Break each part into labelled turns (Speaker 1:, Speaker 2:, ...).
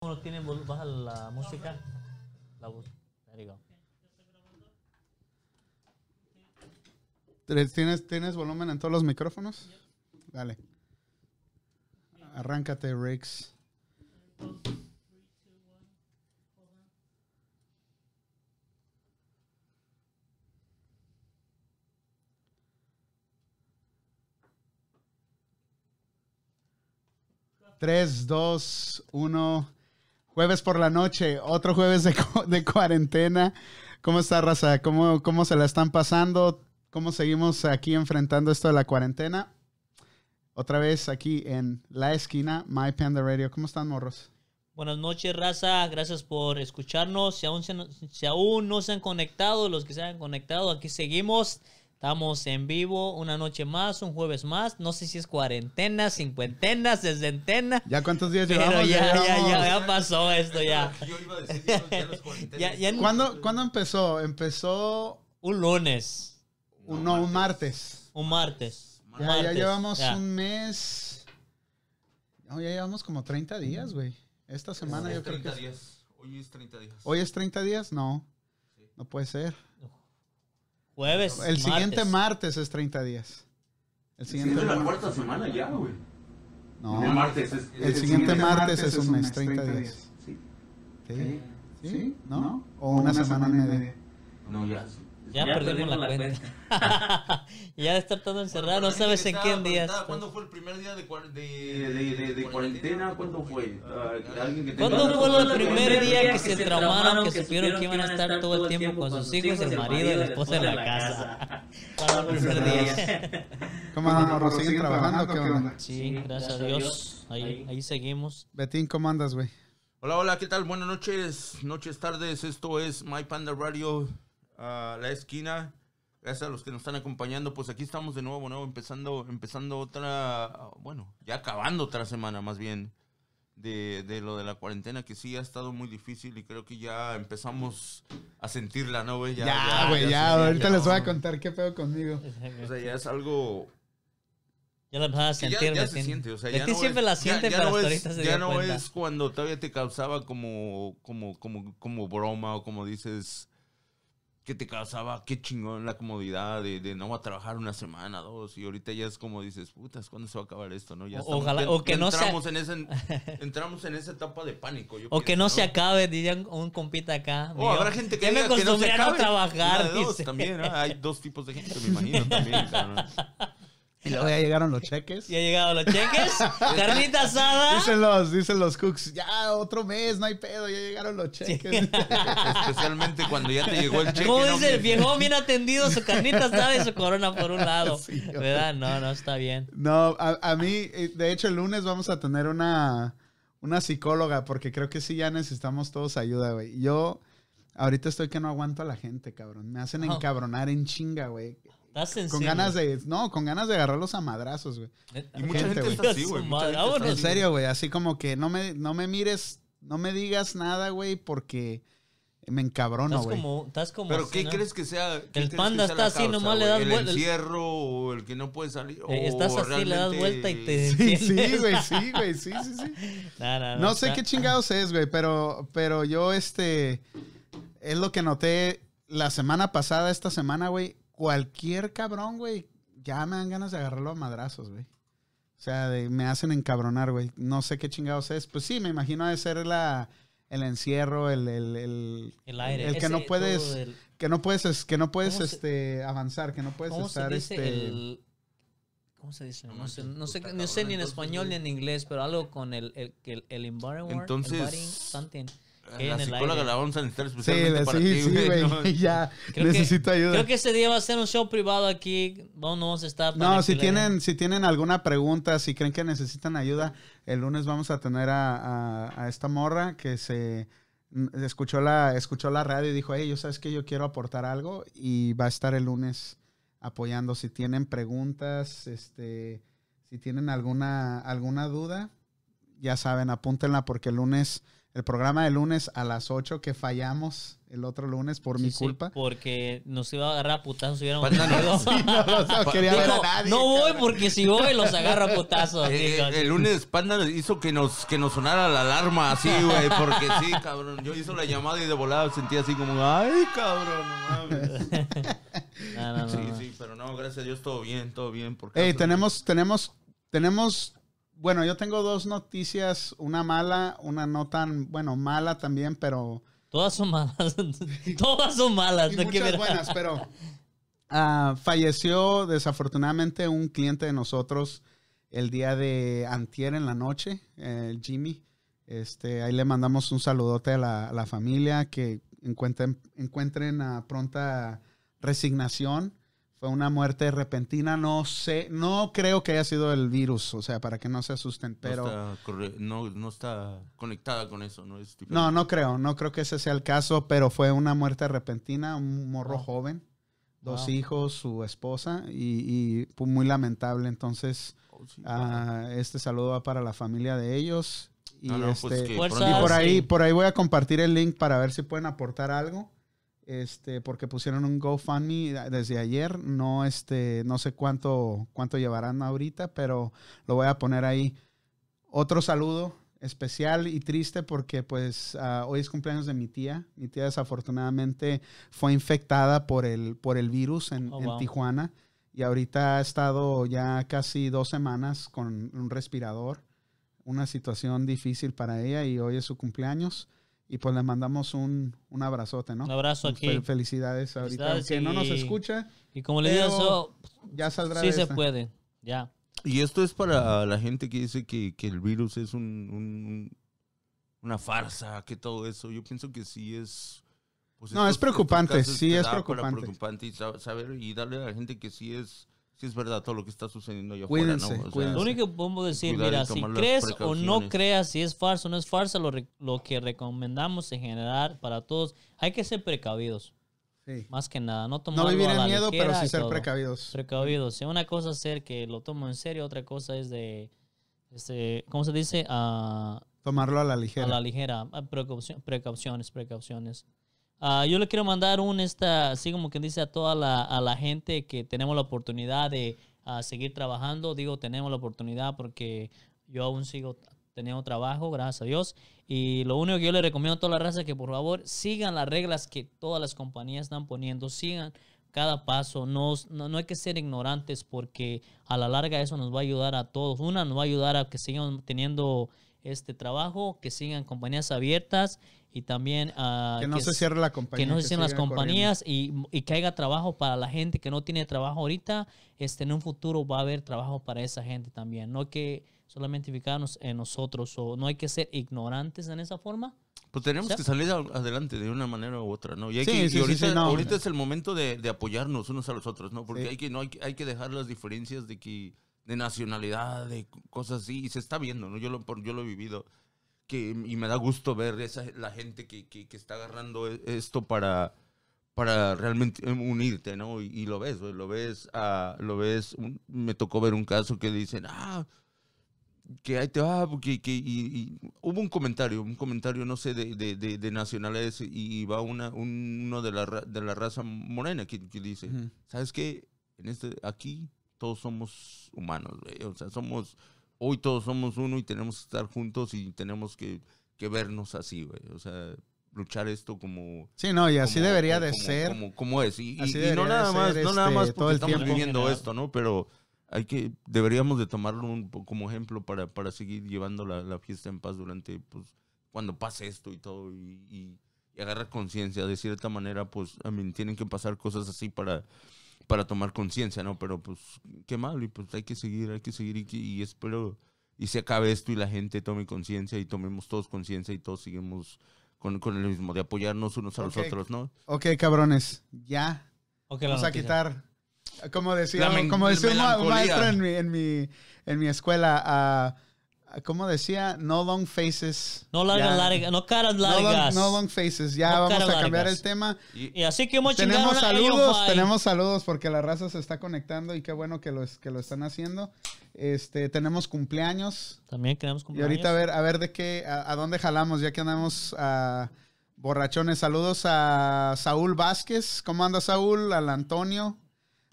Speaker 1: audífonos tiene vol- baja la música. La voz. There you go.
Speaker 2: ¿Tres- ¿Tienes, ¿Tienes volumen en todos los micrófonos? Dale. Arráncate, Riggs. Tres, dos, uno. Jueves por la noche, otro jueves de, cu- de cuarentena. ¿Cómo está, raza? ¿Cómo, ¿Cómo se la están pasando? ¿Cómo seguimos aquí enfrentando esto de la cuarentena? Otra vez aquí en La Esquina, My Panda Radio. ¿Cómo están, morros?
Speaker 1: Buenas noches, raza. Gracias por escucharnos. Si aún, se no- si aún no se han conectado, los que se han conectado, aquí seguimos. Estamos en vivo una noche más, un jueves más. No sé si es cuarentena, cincuentena, sesentena.
Speaker 2: ¿Ya cuántos días
Speaker 1: Pero
Speaker 2: llevamos?
Speaker 1: ya, ya,
Speaker 2: Llevamos-
Speaker 1: ya, ya pasó esto ya.
Speaker 3: Yo iba a decir que eso ya los
Speaker 1: Ya, ya en-
Speaker 2: ¿Cuándo, cuándo empezó? Empezó
Speaker 1: Un lunes,
Speaker 2: un, no, un martes.
Speaker 1: un martes.
Speaker 2: Ya, ya
Speaker 1: martes,
Speaker 2: llevamos
Speaker 1: ya.
Speaker 2: un mes. No, ya llevamos como 30 días, güey. Esta semana yo creo que...
Speaker 3: 30
Speaker 2: es-
Speaker 3: días. Hoy es 30 días.
Speaker 2: ¿Hoy es 30 días? No. No puede ser.
Speaker 1: Jueves.
Speaker 2: El siguiente
Speaker 1: martes.
Speaker 2: martes es 30 días. El siguiente
Speaker 4: Siendo la
Speaker 2: martes.
Speaker 4: cuarta semana ya, güey.
Speaker 2: No.
Speaker 4: El martes es.
Speaker 2: El siguiente martes es un mes, 30 días.
Speaker 4: Sí.
Speaker 2: Sí.
Speaker 5: Sí,
Speaker 2: ¿Sí? ¿No?
Speaker 5: ¿no?
Speaker 2: O una, semana, y media.
Speaker 4: No, ya.
Speaker 1: Ya, perdimos la, cuenta. ya está todo encerrado, no sabes en qué días.
Speaker 3: ¿Cuándo fue el primer día de cuar- de,
Speaker 4: De, de, de, de cuarentena, ¿cuándo fue? Ah, ¿Alguien que tenga-
Speaker 1: ¿Cuándo fue el primer día que se
Speaker 5: se
Speaker 1: traumaron, que supieron que iban a estar todo el tiempo con sus hijos, el marido y la esposa en la casa? ¿Cuándo fue el primer día?
Speaker 2: ¿Cómo andan, morros? ¿Siguen trabajando? ¿Qué onda?
Speaker 1: Sí, gracias a Dios. Ahí, ahí seguimos.
Speaker 2: Betín, ¿cómo andas, güey?
Speaker 3: Hola, hola, ¿qué tal? Buenas noches, noches, tardes. Esto es My Panda Radio, ah, La Esquina. Gracias a los que nos están acompañando. Pues aquí estamos de nuevo, ¿no? Empezando, empezando otra, bueno, ya acabando otra semana más bien de, de lo de la cuarentena, que sí ha estado muy difícil y creo que ya empezamos a sentirla, ¿no, güey?
Speaker 2: Ya, güey, Ah, ya,
Speaker 3: sí,
Speaker 2: Ahorita les voy a
Speaker 3: no.
Speaker 2: contar qué pedo conmigo.
Speaker 3: O sea, ya es algo
Speaker 1: Ya la vas a
Speaker 3: que ya-
Speaker 1: sentir,
Speaker 3: ya, se
Speaker 1: Betín.
Speaker 3: siente, o sea,
Speaker 1: Betín
Speaker 3: ya no
Speaker 1: siempre
Speaker 3: es-
Speaker 1: la
Speaker 3: ya-
Speaker 1: siente,
Speaker 3: ya
Speaker 1: pero
Speaker 3: no
Speaker 1: hasta
Speaker 3: es-
Speaker 1: ahorita se
Speaker 3: ya
Speaker 1: dio
Speaker 3: no
Speaker 1: cuenta.
Speaker 3: es cuando todavía te causaba como, como, como, como broma o como dices que te causaba qué chingón la comodidad de, de no va a trabajar una semana, dos, y ahorita ya es como dices, putas, ¿cuándo se va a acabar esto? ¿no? Ya
Speaker 1: O- ojalá- o que no sea-
Speaker 3: entramos en ese- entramos en esa etapa de pánico. yo
Speaker 1: O que
Speaker 3: pienso,
Speaker 1: no se acabe, diría un- un compita acá.
Speaker 3: O habrá gente que
Speaker 1: ya me
Speaker 3: diga que no
Speaker 1: acostumbré
Speaker 3: se
Speaker 1: a no
Speaker 3: acabe. Una
Speaker 1: trabajar,
Speaker 3: de dos
Speaker 1: dice.
Speaker 3: también, ¿no? Hay dos tipos de gente, me imagino también. cabrón.
Speaker 2: Y luego ya llegaron los cheques.
Speaker 1: Ya llegaron los cheques, carnita asada.
Speaker 2: Dicen los, dicen los cooks, ya otro mes, no hay pedo, ya llegaron los cheques.
Speaker 3: Especialmente cuando ya te llegó el cheque.
Speaker 1: ¿Cómo
Speaker 3: ¿no?
Speaker 1: dice el
Speaker 3: Que-
Speaker 1: viejo? Bien atendido, su carnita asada y su corona por un lado.
Speaker 2: Sí, güey.
Speaker 1: ¿Verdad? No, no, está bien.
Speaker 2: No, a, a mí, eh, de hecho, el lunes vamos a tener una, una psicóloga, porque creo que sí ya necesitamos todos ayuda, güey. Yo ahorita estoy que no aguanto a la gente, cabrón. Me hacen
Speaker 1: Ajá.
Speaker 2: encabronar en chinga, güey.
Speaker 1: Estás
Speaker 2: Con
Speaker 1: sensible.
Speaker 2: ganas de, no, con ganas de agarrarlos a madrazos, güey.
Speaker 3: Y mucha gente,
Speaker 2: Gente,
Speaker 3: está
Speaker 1: güey.
Speaker 3: así, güey.
Speaker 1: Su
Speaker 3: mucha
Speaker 1: madre,
Speaker 3: gente está
Speaker 1: vámonos.
Speaker 2: En
Speaker 3: así.
Speaker 2: serio, güey, así como que no me, no me mires, no me digas nada, güey, porque me encabrono,
Speaker 1: Estás
Speaker 2: güey.
Speaker 1: como, estás como
Speaker 3: Pero
Speaker 1: así,
Speaker 3: ¿qué
Speaker 1: ¿no?
Speaker 3: crees que sea? qué
Speaker 1: El
Speaker 3: crees
Speaker 1: panda
Speaker 3: que sea la
Speaker 1: está así, nomás le
Speaker 3: güey?
Speaker 1: das
Speaker 3: el
Speaker 1: vuelta-
Speaker 3: encierro o el que no puede salir. o
Speaker 1: Eh, estás así, le das
Speaker 3: realmente-
Speaker 1: vuelta y te
Speaker 2: Sí, sí,
Speaker 1: enciendes.
Speaker 2: güey, sí, güey, sí, sí, sí.
Speaker 1: No, no, no,
Speaker 2: No sé
Speaker 1: está-
Speaker 2: qué chingados es, güey, pero, pero yo, este, es lo que noté la semana pasada, esta semana, güey. Cualquier cabrón, güey, ya me dan ganas de agarrarlo a madrazos, güey. O sea, de- me hacen encabronar, güey. No sé qué chingados es. Pues sí, me imagino ha de ser la, el encierro, el, el, el-
Speaker 1: El aire.
Speaker 2: el que
Speaker 1: Ese-
Speaker 2: no puedes-
Speaker 1: todo el-
Speaker 2: que no puedes, es- que no puedes,
Speaker 1: ¿Cómo se-
Speaker 2: este, avanzar, que no puedes
Speaker 1: ¿Cómo se
Speaker 2: estar,
Speaker 1: dice
Speaker 2: este,
Speaker 1: el...? ¿Cómo se dice? No sé, no sé,
Speaker 3: Está
Speaker 1: no sé ni en
Speaker 3: cabrón,
Speaker 1: español ni en inglés, pero algo con el, el, el, el environment,
Speaker 3: Entonces,
Speaker 1: embodying something.
Speaker 3: A
Speaker 1: que hay en
Speaker 3: La
Speaker 1: el
Speaker 3: psicóloga
Speaker 1: aire.
Speaker 3: la vamos a necesitar
Speaker 2: Sí,
Speaker 3: especialmente para
Speaker 2: sí,
Speaker 3: ti,
Speaker 2: sí,
Speaker 3: güey.
Speaker 2: güey.
Speaker 3: ¿no?
Speaker 2: Ya,
Speaker 1: Creo que-
Speaker 2: necesito ayuda.
Speaker 1: Creo que ese día va a ser un show privado aquí. Vamos, no vamos a estar... para
Speaker 2: No, si
Speaker 1: que le den-
Speaker 2: tienen, si tienen alguna pregunta, si creen que necesitan ayuda, el lunes vamos a tener a, a- a esta morra que se mm, escuchó la, escuchó la radio y dijo, hey, yo sabes que yo quiero aportar algo y va a estar el lunes apoyando. Si tienen preguntas, este, si tienen alguna, alguna duda, ya saben, apúntenla porque el lunes, el programa de lunes a las 8 que fallamos el otro lunes por mi
Speaker 1: Sí, sí,
Speaker 2: culpa.
Speaker 1: porque nos iba a agarrar a putazos si hubiéramos
Speaker 3: Panda Pues, no-
Speaker 1: ido.
Speaker 2: No, no, no quería ver a
Speaker 1: Dijo,
Speaker 2: nadie.
Speaker 1: no voy porque si voy los agarro a putazos.
Speaker 3: Eh,
Speaker 1: dijo.
Speaker 3: eh, el lunes Panda hizo que nos, que nos sonara la alarma así, güey, porque sí, cabrón. Yo hice la llamada y de volada sentí así como, ay, cabrón, no mames.
Speaker 1: No, Ah, no, no,
Speaker 3: Sí,
Speaker 1: no.
Speaker 3: sí, pero no, gracias a Dios, todo bien, todo bien. Porque
Speaker 2: Ey, tenemos, tenemos, tenemos, bueno, yo tengo dos noticias, una mala, una no tan, bueno, mala también, pero...
Speaker 1: Todas son malas. Todas son malas.
Speaker 2: Y
Speaker 1: no hay que
Speaker 2: muchas
Speaker 1: ver.
Speaker 2: buenas, pero ah, falleció desafortunadamente un cliente de nosotros el día de antier en la noche, eh, Jimmy. Este, ahí le mandamos un saludote a la, a la familia, que encuentren, encuentren ah, pronta resignación. Fue una muerte repentina, no sé, no creo que haya sido el virus, o sea, para que no se asusten, pero...
Speaker 3: No está, corre- no, no está conectada con eso, ¿no? Es
Speaker 2: No, no creo, no creo que ese sea el caso, pero fue una muerte repentina, un morro
Speaker 3: Oh.
Speaker 1: Wow.
Speaker 2: joven, dos
Speaker 1: Wow.
Speaker 2: hijos, su esposa, y, y, pues, muy lamentable. Entonces,
Speaker 3: Oh, sí,
Speaker 2: ah, este saludo va para la familia de ellos. Y,
Speaker 3: No, no, pues
Speaker 2: este,
Speaker 3: que
Speaker 2: y
Speaker 1: Fuerza,
Speaker 3: pronto-
Speaker 2: por
Speaker 1: Ah, sí.
Speaker 2: ahí, por ahí voy a compartir el link para ver si pueden aportar algo. Este, porque pusieron un GoFundMe desde ayer. No, este, no sé cuánto, cuánto llevarán ahorita, pero lo voy a poner ahí. Otro saludo especial y triste porque pues ah, hoy es cumpleaños de mi tía. Mi tía desafortunadamente fue infectada por el, por el virus en,
Speaker 1: Oh,
Speaker 2: en
Speaker 1: wow.
Speaker 2: Tijuana y ahorita ha estado ya casi dos semanas con un respirador. Una situación difícil para ella y hoy es su cumpleaños. Y pues le mandamos un, un abrazote, ¿no? Pues,
Speaker 1: Un abrazo aquí.
Speaker 2: Fel- Felicidades ahorita.
Speaker 1: Felicidades
Speaker 2: Aunque no nos
Speaker 1: y-
Speaker 2: escucha,
Speaker 1: Y como le digo,
Speaker 2: Pero
Speaker 1: eso
Speaker 2: ya saldrá
Speaker 1: sí
Speaker 2: de
Speaker 1: se
Speaker 2: esta.
Speaker 1: puede. Ya.
Speaker 3: Y esto es para la gente que dice que, que el virus es un, un- un- una farsa, que todo eso. Yo pienso que sí es... pues,
Speaker 2: No, es preocupante,
Speaker 3: casos
Speaker 2: sí
Speaker 3: te
Speaker 2: es
Speaker 3: da para
Speaker 2: preocupante.
Speaker 3: preocupante y sa- saber y darle a la gente que sí es, sí es verdad todo lo que está sucediendo allá
Speaker 2: Cuídense,
Speaker 3: afuera, ¿no? O sea,
Speaker 1: Lo
Speaker 2: cuídense.
Speaker 1: único que podemos decir,
Speaker 3: Cuidar y
Speaker 1: mira, si
Speaker 3: tomar las
Speaker 1: crees o no
Speaker 3: precauciones.
Speaker 1: creas, si es farsa o no es farsa, lo, re- lo que recomendamos en general para todos, hay que ser precavidos,
Speaker 2: Sí.
Speaker 1: más que nada. No tomar
Speaker 2: No vivir en miedo, pero sí ser precavidos.
Speaker 1: precavidos. Si una cosa es ser que lo tomo en serio, otra cosa es de, este, ¿cómo se dice? Ah,
Speaker 2: Tomarlo a la ligera.
Speaker 1: a la ligera. Ah, precaucio- Precauciones, precauciones. Ah, yo le quiero mandar un, esta, así como que dice a toda la, a la gente que tenemos la oportunidad de ah, seguir trabajando. Digo, tenemos la oportunidad porque yo aún sigo t- teniendo trabajo, gracias a Dios. Y lo único que yo le recomiendo a toda la raza es que por favor sigan las reglas que todas las compañías están poniendo, sigan cada paso, no, no, no hay que ser ignorantes porque a la larga eso nos va a ayudar a todos. Una nos va a ayudar a que sigan teniendo este trabajo, que sigan compañías abiertas y también a
Speaker 2: que no se cierre la compañía.
Speaker 1: que no se cierren las
Speaker 2: siga corriendo.
Speaker 1: compañías y, y que haya trabajo para la gente que no tiene trabajo ahorita, este, en un futuro va a haber trabajo para esa gente también. No hay que solamente fijarnos en nosotros o no hay que ser ignorantes en esa forma.
Speaker 3: Pues tenemos
Speaker 1: ¿Sí?
Speaker 3: que salir a- adelante de una manera u otra, ¿no? Y, hay
Speaker 2: Sí,
Speaker 3: que, y
Speaker 2: sí, sí,
Speaker 3: ahorita,
Speaker 2: sí, no.
Speaker 3: ahorita es el momento de, de apoyarnos unos a los otros, ¿no? Porque
Speaker 2: Sí.
Speaker 3: hay que no hay, que- hay que dejar las diferencias de que de nacionalidad, de cosas así, y se está viendo, ¿no? Yo lo por- yo lo he vivido que y me da gusto ver esa la gente que, que, que está agarrando e- esto para para realmente em, unirte, ¿no? Y, y lo ves, güey, lo ves, ah, lo ves. un- me tocó ver un caso que dicen, ah, que ahí te va, porque que, y, y hubo un comentario, un comentario, no sé, de, de, de, de nacionales, y, va una, un- uno de la, ra- de la raza morena que, que dice,
Speaker 2: Ujú.
Speaker 3: ¿sabes qué? En este, aquí todos somos humanos, güey, o sea, somos, hoy todos somos uno y tenemos que estar juntos y tenemos que, que vernos así, güey, o sea, luchar esto como...
Speaker 2: Sí, no, y así
Speaker 3: como-
Speaker 2: debería
Speaker 3: como-
Speaker 2: de
Speaker 3: como-
Speaker 2: ser.
Speaker 3: Como, como es. Y, y-
Speaker 2: Así
Speaker 3: y
Speaker 2: debería
Speaker 3: no
Speaker 2: de
Speaker 3: nada
Speaker 2: ser,
Speaker 3: más, no nada
Speaker 2: este,
Speaker 3: más porque
Speaker 2: todo el
Speaker 3: estamos
Speaker 2: tiempo.
Speaker 3: viviendo
Speaker 1: General.
Speaker 3: esto, ¿no? Pero hay que, deberíamos de tomarlo un po- como ejemplo para, para seguir llevando la, la fiesta en paz durante, pues, cuando pase esto y todo, y, y- y agarrar conciencia. De cierta manera, pues, a mí tienen que pasar cosas así para para tomar conciencia, ¿no? Pero pues qué mal, y pues hay que seguir, hay que seguir y, que- y espero y se acabe esto y la gente tome conciencia y tomemos todos conciencia y todos sigamos con, con el mismo, de apoyarnos unos a los
Speaker 2: Ok.
Speaker 3: otros, ¿no?
Speaker 2: Ok, cabrones, ya.
Speaker 1: Ok, la
Speaker 2: Vamos a
Speaker 1: noticia.
Speaker 2: quitar. Como decía,
Speaker 3: La men-
Speaker 2: como decía un ma- un
Speaker 3: melancolía.
Speaker 2: maestro en mi, en mi, en mi escuela, ah, ah, como decía, no long faces.
Speaker 1: No largas,
Speaker 2: Ya.
Speaker 1: largas, no caras
Speaker 2: No long-
Speaker 1: largas.
Speaker 2: No long, faces. Ya
Speaker 1: No
Speaker 2: vamos
Speaker 1: caras
Speaker 2: a cambiar
Speaker 1: largas.
Speaker 2: el tema.
Speaker 3: Y-
Speaker 1: Y así que hemos chingado
Speaker 2: Tenemos
Speaker 1: una-
Speaker 2: saludos,
Speaker 1: Ay,
Speaker 2: tenemos saludos porque la raza se está conectando y qué bueno que lo, es- que lo están haciendo. Este, tenemos cumpleaños.
Speaker 1: También queremos
Speaker 2: Y
Speaker 1: cumpleaños.
Speaker 2: ahorita a ver, a ver de qué, a, a dónde jalamos, ya que andamos a borrachones. Saludos a Saúl Vázquez. ¿Cómo anda Saúl? Al Antonio,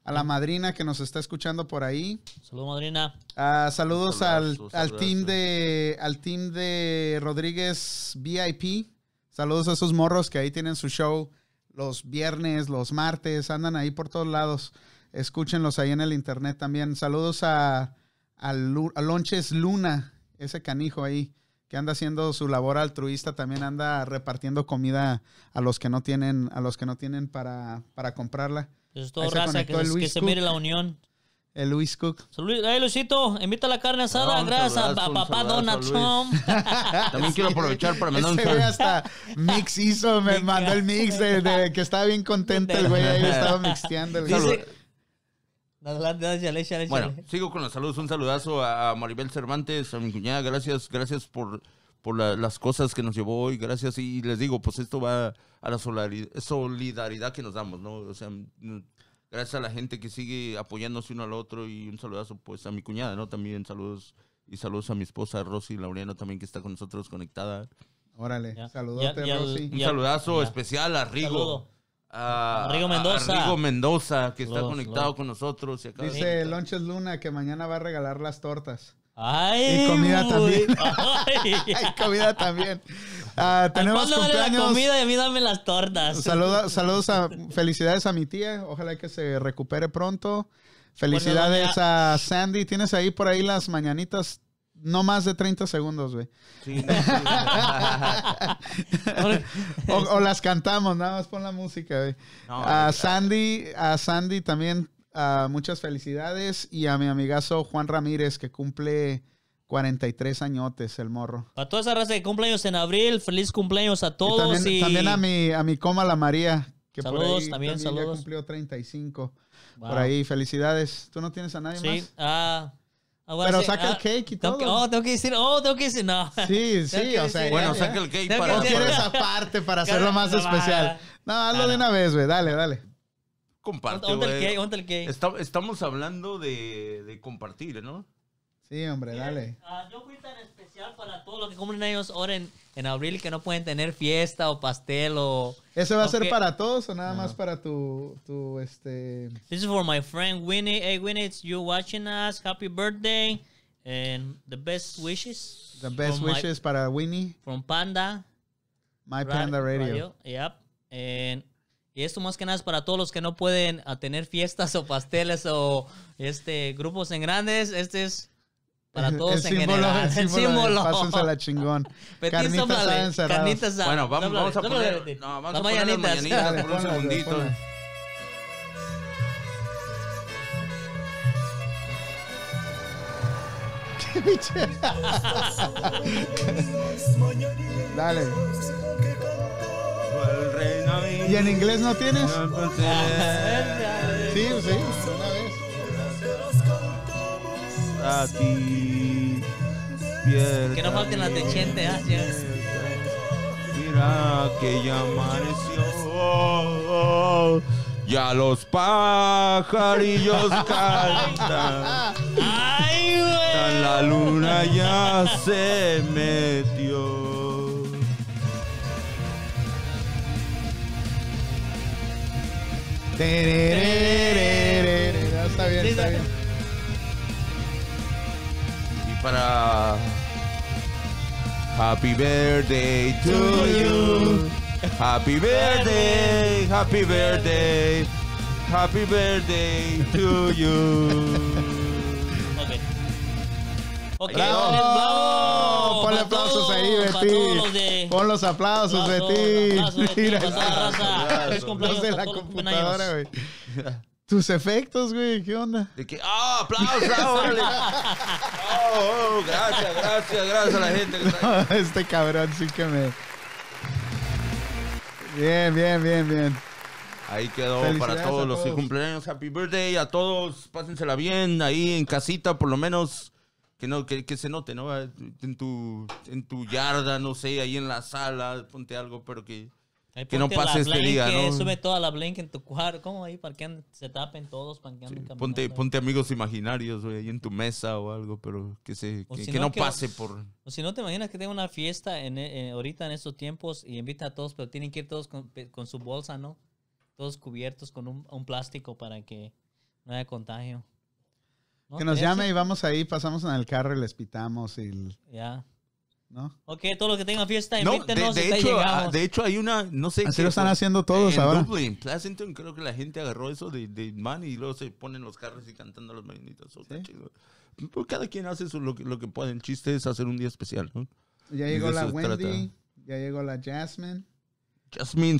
Speaker 2: a la madrina que nos está escuchando por ahí.
Speaker 1: Saludos, madrina.
Speaker 2: Ah, saludos al,
Speaker 3: Saludazo,
Speaker 2: al team
Speaker 3: saludazo.
Speaker 2: de al team de Rodríguez VIP. Saludos a esos morros que ahí tienen su show los viernes, los martes, andan ahí por todos lados. Escúchenlos ahí en el internet también. Saludos a, a Lu- a Lonches Luna, ese canijo ahí que anda haciendo su labor altruista, también anda repartiendo comida a los que no tienen a los que no tienen para, para comprarla.
Speaker 1: Eso es todo,
Speaker 2: Ahí se
Speaker 1: raza. Que,
Speaker 2: conectó
Speaker 1: se-
Speaker 2: el
Speaker 1: que
Speaker 2: Luis
Speaker 1: se
Speaker 2: Cook.
Speaker 1: mire la unión.
Speaker 2: El Luis Cook.
Speaker 1: Saludos. Hey, Luisito, invita la carne asada.
Speaker 3: Ah, un
Speaker 1: gracias a-
Speaker 3: saludazo,
Speaker 1: a
Speaker 3: un
Speaker 1: papá
Speaker 3: saludazo,
Speaker 1: Donald
Speaker 3: Luis.
Speaker 1: Trump. Ah,
Speaker 3: También quiero aprovechar para mandar un
Speaker 2: Ese Este güey
Speaker 3: saludo.
Speaker 2: hasta mix hizo, me
Speaker 1: Me
Speaker 2: mandó el mix de, de que estaba bien contento el güey ahí, estaba mixteando. el güey.
Speaker 1: Dice- Adelante, dale, échale, échale.
Speaker 3: Bueno, sigo con los saludos. Un saludazo a a Maribel Cervantes, a mi cuñada. Gracias, gracias por, por la- las cosas que nos llevó hoy. Gracias. Y les digo, pues esto va a la solari- solidaridad que nos damos, ¿no? O sea, mm, gracias a la gente que sigue apoyándose uno al otro. Y un saludazo, pues, a mi cuñada, ¿no? También saludos. Y saludos a mi esposa Rosy Laureano también que está con nosotros conectada.
Speaker 2: Órale,
Speaker 1: Ya,
Speaker 2: saludote,
Speaker 1: ya, ya,
Speaker 2: Rosy.
Speaker 3: Un
Speaker 1: Ya,
Speaker 3: saludazo
Speaker 1: ya.
Speaker 3: especial a Rigo.
Speaker 1: Saludo.
Speaker 3: A,
Speaker 1: A Rigo
Speaker 3: a- a
Speaker 1: Mendoza.
Speaker 3: Rigo Mendoza, que está
Speaker 1: Saludos,
Speaker 3: conectado
Speaker 1: saludos.
Speaker 3: con nosotros. y acaba de
Speaker 2: Dice Lonches Luna que mañana va a regalar las tortas.
Speaker 1: Ay,
Speaker 2: Y comida
Speaker 1: güey.
Speaker 2: también.
Speaker 1: Ay.
Speaker 2: Hay comida también. Ah, tenemos
Speaker 1: Al Pablo dale la
Speaker 2: cumpleaños.
Speaker 1: comida y a mí dame las tortas.
Speaker 2: Saluda- saludos a felicidades a mi tía. Ojalá que se recupere pronto. Felicidades
Speaker 1: Bueno,
Speaker 2: a Sandy. Tienes ahí por ahí las mañanitas. No más de 30 segundos, güey.
Speaker 3: Sí, no, sí.
Speaker 1: Ahora-
Speaker 2: O, o las cantamos, nada más pon la música, güey.
Speaker 1: Oh,
Speaker 3: No,
Speaker 2: a
Speaker 3: eh,
Speaker 2: Sandy, a Sandy también ah, muchas felicidades y a mi amigazo Juan Ramírez que cumple 43 añotes el morro.
Speaker 1: Para toda esa raza de cumpleaños en abril, feliz cumpleaños a
Speaker 2: Y
Speaker 1: todos.
Speaker 2: también,
Speaker 1: y-
Speaker 2: también a mi a mi coma la María que por
Speaker 1: Saludos,
Speaker 2: ahí
Speaker 1: también,
Speaker 2: ya
Speaker 1: saludos.
Speaker 2: cumplió 35.
Speaker 1: Wow.
Speaker 2: Por ahí felicidades. ¿Tú no tienes a nadie
Speaker 1: Sí,
Speaker 2: más?
Speaker 1: ah. ah, bueno,
Speaker 2: Pero
Speaker 1: sí,
Speaker 2: saca
Speaker 1: ah,
Speaker 2: el cake y
Speaker 1: tengo
Speaker 2: todo.
Speaker 1: que- oh, tengo que decir, oh, tengo que decir, no.
Speaker 2: Sí, sí,
Speaker 1: que
Speaker 2: o sea,
Speaker 1: decir-
Speaker 3: Bueno,
Speaker 2: ya,
Speaker 3: saca
Speaker 2: ya.
Speaker 3: el gay
Speaker 1: Tengo
Speaker 3: para,
Speaker 2: ¿O
Speaker 1: que-
Speaker 2: quieres
Speaker 3: para-
Speaker 2: aparte para hacerlo más
Speaker 1: No,
Speaker 2: especial? No, hazlo
Speaker 1: No,
Speaker 2: de
Speaker 1: Ah, no.
Speaker 2: una vez, güey. Dale, dale.
Speaker 3: comparte,
Speaker 1: Ponte el
Speaker 3: güey.
Speaker 1: cake, ponte el cake.
Speaker 3: Esta- eh, estamos hablando de, de compartir, ¿no?
Speaker 2: Sí, hombre, dale.
Speaker 1: Ah, yo fui tan especial para todos los que cumplen ellos ahora en, en abril que no pueden tener fiesta o pastel o...
Speaker 2: ¿Ese va a
Speaker 1: Ok.
Speaker 2: ser para todos o nada más para tu, tu, este...
Speaker 1: This is for my friend Winnie. Hey Winnie, it's you watching us. Happy birthday and the best wishes.
Speaker 2: The best
Speaker 1: from my-
Speaker 2: wishes para Winnie,
Speaker 1: from Panda.
Speaker 2: My
Speaker 1: Ra-
Speaker 2: Panda Radio.
Speaker 1: Yep. And- y esto más que nada es para todos los que no pueden ah, tener fiestas o pasteles o este grupos en grandes. Este es para todos en general.
Speaker 2: El símbolo. de Pásensela chingón.
Speaker 1: Petit
Speaker 2: Carnitas
Speaker 1: sóplale,
Speaker 2: asada encerradas.
Speaker 1: carnitas asada,
Speaker 3: Bueno, vamos-
Speaker 1: sóplale,
Speaker 3: vamos a
Speaker 1: sóplale,
Speaker 3: poner-
Speaker 1: Petit.
Speaker 3: no, vamos a
Speaker 1: Las
Speaker 3: poner las
Speaker 1: mañanitas.
Speaker 3: mañanitas.
Speaker 2: Dale,
Speaker 3: por un
Speaker 2: ponla, güey,
Speaker 3: segundito.
Speaker 2: ponla. Qué pinche- Dale. ¿Y en inglés no tienes? Sí, sí. Una vez.
Speaker 3: A ti, despierta.
Speaker 1: Que no falten las de Chente, ah, sí.
Speaker 3: Mira que ya amaneció. Ya los pajarillos cantan.
Speaker 1: ¡Ay,
Speaker 3: Ya
Speaker 1: güey!
Speaker 3: La luna ya se metió.
Speaker 2: Tererererere. Ya Está bien, está bien.
Speaker 3: Y para. Happy birthday to you. Happy birthday, happy birthday. Happy birthday to you.
Speaker 1: Ok. Ok,
Speaker 2: ¡Bravo! Ponle
Speaker 1: para
Speaker 2: aplausos
Speaker 1: todos,
Speaker 2: ahí,
Speaker 1: para todos los
Speaker 2: Betty.
Speaker 1: de-
Speaker 2: Pon los aplausos,
Speaker 1: Aplausos,
Speaker 2: Betty.
Speaker 1: aplausos,
Speaker 2: Mira,
Speaker 1: aplausos, raza.
Speaker 3: aplausos.
Speaker 1: Feliz cumpleaños
Speaker 2: los de
Speaker 1: a
Speaker 2: la
Speaker 1: todos los que cumplen
Speaker 2: computadora,
Speaker 1: años.
Speaker 2: güey. Tus efectos, güey, ¿qué onda?
Speaker 3: De que, ¡ah, aplausos! órale! Oh, oh, gracias, gracias, gracias a la gente que está ahí.
Speaker 2: este cabrón sí que me. Bien, bien, bien, bien.
Speaker 3: Ahí quedó
Speaker 2: Felicidades
Speaker 3: para
Speaker 2: a
Speaker 3: todos los
Speaker 2: todos.
Speaker 3: cumpleaños. Happy birthday a todos. Pásensela bien ahí en casita, por lo menos. Que, no, que, que se note, ¿no? En tu, en tu yarda, no sé, ahí en la sala, ponte algo, pero que,
Speaker 1: Ahí
Speaker 3: Que no
Speaker 1: ponte la
Speaker 3: pase este día,
Speaker 1: blanket,
Speaker 3: ¿no?
Speaker 1: Sube toda la blanca en tu cuarto. ¿Cómo ahí? Para que se tapen todos, para que anden
Speaker 3: Ponte,
Speaker 1: caminando.
Speaker 3: ponte amigos imaginarios, güey, ahí en tu mesa o algo, pero que, se,
Speaker 1: O
Speaker 3: que,
Speaker 1: si
Speaker 3: que
Speaker 1: no,
Speaker 3: no
Speaker 1: que-
Speaker 3: pase por...
Speaker 1: O si no, te imaginas que tengo una fiesta en, eh, eh, ahorita en estos tiempos y invita a todos, pero tienen que ir todos con, pe- con su bolsa, ¿no? Todos cubiertos con un, un plástico para que no haya contagio. ¿No?
Speaker 2: Que nos
Speaker 1: Sería
Speaker 2: llame y vamos ahí, pasamos en el carro y les pitamos y... el-
Speaker 1: chi- Ya.
Speaker 2: ¿no?
Speaker 1: Ok, todos los que tengan fiesta,
Speaker 3: No, de,
Speaker 1: invítenos
Speaker 3: de
Speaker 1: y te
Speaker 3: hecho, ah,
Speaker 1: llegamos.
Speaker 3: de hecho hay una, no sé...
Speaker 2: Así
Speaker 3: qué
Speaker 2: lo están
Speaker 3: fue.
Speaker 2: haciendo todos
Speaker 3: en
Speaker 2: ahora.
Speaker 3: Dublín, Pleasanton, creo que la gente agarró eso de, de man y luego se ponen los carros y cantando los marinitos. Eso está
Speaker 2: Sí.
Speaker 3: chido. Pues cada quien hace su- lo, que, lo que puede. El chiste es hacer un día especial. ¿no?
Speaker 2: Ya
Speaker 3: Y de
Speaker 2: llegó la
Speaker 3: eso se trata.
Speaker 2: Wendy, ya llegó la Jasmine.
Speaker 3: Jasmine,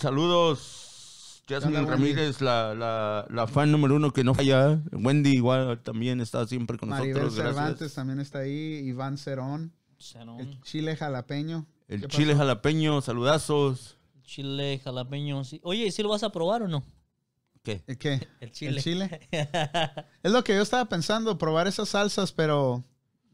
Speaker 3: saludos. Jasmine
Speaker 2: Hola, Wendy.
Speaker 3: Ramírez, la, la, la fan número uno que no falla. Wendy igual también está siempre con
Speaker 2: Maribel
Speaker 3: nosotros. Gracias.
Speaker 2: Cervantes también está ahí. Iván Cerón.
Speaker 1: Cerón,
Speaker 2: Chile jalapeño.
Speaker 3: El
Speaker 2: ¿Qué
Speaker 3: chile jalapeño, saludazos.
Speaker 1: chile, jalapeño. sí. Oye, ¿y si lo vas a probar o no?
Speaker 3: ¿Qué?
Speaker 2: ¿El qué?
Speaker 1: El chile.
Speaker 2: ¿El chile? Es lo que yo estaba pensando, probar esas salsas, pero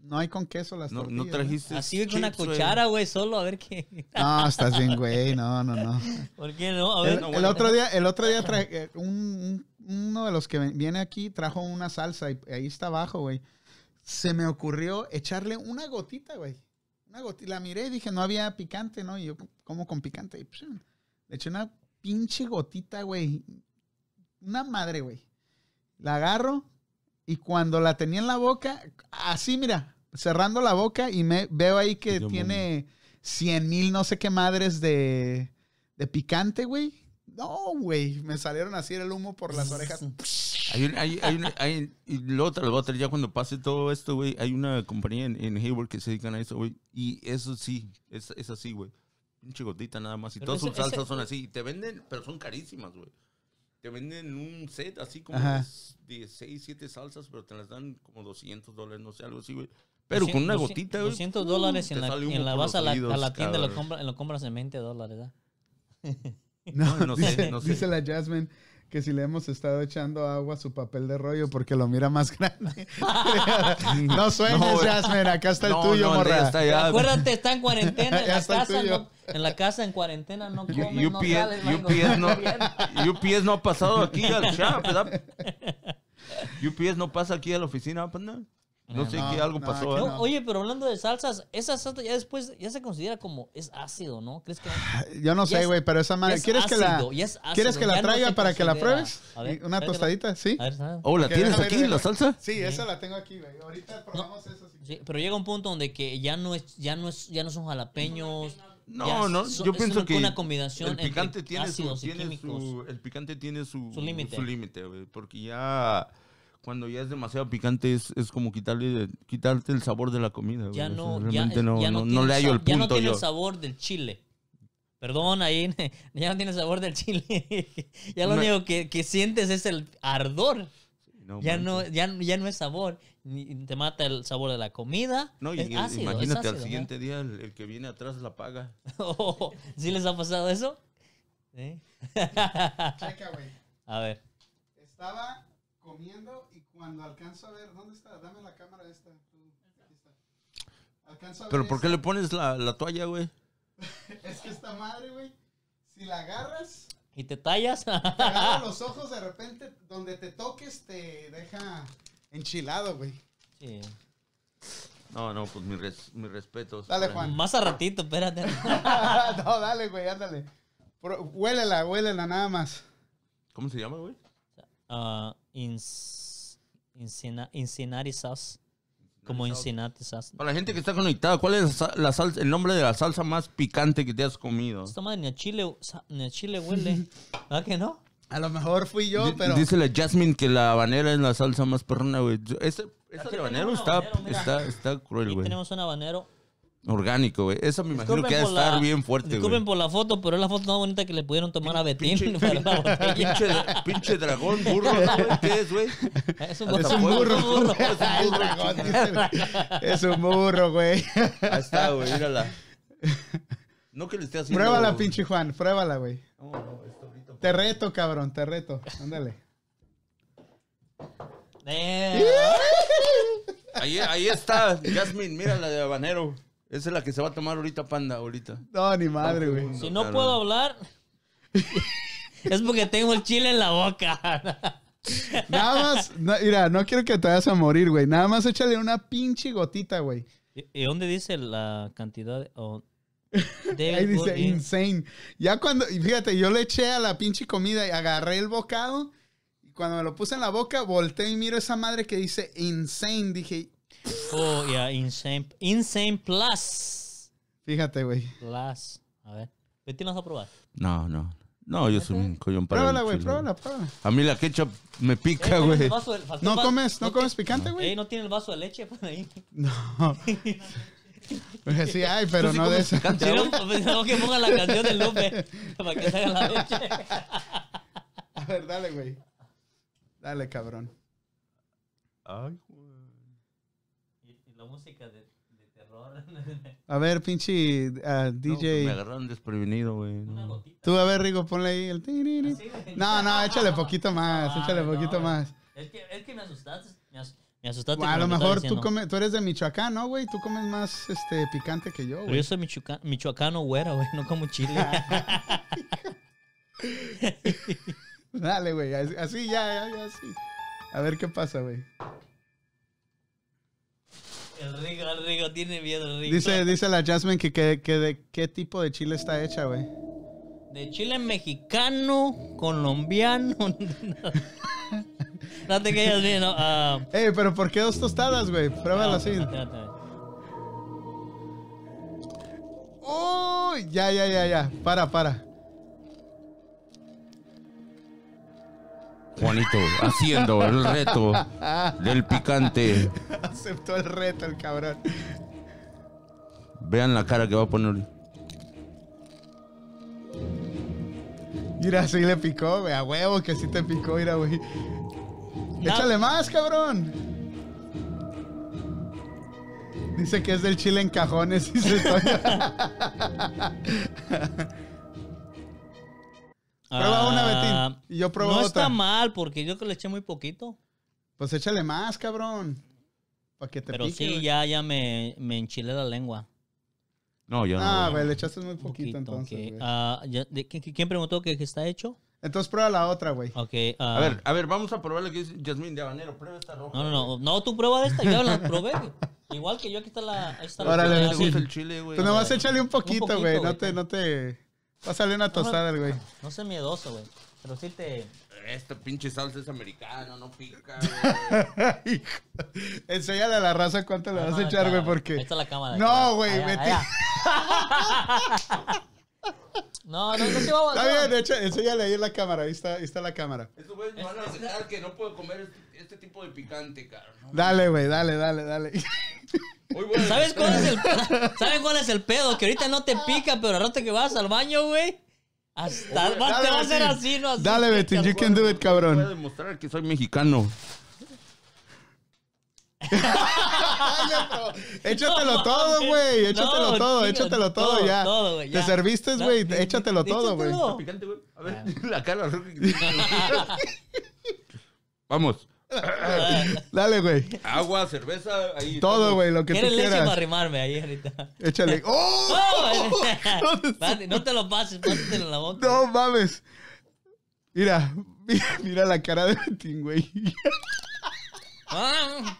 Speaker 2: no hay con queso las
Speaker 3: ¿No,
Speaker 2: tortillas.
Speaker 3: no trajiste?
Speaker 1: Así con una
Speaker 3: chips, güey?
Speaker 1: cuchara, güey, solo a ver qué.
Speaker 2: No, estás bien, güey. No, no, no.
Speaker 1: ¿Por qué no? A
Speaker 2: El,
Speaker 1: ver.
Speaker 3: no,
Speaker 2: el
Speaker 3: bueno.
Speaker 2: otro día, el otro día tra- eh, un- un- uno de los que ven- viene aquí trajo una salsa y ahí está abajo, güey. Se me ocurrió echarle una gotita, güey. Una gotita. La miré y dije, no había picante, ¿no? Y yo como con picante. Y, psh, le eché una pinche gotita, güey. Una madre, güey. La agarro y cuando la tenía en la boca, así, mira, cerrando la boca y me veo ahí que
Speaker 3: Dios mío.
Speaker 2: tiene cien mil no sé qué madres de, de picante, güey. No, güey, me salieron así el humo por las orejas.
Speaker 3: Hay un- hay, hay un- hay- y luego te lo voy a traer ya cuando pase todo esto, güey. Hay una compañía en, en Hayward que se dedican a eso, güey. Y eso sí, es, es así, güey. Pinche gotita nada más. Y
Speaker 1: Pero
Speaker 3: todas
Speaker 1: ese-
Speaker 3: sus salsas
Speaker 1: ese-
Speaker 3: son así. Y te venden, pero son carísimas, güey. Te venden un set así como
Speaker 2: Ajá.
Speaker 3: de 16, 7 salsas, pero te las dan como 200 dólares, no sé, algo así, güey. Pero con una
Speaker 1: 200
Speaker 3: gotita, güey.
Speaker 1: 200
Speaker 3: ¡pum!
Speaker 1: dólares
Speaker 3: te
Speaker 1: en la,
Speaker 3: sale humo
Speaker 1: en la
Speaker 3: por
Speaker 1: vas a
Speaker 3: los
Speaker 1: la, a
Speaker 3: oídos,
Speaker 1: la tienda y lo,
Speaker 3: cabrón.
Speaker 1: compra- lo compras en 20 dólares, ¿eh? ¿verdad?
Speaker 2: No,
Speaker 3: No, no sé,
Speaker 2: dice,
Speaker 3: no sé.
Speaker 2: dice la Jasmine que si le hemos estado echando agua a su papel de rollo porque lo mira más grande. no sueñes,
Speaker 3: No, güey.
Speaker 2: Jasmine, acá está el
Speaker 3: No,
Speaker 2: tuyo,
Speaker 3: Ah, no, Andrea,
Speaker 2: morra.
Speaker 3: está allá.
Speaker 1: Acuérdate, está en cuarentena en
Speaker 2: Ya
Speaker 1: la
Speaker 2: está el
Speaker 1: casa.
Speaker 2: tuyo.
Speaker 1: no- en la casa, en cuarentena, no
Speaker 3: U-
Speaker 1: comes, no sales.
Speaker 3: UPS,
Speaker 1: no hay
Speaker 3: UPS, no,
Speaker 1: comida.
Speaker 3: UPS no ha pasado aquí al shop, ¿verdad? UPS no pasa aquí a la oficina, panda. No sé
Speaker 2: No,
Speaker 3: qué algo
Speaker 2: no,
Speaker 3: pasó.
Speaker 2: aquí
Speaker 1: No,
Speaker 3: ¿eh?
Speaker 2: no.
Speaker 1: Oye, pero hablando de salsas, esa salsa ya después ya se considera como es ácido, ¿no? ¿Crees que
Speaker 2: Yo no
Speaker 1: Ya
Speaker 2: sé,
Speaker 1: es-
Speaker 2: güey, pero esa
Speaker 1: ya
Speaker 2: madre.
Speaker 1: es
Speaker 2: ¿Quieres que la,
Speaker 1: ácido, ya es ácido,
Speaker 2: ¿quieres que
Speaker 1: ya
Speaker 2: la
Speaker 1: no
Speaker 2: traiga
Speaker 1: se
Speaker 2: para que la
Speaker 1: considera-
Speaker 2: pruebes?
Speaker 1: A ver,
Speaker 2: Y una
Speaker 1: tráetela.
Speaker 2: tostadita, ¿sí?
Speaker 1: A ver, ¿sabes?
Speaker 3: Oh, ¿la
Speaker 2: Ok,
Speaker 3: tienes
Speaker 2: déjame,
Speaker 3: aquí,
Speaker 2: déjame.
Speaker 3: la salsa?
Speaker 2: Sí, esa la tengo aquí, güey. Ahorita probamos eso. sí.
Speaker 1: Sí, pero llega un punto donde que ya no es, ya no es, ya no son jalapeños.
Speaker 3: No,
Speaker 1: ya
Speaker 3: no,
Speaker 1: es-
Speaker 3: yo
Speaker 1: es
Speaker 3: pienso
Speaker 1: una-
Speaker 3: que
Speaker 1: una combinación
Speaker 3: el picante
Speaker 1: entre
Speaker 3: tiene su,
Speaker 1: ácidos y
Speaker 3: tiene
Speaker 1: químicos.
Speaker 3: su- el picante tiene su
Speaker 1: Su límite.
Speaker 3: límite, güey, porque ya cuando ya es demasiado picante es, es como quitarle quitarte el sabor de la comida, güey.
Speaker 1: ya
Speaker 3: O sea,
Speaker 1: no, ya,
Speaker 3: realmente
Speaker 1: es-
Speaker 3: no,
Speaker 1: ya
Speaker 3: no, no
Speaker 1: tiene
Speaker 3: le hallo el
Speaker 1: sab- ya no
Speaker 3: punto
Speaker 1: tiene
Speaker 3: yo.
Speaker 1: el sabor del chile. Perdón, ahí ya no tiene el sabor del chile. ya lo
Speaker 3: Una-
Speaker 1: único que, que sientes es el ardor.
Speaker 3: No
Speaker 1: ya, no,
Speaker 3: manches.
Speaker 1: ya, ya no es sabor. Ni- Te mata el sabor de la comida.
Speaker 3: No, y,
Speaker 1: es
Speaker 3: y-
Speaker 1: ácido, es
Speaker 3: imagínate
Speaker 1: ácido,
Speaker 3: al
Speaker 1: ¿no?
Speaker 3: siguiente día el, el que viene atrás la paga.
Speaker 1: Oh, ¿Sí les ha pasado eso? ¿Sí?
Speaker 2: Checa, güey.
Speaker 1: A ver.
Speaker 2: Estaba comiendo y cuando alcanzo a ver, ¿dónde está? Dame la cámara esta. tú, aquí está. Alcanzo a ver
Speaker 3: Pero ¿por qué
Speaker 2: esta.
Speaker 3: le pones la, la toalla, güey?
Speaker 2: Es que esta madre, güey, si la agarras,
Speaker 1: ¿Y te tallas?
Speaker 2: te agarra los ojos de repente, donde te toques te deja enchilado, güey.
Speaker 1: Sí.
Speaker 3: No, no, pues mis res- mis respetos.
Speaker 2: Dale,
Speaker 3: Para-
Speaker 2: Juan.
Speaker 1: Más a ratito, espérate.
Speaker 2: no, dale, güey, ándale. Pro- huélela, huélela nada más.
Speaker 3: ¿Cómo se llama, güey?
Speaker 1: Ah, ins- insina- Incinati sauce. Como Incinati sauce.
Speaker 3: Para la gente que está conectada, ¿cuál es la sal- la salsa, el nombre de la salsa más picante que te has comido?
Speaker 1: Esta madre ni a chile, sa- ni a chile huele. ¿Verdad que no?
Speaker 2: A lo mejor fui yo,
Speaker 3: Di-
Speaker 2: pero...
Speaker 3: Dice la Jasmine que la habanera es la salsa más perrona, güey. Yo- Ese, ese
Speaker 1: Aquí tenemos
Speaker 3: de habanero
Speaker 1: un
Speaker 3: está,
Speaker 1: habanero, mira.
Speaker 3: está, está cruel,
Speaker 1: Aquí
Speaker 3: güey.
Speaker 1: tenemos un habanero.
Speaker 3: Orgánico, güey. Eso me imagino que va a
Speaker 1: por la-
Speaker 3: estar bien fuerte,
Speaker 1: disculpen
Speaker 3: güey.
Speaker 1: por la foto, pero es la foto más bonita que le pudieron tomar a Betín
Speaker 3: pinche-
Speaker 1: para la botella.
Speaker 3: Pinche, pinche dragón, burro, ¿no, güey? ¿Qué es, güey?
Speaker 1: Es un burro.
Speaker 3: Es un burro.
Speaker 1: es un burro.
Speaker 2: El dragón, dice. es un burro, güey.
Speaker 3: Ahí está, güey, mírala. No que le esté haciendo...
Speaker 2: Pruébala, pinche Juan, pruébala, güey.
Speaker 3: No, no, esto ahorita.
Speaker 2: Te reto, cabrón, te reto. Ándale.
Speaker 1: Eh,
Speaker 3: Ahí, ahí está, Jasmine, mira la de habanero. Esa es la que se va a tomar ahorita, panda, ahorita.
Speaker 2: No, ni madre, güey.
Speaker 1: Si no puedo hablar, Es porque tengo el chile en la boca.
Speaker 2: Nada más, no, mira, no quiero que te vayas a morir, güey. Nada más échale una pinche gotita, güey.
Speaker 1: ¿Y- ¿Y dónde dice la cantidad? de- o-
Speaker 2: Ahí
Speaker 1: David
Speaker 2: dice
Speaker 1: Goggins.
Speaker 2: insane. Ya cuando, y fíjate, yo le eché a la pinche comida y agarré el bocado. Y cuando me lo puse en la boca, volteé y miro esa madre que dice insane. Dije,
Speaker 1: Oh, yeah, Insane, Insane Plus.
Speaker 2: fíjate, güey.
Speaker 1: Plus. A ver. Betty, vas a probar.
Speaker 3: No, no. No, yo soy un collón para. el
Speaker 2: Pruébala, güey,
Speaker 3: chile.
Speaker 2: pruébala, pruébala.
Speaker 3: A mí la ketchup me pica,
Speaker 1: Eh,
Speaker 3: güey.
Speaker 1: el vaso de- faltó
Speaker 2: No
Speaker 1: va-
Speaker 2: comes, no
Speaker 1: ti-
Speaker 2: comes picante,
Speaker 1: Ey,
Speaker 3: eh.
Speaker 2: güey.
Speaker 1: no tiene el vaso de leche por ahí.
Speaker 2: No. Pues sí hay, pero
Speaker 3: sí
Speaker 2: no de
Speaker 3: comes
Speaker 2: esa.
Speaker 1: Si no, pues, no, que pongan la canción del Lupe para que salga la leche.
Speaker 2: A ver, dale, güey. Dale, cabrón.
Speaker 3: Ay, güey.
Speaker 1: Y, la música de, terror.
Speaker 2: A ver, pinche ah,
Speaker 1: pues
Speaker 3: No,
Speaker 2: DJ.
Speaker 3: pues me agarraron desprevenido, güey.
Speaker 1: Una
Speaker 3: No.
Speaker 1: gotita.
Speaker 2: Tú, a ver, Rigo, ponle ahí el... tiriri. No, no, échale poquito más,
Speaker 1: Ah,
Speaker 2: échale
Speaker 1: no.
Speaker 2: poquito más.
Speaker 1: Es que, es que me asustaste. Me, as- me asustaste.
Speaker 2: a
Speaker 1: con
Speaker 2: lo
Speaker 1: que estabas
Speaker 2: mejor tú,
Speaker 1: diciendo.
Speaker 2: come- tú eres de Michoacán, ¿no, güey? Tú comes más este, picante que yo,
Speaker 1: Pero yo
Speaker 2: güey.
Speaker 1: soy michuca- michoacano güera, güey. No como chile.
Speaker 2: Dale, güey, así, así, ya, ya, ya, así. A ver qué pasa, güey.
Speaker 1: el rico, el rico. Tiene miedo el rico.
Speaker 2: Dice, dice la Jasmine que, que, que de qué tipo de chile está hecha, güey.
Speaker 1: De chile mexicano, colombiano. no te quedas bien. No, ah,
Speaker 2: Ey, pero ¿por qué dos tostadas, güey? Pruébalo así.
Speaker 1: espérate, espérate.
Speaker 2: ¡Oh! Ya, ya, ya, ya. Para, para.
Speaker 3: Juanito, haciendo el reto del picante.
Speaker 2: Aceptó el reto el cabrón.
Speaker 3: Vean la cara que va a poner.
Speaker 2: Mira, sí le picó, güey. A huevo que sí te picó, mira, güey. Échale más, cabrón. Dice que es del chile en cajones. dice Toño. Prueba una,
Speaker 1: Ah,
Speaker 2: Betín, y yo pruebo
Speaker 1: No
Speaker 2: otra.
Speaker 1: está mal, porque yo que le eché muy poquito.
Speaker 2: pues échale más, cabrón. Para que te
Speaker 1: Pero
Speaker 2: pique.
Speaker 1: sí,
Speaker 2: güey.
Speaker 1: ya, ya me, me enchilé la lengua.
Speaker 3: No, yo no.
Speaker 2: Ah,
Speaker 3: güey.
Speaker 2: güey, le echaste muy
Speaker 1: Un
Speaker 2: poquito, entonces.
Speaker 1: ok.
Speaker 2: güey.
Speaker 1: Ah, ya- de- ¿qui- qui- ¿Quién preguntó que, que está hecho?
Speaker 2: Entonces prueba la otra, güey.
Speaker 1: Ok.
Speaker 3: A
Speaker 1: ah,
Speaker 3: ver, a ver, vamos a probar lo que dice Yasmín de habanero. Prueba esta roja.
Speaker 1: No, no, no. No, tú prueba esta. Ya la probé. güey. Igual que yo, aquí está la. Ahí está la-
Speaker 2: Órale,
Speaker 1: ahí
Speaker 3: ¿Te
Speaker 1: está
Speaker 2: sí.
Speaker 3: gusta
Speaker 1: la-
Speaker 3: el chile, güey?
Speaker 2: Tú nomás échale un poquito,
Speaker 1: poquito,
Speaker 2: güey.
Speaker 1: güey.
Speaker 2: No te, no te. Pásale una tostada, al güey.
Speaker 1: No sé miedoso, güey. Pero sí te.
Speaker 3: Esta Este pinche salsa es americana, no pica, güey.
Speaker 2: Hijo. Enséñale a la raza cuánto le vas a echar, güey,
Speaker 1: Ahí
Speaker 2: porque.
Speaker 1: está la cámara.
Speaker 2: No,
Speaker 1: cámara.
Speaker 2: güey,
Speaker 1: Allá,
Speaker 2: vete.
Speaker 1: allá. No, no, no se va a
Speaker 2: Está bien, echa- enséñale ahí en la cámara. Ahí está, ahí está la cámara.
Speaker 3: Estos güeyes me van a
Speaker 1: Este-
Speaker 3: aceptar que no puedo comer este, este tipo de picante, cabrón.
Speaker 2: Dale, güey, dale, dale, dale.
Speaker 3: Hoy voy a-
Speaker 1: ¿Sabes cuál es el ¿Saben cuál es el pedo? Que ahorita no te pica, pero al rato que vas al baño, güey. Hasta vas- te va a hacer
Speaker 2: Betín.
Speaker 1: así, no así.
Speaker 2: Dale, Betín, you can do it,
Speaker 3: Voy a
Speaker 2: cabrón.
Speaker 3: demostrar que soy mexicano.
Speaker 2: Échatelo
Speaker 1: No,
Speaker 2: todo,
Speaker 1: mames.
Speaker 2: güey. Échatelo
Speaker 1: No,
Speaker 2: todo,
Speaker 1: tío,
Speaker 2: échatelo todo,
Speaker 1: todo,
Speaker 2: ya.
Speaker 1: todo, güey,
Speaker 2: Te
Speaker 1: ya.
Speaker 2: serviste,
Speaker 1: No,
Speaker 2: güey.
Speaker 1: di- di-
Speaker 2: Échatelo todo, güey.
Speaker 1: échatelo.
Speaker 3: Picante, güey. A ver, la cara. Vamos.
Speaker 2: Dale, güey.
Speaker 3: Agua, cerveza, ahí.
Speaker 2: Todo, güey, lo que tú
Speaker 1: ¿Quieres leche para
Speaker 2: quieras.
Speaker 1: arrimarme ahí ahorita?
Speaker 2: Échale. ¡Oh!
Speaker 1: Dale, no te lo pases, pásatelo en la boca.
Speaker 2: No mames. Mira, mira, mira la cara de Betín, güey.
Speaker 1: Ah,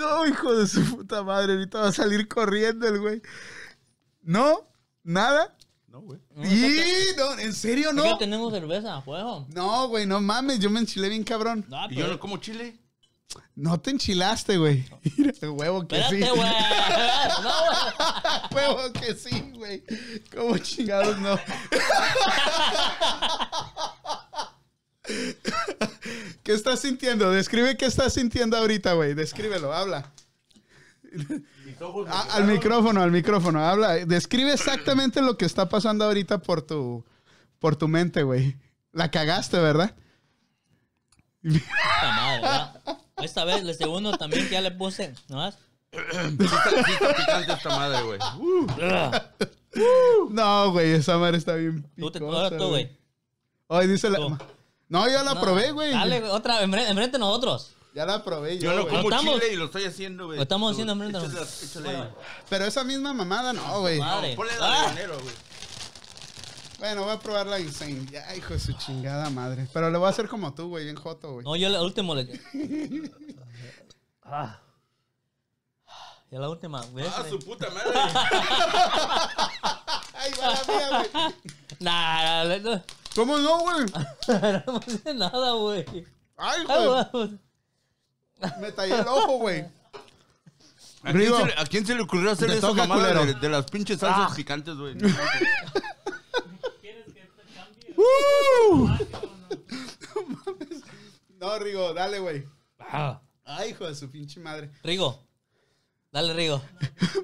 Speaker 2: No, hijo de su puta madre. Ahorita va a salir corriendo el güey. No, nada.
Speaker 3: No, güey.
Speaker 2: Y no, en serio
Speaker 1: acá
Speaker 2: no.
Speaker 1: tenemos cerveza, fuego.
Speaker 2: No, güey, no mames, yo me enchilé bien cabrón.
Speaker 1: No,
Speaker 3: ¿Y
Speaker 1: pero-
Speaker 3: yo no como chile?
Speaker 2: No te enchilaste, güey. Mira, huevo que sí.
Speaker 1: Espérate, güey. No, güey.
Speaker 2: Huevo que sí, güey. Como chingados no. ¿Qué estás sintiendo? Describe qué estás sintiendo ahorita, güey. Descríbelo, habla.
Speaker 3: Mis ojos.
Speaker 2: A- al micrófono, al micrófono, habla. Describe exactamente lo que está pasando ahorita por tu, por tu mente, güey. La cagaste, ¿verdad?
Speaker 1: Puta madre, ya. Esta vez, el segundo también que ya le puse. ¿No más?
Speaker 3: picante esta madre, güey.
Speaker 2: No, güey, esa madre está bien
Speaker 1: Tú te
Speaker 2: picosa,
Speaker 1: ahora tú, güey.
Speaker 2: Hoy dice la...
Speaker 1: Tú.
Speaker 2: No, yo la
Speaker 1: No,
Speaker 2: probé, güey.
Speaker 1: Dale, güey, otra, enfrente, enfrente de nosotros.
Speaker 2: Ya la probé yo,
Speaker 3: Yo no
Speaker 2: güey.
Speaker 3: como
Speaker 1: estamos-
Speaker 3: chile y lo estoy haciendo, güey.
Speaker 1: Lo estamos haciendo,
Speaker 3: Tú,
Speaker 1: hombre, no.
Speaker 3: Échale, échale.
Speaker 1: Bueno,
Speaker 2: Pero esa misma mamada no, güey.
Speaker 1: Madre.
Speaker 3: Ponle el
Speaker 1: Ah.
Speaker 3: habanero, güey.
Speaker 2: Bueno, voy a probar la Insane. Ya, hijo de su chingada madre. Pero le voy a hacer como tú, güey, bien joto, güey.
Speaker 1: No, yo la última le. Ah. Ya la última, güey.
Speaker 3: ¡Ah, su puta madre!
Speaker 2: Ay, va la mía, güey.
Speaker 1: Nah, no, no,
Speaker 2: ¿Cómo no, güey?
Speaker 1: no puse nada, güey.
Speaker 2: Ay, güey.
Speaker 1: Ah, güey.
Speaker 2: Me tallé el ojo, güey.
Speaker 3: ¿A quién,
Speaker 2: Rigo.
Speaker 3: se le, a quién se le ocurrió hacer
Speaker 2: Te
Speaker 3: esa
Speaker 2: toca,
Speaker 3: mamada de,
Speaker 2: culero.
Speaker 3: de las pinches salsas picantes, güey?
Speaker 2: No, Rigo, dale, güey.
Speaker 1: Ah.
Speaker 2: Ay, hijo de su pinche madre.
Speaker 1: Rigo. Dale, Rigo.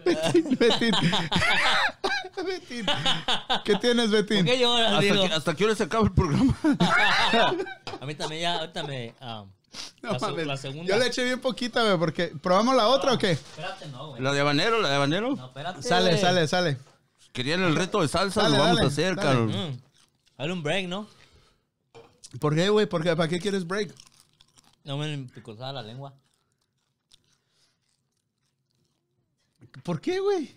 Speaker 2: Betín, Betín. Betín. ¿Qué tienes,
Speaker 1: ¿Por
Speaker 2: Betín?
Speaker 1: qué lloras,
Speaker 3: ¿Hasta,
Speaker 1: Rigo?
Speaker 3: que- hasta qué hora se acaba el programa?
Speaker 1: A mí también ya, ahorita me. ah,
Speaker 2: No
Speaker 1: la, se-
Speaker 2: mames.
Speaker 1: la segunda.
Speaker 2: Yo le eché bien poquita, güey, porque probamos la otra o qué?
Speaker 1: Espérate, no, güey.
Speaker 3: ¿La de habanero? ¿La de habanero?
Speaker 1: No, espérate.
Speaker 2: Sale,
Speaker 1: güey.
Speaker 2: sale, sale.
Speaker 3: Querían el reto de salsa,
Speaker 2: Dale,
Speaker 3: lo vamos
Speaker 2: dale,
Speaker 3: a hacer,
Speaker 2: dale.
Speaker 3: Carlos.
Speaker 1: Mm. Dale un break, ¿no?
Speaker 2: ¿Por qué, güey? ¿Por qué? ¿Para qué quieres break?
Speaker 1: No me picosaba la lengua.
Speaker 2: ¿Por qué, güey?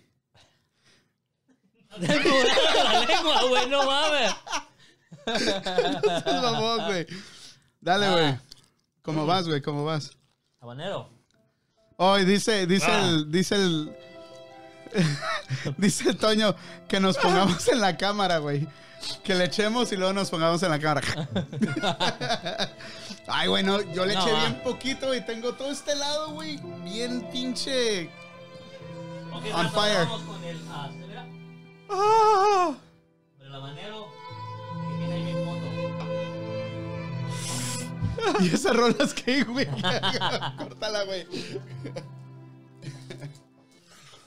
Speaker 1: Me picosaba la lengua, güey, no mames.
Speaker 2: Seas mamón, güey. Dale, güey.
Speaker 1: Ah.
Speaker 2: ¿Cómo vas, güey? ¿Cómo vas?
Speaker 1: Habanero.
Speaker 2: Hoy dice, dice
Speaker 1: Ah.
Speaker 2: el, dice el, dice el Toño que nos pongamos en la cámara, güey. Que le echemos y luego nos pongamos en la cámara. Ay, güey, no, yo le
Speaker 1: No,
Speaker 2: eché
Speaker 1: va.
Speaker 2: bien poquito y tengo todo este lado, güey, bien pinche.
Speaker 1: Ok,
Speaker 2: On
Speaker 1: Rafa,
Speaker 2: fire.
Speaker 1: Vamos con el. Ah, ¿se verá?
Speaker 2: ¡Ah!
Speaker 1: El habanero. Que tiene ahí mi foto.
Speaker 2: Y esas rolas que, güey. Córtala, güey.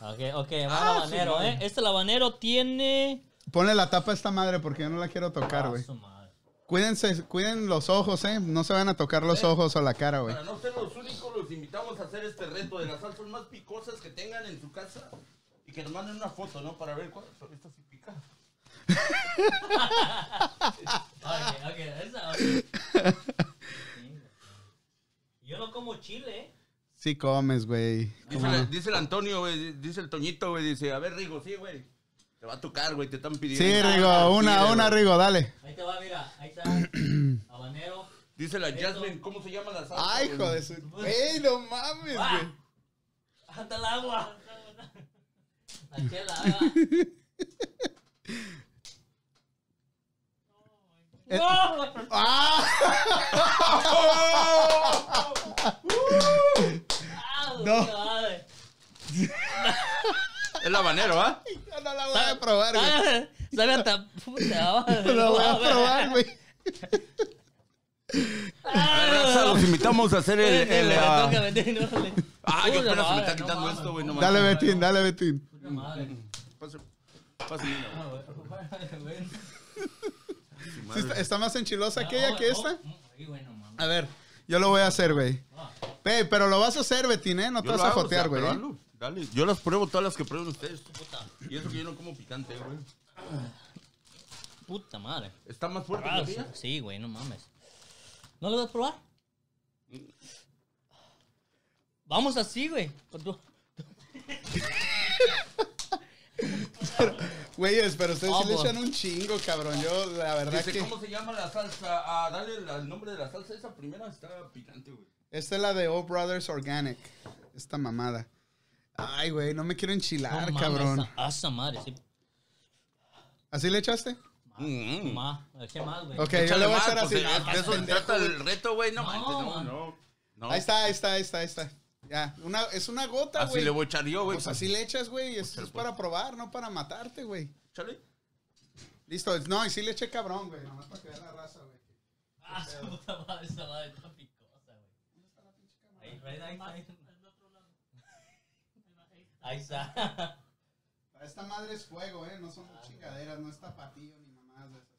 Speaker 1: Ok, ok, va el
Speaker 2: Ah,
Speaker 1: habanero, ¿eh? Este habanero tiene.
Speaker 2: Ponle la tapa a esta madre porque yo no la quiero tocar,
Speaker 1: Ah,
Speaker 2: güey.
Speaker 1: su madre.
Speaker 2: Cuídense, cuiden los ojos, eh. No se van a tocar los ojos o la cara, güey.
Speaker 3: Para no ser los únicos, los invitamos a hacer este reto de las salsas más picosas que tengan en su casa y que nos manden una foto, ¿no? Para ver cuál. Esta sí pica.
Speaker 1: Ok,
Speaker 2: Ah.
Speaker 1: ok, esa. ok. Yo no como chile, ¿eh?
Speaker 2: Sí comes, güey.
Speaker 3: Dice,
Speaker 2: ¿Cómo no?
Speaker 3: el- dice el Antonio, güey, dice el Toñito, güey, dice, a ver, Rigo, sí, güey. Te va a tocar, güey, te están pidiendo.
Speaker 2: Sí, Rigo, una,
Speaker 3: Pide,
Speaker 2: una,
Speaker 3: güey.
Speaker 2: Rigo, dale.
Speaker 1: Ahí te va, mira, ahí está. Habanero.
Speaker 3: Dice la Jasmine, ¿cómo se llama la salsa?
Speaker 2: Ay,
Speaker 3: güey?
Speaker 2: joder, su... Ey, no mames, güey.
Speaker 1: ¡Ah! ¡Hasta el agua! La chela, ah. ahí va.
Speaker 2: Eh,
Speaker 1: ¡No!
Speaker 2: ¡Ah!
Speaker 1: ¡Ah,
Speaker 2: no.
Speaker 1: qué madre!
Speaker 3: El habanero, ¿ah?
Speaker 2: Yo no la voy a probar, güey.
Speaker 1: Ah, Sabe hasta puta madre.
Speaker 2: No la voy a probar, güey.
Speaker 3: A ver, raza, Ah, los invitamos a hacer el. el,
Speaker 1: Me
Speaker 3: ah,
Speaker 1: toca meterle.
Speaker 3: Ah, yo
Speaker 1: Puta
Speaker 3: apenas se me está
Speaker 1: madre,
Speaker 3: quitando
Speaker 1: no
Speaker 3: esto,
Speaker 1: mames.
Speaker 3: güey, no
Speaker 2: Dale,
Speaker 3: mames.
Speaker 2: Betín, dale, Betín.
Speaker 1: Puta madre. Ah,
Speaker 3: Pásame- pásame una, güey.
Speaker 2: Sí, está, está más enchilosa
Speaker 3: Ah,
Speaker 1: Ah,
Speaker 2: aquella
Speaker 3: oh,
Speaker 2: que esta?
Speaker 1: Ay, güey, no mames.
Speaker 2: A ver, yo lo voy a hacer, güey. Ve, pero lo vas a hacer, Betín, ¿eh? No te
Speaker 3: Yo
Speaker 2: vas
Speaker 3: lo
Speaker 2: a
Speaker 3: hago, o sea,
Speaker 2: jotear, güey.
Speaker 3: pero
Speaker 2: ¿eh?
Speaker 3: hazlo, Dale, yo las pruebo todas las que prueben ustedes. Y eso que yo no como picante, güey.
Speaker 1: Puta madre.
Speaker 3: Está más fuerte
Speaker 1: Ah,
Speaker 3: la mía.
Speaker 1: Sí, güey, no mames. ¿No lo vas a probar? Vamos así, güey. Con tu-
Speaker 2: Güeyes, pero ustedes sí le
Speaker 1: Vamos.
Speaker 2: echan un chingo, cabrón. Yo, la verdad
Speaker 3: Dice,
Speaker 2: que...
Speaker 3: ¿cómo se llama la salsa? Ah, dale el, el nombre de la salsa. Esa primera está picante, güey.
Speaker 2: Esta es la de Oh Brothers Organic. Esta mamada. Ay, güey, no me quiero
Speaker 1: No
Speaker 2: enchilar,
Speaker 1: mames,
Speaker 2: cabrón.
Speaker 1: esa- Ah, esa madre, sí.
Speaker 2: ¿Así le echaste?
Speaker 3: Mm, mm.
Speaker 1: Más, ¿qué más, güey?
Speaker 2: Ok, yo
Speaker 3: Échale
Speaker 2: le voy a
Speaker 3: más,
Speaker 2: hacer
Speaker 3: pues,
Speaker 2: así.
Speaker 3: eh,
Speaker 2: Ah,
Speaker 3: de eso se
Speaker 2: pendejo,
Speaker 3: trata
Speaker 2: güey.
Speaker 3: el reto, güey. No,
Speaker 1: No.
Speaker 3: manches, no, no. no.
Speaker 2: Ahí está, ahí está, ahí está, ahí está. Ya, una, es una gota,
Speaker 3: Así
Speaker 2: güey.
Speaker 3: le voy a echar yo, güey. Pues,
Speaker 2: Pues así le echas, güey. Esto es para probar, no para matarte, güey.
Speaker 3: Échale.
Speaker 2: Listo, no, y sí le eché cabrón, güey. Nomás para que vea la raza, güey.
Speaker 1: Ah, su puta madre, esa madre está picosa, güey. Ahí, ahí, ahí, ahí. Ahí está.
Speaker 2: Para esta madre es fuego, eh. No son
Speaker 1: Ah,
Speaker 2: chingaderas, no es tapatío ni mamadas de esas.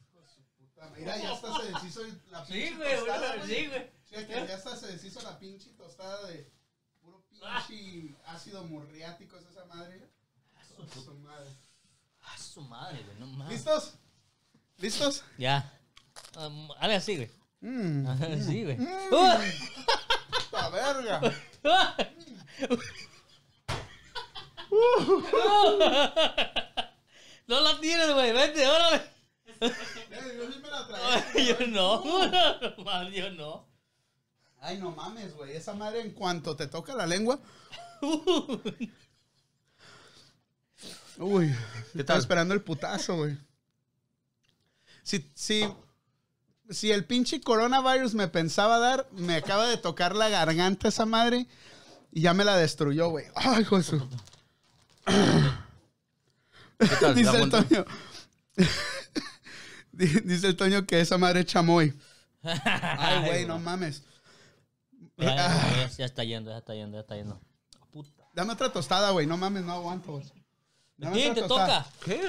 Speaker 2: Hijo de su puta madre. Mira, ya hasta se deshizo la
Speaker 1: Sí,
Speaker 2: pinche
Speaker 1: güey,
Speaker 2: tostada,
Speaker 1: boludo, sí, güey.
Speaker 2: Checa, ya hasta se deshizo la pinche tostada de puro pinche ácido murriático, es esa madre. Hijo de su madre.
Speaker 1: Ah, su madre, güey, no mames.
Speaker 2: ¿Listos? ¿Listos?
Speaker 1: Ya. Um, Dale así, güey.
Speaker 2: Mmm,
Speaker 1: Así, güey.
Speaker 2: Mm. la verga.
Speaker 1: Ah. No la tienes, güey. Vete, órale. Yo no. Nomás yo no.
Speaker 2: Ay, no mames, güey. Esa madre en cuanto te toca la lengua. Uy,
Speaker 3: ¿Qué
Speaker 2: estaba
Speaker 3: tal?
Speaker 2: esperando el putazo, güey. Si, si, si el pinche coronavirus me pensaba dar, me acaba de tocar la garganta esa madre y ya me la destruyó, güey. Ay, hijo de su-
Speaker 3: ¿Qué tal? ¿La
Speaker 2: Dice el
Speaker 3: aguantan?
Speaker 2: Toño. Di- Dice el Toño que esa madre es chamoy. Ay, güey, no mames.
Speaker 1: Ya, ya, ya, ya está yendo, ya está yendo, ya está yendo. Puta.
Speaker 2: Dame otra tostada, güey. No mames, no aguanto, güey. Dame
Speaker 1: Sí,
Speaker 2: otra
Speaker 1: te
Speaker 2: tostada.
Speaker 1: toca.
Speaker 3: ¿Qué?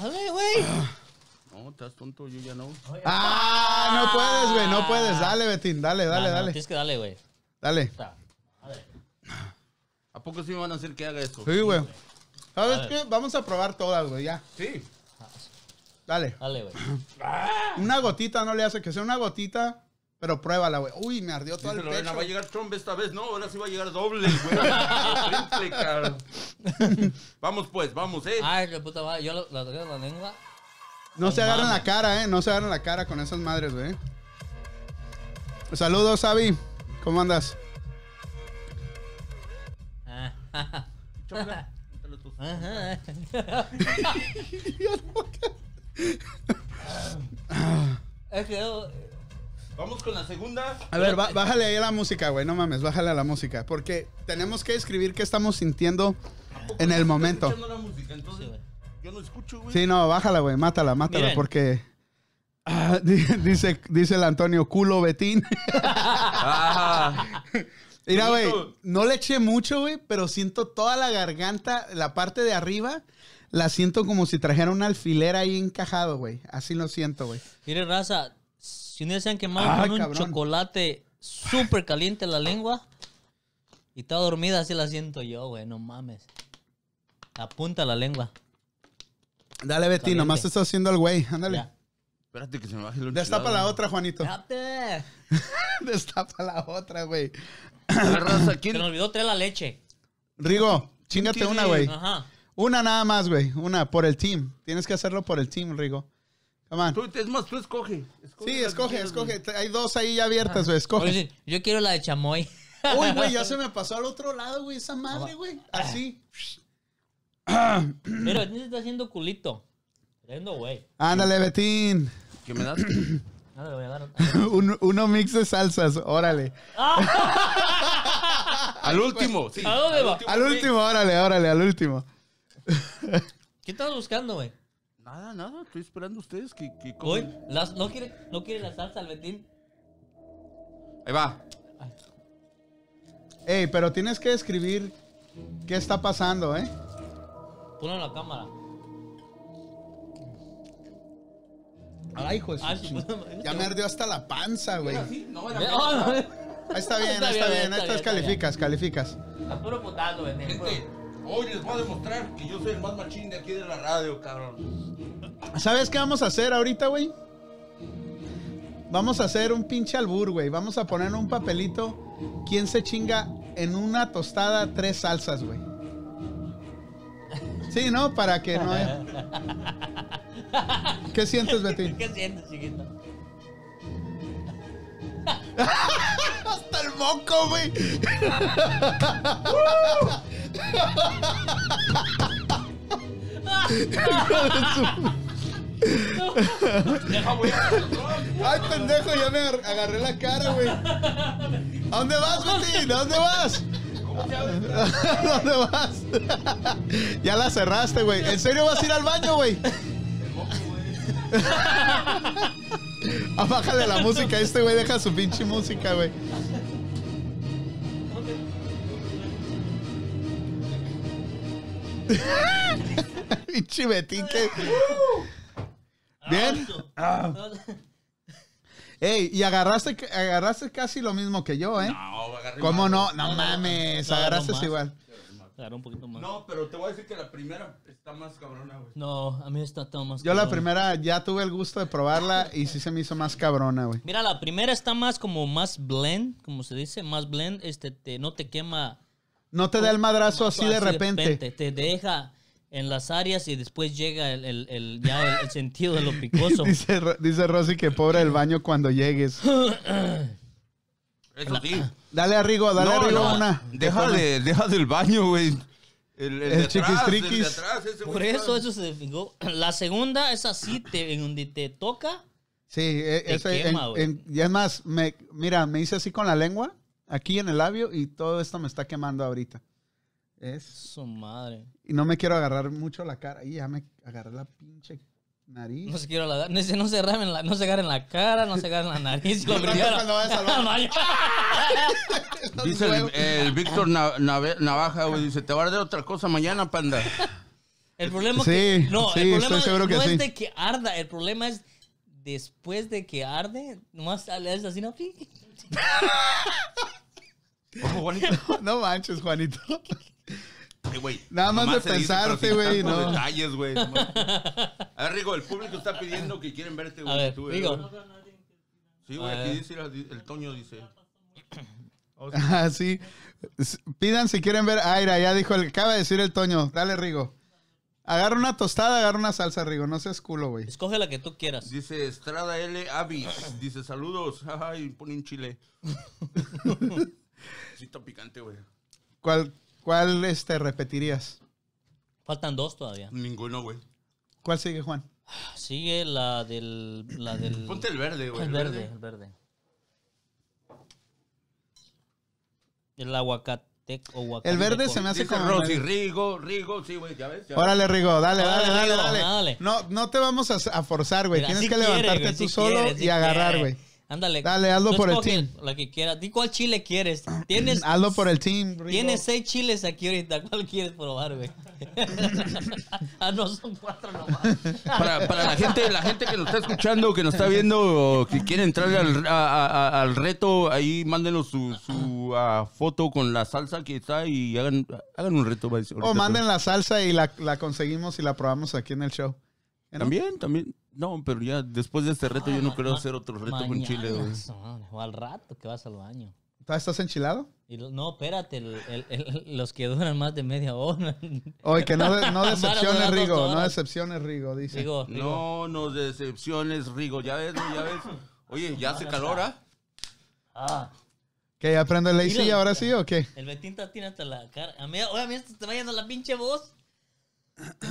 Speaker 1: Dale, güey.
Speaker 3: No, estás tonto, yo ya no.
Speaker 2: Ah, no puedes, güey, no puedes. Dale, Betín, dale, dale,
Speaker 1: Ah, No, no,
Speaker 2: dale.
Speaker 1: Tienes que darle, güey.
Speaker 2: Dale.
Speaker 1: Está. A ver.
Speaker 3: ¿A poco sí me van a hacer que haga esto?
Speaker 2: Sí, güey. ¿Sabes qué? Vamos a probar todas, güey, ya.
Speaker 3: Sí.
Speaker 2: Dale.
Speaker 1: Dale, güey.
Speaker 2: Una gotita no le hace que sea una gotita, pero pruébala, güey. Uy, me ardió todo el
Speaker 3: Pero Lorena,
Speaker 2: pecho.
Speaker 3: va a llegar Trump esta vez, no, ahora sí va a llegar doble, güey. Triple, cabrón. Vamos pues, vamos, eh.
Speaker 1: Ay, qué puta madre. Yo lo- la toqué en la lengua.
Speaker 2: No se
Speaker 1: Ay,
Speaker 2: agarran la
Speaker 1: mames.
Speaker 2: cara, eh. No se agarran la cara con esas madres, güey. Saludos, Avi. ¿Cómo andas?
Speaker 1: Ah, ajá.
Speaker 3: Chócala. Quítalo tú.
Speaker 1: Ajá. Es que oh, yo-
Speaker 3: Vamos con la segunda.
Speaker 2: A ver, ba- bájale ahí a la música, güey. No mames, bájale a la música. Porque tenemos que escribir qué estamos sintiendo en el momento.
Speaker 3: Escuchando la música, entonces
Speaker 1: Sí, güey.
Speaker 3: yo no escucho, güey.
Speaker 2: Sí, no, bájala, güey, mátala, mátala,
Speaker 1: Miren.
Speaker 2: porque ah, di- dice, dice el Antonio, culo Betín.
Speaker 3: Ah,
Speaker 2: Mira, güey,
Speaker 3: Bonito.
Speaker 2: no le eché mucho, güey, pero siento toda la garganta, la parte de arriba, la siento como si trajera un alfiler ahí encajado, güey. Así lo siento, güey.
Speaker 1: Mire, raza, si ustedes se han quemado
Speaker 2: Ay,
Speaker 1: con un
Speaker 2: Ah, cabrón.
Speaker 1: chocolate súper caliente en la lengua y está dormida, así la siento yo, güey, no mames. Apunta la lengua.
Speaker 2: Dale, Betín,
Speaker 1: Caliente.
Speaker 2: nomás te está haciendo el güey, ándale.
Speaker 1: Ya.
Speaker 3: espérate que se me baje el
Speaker 2: Destapa la otra, Juanito.
Speaker 1: Espérate.
Speaker 2: Destapa la otra, güey.
Speaker 3: La raza,
Speaker 1: Se
Speaker 3: ¿quién?
Speaker 1: me olvidó traer la leche.
Speaker 2: Rigo, chingate
Speaker 3: tiene-
Speaker 2: una, güey.
Speaker 1: Ajá.
Speaker 2: Una nada más, güey. Una, por el team. Tienes que hacerlo por el team, Rigo. Come on.
Speaker 3: Tú- es más, tú escoge.
Speaker 2: Sí,
Speaker 3: la que
Speaker 2: escoge,
Speaker 3: quieras, güey.
Speaker 2: escoge. Te- Hay dos ahí ya abiertas, güey.
Speaker 1: Oye,
Speaker 2: Escoge.
Speaker 1: sí, Yo quiero la de chamoy.
Speaker 2: Uy, güey, ya se me pasó al otro lado, güey. Esa madre, güey. Así.
Speaker 1: Pero este se está haciendo culito. Tremendo, güey.
Speaker 2: Ándale, Betín.
Speaker 3: ¿Que me das?
Speaker 1: No le voy a dar.
Speaker 2: Un- uno mix de salsas. Órale.
Speaker 3: al último,
Speaker 2: pues.
Speaker 3: sí.
Speaker 1: ¿A dónde va?
Speaker 2: Al último, órale, órale, al último.
Speaker 1: ¿Qué estás buscando, güey?
Speaker 3: Nada, nada, estoy esperando a ustedes que, que
Speaker 1: Hoy,
Speaker 3: cojan.
Speaker 1: las- no, quiere, no quiere la salsa al Betín.
Speaker 3: Ahí va.
Speaker 2: Ey, pero tienes que escribir qué está pasando, ¿eh?
Speaker 1: Ponlo en la cámara.
Speaker 2: Ay, hijo de Ah, su
Speaker 1: Ay, su
Speaker 2: ching-
Speaker 1: puta madre.
Speaker 2: Ya me ardió hasta la panza, güey. Ahí
Speaker 3: Sí, no,
Speaker 1: Ve-
Speaker 3: era-
Speaker 1: oh,
Speaker 2: está bien, ahí está bien. Ahí estás,
Speaker 1: está bien.
Speaker 2: calificas, calificas.
Speaker 1: no. Puro putazo, Betín. puro-
Speaker 3: Gente, hoy les voy a demostrar que yo soy el más machín de aquí de la radio, cabrón.
Speaker 2: ¿Sabes qué vamos a hacer ahorita, güey? Vamos a hacer un pinche albur, güey. Vamos a poner en un papelito. ¿Quién se chinga en una tostada tres salsas, güey? Sí, ¿no? Para que no haya... ¿Qué sientes, Betty?
Speaker 1: ¿Qué sientes, chiquito?
Speaker 2: Hasta el moco, güey.
Speaker 3: Deja, güey.
Speaker 2: Ay, pendejo, ya me agar- agarré la cara, güey. ¿A dónde vas, Betty? ¿A dónde vas?
Speaker 3: ¿Cómo se abre?
Speaker 2: ¿A dónde vas? ya la cerraste, güey. ¿En serio vas a ir al baño, güey? Ah, Bájale la música, este güey deja su pinche música, güey. pinche Betín que... Bien. Ah. Ey, y agarraste, agarraste casi lo mismo que yo, ¿eh?
Speaker 3: No, Ah, oh, agarré
Speaker 2: ¿Cómo
Speaker 3: más.
Speaker 2: no? No mames,
Speaker 1: No, no
Speaker 2: agarraste
Speaker 1: más.
Speaker 2: igual.
Speaker 1: Claro, un poquito más.
Speaker 3: No, pero te voy a decir que la primera está más cabrona, güey.
Speaker 1: No, a mí está todo más.
Speaker 2: Yo la
Speaker 1: cabrón.
Speaker 2: primera ya tuve el gusto de probarla y sí se me hizo más cabrona, güey.
Speaker 1: Mira, la primera está más como más blend, como se dice, más blend. Este, te, no te quema
Speaker 2: No te da el madrazo así de repente.
Speaker 1: Te deja en las áreas y después llega el, el- el- ya el, el sentido de lo picoso.
Speaker 2: Dice, Ro- dice Rosy que pobre el baño cuando llegues.
Speaker 3: Eso sí.
Speaker 2: Dale a Rigo, Ah, dale a
Speaker 3: No,
Speaker 2: Rigo
Speaker 3: no,
Speaker 2: una.
Speaker 3: Deja,
Speaker 2: Una.
Speaker 3: de, deja del baño, güey. El,
Speaker 2: El
Speaker 3: de atrás, el de
Speaker 2: chiquistriquis.
Speaker 3: atrás, ese
Speaker 1: Por
Speaker 3: güey
Speaker 1: eso,
Speaker 3: atrás.
Speaker 1: eso se fijó. La segunda es así, te, en donde te toca.
Speaker 2: Sí, e-
Speaker 1: Te
Speaker 2: ese,
Speaker 1: quema,
Speaker 2: en-
Speaker 1: güey.
Speaker 2: en- y es más, me, mira, me hice así con la lengua, aquí en el labio, y todo esto me está quemando ahorita. Es,
Speaker 1: Su madre.
Speaker 2: y no me quiero agarrar mucho la cara. Y ya me agarré la pinche nariz.
Speaker 1: No se quiero la no, se- no se ramen la, no se agarren la cara, no se agarren la nariz. lo
Speaker 2: Yo creo que
Speaker 1: primero.
Speaker 2: cuando vayas al baño. Los
Speaker 3: Dice el,
Speaker 2: huevos.
Speaker 3: el Víctor Na- Nave- Navaja, güey, dice, te va a arder otra cosa mañana, panda.
Speaker 1: El problema
Speaker 2: Sí,
Speaker 1: que, no,
Speaker 2: sí,
Speaker 1: el problema
Speaker 2: estoy seguro que
Speaker 1: no
Speaker 2: sí.
Speaker 1: es de que arda, el problema es después de que arde, nomás le haces así, ¿no?
Speaker 3: Ojo, Juanito.
Speaker 2: No manches, Juanito.
Speaker 3: Eh, güey,
Speaker 2: Nada más
Speaker 3: nomás
Speaker 2: de
Speaker 3: se dice, pero
Speaker 2: pensarte,
Speaker 3: sin
Speaker 2: güey,
Speaker 3: tantos
Speaker 2: no.
Speaker 3: detalles, güey. nomás. A ver, Rigo, el público está pidiendo que quieren verte, güey.
Speaker 1: A ver,
Speaker 3: tú, eh,
Speaker 1: digo,
Speaker 3: güey. Sí, güey,
Speaker 1: A
Speaker 3: aquí
Speaker 1: ver.
Speaker 3: dice, mira, di- el Toño dice.
Speaker 2: Así. Ah, S- Pidan si quieren ver. Aira, ya dijo el. Acaba de decir el Toño. Dale, Rigo. Agarra una tostada, agarra una salsa, Rigo. No seas culo, güey.
Speaker 1: escoge la que tú quieras.
Speaker 3: Dice Estrada L. Avis. Dice, saludos. Ajá, y pone un chile. sí está picante, güey.
Speaker 2: ¿Cuál, cuál este, repetirías?
Speaker 1: Faltan dos todavía.
Speaker 3: Ninguno, güey.
Speaker 2: ¿Cuál sigue, Juan?
Speaker 1: Sigue la del la del
Speaker 3: Ponte el verde, güey.
Speaker 1: el verde, el verde. El aguacate o aguacate.
Speaker 2: El verde se me hace
Speaker 3: Dice
Speaker 2: como.
Speaker 3: Rosy, Rigo, Rigo, sí, güey, ya ves. ya ves.
Speaker 2: Órale, Rigo, dale, dale,
Speaker 1: Órale,
Speaker 2: dale,
Speaker 1: Rigo,
Speaker 2: dale.
Speaker 1: dale.
Speaker 2: No, no te vamos a, a forzar, güey.
Speaker 1: Mira,
Speaker 2: Tienes
Speaker 1: sí
Speaker 2: que
Speaker 1: quiere,
Speaker 2: levantarte
Speaker 1: güey,
Speaker 2: tú
Speaker 1: sí
Speaker 2: solo
Speaker 1: quiere, sí
Speaker 2: y agarrar,
Speaker 1: quiere.
Speaker 2: güey.
Speaker 1: Ándale.
Speaker 2: Dale, hazlo
Speaker 1: Tú
Speaker 2: por el
Speaker 1: escoge
Speaker 2: team.
Speaker 1: La que quieras. Di cuál chile quieres. Tienes
Speaker 2: Hazlo por el team, Rigo.
Speaker 1: Tienes seis chiles aquí ahorita. ¿Cuál quieres probar, güey? ah, no, son cuatro nomás.
Speaker 3: Para, para la gente, la gente que nos está escuchando, que nos está viendo, o que quiere entrar al, a- a- a- al reto, ahí mándenos su, su ah, foto con la salsa que está y hagan, hagan un reto. va a decir
Speaker 2: O
Speaker 3: ahorita. pues.
Speaker 2: manden la salsa y la, la conseguimos y la probamos aquí en el show. ¿Eh, no?
Speaker 3: También, también. No, pero ya después de este reto yo no quiero hacer otro reto con
Speaker 1: Mañana,
Speaker 3: Chile, güey.
Speaker 1: su madre, O al rato que vas al baño.
Speaker 2: ¿Todavía estás enchilado?
Speaker 1: Y lo- no, espérate, el- el- el- los que duran más de media hora.
Speaker 2: Oye, que no, de- no
Speaker 1: Van a
Speaker 2: decepciones,
Speaker 1: durar dos
Speaker 2: Rigo. No
Speaker 1: horas.
Speaker 2: decepciones, Rigo, dice.
Speaker 1: Digo, digo,
Speaker 3: No nos decepciones, Rigo. Ya ves, güey, ya ves. Oye, ya hace calor, ¿ah?
Speaker 1: ah,
Speaker 2: ¿Que ya aprendo el AC
Speaker 1: Mira.
Speaker 2: ahora sí o qué?
Speaker 1: el Betín te tiene hasta la cara. A mí, oye, a mí hasta te va yendo la pinche voz.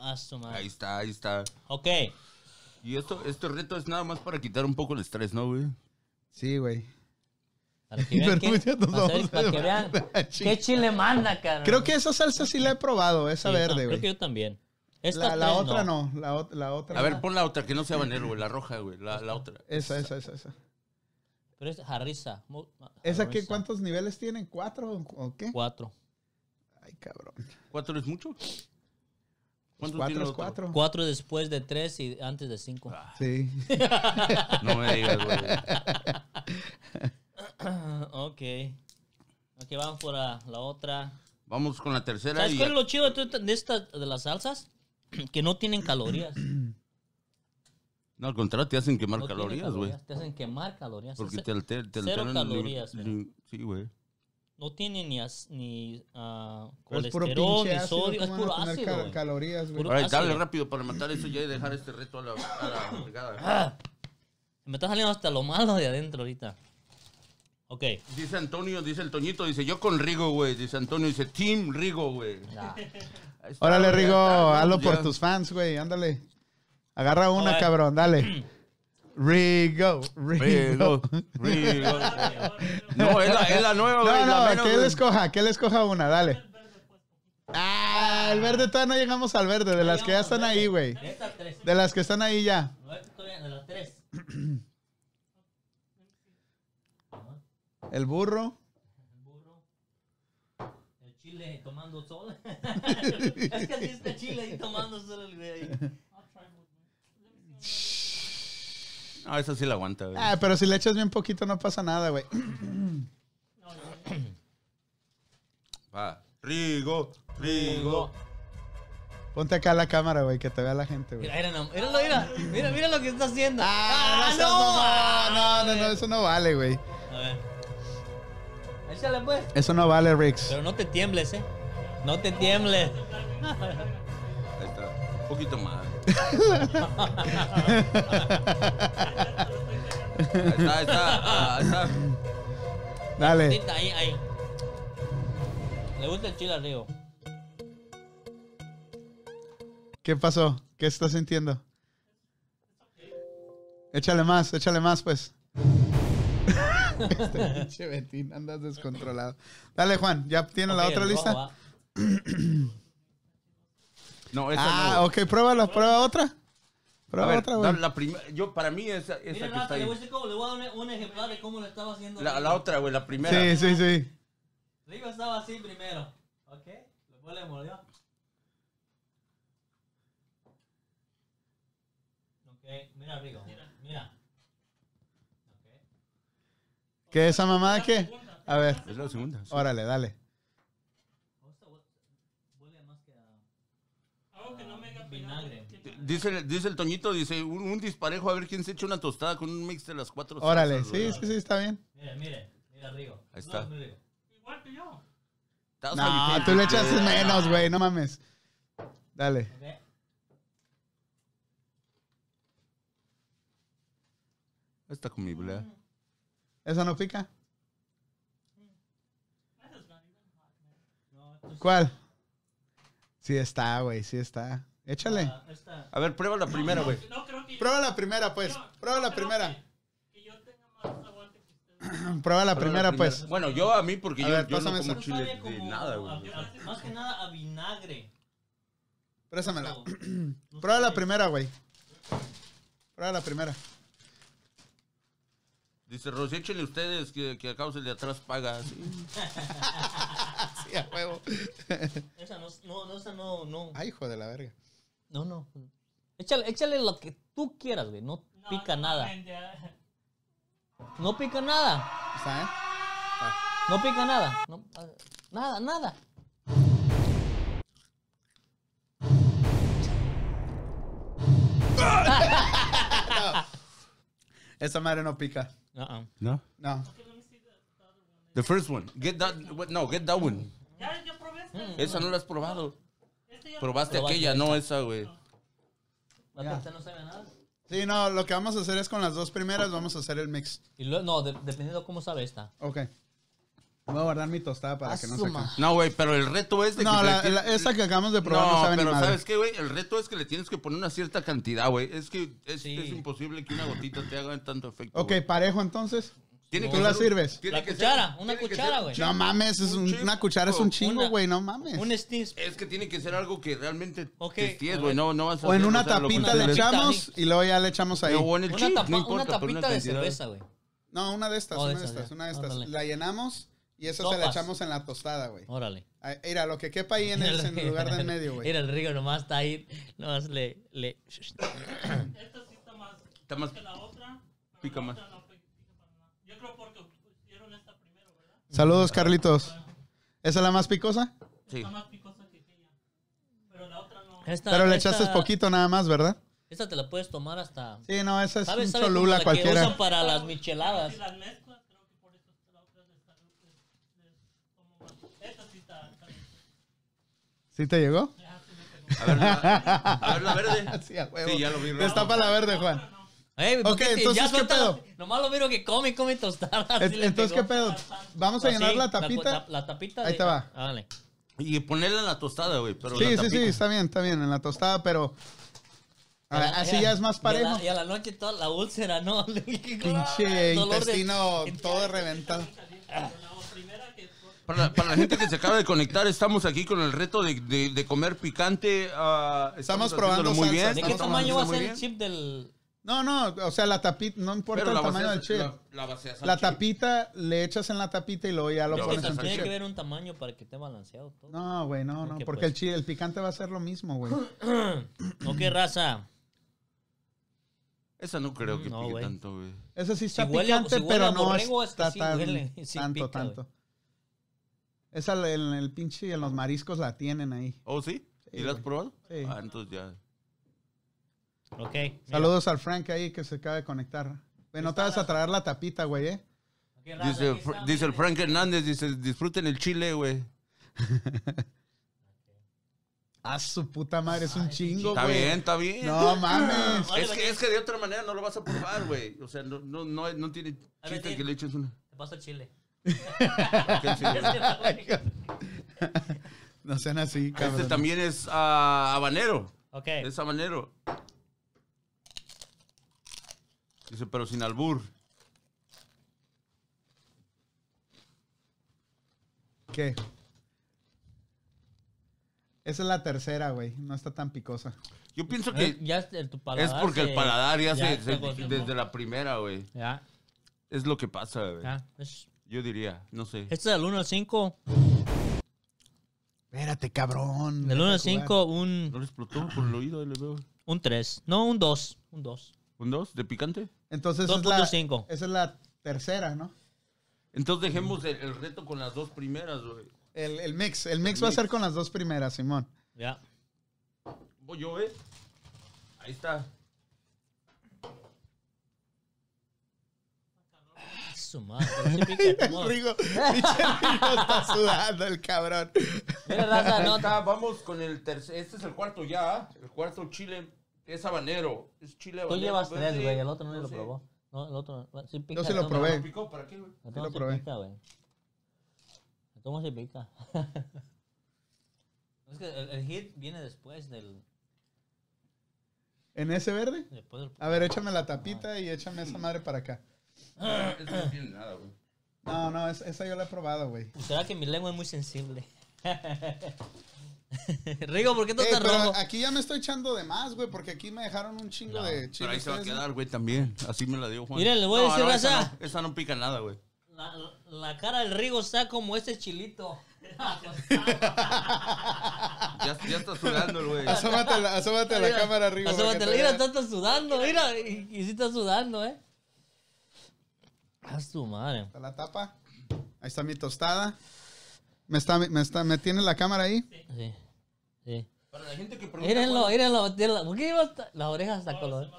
Speaker 1: ah, su
Speaker 3: Ahí
Speaker 1: madre.
Speaker 3: está, ahí está.
Speaker 1: Ok,
Speaker 3: Y esto, este reto es nada más para quitar un poco el estrés, ¿no, güey?
Speaker 2: Sí, güey.
Speaker 1: para que vean,
Speaker 2: Pero
Speaker 1: qué,
Speaker 2: ya nos
Speaker 1: para saber-
Speaker 2: vamos
Speaker 1: para
Speaker 2: a-
Speaker 1: que
Speaker 2: Ah,
Speaker 1: vean qué chile manda, cara.
Speaker 2: Creo que esa salsa sí la he probado, esa verde,
Speaker 1: Ah. Creo que
Speaker 2: güey.
Speaker 1: yo también.
Speaker 2: La,
Speaker 1: Estas
Speaker 2: la
Speaker 1: tres
Speaker 2: otra no, la, ot- la otra.
Speaker 3: A ver, pon la otra, que no sea banero, güey. La roja, güey. La, la otra.
Speaker 2: Esa, esa, esa,
Speaker 1: Ah,
Speaker 2: esa.
Speaker 1: Pero es Harissa. Mo-
Speaker 2: ¿Esa qué?
Speaker 1: Harissa.
Speaker 2: ¿Cuántos niveles tienen? ¿Cuatro o- o qué?
Speaker 1: Cuatro.
Speaker 2: Ay, cabrón.
Speaker 3: ¿Cuatro es mucho? ¿Cuánto tiene
Speaker 2: Cuatro
Speaker 3: el
Speaker 2: es
Speaker 3: otro?
Speaker 2: cuatro.
Speaker 1: Cuatro después de tres y antes de cinco.
Speaker 2: Sí.
Speaker 3: No me digas, güey.
Speaker 2: Ah.
Speaker 1: ok. Ok, vamos por ah, la otra.
Speaker 3: Vamos con la tercera
Speaker 1: ¿Sabes
Speaker 3: y...
Speaker 1: cuál es lo chido de, tu- de esta- de las salsas? que no tienen calorías.
Speaker 3: No, al contrario, te hacen quemar
Speaker 1: No tienen
Speaker 3: calorías, güey.
Speaker 1: Te hacen quemar calorías.
Speaker 3: Porque
Speaker 1: Ese-
Speaker 3: te, alter, te
Speaker 1: cero
Speaker 3: alteran... el-
Speaker 1: calorías, güey.
Speaker 3: el- Sí, güey.
Speaker 1: No tiene ni, as- ni ah,
Speaker 2: Pero Es puro
Speaker 1: colesterol,
Speaker 2: pinche
Speaker 1: ni
Speaker 2: ácido,
Speaker 1: sodio. Es
Speaker 2: ¿cómo van
Speaker 1: puro
Speaker 2: a tener
Speaker 1: ácido,
Speaker 2: cal-
Speaker 1: güey.
Speaker 2: calorías, güey.
Speaker 1: Puro-
Speaker 3: Ahora,
Speaker 1: ácido.
Speaker 3: dale rápido para matar eso ya y dejar este reto a la... A la fregada.
Speaker 1: Me está saliendo hasta lo malo de adentro ahorita. Ok.
Speaker 3: dice Antonio, dice el Toñito, dice yo con Rigo, güey. Dice Antonio, dice Team Rigo, güey.
Speaker 1: nah.
Speaker 3: Ahí está,
Speaker 2: Órale,
Speaker 3: güey,
Speaker 2: Rigo,
Speaker 3: ahí está,
Speaker 2: hazlo
Speaker 3: güey,
Speaker 2: por
Speaker 3: ya.
Speaker 2: tus fans, güey, ándale. Agarra una,
Speaker 1: Ahora-
Speaker 2: cabrón, dale. Rigo, Rigo.
Speaker 3: Rigo, Rigo. No, es la, es la nueva, güey.
Speaker 2: No,
Speaker 3: la
Speaker 2: no,
Speaker 3: menos,
Speaker 2: que él
Speaker 3: güey.
Speaker 2: escoja, que él escoja una, dale. Ah, el verde todavía no llegamos al verde, de las que ya están ahí, güey.
Speaker 1: De estas tres.
Speaker 2: De las que están ahí ya.
Speaker 1: No, esta todavía- de las tres.
Speaker 2: El burro.
Speaker 1: burro, el chile tomando sol. es que así está chile ahí tomando sol el güey ahí.
Speaker 3: Ah, esa sí la aguanta, güey.
Speaker 2: Ah, pero si le echas bien poquito no pasa nada, güey.
Speaker 3: Va. Rigo, Rigo.
Speaker 2: Ponte acá a la cámara, güey, que te vea la gente, güey.
Speaker 1: Mira, mira, no, míralo, mira, mira, mira lo que está haciendo.
Speaker 2: Ah, no, seas mamá. no, no, no, eso no vale, güey.
Speaker 1: A ver. Échale pues.
Speaker 2: Eso no vale, Rix.
Speaker 1: Pero no te tiembles, eh. No te tiembles.
Speaker 2: Eh.
Speaker 3: Ahí está. Un poquito más. Ahí está, ahí está. ahí está.
Speaker 2: Dale.
Speaker 1: Tita, ahí, ahí. Le gusta el chile al río.
Speaker 2: ¿Qué pasó? ¿Qué estás sintiendo? Échale más, échale más, pues. Este pinche Betín, andas descontrolado. Dale, Juan, ¿ya tiene la
Speaker 1: Ok,
Speaker 2: otra
Speaker 1: el
Speaker 2: lista?
Speaker 1: rojo, va.
Speaker 3: No, esa
Speaker 2: ah,
Speaker 3: no.
Speaker 2: ok, pruébala, prueba otra.
Speaker 3: A
Speaker 2: Prueba
Speaker 3: ver,
Speaker 2: otra,
Speaker 3: da-
Speaker 2: güey.
Speaker 3: la primera. Yo, para mí, esa,
Speaker 1: Mira,
Speaker 3: esa que está
Speaker 1: Rafa, le
Speaker 3: ahí.
Speaker 1: voy a decir cómo- le voy a dar un ejemplar de cómo lo estaba haciendo.
Speaker 3: La,
Speaker 1: Rigo.
Speaker 3: la otra, güey, la primera.
Speaker 2: Sí, sí, sí.
Speaker 1: Rigo estaba así primero. ¿Ok? Después le mordió. Ok, mira, Rigo. Mira.
Speaker 2: ¿Qué esa mamada qué? A ver,
Speaker 3: Es la segunda. sí.
Speaker 2: órale, dale.
Speaker 1: Huele más que a. Vinagre.
Speaker 3: Dice, el- dice el Toñito, dice, un, un disparejo a ver quién se echa una tostada con un mix de las cuatro.
Speaker 2: Órale,
Speaker 3: salsas, güey.
Speaker 2: sí, sí, sí, está bien.
Speaker 1: Mire, mire. Mira, Rigo.
Speaker 3: Ahí está.
Speaker 1: No, Rigo.
Speaker 3: Estás
Speaker 2: No,
Speaker 3: habituado,
Speaker 2: tú le
Speaker 3: güey.
Speaker 2: echaste menos, güey, no mames. Dale.
Speaker 1: Ok.
Speaker 3: Está comible. ¿eh?
Speaker 2: ¿Esa no pica? ¿Cuál? Sí está, güey, sí está. Échale.
Speaker 1: Ah, esta.
Speaker 3: A ver, prueba la primera, güey.
Speaker 2: Prueba la primera, pues. Prueba la primera. Prueba la
Speaker 3: Prueba
Speaker 2: primera, pues.
Speaker 3: Bueno, yo a mí, porque
Speaker 2: A
Speaker 3: yo,
Speaker 2: ver,
Speaker 3: yo no
Speaker 2: pásame
Speaker 3: como
Speaker 2: esa.
Speaker 3: chile
Speaker 1: sabe
Speaker 3: de
Speaker 1: como
Speaker 3: nada,
Speaker 1: a-
Speaker 3: güey.
Speaker 1: a- Más que nada a vinagre.
Speaker 2: Préstamela.
Speaker 1: No, no
Speaker 2: Prueba la
Speaker 1: sabe.
Speaker 2: primera, güey. Prueba la primera.
Speaker 3: Dice, Rosy, échenle ustedes que, que a causa de atrás paga. sí.
Speaker 2: Sí, a huevo.
Speaker 1: Esa no, no, no, esa no, no.
Speaker 2: Ay, hijo de la verga.
Speaker 1: No, no. Échale, échale lo que tú quieras, güey. No pica nada. No pica nada.
Speaker 2: ¿Está, eh? Está.
Speaker 1: No pica nada. No, ah, nada, nada.
Speaker 2: Esa madre no pica.
Speaker 3: Ah,
Speaker 1: Uh-uh.
Speaker 3: ¿No?
Speaker 2: No.
Speaker 3: The first one. Get that, no, get that one.
Speaker 5: Ya, yo probé este.
Speaker 3: Esa no la has probado.
Speaker 5: Este ya
Speaker 3: Probaste
Speaker 1: Probaste.
Speaker 3: aquella, no esa, güey.
Speaker 1: La
Speaker 2: Ya.
Speaker 1: pizza
Speaker 2: Este
Speaker 1: no sabe a nada.
Speaker 2: Sí, no, lo que vamos a hacer es con las dos primeras, vamos a hacer el mix.
Speaker 1: Y luego, no, de- dependiendo cómo sabe esta.
Speaker 2: Ok. Voy a guardar mi tostada para que no se
Speaker 1: Asuma.
Speaker 2: queme.
Speaker 3: No, güey, pero el reto es de
Speaker 2: No,
Speaker 3: que... le
Speaker 2: la,
Speaker 3: tien-
Speaker 2: la- esa que acabamos de probar no,
Speaker 3: No,
Speaker 2: sabe ni
Speaker 3: pero
Speaker 2: madre.
Speaker 3: ¿sabes qué, güey? El reto es que le tienes que poner una cierta cantidad, güey. Es que es,
Speaker 1: Sí.
Speaker 3: es imposible que una gotita te haga tanto efecto.
Speaker 2: Ok,
Speaker 3: güey.
Speaker 2: parejo entonces.
Speaker 3: Tiene
Speaker 2: ¿Tú la
Speaker 3: ser un-
Speaker 2: sirves?
Speaker 3: tiene
Speaker 1: La
Speaker 3: que ser-
Speaker 1: cuchara, una
Speaker 3: tiene que
Speaker 1: cuchara,
Speaker 3: ser-
Speaker 1: güey.
Speaker 2: No mames, es
Speaker 3: Un
Speaker 2: un-
Speaker 3: chingo.
Speaker 2: una cuchara es un chingo,
Speaker 1: Una-
Speaker 2: güey, no mames.
Speaker 1: Un steam.
Speaker 3: Es que tiene que ser algo que realmente
Speaker 1: Ok,
Speaker 3: te
Speaker 1: a
Speaker 3: estés, güey.
Speaker 1: ver.
Speaker 3: No, no vas a
Speaker 2: O en
Speaker 3: hacer,
Speaker 2: una
Speaker 3: o sea, lo
Speaker 2: tapita
Speaker 3: que
Speaker 2: le
Speaker 3: quieres.
Speaker 1: echamos
Speaker 2: echamos y luego ya le echamos ahí.
Speaker 3: No, o en el
Speaker 1: Una,
Speaker 3: chip,
Speaker 1: tapa-
Speaker 3: no importa,
Speaker 1: una
Speaker 3: pero
Speaker 1: tapita de
Speaker 3: cantidad.
Speaker 1: cerveza, güey.
Speaker 2: No, una de estas,
Speaker 1: Oh, de
Speaker 2: una de
Speaker 1: esas,
Speaker 2: estas,
Speaker 1: ya.
Speaker 2: una de estas.
Speaker 1: Ándale.
Speaker 2: La llenamos y esa se la
Speaker 1: Sopas. Oh.
Speaker 2: echamos en la tostada, güey.
Speaker 1: Órale.
Speaker 2: Ay, Mira, lo que quepa ahí en el, en el lugar de en medio, güey.
Speaker 1: Mira, el Rigo nomás está ahí. Nomás le. le...
Speaker 5: Esta sí está más
Speaker 3: Está más-
Speaker 5: que la otra. pero
Speaker 3: Pica
Speaker 5: la
Speaker 3: más.
Speaker 5: otra no pica para nada. Yo creo porque pusieron esta primero, ¿verdad?
Speaker 2: Saludos, Carlitos. ¿Esa es la más picosa?
Speaker 3: Sí.
Speaker 5: Está más picosa que aquella. Pero la otra no.
Speaker 1: Esta-
Speaker 2: Pero le
Speaker 1: esta-
Speaker 2: echaste poquito nada más, ¿verdad?
Speaker 1: Esta te la puedes tomar hasta.
Speaker 2: Sí, no, esa es
Speaker 1: ¿Sabes?
Speaker 2: un
Speaker 1: ¿Sabes?
Speaker 2: cholula
Speaker 1: la que
Speaker 2: cualquiera.
Speaker 1: usan para las micheladas.
Speaker 5: Si las mezclas, creo que por eso la otra les salió- les- les tomó más. Esta sí está. está bien.
Speaker 2: ¿Sí te llegó?
Speaker 5: Ya, sí me pegó.
Speaker 3: A ver, la, a ver, la verde.
Speaker 2: Sí, a huevo.
Speaker 3: Sí, ya lo vi, ¿no?
Speaker 2: Destapa la verde, Juan.
Speaker 1: Ey, ¿por
Speaker 2: Ok,
Speaker 1: qué te-
Speaker 2: entonces, ¿qué
Speaker 1: suéltalo.
Speaker 2: pedo?
Speaker 1: Nomás lo miro que come y come tostadas.
Speaker 2: Et-
Speaker 1: sí le
Speaker 2: Entonces, ¿qué
Speaker 1: pegó.
Speaker 2: pedo? Vamos a
Speaker 1: Así,
Speaker 2: llenar la
Speaker 1: La,
Speaker 2: tapita.
Speaker 1: la tapita.
Speaker 2: Ahí
Speaker 1: de-
Speaker 2: te va.
Speaker 1: Ah, Dale.
Speaker 3: Y ponerla en la tostada, güey. pero
Speaker 2: Sí,
Speaker 3: la
Speaker 2: sí, sí,
Speaker 3: tapita.
Speaker 2: está bien, está bien, en la tostada, pero... A ver,
Speaker 1: Ya,
Speaker 2: así ya es más
Speaker 1: Y a
Speaker 2: parejo.
Speaker 1: la, y a la noche toda la úlcera, ¿no? "Ah,
Speaker 2: Pinche
Speaker 1: Pinche
Speaker 2: intestino todo reventado.
Speaker 3: Para, la- para la gente que se acaba de conectar, estamos aquí con el reto de, de- de comer picante. ah,
Speaker 2: Estamos
Speaker 3: haciéndolo
Speaker 2: probando
Speaker 3: muy
Speaker 2: salsas,
Speaker 3: bien.
Speaker 1: ¿De qué
Speaker 2: Estamos
Speaker 1: tamaño
Speaker 3: haciéndolo
Speaker 1: va a
Speaker 3: muy
Speaker 1: ser el
Speaker 3: bien.
Speaker 1: chip del...? este,
Speaker 2: No, no, o sea, la tapita, no importa
Speaker 3: Pero
Speaker 2: el
Speaker 3: la
Speaker 2: tamaño del
Speaker 3: vacías-
Speaker 2: chip.
Speaker 3: la- La, vacías al
Speaker 2: La
Speaker 3: chip.
Speaker 2: tapita le echas en la tapita y luego ya lo
Speaker 3: No,
Speaker 1: Es
Speaker 2: pones
Speaker 1: que
Speaker 2: en tu
Speaker 1: tiene que
Speaker 2: chip.
Speaker 1: haber un tamaño para que esté balanceado todo.
Speaker 2: No, güey, no, no,
Speaker 1: Ok,
Speaker 2: porque
Speaker 1: pues.
Speaker 2: el, chile, el picante va a ser lo mismo, güey.
Speaker 1: No, qué raza.
Speaker 3: Esa no creo que
Speaker 1: Mm, No,
Speaker 3: pique
Speaker 1: güey.
Speaker 3: tanto, güey.
Speaker 2: Eso sí está
Speaker 1: Si huele a-
Speaker 2: picante,
Speaker 1: si huele
Speaker 2: pero
Speaker 1: a
Speaker 2: no
Speaker 1: borrego, es que
Speaker 2: está
Speaker 1: sí
Speaker 2: tan-
Speaker 1: huele, sí
Speaker 2: tanto,
Speaker 1: pica,
Speaker 2: tanto. Esa en el, el pinche y en los mariscos la tienen ahí.
Speaker 3: ¿Oh, sí?
Speaker 2: Sí,
Speaker 3: ¿Y la has
Speaker 2: güey.
Speaker 3: probado?
Speaker 2: Sí.
Speaker 3: Ah, entonces ya.
Speaker 1: Ok. mira.
Speaker 2: Saludos al Frank ahí que se acaba de conectar. Güey, no te vas a traer la tapita, güey, ¿eh?
Speaker 1: Ok, raza,
Speaker 3: Dice,
Speaker 1: aquí está,
Speaker 3: Fr- dice el
Speaker 1: miren.
Speaker 3: Frank Hernández, dice, disfruten el chile, güey.
Speaker 2: A su puta madre, es un chingo,
Speaker 3: Está
Speaker 2: güey.
Speaker 3: bien, está bien.
Speaker 2: No mames.
Speaker 3: Es que, es que de otra manera no lo vas a probar, güey. O sea, no, no, no, no tiene
Speaker 1: A ver,
Speaker 3: chiste
Speaker 1: di.
Speaker 3: que le eches una.
Speaker 1: Te paso el chile.
Speaker 3: que sí.
Speaker 2: No sean así, cabrón.
Speaker 3: Este también es ah, habanero.
Speaker 1: Ok.
Speaker 3: Es habanero. Dice, pero sin albur.
Speaker 2: ¿Qué? Esa es la tercera, güey. No está tan picosa.
Speaker 3: Yo pienso que
Speaker 1: Ya es- el- tu Eh, paladar
Speaker 3: es porque el
Speaker 1: se-
Speaker 3: paladar ya, se-
Speaker 1: te
Speaker 3: se-
Speaker 1: acostumbró.
Speaker 3: desde la primera, güey.
Speaker 1: Ya,
Speaker 3: Es lo que pasa, güey.
Speaker 1: ya. Es-
Speaker 3: Yo diría, no sé.
Speaker 1: Este Ah. es del 1 al 5.
Speaker 2: Espérate, cabrón.
Speaker 1: Del 1 al
Speaker 2: Deja jugar.
Speaker 1: 5,
Speaker 3: ¿No
Speaker 1: un,
Speaker 3: le explotó por el oído? Ahí le veo.
Speaker 1: un 3. No, un 2. Un 2.
Speaker 3: ¿Un dos? ¿De picante?
Speaker 2: Entonces es la,
Speaker 1: 2.5.
Speaker 2: esa es la tercera, ¿no?
Speaker 3: Entonces dejemos el, el reto con las dos primeras, güey.
Speaker 2: El, el mix. El mix va a ser con las dos primeras, Simón.
Speaker 1: Ya.
Speaker 3: Voy yo, ¿eh? Ahí está.
Speaker 1: Su madre. pero sí pica, tu
Speaker 2: El
Speaker 1: madre.
Speaker 2: Rigo, pinche Rigo está sudando el cabrón.
Speaker 1: Mira, raza,
Speaker 3: Ahí
Speaker 1: no.
Speaker 3: está, Ah, vamos con el tercer. Este es el cuarto ya. ¿ah? El cuarto chile es habanero. Es chile
Speaker 1: Tú
Speaker 3: habanero.
Speaker 1: llevas
Speaker 3: verde.
Speaker 1: 3, güey. El otro pues, no, lo
Speaker 3: sé.
Speaker 1: probó. No, el otro. Sí pica.
Speaker 2: Yo sí lo
Speaker 1: el otro
Speaker 2: probé.
Speaker 3: ¿Lo picó? ¿Para qué, güey?
Speaker 1: El otro
Speaker 2: Sí lo
Speaker 1: sí
Speaker 2: probé.
Speaker 1: pica, güey. El tomo sí pica. es que el, el hit viene después del.
Speaker 2: ¿En ese verde?
Speaker 1: Después del
Speaker 2: A ver, échame la tapita y échame esa madre para acá.
Speaker 3: Este no tiene nada, güey.
Speaker 2: No, no, es- esa yo la he probado, güey.
Speaker 1: Pues ¿Será que mi lengua es muy sensible? Rigo, ¿por qué tú
Speaker 2: Ey,
Speaker 1: estás
Speaker 2: Eh, pero ah,
Speaker 1: rojo?
Speaker 2: aquí ya me estoy echando de más, güey, porque aquí me dejaron un chingo
Speaker 1: No,
Speaker 2: de
Speaker 3: Pero
Speaker 2: chile.
Speaker 3: ahí se va a
Speaker 2: ustedes,
Speaker 3: quedar, güey, también. Así me la dio Juan.
Speaker 1: Mira, les voy a decir,
Speaker 3: esa
Speaker 1: raza.
Speaker 3: no- esa no pica nada, güey.
Speaker 1: La, la cara del Rigo está como este chilito.
Speaker 3: Ya, ya está sudando el güey.
Speaker 2: ¿no? Asómate la, asómate la cámara arriba.
Speaker 1: Asómate,
Speaker 2: para que
Speaker 1: mira,
Speaker 2: te
Speaker 1: está, está sudando, mira. Y, y sí está sudando, ¿eh? Haz tu madre.
Speaker 2: vea. La tapa. Ahí está mi tostada. ¿Me, está, me, está, ¿Me tiene la cámara ahí?
Speaker 1: Sí. Sí.
Speaker 3: Para la gente que pregunta.
Speaker 1: Mírenlo,
Speaker 3: Juan,
Speaker 1: mírenlo. tiene la- ¿Por qué lleva hasta- las orejas hasta color?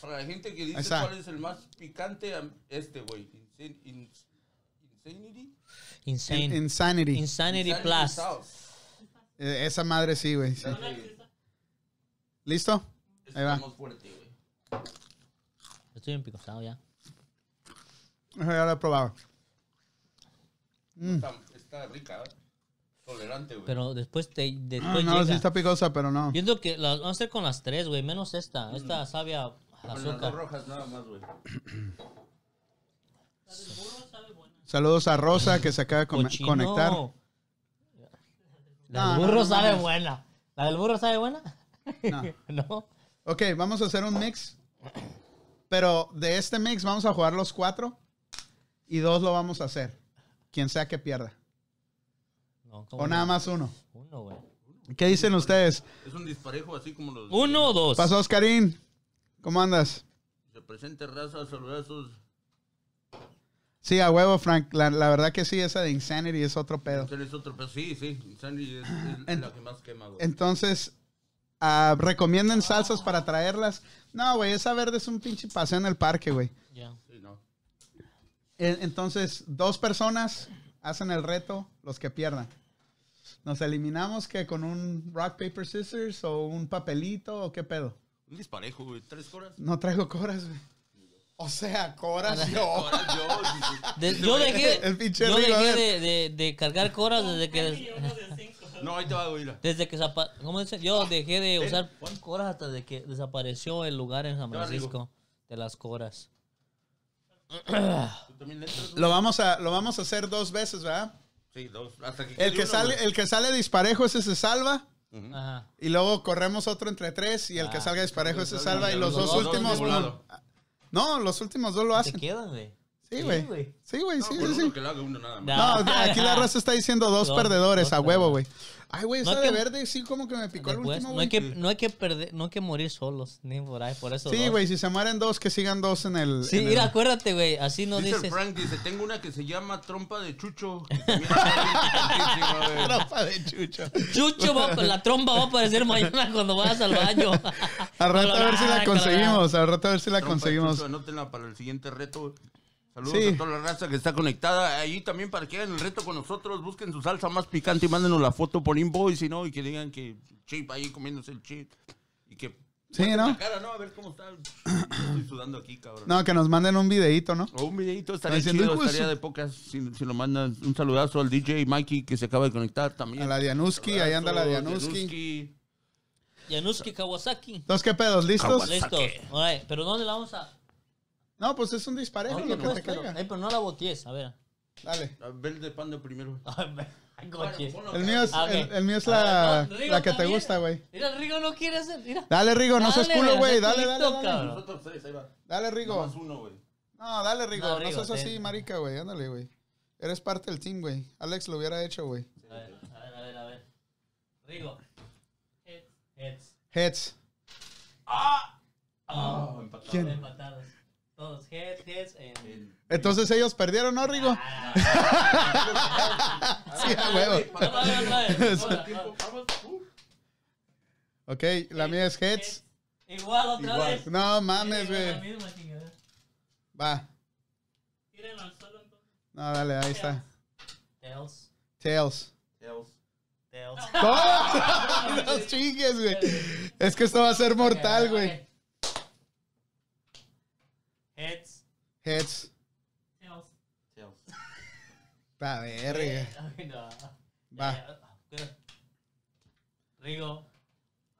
Speaker 3: Para la gente que
Speaker 2: Ahí
Speaker 3: dice
Speaker 2: está.
Speaker 3: cuál es el más picante, am- este, güey. Insan- ins- Insanity.
Speaker 2: In-
Speaker 1: Insane.
Speaker 2: Insanity.
Speaker 1: Insanity
Speaker 3: Insanity
Speaker 1: Plus.
Speaker 3: Sauce.
Speaker 2: Eh, esa madre sí, güey. sí. ¿Listo?
Speaker 3: Este
Speaker 2: Ahí va.
Speaker 3: es más fuerte, güey.
Speaker 1: Estoy bien picosado ya.
Speaker 2: Esa Ya la he probado. Mm.
Speaker 3: Está, está rica, ¿eh? Tolerante, güey.
Speaker 1: Pero después te
Speaker 2: No,
Speaker 1: después
Speaker 2: Ah, no, sí
Speaker 1: Pues llega.
Speaker 2: está picosa, pero no.
Speaker 1: Yo creo que las vamos a hacer con las tres, güey. Menos esta. Esta sabe a a
Speaker 3: Mm. Con las dos
Speaker 1: azúcar.
Speaker 3: rojas nada más, güey.
Speaker 2: Saludos a Rosa que se acaba de come-
Speaker 1: Cochino.
Speaker 2: conectar.
Speaker 1: La del
Speaker 2: No, no,
Speaker 1: burro
Speaker 2: no
Speaker 1: sabe
Speaker 2: mames.
Speaker 1: buena. ¿La del burro sabe buena?
Speaker 2: No.
Speaker 1: no.
Speaker 2: Ok, vamos a hacer un mix. Pero de este mix vamos a jugar los cuatro y dos lo vamos a hacer. Quien sea que pierda.
Speaker 1: No, ¿cómo
Speaker 2: O nada
Speaker 1: no?
Speaker 2: más uno.
Speaker 1: Uno, güey.
Speaker 2: ¿Qué dicen ustedes?
Speaker 1: Pues-
Speaker 3: Es un disparejo así como los.
Speaker 1: Uno o dos.
Speaker 2: Pasó Oscarín. ¿Cómo andas?
Speaker 3: Se presente raza, saludazos.
Speaker 2: Sí, a huevo, Frank. La, la verdad que sí, esa de Insanity es otro pedo.
Speaker 3: Ustedes otro pedo. Sí, sí. Insanity es, es
Speaker 2: Ah, En-
Speaker 3: la que más quema, güey.
Speaker 2: Entonces, ah, ¿recomienden salsas para traerlas? No, güey, esa verde es un pinche paseo en el parque, güey.
Speaker 1: Ya.
Speaker 3: Sí, no.
Speaker 2: E- Entonces, dos personas hacen el reto, los que pierdan. ¿Nos eliminamos que con un rock, paper, scissors o un papelito o qué pedo?
Speaker 3: Un disparejo, güey. Tres horas.
Speaker 2: No traigo coras, güey. O sea, coras yo.
Speaker 3: Ahora yo, sí, sí.
Speaker 1: De- yo dejé,
Speaker 2: El pinche
Speaker 1: yo
Speaker 2: Rigo, a
Speaker 1: dejé
Speaker 2: ver.
Speaker 1: de, de- de cargar coras desde que
Speaker 3: No, ahí te va, güey. mira.
Speaker 1: desde que zapa- ¿cómo dice? yo dejé de usar coras hasta de que desapareció el lugar en San
Speaker 3: Te va, Rigo.
Speaker 1: Francisco de las coras.
Speaker 3: ¿Tú también le entras, güey?
Speaker 2: Lo vamos a, lo vamos a hacer dos veces, ¿verdad?
Speaker 3: Sí, dos. Hasta que quede
Speaker 2: El que
Speaker 3: uno,
Speaker 2: sale,
Speaker 3: güey.
Speaker 2: el que sale disparejo, ese se salva.
Speaker 3: Ujú.
Speaker 1: Ajá.
Speaker 2: Y luego corremos otro entre tres y el que
Speaker 1: Ah.
Speaker 2: salga disparejo se salva. Y los
Speaker 1: Los
Speaker 2: dos
Speaker 1: dos
Speaker 2: últimos.
Speaker 3: de volado.
Speaker 2: No, los últimos dos lo
Speaker 1: ¿Te
Speaker 2: hacen.
Speaker 1: quedan, güey?
Speaker 2: Sí, güey.
Speaker 1: güey.
Speaker 2: Sí, güey,
Speaker 3: No,
Speaker 2: sí,
Speaker 3: con
Speaker 2: sí,
Speaker 3: uno
Speaker 2: sí.
Speaker 3: que lo haga uno nada
Speaker 1: Da.
Speaker 3: más.
Speaker 2: No, aquí la raza está diciendo dos
Speaker 1: Dos,
Speaker 2: perdedores
Speaker 1: dos
Speaker 2: a huevo, güey. Ay, güey,
Speaker 1: No
Speaker 2: esa
Speaker 1: hay
Speaker 2: de
Speaker 1: que-
Speaker 2: verde sí como que me picó el
Speaker 1: Después,
Speaker 2: último,
Speaker 1: no hay
Speaker 2: güey.
Speaker 1: que no hay que perder, no hay que morir solos ni por ahí, por eso.
Speaker 2: Sí,
Speaker 1: dos.
Speaker 2: güey, si se mueren dos, que sigan dos en el...
Speaker 1: Sí,
Speaker 2: en el-
Speaker 1: mira, acuérdate, güey, así no
Speaker 3: Dice el
Speaker 1: dices.
Speaker 3: Frank, dice, tengo una que se llama trompa de chucho. que también está bien picantísima, güey.
Speaker 2: Tropa de chucho.
Speaker 1: Chucho, va, a- la trompa va a aparecer mañana cuando vayas al baño. Ah,
Speaker 2: Al rato a ver si
Speaker 1: Colorada,
Speaker 2: la conseguimos, al rato a ver si la
Speaker 3: Trompa de
Speaker 2: conseguimos.
Speaker 3: chucho, Anótenla para el siguiente reto. Saludos
Speaker 2: Sí.
Speaker 3: a toda la raza que está conectada. Ahí también para que hagan el reto con nosotros. Busquen su salsa más picante y mándenos la foto por invoice, ¿no? Y que digan que chip ahí comiéndose el chip. Y que.
Speaker 2: Sí, ¿no?
Speaker 3: La cara, ¿no? A ver cómo está. Estoy sudando aquí, cabrón.
Speaker 2: No, que nos manden un videito, ¿no?
Speaker 3: O un videito estaría
Speaker 2: Haciendo
Speaker 3: chido,
Speaker 2: hijo de
Speaker 3: estaría
Speaker 2: su-
Speaker 3: de pocas si, si lo mandan. Un saludazo al DJ Mikey que se acaba de conectar también.
Speaker 2: A la Dianuski, ahí anda la
Speaker 3: Saludazo,
Speaker 2: Dianuski.
Speaker 1: Yanuski Kawasaki.
Speaker 2: Entonces, ¿qué pedos? ¿Listos?
Speaker 3: Kawasaki.
Speaker 1: Listos. Alright, Pero ¿dónde la vamos a...?
Speaker 2: No, pues es un disparejo
Speaker 1: Oye,
Speaker 2: lo que
Speaker 1: pues,
Speaker 2: te
Speaker 1: pero,
Speaker 2: caiga.
Speaker 1: eh, pero no la boties, a ver.
Speaker 2: Dale.
Speaker 3: A ver el de panda primero.
Speaker 1: Ay, coche.
Speaker 2: El mío es,
Speaker 1: Ah, ok.
Speaker 2: el, el mío es
Speaker 1: A ver,
Speaker 2: la,
Speaker 1: no, Rigo
Speaker 2: la que te
Speaker 1: también.
Speaker 2: gusta, güey.
Speaker 1: Mira, el Rigo no quiere hacer, mira.
Speaker 2: Dale, Rigo, no seas
Speaker 1: Dale,
Speaker 2: culo, güey.
Speaker 1: hacer
Speaker 2: Dale,
Speaker 1: TikTok,
Speaker 2: dale, dale.
Speaker 1: cabrón.
Speaker 3: Nosotros tres, ahí va.
Speaker 2: Dale, Rigo.
Speaker 3: Nomás uno, güey.
Speaker 2: No, dale, Rigo.
Speaker 1: No,
Speaker 2: No,
Speaker 1: Rigo,
Speaker 2: seas así,
Speaker 1: ten.
Speaker 2: marica, güey. Ándale, güey. Eres parte del team, güey. Alex lo hubiera hecho, güey.
Speaker 1: A ver, a ver, a ver, a ver. Rigo. Heads. Heads.
Speaker 2: Heads.
Speaker 1: Ah,
Speaker 2: ¿Quién?
Speaker 1: empatados. Todos heads, heads, Ah. and...
Speaker 2: Entonces ellos perdieron, ¿no, Rigo?
Speaker 1: Ah,
Speaker 2: sí, a huevo.
Speaker 1: Otra vez, otra vez. Hola, hola.
Speaker 2: Ok, la mía es heads.
Speaker 1: Igual, otra vez.
Speaker 2: No mames,
Speaker 1: Igual, la
Speaker 2: güey.
Speaker 1: misma chingadera.
Speaker 2: Va.
Speaker 5: Tírenlo al suelo entonces.
Speaker 2: No, dale, ahí está.
Speaker 1: Tails.
Speaker 2: Tails.
Speaker 1: Tails.
Speaker 2: ¡No! ¡No chingues, güey! Es que esto va a ser mortal,
Speaker 1: Ok,
Speaker 2: güey.
Speaker 1: ok. Heads.
Speaker 2: Heads.
Speaker 5: Tails.
Speaker 2: Pa' verga.
Speaker 1: Ay, no. ah,
Speaker 2: Va.
Speaker 1: Rigo.
Speaker 5: I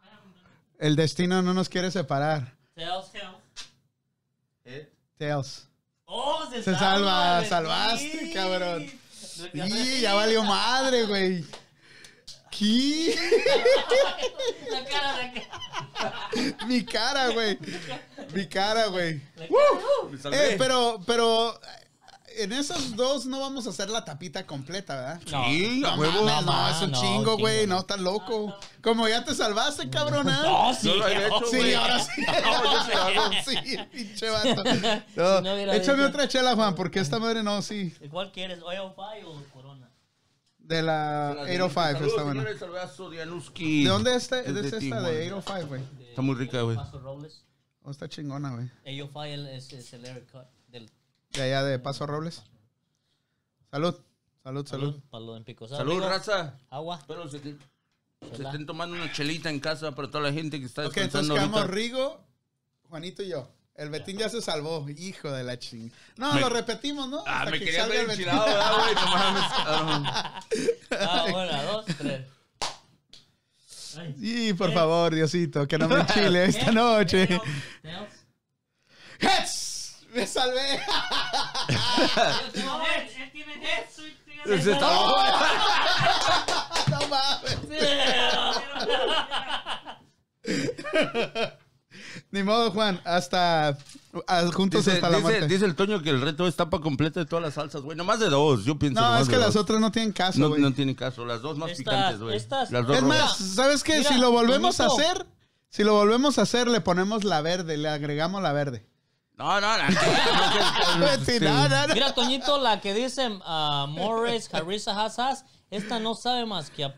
Speaker 5: haven't done it.
Speaker 2: El destino no nos quiere separar.
Speaker 1: Tails.
Speaker 5: Tails.
Speaker 2: Tails.
Speaker 1: Oh, se,
Speaker 2: Se salva, salvaste, cabrón. Y ya valió madre, güey. ¿Qué?
Speaker 1: La cara de que-
Speaker 2: Mi cara, güey. Mi cara, güey.
Speaker 1: la
Speaker 2: Eh, pero, pero eh, en esas dos no vamos a hacer la tapita completa, ¿verdad?
Speaker 1: cara-
Speaker 3: Sí, a
Speaker 2: No,
Speaker 3: huevo.
Speaker 2: mames,
Speaker 1: No,
Speaker 2: no, es un
Speaker 1: no,
Speaker 2: chingo,
Speaker 1: chingo.
Speaker 2: güey. No, tan loco. Como ya te salvaste, cabrón. ¿ah?
Speaker 1: No, sí,
Speaker 3: Yo lo había hecho,
Speaker 2: Sí,
Speaker 3: güey.
Speaker 2: ahora sí. Ahora sí, ahora sí, pinche vato. No,
Speaker 1: Si no hubiera
Speaker 2: Échame
Speaker 1: dicho-
Speaker 2: otra chela, Juan, porque esta madre no, sí.
Speaker 1: ¿Cuál quieres? ¿Oil Fire o Corona?
Speaker 2: De la 805
Speaker 3: Saludos,
Speaker 2: está buena.
Speaker 3: señores, saludazo, Dianuski.
Speaker 2: ¿De dónde es esta? Es
Speaker 3: Desde
Speaker 2: esta
Speaker 3: Tijuana.
Speaker 2: de 805, güey.
Speaker 1: De-
Speaker 3: Está muy rica, güey.
Speaker 1: Paso Robles. Eh,
Speaker 2: Oh, está chingona, güey.
Speaker 1: Oil Fire es, es el haircut del
Speaker 2: De allá de Paso Robles. Salud. Salud, salud.
Speaker 1: salud para los olímpicos. Ah,
Speaker 3: Salud,
Speaker 1: Rigo,
Speaker 3: raza.
Speaker 1: Agua.
Speaker 3: Espero se, te- se
Speaker 1: Chela.
Speaker 3: estén tomando una chelita en casa para toda la gente que está
Speaker 2: Ok, entonces
Speaker 3: descansando
Speaker 2: quedamos
Speaker 3: ahorita.
Speaker 2: Rigo, Juanito y yo. El Betín ya se salvó, hijo de la ching. No, lo repetimos, ¿no?
Speaker 3: Ah,
Speaker 2: Hasta
Speaker 3: me
Speaker 2: que
Speaker 3: quería
Speaker 2: salga
Speaker 3: ver
Speaker 2: el Betín.
Speaker 3: enchilado, ¿verdad, güey? No mames, cabrón.
Speaker 1: Ah, una, dos, tres.
Speaker 5: Ay.
Speaker 2: Y por favor, Diosito, que no me enchile esta noche.
Speaker 5: Tails. Tails.
Speaker 2: ¡Hets! ¡Me salvé!
Speaker 5: No, él, él tiene heads. tú tienes
Speaker 3: Ese
Speaker 5: heads.
Speaker 3: está-
Speaker 2: ¡No mames! Ni modo, Juan. Hasta. a- juntos
Speaker 3: Dice,
Speaker 2: hasta la
Speaker 3: dice-
Speaker 2: muerte.
Speaker 3: dice el Toño que el reto es tapa completa de todas las salsas, güey. Nomás de dos, yo pienso.
Speaker 2: no,
Speaker 3: nomás
Speaker 2: es
Speaker 3: de
Speaker 2: que las
Speaker 3: dos.
Speaker 2: otras no tienen caso,
Speaker 3: No,
Speaker 2: güey.
Speaker 3: no tiene caso, las dos más
Speaker 1: Estas-
Speaker 3: picantes, güey.
Speaker 1: estas-
Speaker 3: Las dos
Speaker 2: es
Speaker 3: rojas.
Speaker 2: más, ¿sabes qué?
Speaker 1: Mira,
Speaker 2: si lo volvemos a
Speaker 1: bonito.
Speaker 2: hacer, si lo volvemos a hacer, le ponemos la verde, le agregamos la verde.
Speaker 3: No, no, no. Ah, no, no, no,
Speaker 2: Sí,
Speaker 3: sí.
Speaker 2: no, no, no.
Speaker 1: Mira, Toñito, la que dicen ah, Morris, Harissa, Hassas, esta no sabe más que a,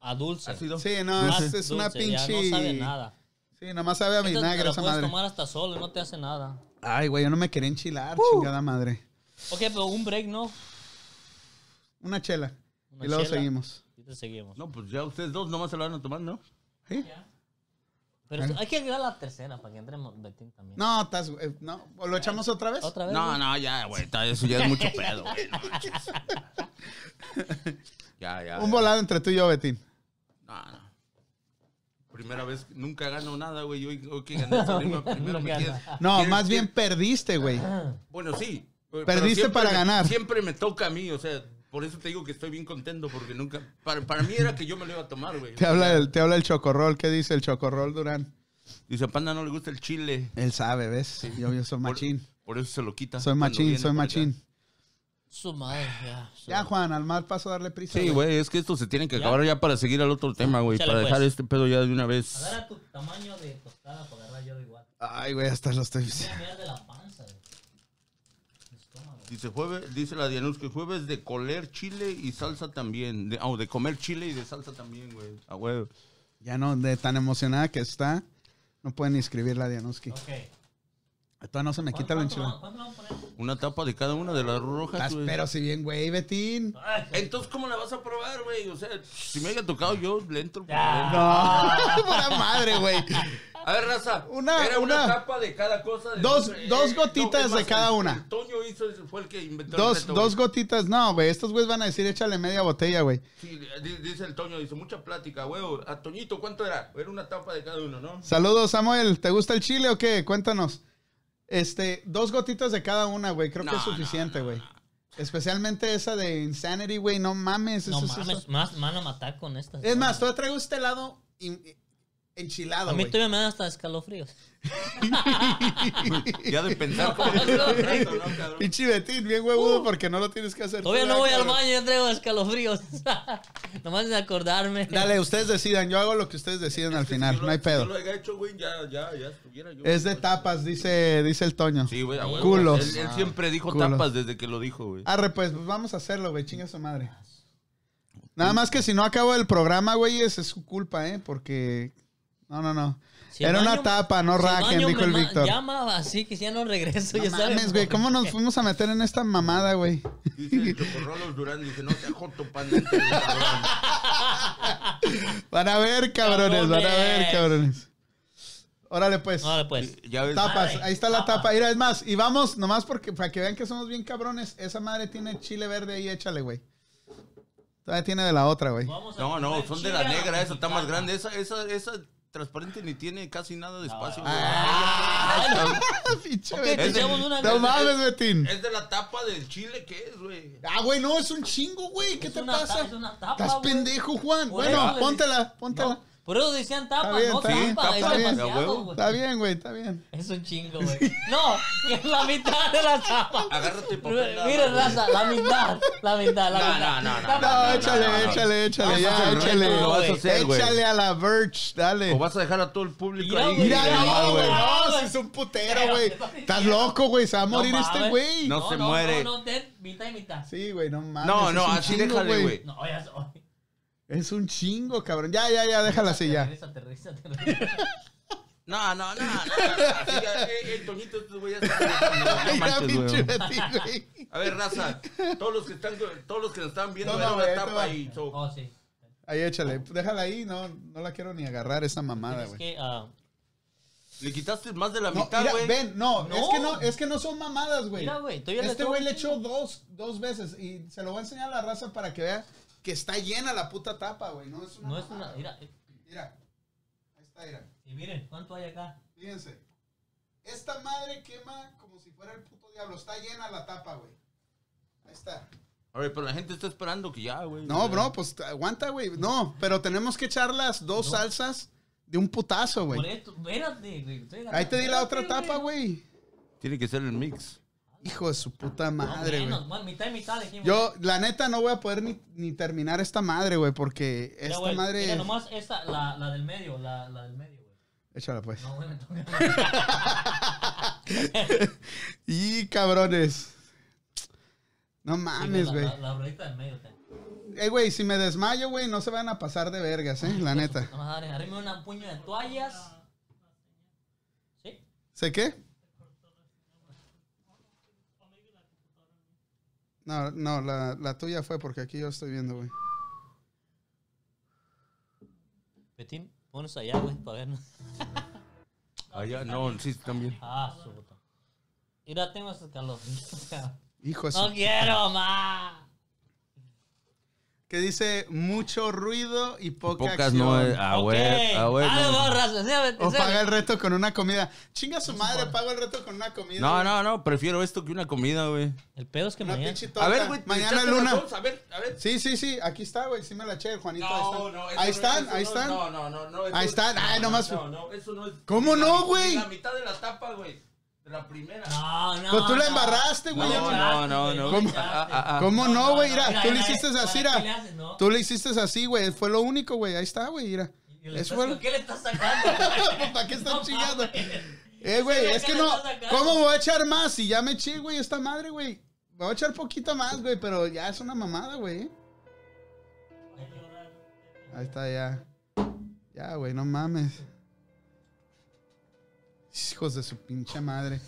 Speaker 1: a dulce.
Speaker 3: Ácido.
Speaker 2: Sí, no,
Speaker 1: Más
Speaker 2: es, es una
Speaker 1: dulce, ya
Speaker 2: pinche.
Speaker 1: no sabe nada.
Speaker 2: Sí, nomás sabe a
Speaker 1: Esta te
Speaker 2: vinagre
Speaker 1: la
Speaker 2: esa
Speaker 1: puedes
Speaker 2: madre.
Speaker 1: tomar hasta solo, no te hace nada.
Speaker 2: Ay, güey, yo no me quería enchilar, chingada madre.
Speaker 1: Ok, pero un break, ¿no?
Speaker 2: Una chela.
Speaker 1: Una
Speaker 2: y luego
Speaker 1: chela.
Speaker 2: seguimos.
Speaker 1: Y te seguimos.
Speaker 3: No, pues ya ustedes dos nomás se lo van a tomar, ¿no?
Speaker 2: ¿Sí?
Speaker 1: Pero
Speaker 2: ¿eh?
Speaker 1: hay que agregar la tercera para que entremos Betín también.
Speaker 2: No, estás, eh, no. ¿O ¿Lo echamos otra vez?
Speaker 1: ¿Otra vez?
Speaker 3: No,
Speaker 1: güey?
Speaker 3: no, ya, güey. ta- Eso ya es mucho pedo, güey. no manches. ya, ya.
Speaker 2: Un
Speaker 3: ya.
Speaker 2: volado entre tú y yo, Betín.
Speaker 3: No, no. Primera vez, nunca gano nada, güey. Hoy, hoy que gané esa rima, primero me
Speaker 1: Nunca
Speaker 3: quieres-
Speaker 2: No,
Speaker 3: quieres-
Speaker 2: más bien perdiste, güey.
Speaker 1: Ah.
Speaker 3: Bueno, sí. pero
Speaker 2: Perdiste
Speaker 3: siempre
Speaker 2: para
Speaker 3: me-
Speaker 2: ganar.
Speaker 3: Siempre me toca a mí, o sea, por eso te digo que estoy bien contento, porque nunca. Para, para mí era que yo me lo iba a tomar, güey.
Speaker 2: Te habla el, te habla el chocorrol. ¿Qué dice el chocorrol, Durán?
Speaker 3: Dice, a Panda no le gusta el chile.
Speaker 2: Él sabe, ¿ves? Yo, yo soy
Speaker 3: Por-
Speaker 2: machín.
Speaker 3: Por, eso se lo quita.
Speaker 2: Soy
Speaker 3: cuando
Speaker 2: machín,
Speaker 3: viene
Speaker 2: soy
Speaker 3: por acá.
Speaker 2: machín.
Speaker 1: Su madre, ya. su-
Speaker 2: Ya, Juan, al mal paso a darle prisa.
Speaker 3: Sí, güey, es que esto se tiene que
Speaker 1: ¿Ya?
Speaker 3: acabar ya para seguir al otro tema, güey.
Speaker 1: Échale,
Speaker 3: Para dejar
Speaker 1: pues.
Speaker 3: este pedo ya de una vez.
Speaker 1: Agarra tu tamaño de tostada para agarrar yo igual.
Speaker 2: Ay, güey, hasta lo estoy...
Speaker 1: Voy a mirar de la panza, güey. El estómago.
Speaker 3: Dice jueves, dice la Dianus que jueves de coler chile y salsa también. De, oh, de comer chile y de salsa también, güey. A huevo.
Speaker 2: Ya no, de tan emocionada que está, no pueden inscribirla a Dianuski.
Speaker 1: Ok.
Speaker 2: Todavía no se me quita la
Speaker 1: ¿Cuánto
Speaker 2: enchilada.
Speaker 1: va- ¿Cuánto vamos a poner?
Speaker 3: Una tapa de cada una de las rojas,
Speaker 2: Estás-
Speaker 3: güey.
Speaker 2: pero si bien, güey, Betín.
Speaker 5: Ay,
Speaker 3: Entonces, ¿cómo la vas a probar, güey? O sea, si me haya tocado yo, le entro. por
Speaker 5: Ya.
Speaker 3: dentro.
Speaker 2: No,
Speaker 3: Ah.
Speaker 2: pura madre, güey.
Speaker 3: A ver, raza.
Speaker 2: Una-
Speaker 3: era una,
Speaker 2: una-
Speaker 3: tapa de cada cosa. de-
Speaker 2: Dos- dos gotitas
Speaker 3: es
Speaker 2: de cada
Speaker 3: el-
Speaker 2: una.
Speaker 3: el Toño hizo, fue el que inventó el
Speaker 2: Dos,
Speaker 3: reto,
Speaker 2: dos
Speaker 3: güey.
Speaker 2: gotitas. No, güey, estos güeyes van a decir échale media botella, güey.
Speaker 3: Sí, di- dice el Toño, dice, mucha plática, güey. A Toñito, ¿cuánto era? Era una tapa de cada uno, ¿no?
Speaker 2: Saludos, Samuel. ¿Te gusta el chile o qué? Cuéntanos. Este, dos gotitas de cada una, güey. Creo que
Speaker 3: No,
Speaker 2: es
Speaker 3: no,
Speaker 2: suficiente, güey. Especialmente esa de Insanity, güey. No mames.
Speaker 1: No
Speaker 2: eso- eso-
Speaker 1: mames,
Speaker 2: eso-
Speaker 1: más me van a matar con estas.
Speaker 2: Es más, tú traigo este helado in- enchilado,
Speaker 1: A mí
Speaker 2: güey.
Speaker 1: todavía me dan hasta escalofríos.
Speaker 3: Ya de pensar cómo hacer el reto, ¿no, cabrón?
Speaker 2: Pinche Betín, bien huevudo porque no lo tienes que hacer.
Speaker 1: Uh. Todavía
Speaker 2: tú,
Speaker 1: no
Speaker 2: ¿verdad,
Speaker 1: voy al
Speaker 2: cabrón?
Speaker 1: baño, ya traigo escalofríos. Nomás de acordarme.
Speaker 2: Dale, ustedes decidan. Yo hago lo que ustedes deciden al
Speaker 3: Es que
Speaker 2: final.
Speaker 3: si yo
Speaker 2: No hay
Speaker 3: lo-
Speaker 2: pedo.
Speaker 3: Si yo lo haya hecho, güey, ya, ya, ya estuviera yo. pues.
Speaker 2: Es de tapas, dice, dice el Toño.
Speaker 3: Sí, güey, a huevo.
Speaker 2: Culos.
Speaker 3: Él, él siempre dijo
Speaker 2: Culos.
Speaker 3: tapas desde que lo dijo, güey.
Speaker 2: Arre, pues, pues vamos a hacerlo, güey. Chinga su madre. Nada más que si no acabo el programa, güey, esa es su culpa, ¿eh? Porque. No, no, no.
Speaker 1: Si
Speaker 2: Era
Speaker 1: el
Speaker 2: una
Speaker 1: baño-
Speaker 2: tapa, no
Speaker 1: si el
Speaker 2: rajen,
Speaker 1: baño
Speaker 2: dijo
Speaker 1: me
Speaker 2: el
Speaker 1: ma-
Speaker 2: Víctor.
Speaker 1: Llama así que si ya no regreso,
Speaker 2: No
Speaker 1: ya sabes.
Speaker 2: mames, güey, ¿cómo nos fuimos a meter en esta mamada, güey?
Speaker 3: Dice el Chocorrolos Durán, dice, no sea joto, pan. neta, güey, cabrón.
Speaker 2: Van a ver, cabrones, van a ver,
Speaker 1: Cabrones.
Speaker 2: cabrones. Órale, pues.
Speaker 1: Ahora pues.
Speaker 3: Ya ves.
Speaker 2: Tapas,
Speaker 1: Madre,
Speaker 2: ahí está la
Speaker 1: tapa.
Speaker 2: tapa. Mira, es más, y vamos, nomás porque para que vean que somos bien cabrones, esa madre tiene chile verde ahí, échale, güey. Todavía tiene de la otra, güey.
Speaker 5: vamos a
Speaker 3: No, no,
Speaker 5: comer
Speaker 3: son de
Speaker 5: chile
Speaker 3: la
Speaker 5: a
Speaker 3: negra, esa está más
Speaker 5: mexicana.
Speaker 3: grande. Esa, esa, esa transparente ni tiene casi nada de espacio. güey.
Speaker 2: Ah.
Speaker 1: Ah,
Speaker 2: Pinche
Speaker 1: Ok,
Speaker 2: Betín.
Speaker 1: te echamos una.
Speaker 2: No
Speaker 1: es
Speaker 2: mames, Betín.
Speaker 3: Es de la tapa del chile, ¿qué es, güey?
Speaker 2: Ah, güey, no, es un chingo, güey. ¿Qué te
Speaker 1: una ta-
Speaker 2: pasa?
Speaker 1: Es una tapa,
Speaker 2: Estás
Speaker 1: güey.
Speaker 2: pendejo, Juan.
Speaker 1: Por
Speaker 2: Bueno,
Speaker 1: eso le-
Speaker 2: póntela, póntela.
Speaker 1: No, Por eso decían tapa,
Speaker 2: Está bien,
Speaker 1: no
Speaker 2: está bien,
Speaker 1: tapa. Es
Speaker 3: tapa,
Speaker 2: está bien.
Speaker 1: demasiado, güey.
Speaker 2: Está bien, güey, está bien.
Speaker 1: Es un chingo, güey. No, es la mitad de la tapa.
Speaker 3: Agárrate el papel.
Speaker 1: Mira,
Speaker 3: güey.
Speaker 1: raza, la mitad, la mitad, la
Speaker 3: No,
Speaker 1: mitad.
Speaker 3: no, no, no,
Speaker 1: Tapa,
Speaker 2: No,
Speaker 3: no,
Speaker 1: tapa.
Speaker 2: échale,
Speaker 3: no, no.
Speaker 2: échale, échale,
Speaker 3: Vamos a
Speaker 2: ya,
Speaker 3: hacer reto,
Speaker 2: échale.
Speaker 3: lo vas a hacer, güey.
Speaker 2: échale a la Verge, dale.
Speaker 3: O vas a dejar a todo el público
Speaker 1: Mira,
Speaker 3: ahí.
Speaker 1: güey.
Speaker 2: Mira,
Speaker 1: Ya,
Speaker 2: no,
Speaker 1: no,
Speaker 2: güey,
Speaker 1: no,
Speaker 2: no,
Speaker 1: güey.
Speaker 2: es un putero, güey. Estás loco, güey, se va a morir este
Speaker 1: mames.
Speaker 2: güey.
Speaker 3: No se muere.
Speaker 1: No, no, ten mitad y mitad.
Speaker 2: Sí, güey, no mames.
Speaker 3: No,
Speaker 2: es
Speaker 3: no,
Speaker 2: un
Speaker 3: así
Speaker 2: chingo,
Speaker 3: déjale, güey.
Speaker 1: No, ya soy.
Speaker 2: Es un chingo, cabrón. Ya, ya, ya, déjala así ya.
Speaker 1: Aterriza, aterriza, aterriza.
Speaker 3: No, no, no, no. Así ya, eh, eh, Toñito, estos güeyes están- no
Speaker 2: Ay, ya,
Speaker 3: manches, güey.
Speaker 2: pinche Betín, güey.
Speaker 3: A ver, raza, todos los que están todos los que nos están viendo,
Speaker 2: No, no,
Speaker 3: era
Speaker 2: güey,
Speaker 3: una
Speaker 2: ahí te
Speaker 3: tapa
Speaker 2: va.
Speaker 3: y so-
Speaker 1: Oh, sí.
Speaker 2: Ahí échale, déjala ahí, no, no la quiero ni agarrar esa mamada,
Speaker 1: Es
Speaker 2: güey.
Speaker 1: que, ah,
Speaker 3: le quitaste más de la
Speaker 2: No,
Speaker 3: mitad,
Speaker 2: mira,
Speaker 3: güey.
Speaker 2: ven, no,
Speaker 1: No.
Speaker 2: es que no, es que no son mamadas, güey.
Speaker 1: mira, güey, todavía
Speaker 2: Este güey le echó
Speaker 1: toco.
Speaker 2: dos, dos veces y se lo voy a enseñar a la raza para que vea que está llena la puta tapa, güey. No es una.
Speaker 1: No es
Speaker 2: mamada.
Speaker 1: una. Mira,
Speaker 2: Mira, ahí está, mira.
Speaker 1: y miren, ¿cuánto hay acá?
Speaker 2: Fíjense. Esta madre quema como si fuera el puto diablo. Está llena la tapa, güey. Ahí está.
Speaker 3: A ver, pero la gente está esperando que ya, güey.
Speaker 2: No, bro, pues aguanta, güey. No, pero tenemos que echar las dos
Speaker 1: No.
Speaker 2: salsas de un putazo,
Speaker 1: Por
Speaker 2: güey.
Speaker 1: esto, espérate, güey. estoy
Speaker 2: Ahí te di la
Speaker 1: agarrando,
Speaker 2: otra
Speaker 1: espérate,
Speaker 2: tapa, güey.
Speaker 3: Tiene que ser el mix.
Speaker 2: Hijo de su puta
Speaker 1: No,
Speaker 2: madre, güey.
Speaker 1: menos, bueno, mitad y mitad dijimos.
Speaker 2: Yo, la neta, no voy a poder ni, ni terminar esta madre, güey, porque
Speaker 1: Mira,
Speaker 2: esta
Speaker 1: güey,
Speaker 2: madre...
Speaker 1: Mira, nomás esta, la, la del medio, la, la del medio, güey.
Speaker 2: Échala, pues.
Speaker 1: No, güey, me toca.
Speaker 2: Y cabrones. No mames,
Speaker 1: la-
Speaker 2: güey.
Speaker 1: La, la ruedita del medio, ten.
Speaker 2: Eh, güey, si me desmayo, güey, no se van a pasar de vergas, eh, la neta.
Speaker 1: Vamos a darle, arriba una puño de toallas. ¿Sí?
Speaker 2: ¿Sé qué? No, no, la, la tuya fue porque aquí yo estoy viendo, güey.
Speaker 1: Betín, ponos allá, güey, para vernos.
Speaker 3: Allá, Ah, no, sí, también.
Speaker 1: Ah, su puta. Mira, tengo ese calor. O sea,
Speaker 2: Hijo de su-
Speaker 1: no quiero más.
Speaker 2: Que dice mucho ruido y poca
Speaker 3: Pocas
Speaker 2: acción.
Speaker 3: no, a
Speaker 1: Ok.
Speaker 3: Ah, güey, a güey.
Speaker 1: Ah,
Speaker 3: no.
Speaker 1: no, raza, sí,
Speaker 2: O
Speaker 1: sí.
Speaker 2: paga el reto con una comida. Chinga su madre, pago el reto con una comida.
Speaker 3: No,
Speaker 2: güey.
Speaker 3: no, no, prefiero esto que una comida, güey.
Speaker 1: El pedo es que
Speaker 2: Una
Speaker 1: mañana.
Speaker 2: pinche torta.
Speaker 3: A ver, güey,
Speaker 2: Mañana
Speaker 3: ¿echaste las
Speaker 2: luna.
Speaker 3: dos? A ver, a ver.
Speaker 2: Sí, sí, sí. Aquí está, güey. Sí me la eché, Juanito.
Speaker 3: No, no,
Speaker 2: ahí están,
Speaker 3: eso
Speaker 2: ahí
Speaker 3: no-
Speaker 2: están. ahí
Speaker 3: eso no-
Speaker 2: están.
Speaker 3: No, no, no, no. eso-
Speaker 2: Ahí están. Ay, nomás-
Speaker 3: No, no, eso no es.
Speaker 2: ¿Cómo
Speaker 3: ni
Speaker 2: no,
Speaker 3: la-
Speaker 2: güey?
Speaker 3: ni La mitad de la tapa, güey. De la primera.
Speaker 1: No, no.
Speaker 2: Pues tú la
Speaker 1: no.
Speaker 2: embarraste, güey.
Speaker 1: No,
Speaker 3: No, no, no.
Speaker 1: ¿Cómo?
Speaker 3: Ah, ah, ah.
Speaker 2: ¿Cómo no, güey? Mira, tú le
Speaker 1: mira,
Speaker 2: hiciste
Speaker 1: mira,
Speaker 2: así,
Speaker 1: ¿qué
Speaker 2: mira.
Speaker 1: le haces, no?
Speaker 2: Tú le hiciste así, güey. Fue lo único, güey. Ahí está, güey. Mira.
Speaker 1: Y le
Speaker 2: Es
Speaker 1: estás-
Speaker 2: bueno.
Speaker 1: ¿Qué le estás sacando? güey?
Speaker 2: ¿Para qué están
Speaker 1: No
Speaker 2: chingando?
Speaker 1: mames.
Speaker 2: Eh, güey,
Speaker 1: Ese
Speaker 2: es que
Speaker 1: güey
Speaker 2: no.
Speaker 1: acá le está sacando.
Speaker 2: ¿Cómo voy a echar más? Si ya me eché, güey, esta madre, güey. Voy a echar poquito más, güey, pero ya es una mamada, güey. Ahí está, ya. Ya, güey, no mames. Hijos de su pinche madre.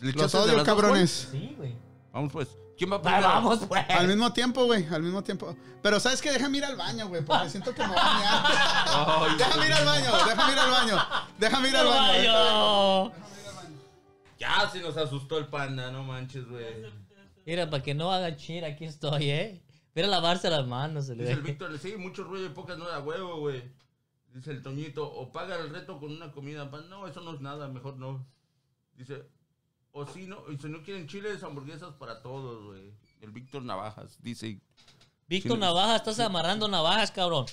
Speaker 3: ¿Le
Speaker 2: Los
Speaker 3: echaste de
Speaker 2: odio,
Speaker 3: las dos, güey?
Speaker 2: cabrones.
Speaker 1: Sí, güey.
Speaker 3: Vamos pues. ¿Quién va
Speaker 1: Va,
Speaker 3: primero?
Speaker 1: vamos, pues. güey.
Speaker 2: Al mismo tiempo, güey, al mismo tiempo. Pero ¿sabes qué? Déjame ir al baño, güey, porque siento que me voy a bañar.
Speaker 3: Ay,
Speaker 2: Déjame ir al baño, déjame ir al baño. Déjame ir al baño.
Speaker 1: Caballo.
Speaker 3: ya se nos asustó el panda, no manches, güey.
Speaker 1: Mira, para que no haga chir, aquí estoy, ¿eh? Mira lavarse las manos, el
Speaker 3: Dice el
Speaker 1: güey.
Speaker 3: Víctor, sí, mucho ruido y pocas no da huevo, güey. Dice el Toñito, o paga el reto con una comida. pa- No, eso no es nada, mejor no. Dice, o si no, y si no quieren chiles, hamburguesas para todos, güey. El Víctor Navajas, dice.
Speaker 1: Víctor
Speaker 3: Sí.
Speaker 1: Navajas, estás amarrando navajas, cabrón.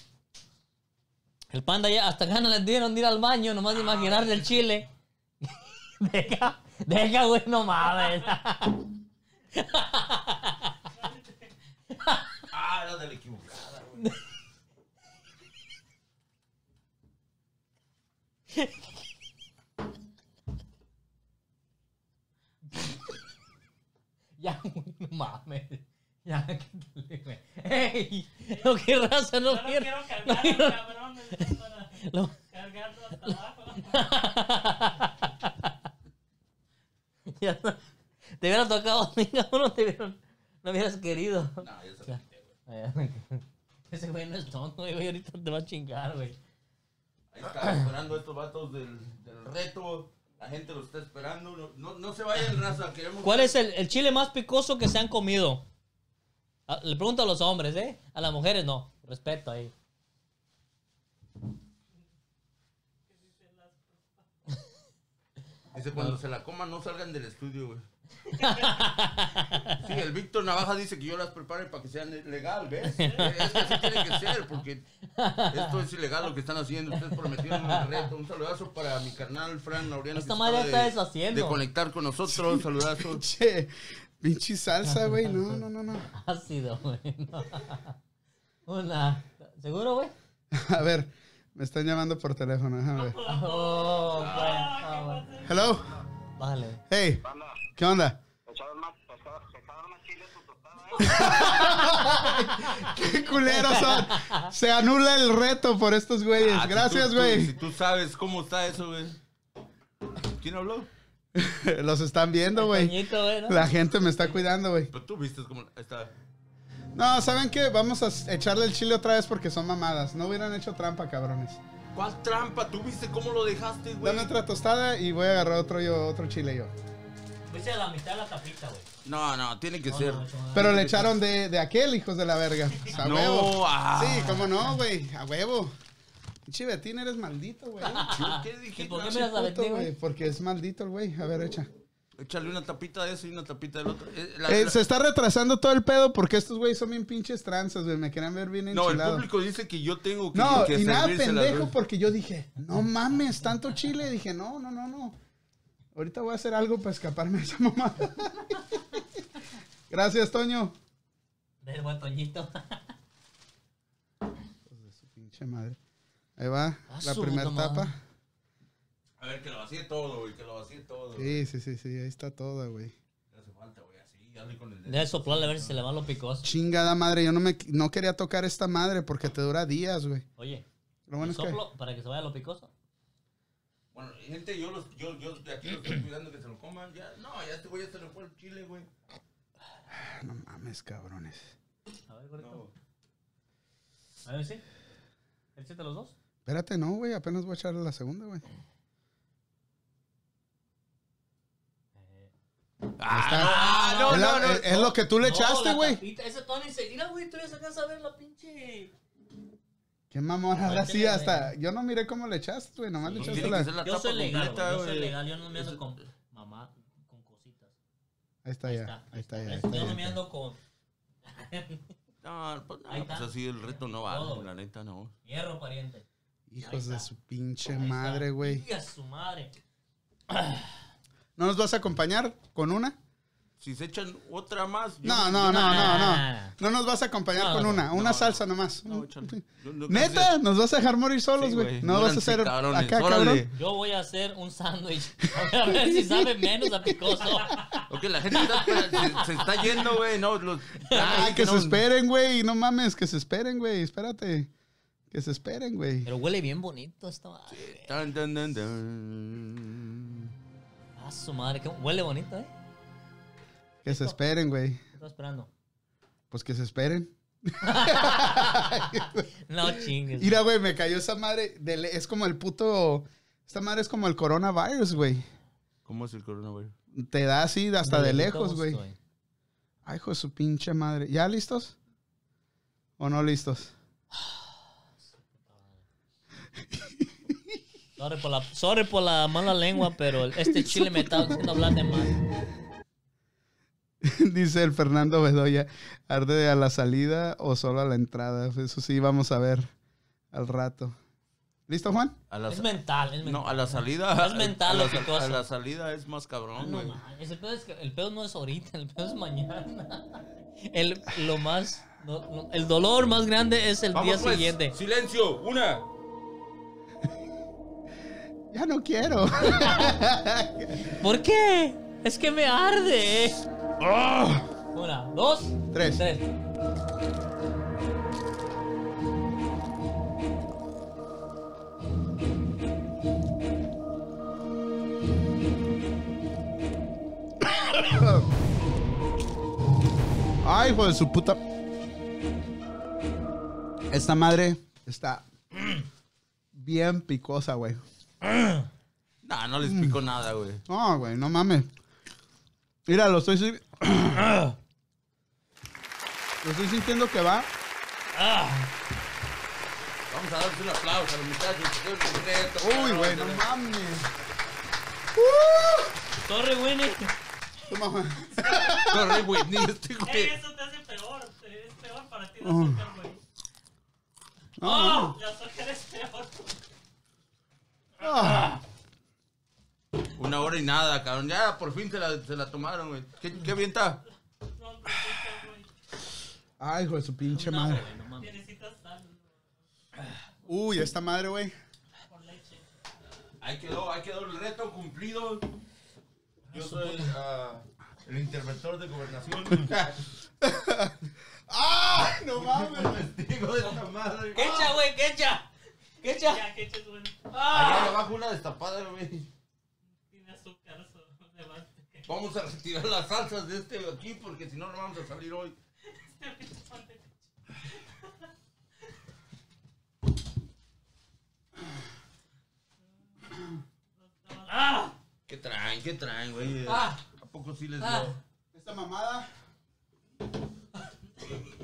Speaker 1: El panda ya hasta ganas le dieron de ir al baño, nomás de imaginar del chile. deja, deja, güey, no mames.
Speaker 3: Ah, era del equivocado.
Speaker 1: ya, güey, no mames. Ya, que te le- güey. ¡Ey! No, qué raza, no
Speaker 5: Yo no
Speaker 1: quiero.
Speaker 5: quiero
Speaker 1: no
Speaker 5: cargar
Speaker 1: quiero-
Speaker 5: al cabrón este, para
Speaker 1: no.
Speaker 5: cargarlo hasta abajo.
Speaker 1: Ya no- Te hubieran tocado, cabrón, te hubieran. No hubieras querido.
Speaker 3: No, ya se lo quité, güey.
Speaker 1: Ese güey no es tonto, güey. Ahorita te va a chingar, güey.
Speaker 3: Ahí están esperando estos vatos del, del reto. La gente lo está esperando. No, no, no se vayan, raza, queremos...
Speaker 1: ¿Cuál es el, el chile más picoso que se han comido? Ah, Le pregunto a los hombres, ¿eh? A las mujeres no. Respeto ahí.
Speaker 3: Dice, cuando se la coman, no salgan del estudio, güey. Sí, el Víctor Navaja dice que yo las prepare para que sean legal, ¿ves? Es que así tiene que ser, porque esto es ilegal lo que están haciendo. Ustedes prometieron un reto. Un saludazo para mi carnal Fran Laureano.
Speaker 1: Esta
Speaker 3: que
Speaker 1: madre
Speaker 3: acaba
Speaker 1: está
Speaker 3: de-
Speaker 1: deshaciendo.
Speaker 3: De conectar con nosotros, un saludazo. Ah,
Speaker 2: Pinche, pinche salsa, güey. No, no, no, no.
Speaker 1: Ácido, güey. no. Una. ¿Seguro, güey?
Speaker 2: A ver, me están llamando por teléfono, déjame ver.
Speaker 1: Oh, güey. Ah, bueno.
Speaker 2: Hello.
Speaker 1: Vale.
Speaker 2: Hey, ¿qué onda? ¡Qué culeros son! Se anula el reto por estos güeyes.
Speaker 3: Ah, si
Speaker 2: Gracias,
Speaker 3: tú-
Speaker 2: güey.
Speaker 3: tú- Si tú sabes cómo está eso, güey. ¿Quién habló?
Speaker 2: Los están viendo, güey.
Speaker 1: Toñito, güey, ¿no?
Speaker 2: La gente me está cuidando, güey.
Speaker 3: Pero tú viste cómo está.
Speaker 2: No, ¿saben qué? Vamos a echarle el chile otra vez porque son mamadas. No hubieran hecho trampa, cabrones.
Speaker 3: ¿Cuál trampa? ¿Tú viste cómo lo dejaste, güey?
Speaker 2: Dame otra tostada y voy a agarrar otro yo, otro chile yo.
Speaker 1: Puse a la mitad de la tapita, güey.
Speaker 3: No, no, tiene que ser.
Speaker 1: No, eso no.
Speaker 2: Pero le echaron de, de aquel, hijos de la verga. Pues, a
Speaker 3: No,
Speaker 2: huevo.
Speaker 3: ah.
Speaker 2: Sí, cómo no, güey. A huevo. Chivetín, eres maldito, güey.
Speaker 3: ¿Yo ¿Qué dije?
Speaker 1: ¿Y por qué
Speaker 3: No,
Speaker 1: me las
Speaker 2: Puto,
Speaker 1: aventé,
Speaker 2: güey,
Speaker 1: güey?
Speaker 2: Porque es maldito el güey. A ver, echa.
Speaker 3: Échale una tapita de eso y una tapita del otro. Eh, la-
Speaker 2: Eh,
Speaker 3: la-
Speaker 2: se está retrasando todo el pedo porque estos güeyes son bien pinches tranzas, güey. Me querían ver bien
Speaker 3: no, el
Speaker 2: enchilados.
Speaker 3: público dice que yo tengo que,
Speaker 2: No,
Speaker 3: que
Speaker 2: y nada
Speaker 3: servirse las
Speaker 2: pendejo pues.
Speaker 3: dos.
Speaker 2: porque yo dije, no mames, tanto chile. Dije, no, no, no, no. Ahorita voy a hacer algo para escaparme de esa mamada. Gracias, Toño.
Speaker 1: Del buen Toñito.
Speaker 2: Hijos de su pinche madre. Ahí va,
Speaker 1: Ah,
Speaker 2: la
Speaker 1: su
Speaker 2: primera
Speaker 1: puta madre.
Speaker 2: tapa.
Speaker 3: A ver, que lo vacíe todo, güey, que lo vacíe todo. güey.
Speaker 2: Sí, sí, sí, sí, ahí está toda, güey.
Speaker 3: No hace falta, güey, así, hazle con el dedo.
Speaker 1: Deja de soplarle a ver si se le van los picos.
Speaker 2: Chingada madre, yo no me no quería tocar esta madre porque te dura días, güey.
Speaker 1: Oye,
Speaker 2: Lo bueno es que
Speaker 1: soplo para que se vaya lo picoso.
Speaker 3: Bueno, gente, yo, los, yo, yo de aquí los estoy cuidando que se lo coman. Ya, no, ya este güey ya se le fue el chile, güey.
Speaker 2: Ah, no mames, cabrones.
Speaker 1: A ver, gordito.
Speaker 3: No.
Speaker 1: A ver, sí. Échate los dos.
Speaker 2: Espérate, no, güey, apenas voy a echarle la segunda, güey.
Speaker 3: Eh. Ah, no,
Speaker 2: es, la-
Speaker 3: no, no.
Speaker 2: es- es lo que tú le echaste, güey.
Speaker 1: Ese Tony se. Mira, güey, tú ya sacas a ver la pinche.
Speaker 2: Qué mamón, ahora sí,
Speaker 1: Échale,
Speaker 2: hasta. Yo no miré cómo le echaste, güey. Nomás le
Speaker 3: Pues
Speaker 2: echaste
Speaker 3: tiene
Speaker 2: la.
Speaker 3: que ser la
Speaker 1: Yo
Speaker 3: tapa
Speaker 1: soy legal,
Speaker 3: completa,
Speaker 1: güey, yo soy
Speaker 3: güey.
Speaker 1: legal, yo no me ando
Speaker 3: Eso-
Speaker 1: con mamá, con cositas.
Speaker 2: Ahí está ya. Ahí está ya. ahí
Speaker 1: Yo
Speaker 2: está
Speaker 1: no me
Speaker 2: ya.
Speaker 1: ando con
Speaker 3: No, pues, no,
Speaker 1: Ahí está.
Speaker 3: pues así el reto no
Speaker 1: Todo,
Speaker 3: vale,
Speaker 1: güey.
Speaker 3: la neta no.
Speaker 1: hierro, pariente. Ahí
Speaker 2: Hijos
Speaker 1: está.
Speaker 2: de su pinche
Speaker 1: Ahí está.
Speaker 2: madre, güey.
Speaker 1: Diga su madre.
Speaker 2: ¿No nos vas a acompañar con una?
Speaker 3: Si se echan otra más. yo-
Speaker 2: No, no, no, no, no.
Speaker 1: Ah.
Speaker 2: No nos vas a acompañar
Speaker 1: No,
Speaker 2: con
Speaker 1: no,
Speaker 2: una. Una
Speaker 3: no,
Speaker 2: salsa nomás.
Speaker 3: No, échale. Yo- yo-
Speaker 2: Neta, nos vas a dejar morir solos,
Speaker 3: Sí,
Speaker 2: güey.
Speaker 3: güey.
Speaker 2: No vas a
Speaker 3: Múranse,
Speaker 2: hacer
Speaker 3: cabrones,
Speaker 2: acá,
Speaker 3: órale.
Speaker 2: cabrón.
Speaker 1: Yo voy a hacer un sándwich. A ver si sabe menos a picoso.
Speaker 3: Ok, la gente está, se, se está yendo, güey. No, los,
Speaker 2: Ay, que
Speaker 3: no-
Speaker 2: se esperen, güey. No mames, que se esperen, güey. Espérate. Que se esperen, güey.
Speaker 1: Pero huele bien bonito esta madre.
Speaker 3: Tan, tan, tan, tan.
Speaker 1: A Ah, su madre, que huele bonito, ¿eh?
Speaker 2: Que se esperen, güey.
Speaker 1: Estaba esperando.
Speaker 2: Pues que se esperen.
Speaker 1: No chingues.
Speaker 2: Mira, güey, me cayó esa madre. del- es como el puto. Esta madre es como el coronavirus, güey.
Speaker 3: ¿Cómo es el coronavirus?
Speaker 2: Te da así de hasta
Speaker 1: Me
Speaker 2: de
Speaker 1: dio
Speaker 2: lejos,
Speaker 1: gusto,
Speaker 2: güey. Ay, hijo de su pinche madre. ¿Ya listos? ¿O no listos?
Speaker 1: Sorry por, la, sorry por la mala lengua, pero este chile me está haciendo hablar de mal.
Speaker 2: Dice el Fernando Bedoya. ¿Arde a la salida o solo a la entrada? Eso sí, vamos a ver al rato. ¿Listo, Juan?
Speaker 3: A la
Speaker 1: Es
Speaker 3: sa-
Speaker 1: mental, es mental.
Speaker 3: no, a la salida.
Speaker 1: Es mental
Speaker 3: a la
Speaker 1: lo que
Speaker 3: sa-
Speaker 1: tú haces.
Speaker 3: A la salida es más
Speaker 1: Ah,
Speaker 3: cabrón,
Speaker 1: no,
Speaker 3: güey.
Speaker 1: ma, es el, pedo es que el pedo no es ahorita, el pedo es mañana. El, lo más, no, no, el dolor más grande es el
Speaker 3: Vamos,
Speaker 1: día
Speaker 3: pues.
Speaker 1: siguiente.
Speaker 3: Silencio, una.
Speaker 2: Ya no quiero.
Speaker 1: ¿Por qué? Es que me arde. Una, dos,
Speaker 2: Tres.
Speaker 1: tres.
Speaker 2: Ay, hijo de su puta. Esta madre está bien picosa, güey.
Speaker 3: Nah, no les pico nada, güey.
Speaker 2: No, güey, no mames. Mira, lo estoy si- Lo estoy sintiendo que va.
Speaker 3: Vamos a darles un aplauso a los muchachos. que son completos,
Speaker 2: Uy,
Speaker 3: cabrón,
Speaker 2: güey,
Speaker 3: de
Speaker 2: no
Speaker 3: la-
Speaker 2: mames.
Speaker 1: Torre Winnie.
Speaker 2: Tu mamá.
Speaker 3: Corre, güey, ni este
Speaker 5: Ey,
Speaker 3: güey.
Speaker 5: eso te hace peor. te- Es peor para ti la
Speaker 2: Oh.
Speaker 5: azúcar, güey.
Speaker 2: No,
Speaker 1: Oh.
Speaker 2: no.
Speaker 5: La azúcar es peor.
Speaker 2: Ah,
Speaker 3: Una hora y nada, cabrón. Ya por fin se la, se la tomaron, güey. ¿Qué, qué bien está?
Speaker 5: No, hombre, azúcar, güey.
Speaker 2: Ay, hijo de su pinche madre.
Speaker 1: No mames.
Speaker 5: Necesitas sal
Speaker 2: Uy, esta madre, güey.
Speaker 5: con leche.
Speaker 3: Ahí quedó, ahí quedó el reto cumplido. Yo soy ah, el interventor de gobernación.
Speaker 2: ¡Ay, no mames!
Speaker 3: Testigo de esta madre.
Speaker 1: Quecha, güey, quecha. Quecha.
Speaker 5: Ya que eches, güey.
Speaker 3: Allá abajo una destapada, güey.
Speaker 5: Tiene azúcar, eso. Me basta.
Speaker 3: Vamos a retirar las salsas de este aquí porque si no, no vamos a salir hoy.
Speaker 5: Este pinche pan de leche. ¡Ah!
Speaker 3: ¿Qué traen? ¿Qué traen, güey?
Speaker 1: Ah.
Speaker 3: ¿A poco sí les dio?
Speaker 1: Ah.
Speaker 2: Esta mamada.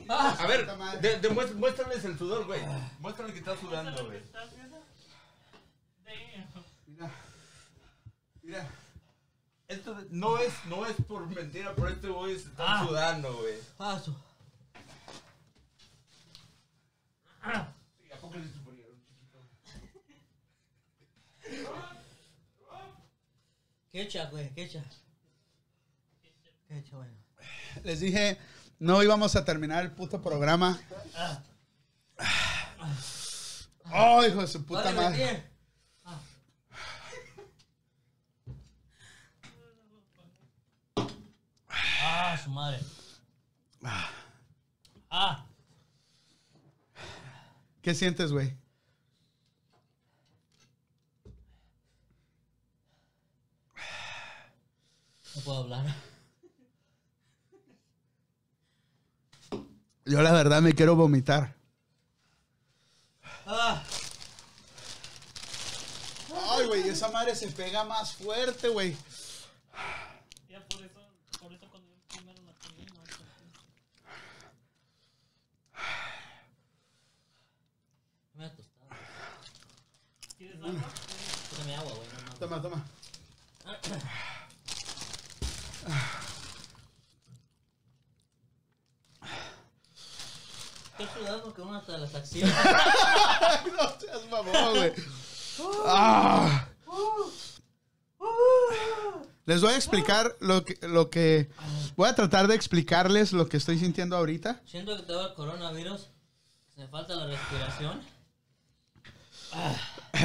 Speaker 1: ah,
Speaker 3: A ver,
Speaker 2: Puta madre.
Speaker 3: de, demuestra- muéstrales el sudor, güey. Muéstrales que está sudando, güey.
Speaker 5: ¿Estás viendo? Damn.
Speaker 2: Mira. Mira.
Speaker 3: Esto de- no es, no es por mentira, pero este güey se está
Speaker 1: Ah.
Speaker 3: sudando, güey.
Speaker 1: Paso.
Speaker 3: ¿A poco le supieron, chiquito?
Speaker 1: Quecha, güey, quecha. Quecha, bueno.
Speaker 2: Les dije, no íbamos a terminar el puto programa.
Speaker 1: Ah.
Speaker 2: ¡Oh, hijo de su puta
Speaker 1: Dale,
Speaker 2: madre!
Speaker 1: Betín. Ah. Ah, su madre. Ah,
Speaker 2: ¿Qué sientes, güey?
Speaker 1: no puedo hablar.
Speaker 2: Yo la verdad me quiero vomitar.
Speaker 1: Ah,
Speaker 2: Ay, güey, esa madre se pega más fuerte, güey.
Speaker 5: Ya por eso, por eso cuando yo primero la comí, no.
Speaker 1: me ha tostado.
Speaker 5: ¿Quieres algo?
Speaker 1: Tócame agua, güey. no mames.
Speaker 2: Toma, toma.
Speaker 1: Estoy sudando que una hasta las axilas.
Speaker 2: Ay, no seas mamón, güey. Ah. Les voy a explicar lo que, lo que... Voy a tratar de explicarles lo que estoy sintiendo ahorita.
Speaker 1: Siento que tengo el coronavirus. Se me falta la respiración.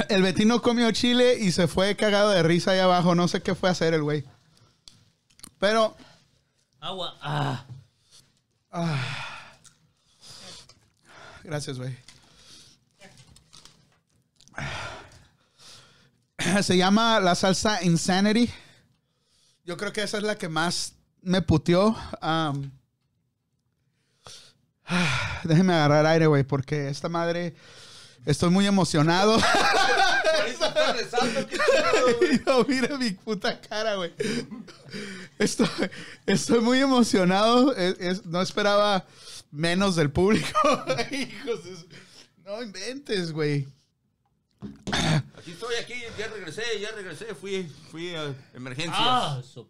Speaker 2: El Betino comió chile y se fue cagado de risa ahí abajo. No sé qué fue a hacer el güey. Pero
Speaker 1: Agua. Ah.
Speaker 2: Gracias, güey. Se llama la salsa Insanity. Yo creo que esa es la que más me puteó. Am, ah, déjeme agarrar aire, güey, porque esta madre. Estoy muy emocionado. Yo, mira mi puta cara, güey. Estoy, estoy muy emocionado. Es- es- no esperaba menos del público. Hijos de su- No inventes, güey.
Speaker 3: Aquí estoy, aquí, ya regresé, ya regresé, fui, fui a emergencias.
Speaker 1: Ah, su-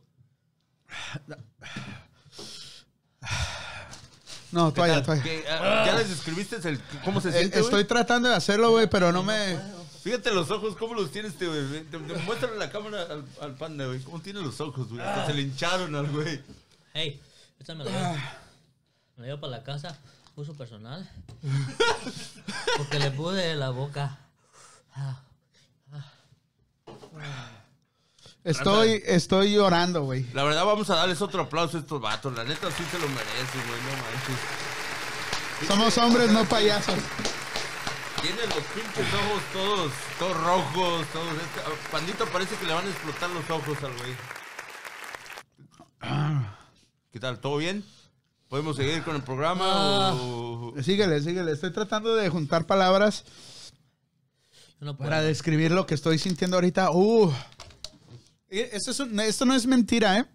Speaker 2: No,
Speaker 3: ¿Qué
Speaker 2: toalla,
Speaker 3: tal?
Speaker 2: toalla.
Speaker 3: ¿Qué, ah, ¿Ya les describiste el- cómo se
Speaker 2: Eh,
Speaker 3: siente, güey?
Speaker 2: Estoy tratando de hacerlo, güey, pero no me.
Speaker 3: Fíjate los ojos, cómo los tienes, este, güey. Te, te- muéstrale la cámara al, al panda, güey. Cómo tiene los ojos, güey. Hasta se le hincharon al güey.
Speaker 1: Hey, esta me la llevo. Me la llevo para la casa, uso personal. Porque le pude la boca. Ah,
Speaker 2: Estoy, estoy llorando, güey.
Speaker 3: La verdad, vamos a darles otro aplauso a estos vatos. La neta, sí se lo merecen, güey. No manches.
Speaker 2: Somos hombres, no payasos.
Speaker 3: Tiene los pinches ojos todos, todos rojos, todos. este- a Pandita parece que le van a explotar los ojos al güey. ¿Qué tal? ¿Todo bien? ¿Podemos seguir con el programa?
Speaker 1: Ah.
Speaker 3: o-
Speaker 2: Síguele, síguele. Estoy tratando de juntar palabras
Speaker 1: yo no puedo.
Speaker 2: para describir lo que estoy sintiendo ahorita. Uh. Eh, Esto, es un- esto no es mentira, ¿eh?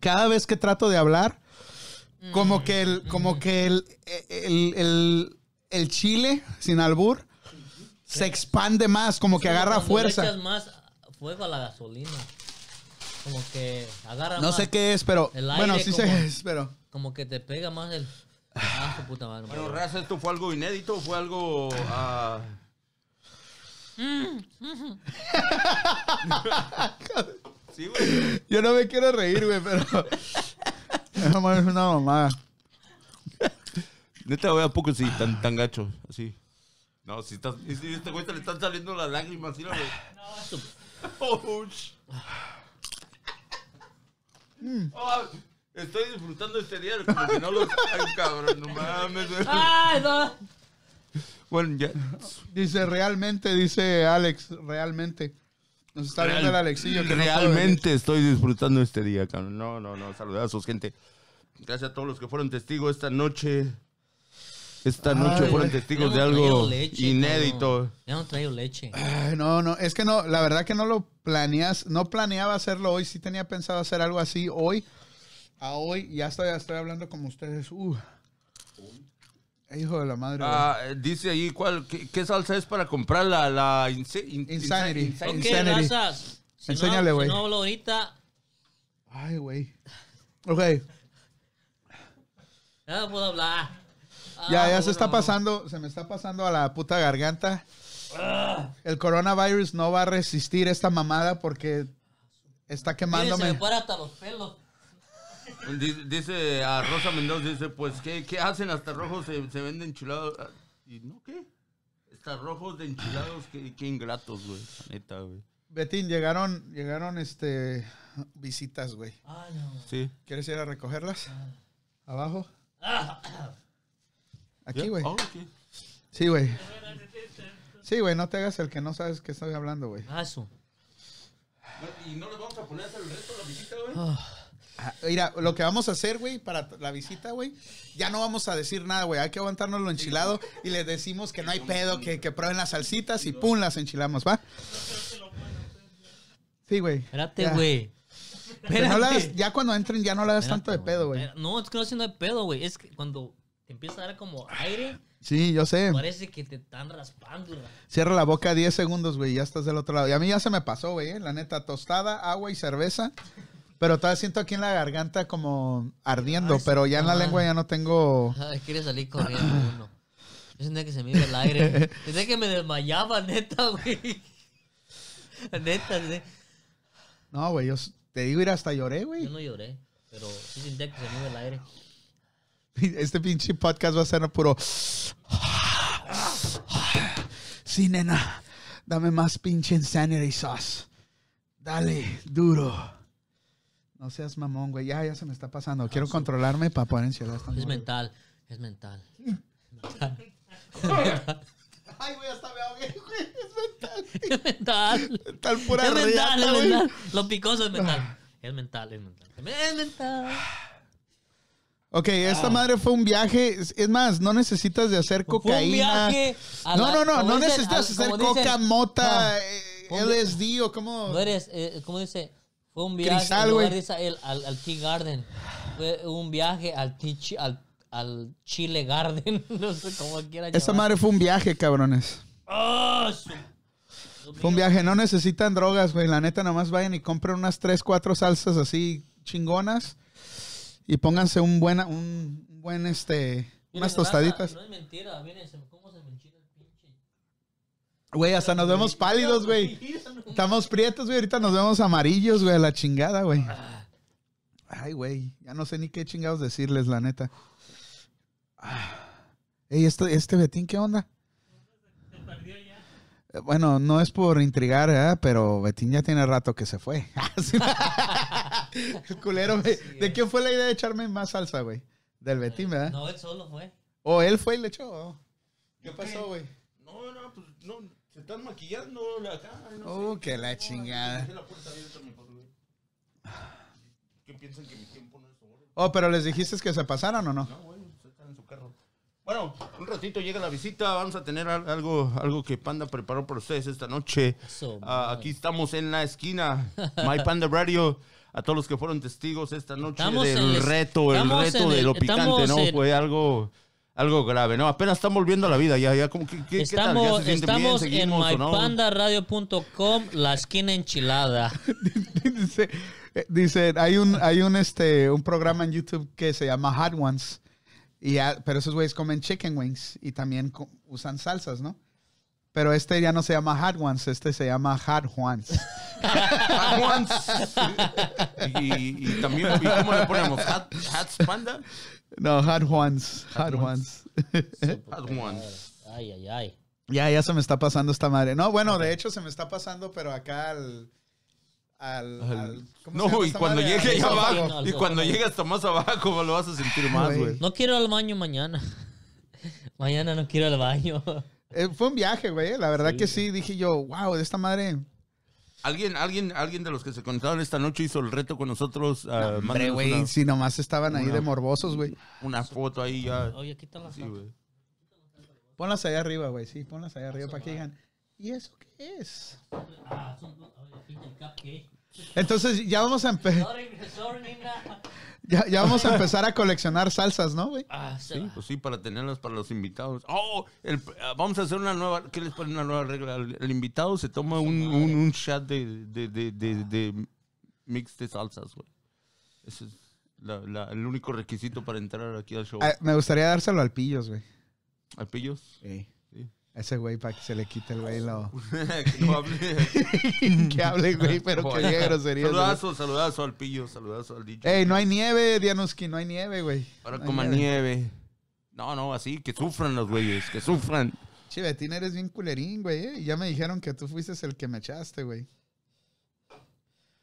Speaker 2: Cada vez que trato de hablar, como que el, como que el, el, el- el chile, sin albur, se expande más, como que
Speaker 1: Es como
Speaker 2: agarra
Speaker 1: cuando le
Speaker 2: fuerza.
Speaker 1: echas más fuego a la gasolina. Como que agarra
Speaker 2: No
Speaker 1: más.
Speaker 2: sé qué es, pero
Speaker 1: El
Speaker 2: bueno,
Speaker 1: aire
Speaker 2: sí
Speaker 1: como-
Speaker 2: sé, es, pero
Speaker 1: Como que te pega más el. Ah, su puta madre.
Speaker 3: Bueno, raza, esto fue algo inédito, fue algo. ah, sí, güey.
Speaker 2: yo no me quiero reír, güey, pero es una mamada.
Speaker 3: Neta, güey, ¿a poco sí? Tan, tan gacho, así. No, si estás. si a este güey se le están saliendo las lágrimas, mira, güey. Oh, sh- Oh, estoy disfrutando este día, como que no lo. Ay, cabrón, no mames, güey.
Speaker 1: ¡Ay, no!
Speaker 3: Bueno, ya.
Speaker 2: Dice realmente, dice Alex, realmente. Nos está viendo el Alexillo que no puede venir.
Speaker 3: Realmente estoy disfrutando este día, cabrón. No, no, no. Saludazos, gente. Gracias a todos los que fueron testigos esta noche. Esta noche
Speaker 2: güey.
Speaker 3: fueron testigos de algo inédito.
Speaker 1: Ya no traigo leche.
Speaker 2: Ay, no, no, es que no, la verdad que no lo planeas, no planeaba hacerlo hoy, sí tenía pensado hacer algo así hoy. A hoy ya estoy, estoy hablando como ustedes. Uh. Hijo de la madre. güey.
Speaker 3: Ah, eh, dice ahí, ¿cuál, qué, qué salsa es para comprar la, la inse- in-
Speaker 2: Insanity.
Speaker 3: insa-
Speaker 1: Ok,
Speaker 2: Insanity.
Speaker 1: razas. Si
Speaker 2: Enséñale,
Speaker 1: no,
Speaker 2: güey.
Speaker 1: Si no hablo ahorita,
Speaker 2: Ay, güey. Ok.
Speaker 1: ya no puedo hablar. Ah,
Speaker 2: Ya, ya se está
Speaker 1: bueno.
Speaker 2: pasando, se me está pasando a la puta garganta.
Speaker 1: Ah.
Speaker 2: El coronavirus no va a resistir esta mamada porque está
Speaker 1: Miren, se me
Speaker 2: quemándome.
Speaker 1: para hasta los pelos.
Speaker 3: Dice, dice a Rosa Mendoza, dice, pues, ¿qué, qué hacen? Hasta rojos se, se venden enchilados. Ah, ¿Y no qué? Hasta rojos de enchilados, qué, qué ingratos, güey. la Neta, güey.
Speaker 2: Betín, llegaron, llegaron este visitas, güey.
Speaker 1: Ay, no.
Speaker 3: Sí.
Speaker 2: ¿Quieres ir a recogerlas?
Speaker 1: Ah.
Speaker 2: Abajo. Aquí,
Speaker 3: ¿Ya?
Speaker 2: güey.
Speaker 3: Ah, ok.
Speaker 2: Sí, güey.
Speaker 1: Ah.
Speaker 2: Sí, güey, no te hagas el que no sabes que estoy hablando, güey.
Speaker 1: Ah, su-
Speaker 3: ¿Y no les vamos a poner a hacer el resto de la visita, güey?
Speaker 2: Ah, Mira, lo que vamos a hacer, güey, para t- la visita, güey, ya no vamos a decir nada, güey. Hay que aguantarnos lo enchilado y les decimos que no hay pedo, que, que prueben las salsitas y pum, las enchilamos, ¿va? Sí, güey.
Speaker 1: Espérate,
Speaker 2: Ya.
Speaker 1: güey.
Speaker 2: Que no la hagas-
Speaker 1: Espérate.
Speaker 2: ya cuando entren, ya no le das tanto de
Speaker 1: Espérate,
Speaker 2: pedo, güey.
Speaker 1: espera- No, es que no haciendo de pedo, güey. Es que cuando te empieza a dar como aire,
Speaker 2: Sí, yo sé.
Speaker 1: parece que te están raspando. güey.
Speaker 2: Cierra la boca 10 segundos, güey, ya estás del otro lado. Y a mí ya se me pasó, güey, eh, la neta. Tostada, agua y cerveza. Pero todavía siento aquí en la garganta como ardiendo,
Speaker 1: Ay,
Speaker 2: pero ya en la
Speaker 1: madre.
Speaker 2: lengua ya no tengo...
Speaker 1: Ay, quiere salir corriendo uno. Yo sentía que se me iba el aire. Sentía que me desmayaba, neta, güey. Neta, sentía-
Speaker 2: No, güey, yo s- te digo, ir hasta lloré, güey.
Speaker 1: yo no lloré, pero sí sentía que se me iba el aire.
Speaker 2: Este pinche podcast va a ser puro. Sí, nena. Dame más pinche insanity sauce. Dale, duro. No seas mamón, güey. Ya, ya se me está pasando.
Speaker 1: Ah,
Speaker 2: Quiero controlarme para poder enchilar esta
Speaker 1: Es
Speaker 2: madre.
Speaker 1: mental, es mental.
Speaker 2: Ay, güey, hasta me ahogué, güey. Es mental.
Speaker 1: es mental.
Speaker 2: Tal pura
Speaker 1: Es mental,
Speaker 2: riata,
Speaker 1: es
Speaker 2: güey. Ah.
Speaker 1: mental. Lo picoso es mental. Es mental, es mental. Es mental.
Speaker 2: Ok, esta madre fue un viaje. Es es más, no necesitas de hacer
Speaker 1: Ah. Fue un
Speaker 2: cocaína.
Speaker 1: viaje a
Speaker 2: no,
Speaker 1: la-
Speaker 2: no, no,
Speaker 1: como
Speaker 2: no
Speaker 1: dicen,
Speaker 2: necesitas
Speaker 1: al-
Speaker 2: hacer
Speaker 1: como dicen,
Speaker 2: coca, mota,
Speaker 1: no.
Speaker 2: eh,
Speaker 1: Un-
Speaker 2: LSD o como...
Speaker 1: No eres, eh, ¿cómo dice? Fue un viaje
Speaker 2: Crisal,
Speaker 1: en lugar
Speaker 2: güey.
Speaker 1: de esa- el- al, al Tea Garden. Fue un viaje al, tea chi- al, al Chile Garden. No sé cómo quieran
Speaker 2: Esta
Speaker 1: llamar.
Speaker 2: madre fue un viaje, cabrones.
Speaker 1: ¡Ah, su-
Speaker 2: Fue un viaje, no necesitan drogas, güey. La neta, nomás vayan y compren unas 3, 4 salsas así chingonas y pónganse un buen, un buen, este,
Speaker 1: Miren,
Speaker 2: unas
Speaker 1: raza,
Speaker 2: tostaditas.
Speaker 1: No es mentira. Miren, se me- cómo se me enchina el pinche.
Speaker 2: Güey, hasta nos vemos pálidos, güey. Estamos prietos, güey. Ahorita nos vemos amarillos, güey, a la chingada, güey. Ay, güey. Ya no sé ni qué chingados decirles, la neta. Ah. Ey, este, este Betín, ¿qué onda? Eh, Bueno, no es por intrigar, ¿verdad? pero Betín ya tiene rato que se fue. Ah, El culero, güey. ¿De quién fue la idea de echarme más salsa, güey? Del Betín, ¿verdad?
Speaker 1: No, él solo fue.
Speaker 2: ¿O él fue y le echó? o? ¿Qué pasó, güey?
Speaker 3: No, no, pues no, se están maquillando acá. No
Speaker 2: Oh,
Speaker 3: sé.
Speaker 2: que la
Speaker 3: No,
Speaker 2: chingada.
Speaker 3: dejé la puerta abierta, mi padre. ¿Qué piensan que mi tiempo no es oro?
Speaker 2: Oh, pero les dijiste que se pasaran o no?
Speaker 3: No, güey, ustedes están en su carro. Bueno, un ratito llega la visita, vamos a tener al- algo, algo que Panda preparó para ustedes esta noche.
Speaker 1: Eso,
Speaker 3: Ah, aquí estamos en la esquina, My Panda Radio. A todos los que fueron testigos esta noche
Speaker 1: Estamos en
Speaker 3: del
Speaker 1: el-
Speaker 3: reto, el
Speaker 1: estamos
Speaker 3: reto
Speaker 1: en
Speaker 3: de
Speaker 1: el-
Speaker 3: lo picante,
Speaker 1: estamos
Speaker 3: ¿no?
Speaker 1: en-
Speaker 3: Fue algo, algo grave, ¿no? Apenas están volviendo a la vida, ya, ya, como que, que- ¿qué tal? ¿Ya
Speaker 1: Estamos,
Speaker 3: se sienten bien?
Speaker 1: estamos en
Speaker 3: ¿Seguimos o no?
Speaker 1: mypandaradio.com, la esquina enchilada.
Speaker 2: dice, eh, dice, hay un, hay un, este, un programa en YouTube que se llama Hot Ones. Y ya- pero esos güeyes comen chicken wings y también co- usan salsas, ¿no? Pero este ya no se llama Hot Ones, este se llama Hot Juans.
Speaker 3: Hot Ones. y, y- y también, ¿y ¿cómo le ponemos? Hot- Hats Panda.
Speaker 2: No, Hot Juans. Hot
Speaker 3: Hot
Speaker 2: Ones.
Speaker 3: Hot Ones.
Speaker 1: Ay, ay, ay.
Speaker 2: Ya, ya se me está pasando esta madre. No, bueno, de hecho se me está pasando, pero acá al. al, al- ¿cómo se
Speaker 3: No,
Speaker 2: llama
Speaker 3: y
Speaker 2: esta
Speaker 3: cuando
Speaker 2: madre?
Speaker 3: llegue
Speaker 2: Al
Speaker 3: allá
Speaker 1: esófago.
Speaker 3: abajo,
Speaker 1: Al
Speaker 3: y cuando
Speaker 1: esófago.
Speaker 3: llegue hasta más abajo, lo vas a sentir más,
Speaker 2: Güey.
Speaker 3: güey.
Speaker 1: No quiero ir al baño mañana. mañana no quiero ir al baño.
Speaker 2: Eh, fue un viaje, güey. La verdad que sí. Dije yo, wow, de esta madre.
Speaker 3: Alguien, alguien, alguien de los que se conectaron esta noche hizo el reto con nosotros. ah,
Speaker 2: Hombre,
Speaker 3: mándanos
Speaker 2: güey,
Speaker 3: una,
Speaker 2: si nomás estaban ahí
Speaker 3: una-
Speaker 2: de morbosos, güey.
Speaker 3: una foto ahí ya.
Speaker 1: Oye, quítala.
Speaker 3: Sí, güey.
Speaker 2: Ponlas allá arriba, güey, sí, ponlas allá arriba para que digan, ¿y eso qué es?
Speaker 1: Ah, son dos. Oye, pinche cupcake.
Speaker 2: Entonces ya vamos a, empe-
Speaker 1: Sorry, sorry, nena.
Speaker 2: ya, ya vamos a empezar a coleccionar salsas, ¿no, güey?
Speaker 1: Ah, se-
Speaker 3: Pues sí, para tenerlas para los invitados. Oh, el- ah, vamos a hacer una nueva. ¿Qué les parece una nueva regla? El, el invitado se toma un, un, un shot de, de, de, de- de mix de salsas, güey. Ese es la- la- el único requisito para entrar aquí al show.
Speaker 2: Ah, me gustaría dárselo al pillos, güey.
Speaker 3: ¿Al pillos?
Speaker 2: A Ese güey para que se le quite el güey lo...
Speaker 3: que no hable.
Speaker 2: que hable, güey, pero que diga groserías. güey.
Speaker 3: Saludazo, saludazo al pillo, saludazo al DJ.
Speaker 2: Ey, no hay nieve, Dianuski, no hay nieve, güey.
Speaker 3: Ahora
Speaker 2: Eh, No hay
Speaker 3: coman
Speaker 2: nieve.
Speaker 3: nieve. No, no, así, que sufran los güeyes, que sufran.
Speaker 2: Chivetín, eres bien culerín, güey. eh. Y ya me dijeron que tú fuiste el que me echaste, güey.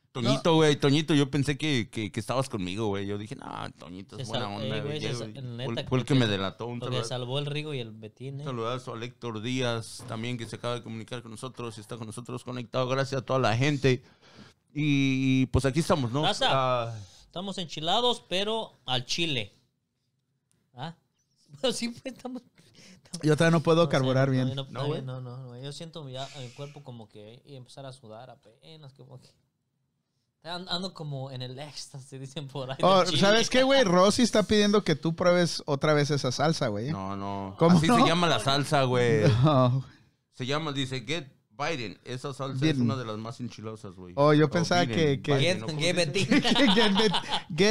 Speaker 3: Toñito, güey, Toñito, yo pensé que, que, que estabas conmigo, güey. Yo dije, no, Toñito es
Speaker 1: Se
Speaker 3: buena
Speaker 1: sal-
Speaker 3: onda,
Speaker 1: ey,
Speaker 3: eh, güey.
Speaker 1: güey, se
Speaker 3: Yo-
Speaker 1: sal- neta,
Speaker 3: Fue fue el
Speaker 1: porque-
Speaker 3: que me delató. Un
Speaker 1: Lo que
Speaker 3: saludazo,
Speaker 1: salvó el Rigo y el Betín.
Speaker 3: un
Speaker 1: ¿eh?
Speaker 3: saludazo al Héctor Díaz, también que se acaba de comunicar con nosotros y está con nosotros conectado. Gracias a toda la gente. Y, y, pues aquí estamos, ¿no?
Speaker 1: Raza.
Speaker 3: Ah,
Speaker 1: Estamos enchilados, pero al chile. ¿Ah? Bueno, sí, pues estamos.
Speaker 2: Yo todavía no puedo carburar
Speaker 1: no,
Speaker 2: bien.
Speaker 1: No,
Speaker 3: No,
Speaker 1: no,
Speaker 3: güey.
Speaker 1: no, no, no. Yo siento ya mi cuerpo como que y empezar a sudar apenas, como que. An- Ando como en el éxtasis, dicen por ahí.
Speaker 2: Oh,
Speaker 1: del chile.
Speaker 2: ¿Sabes qué, güey? Rosy está pidiendo que tú pruebes otra vez esa salsa, güey. eh.
Speaker 3: no, no.
Speaker 2: ¿Cómo
Speaker 3: así
Speaker 2: no?
Speaker 3: se llama la salsa, güey.
Speaker 2: No.
Speaker 3: Se llama, dice, Get Biden. Esa salsa es
Speaker 2: Biden.
Speaker 3: una de las más enchilosas, güey.
Speaker 2: Oh, yo
Speaker 3: O
Speaker 2: pensaba
Speaker 3: Biden,
Speaker 2: que- que-
Speaker 1: Get,
Speaker 3: Biden, ¿no? ¿Cómo
Speaker 1: get
Speaker 3: se dice?
Speaker 1: Betín.
Speaker 2: Get, Bet-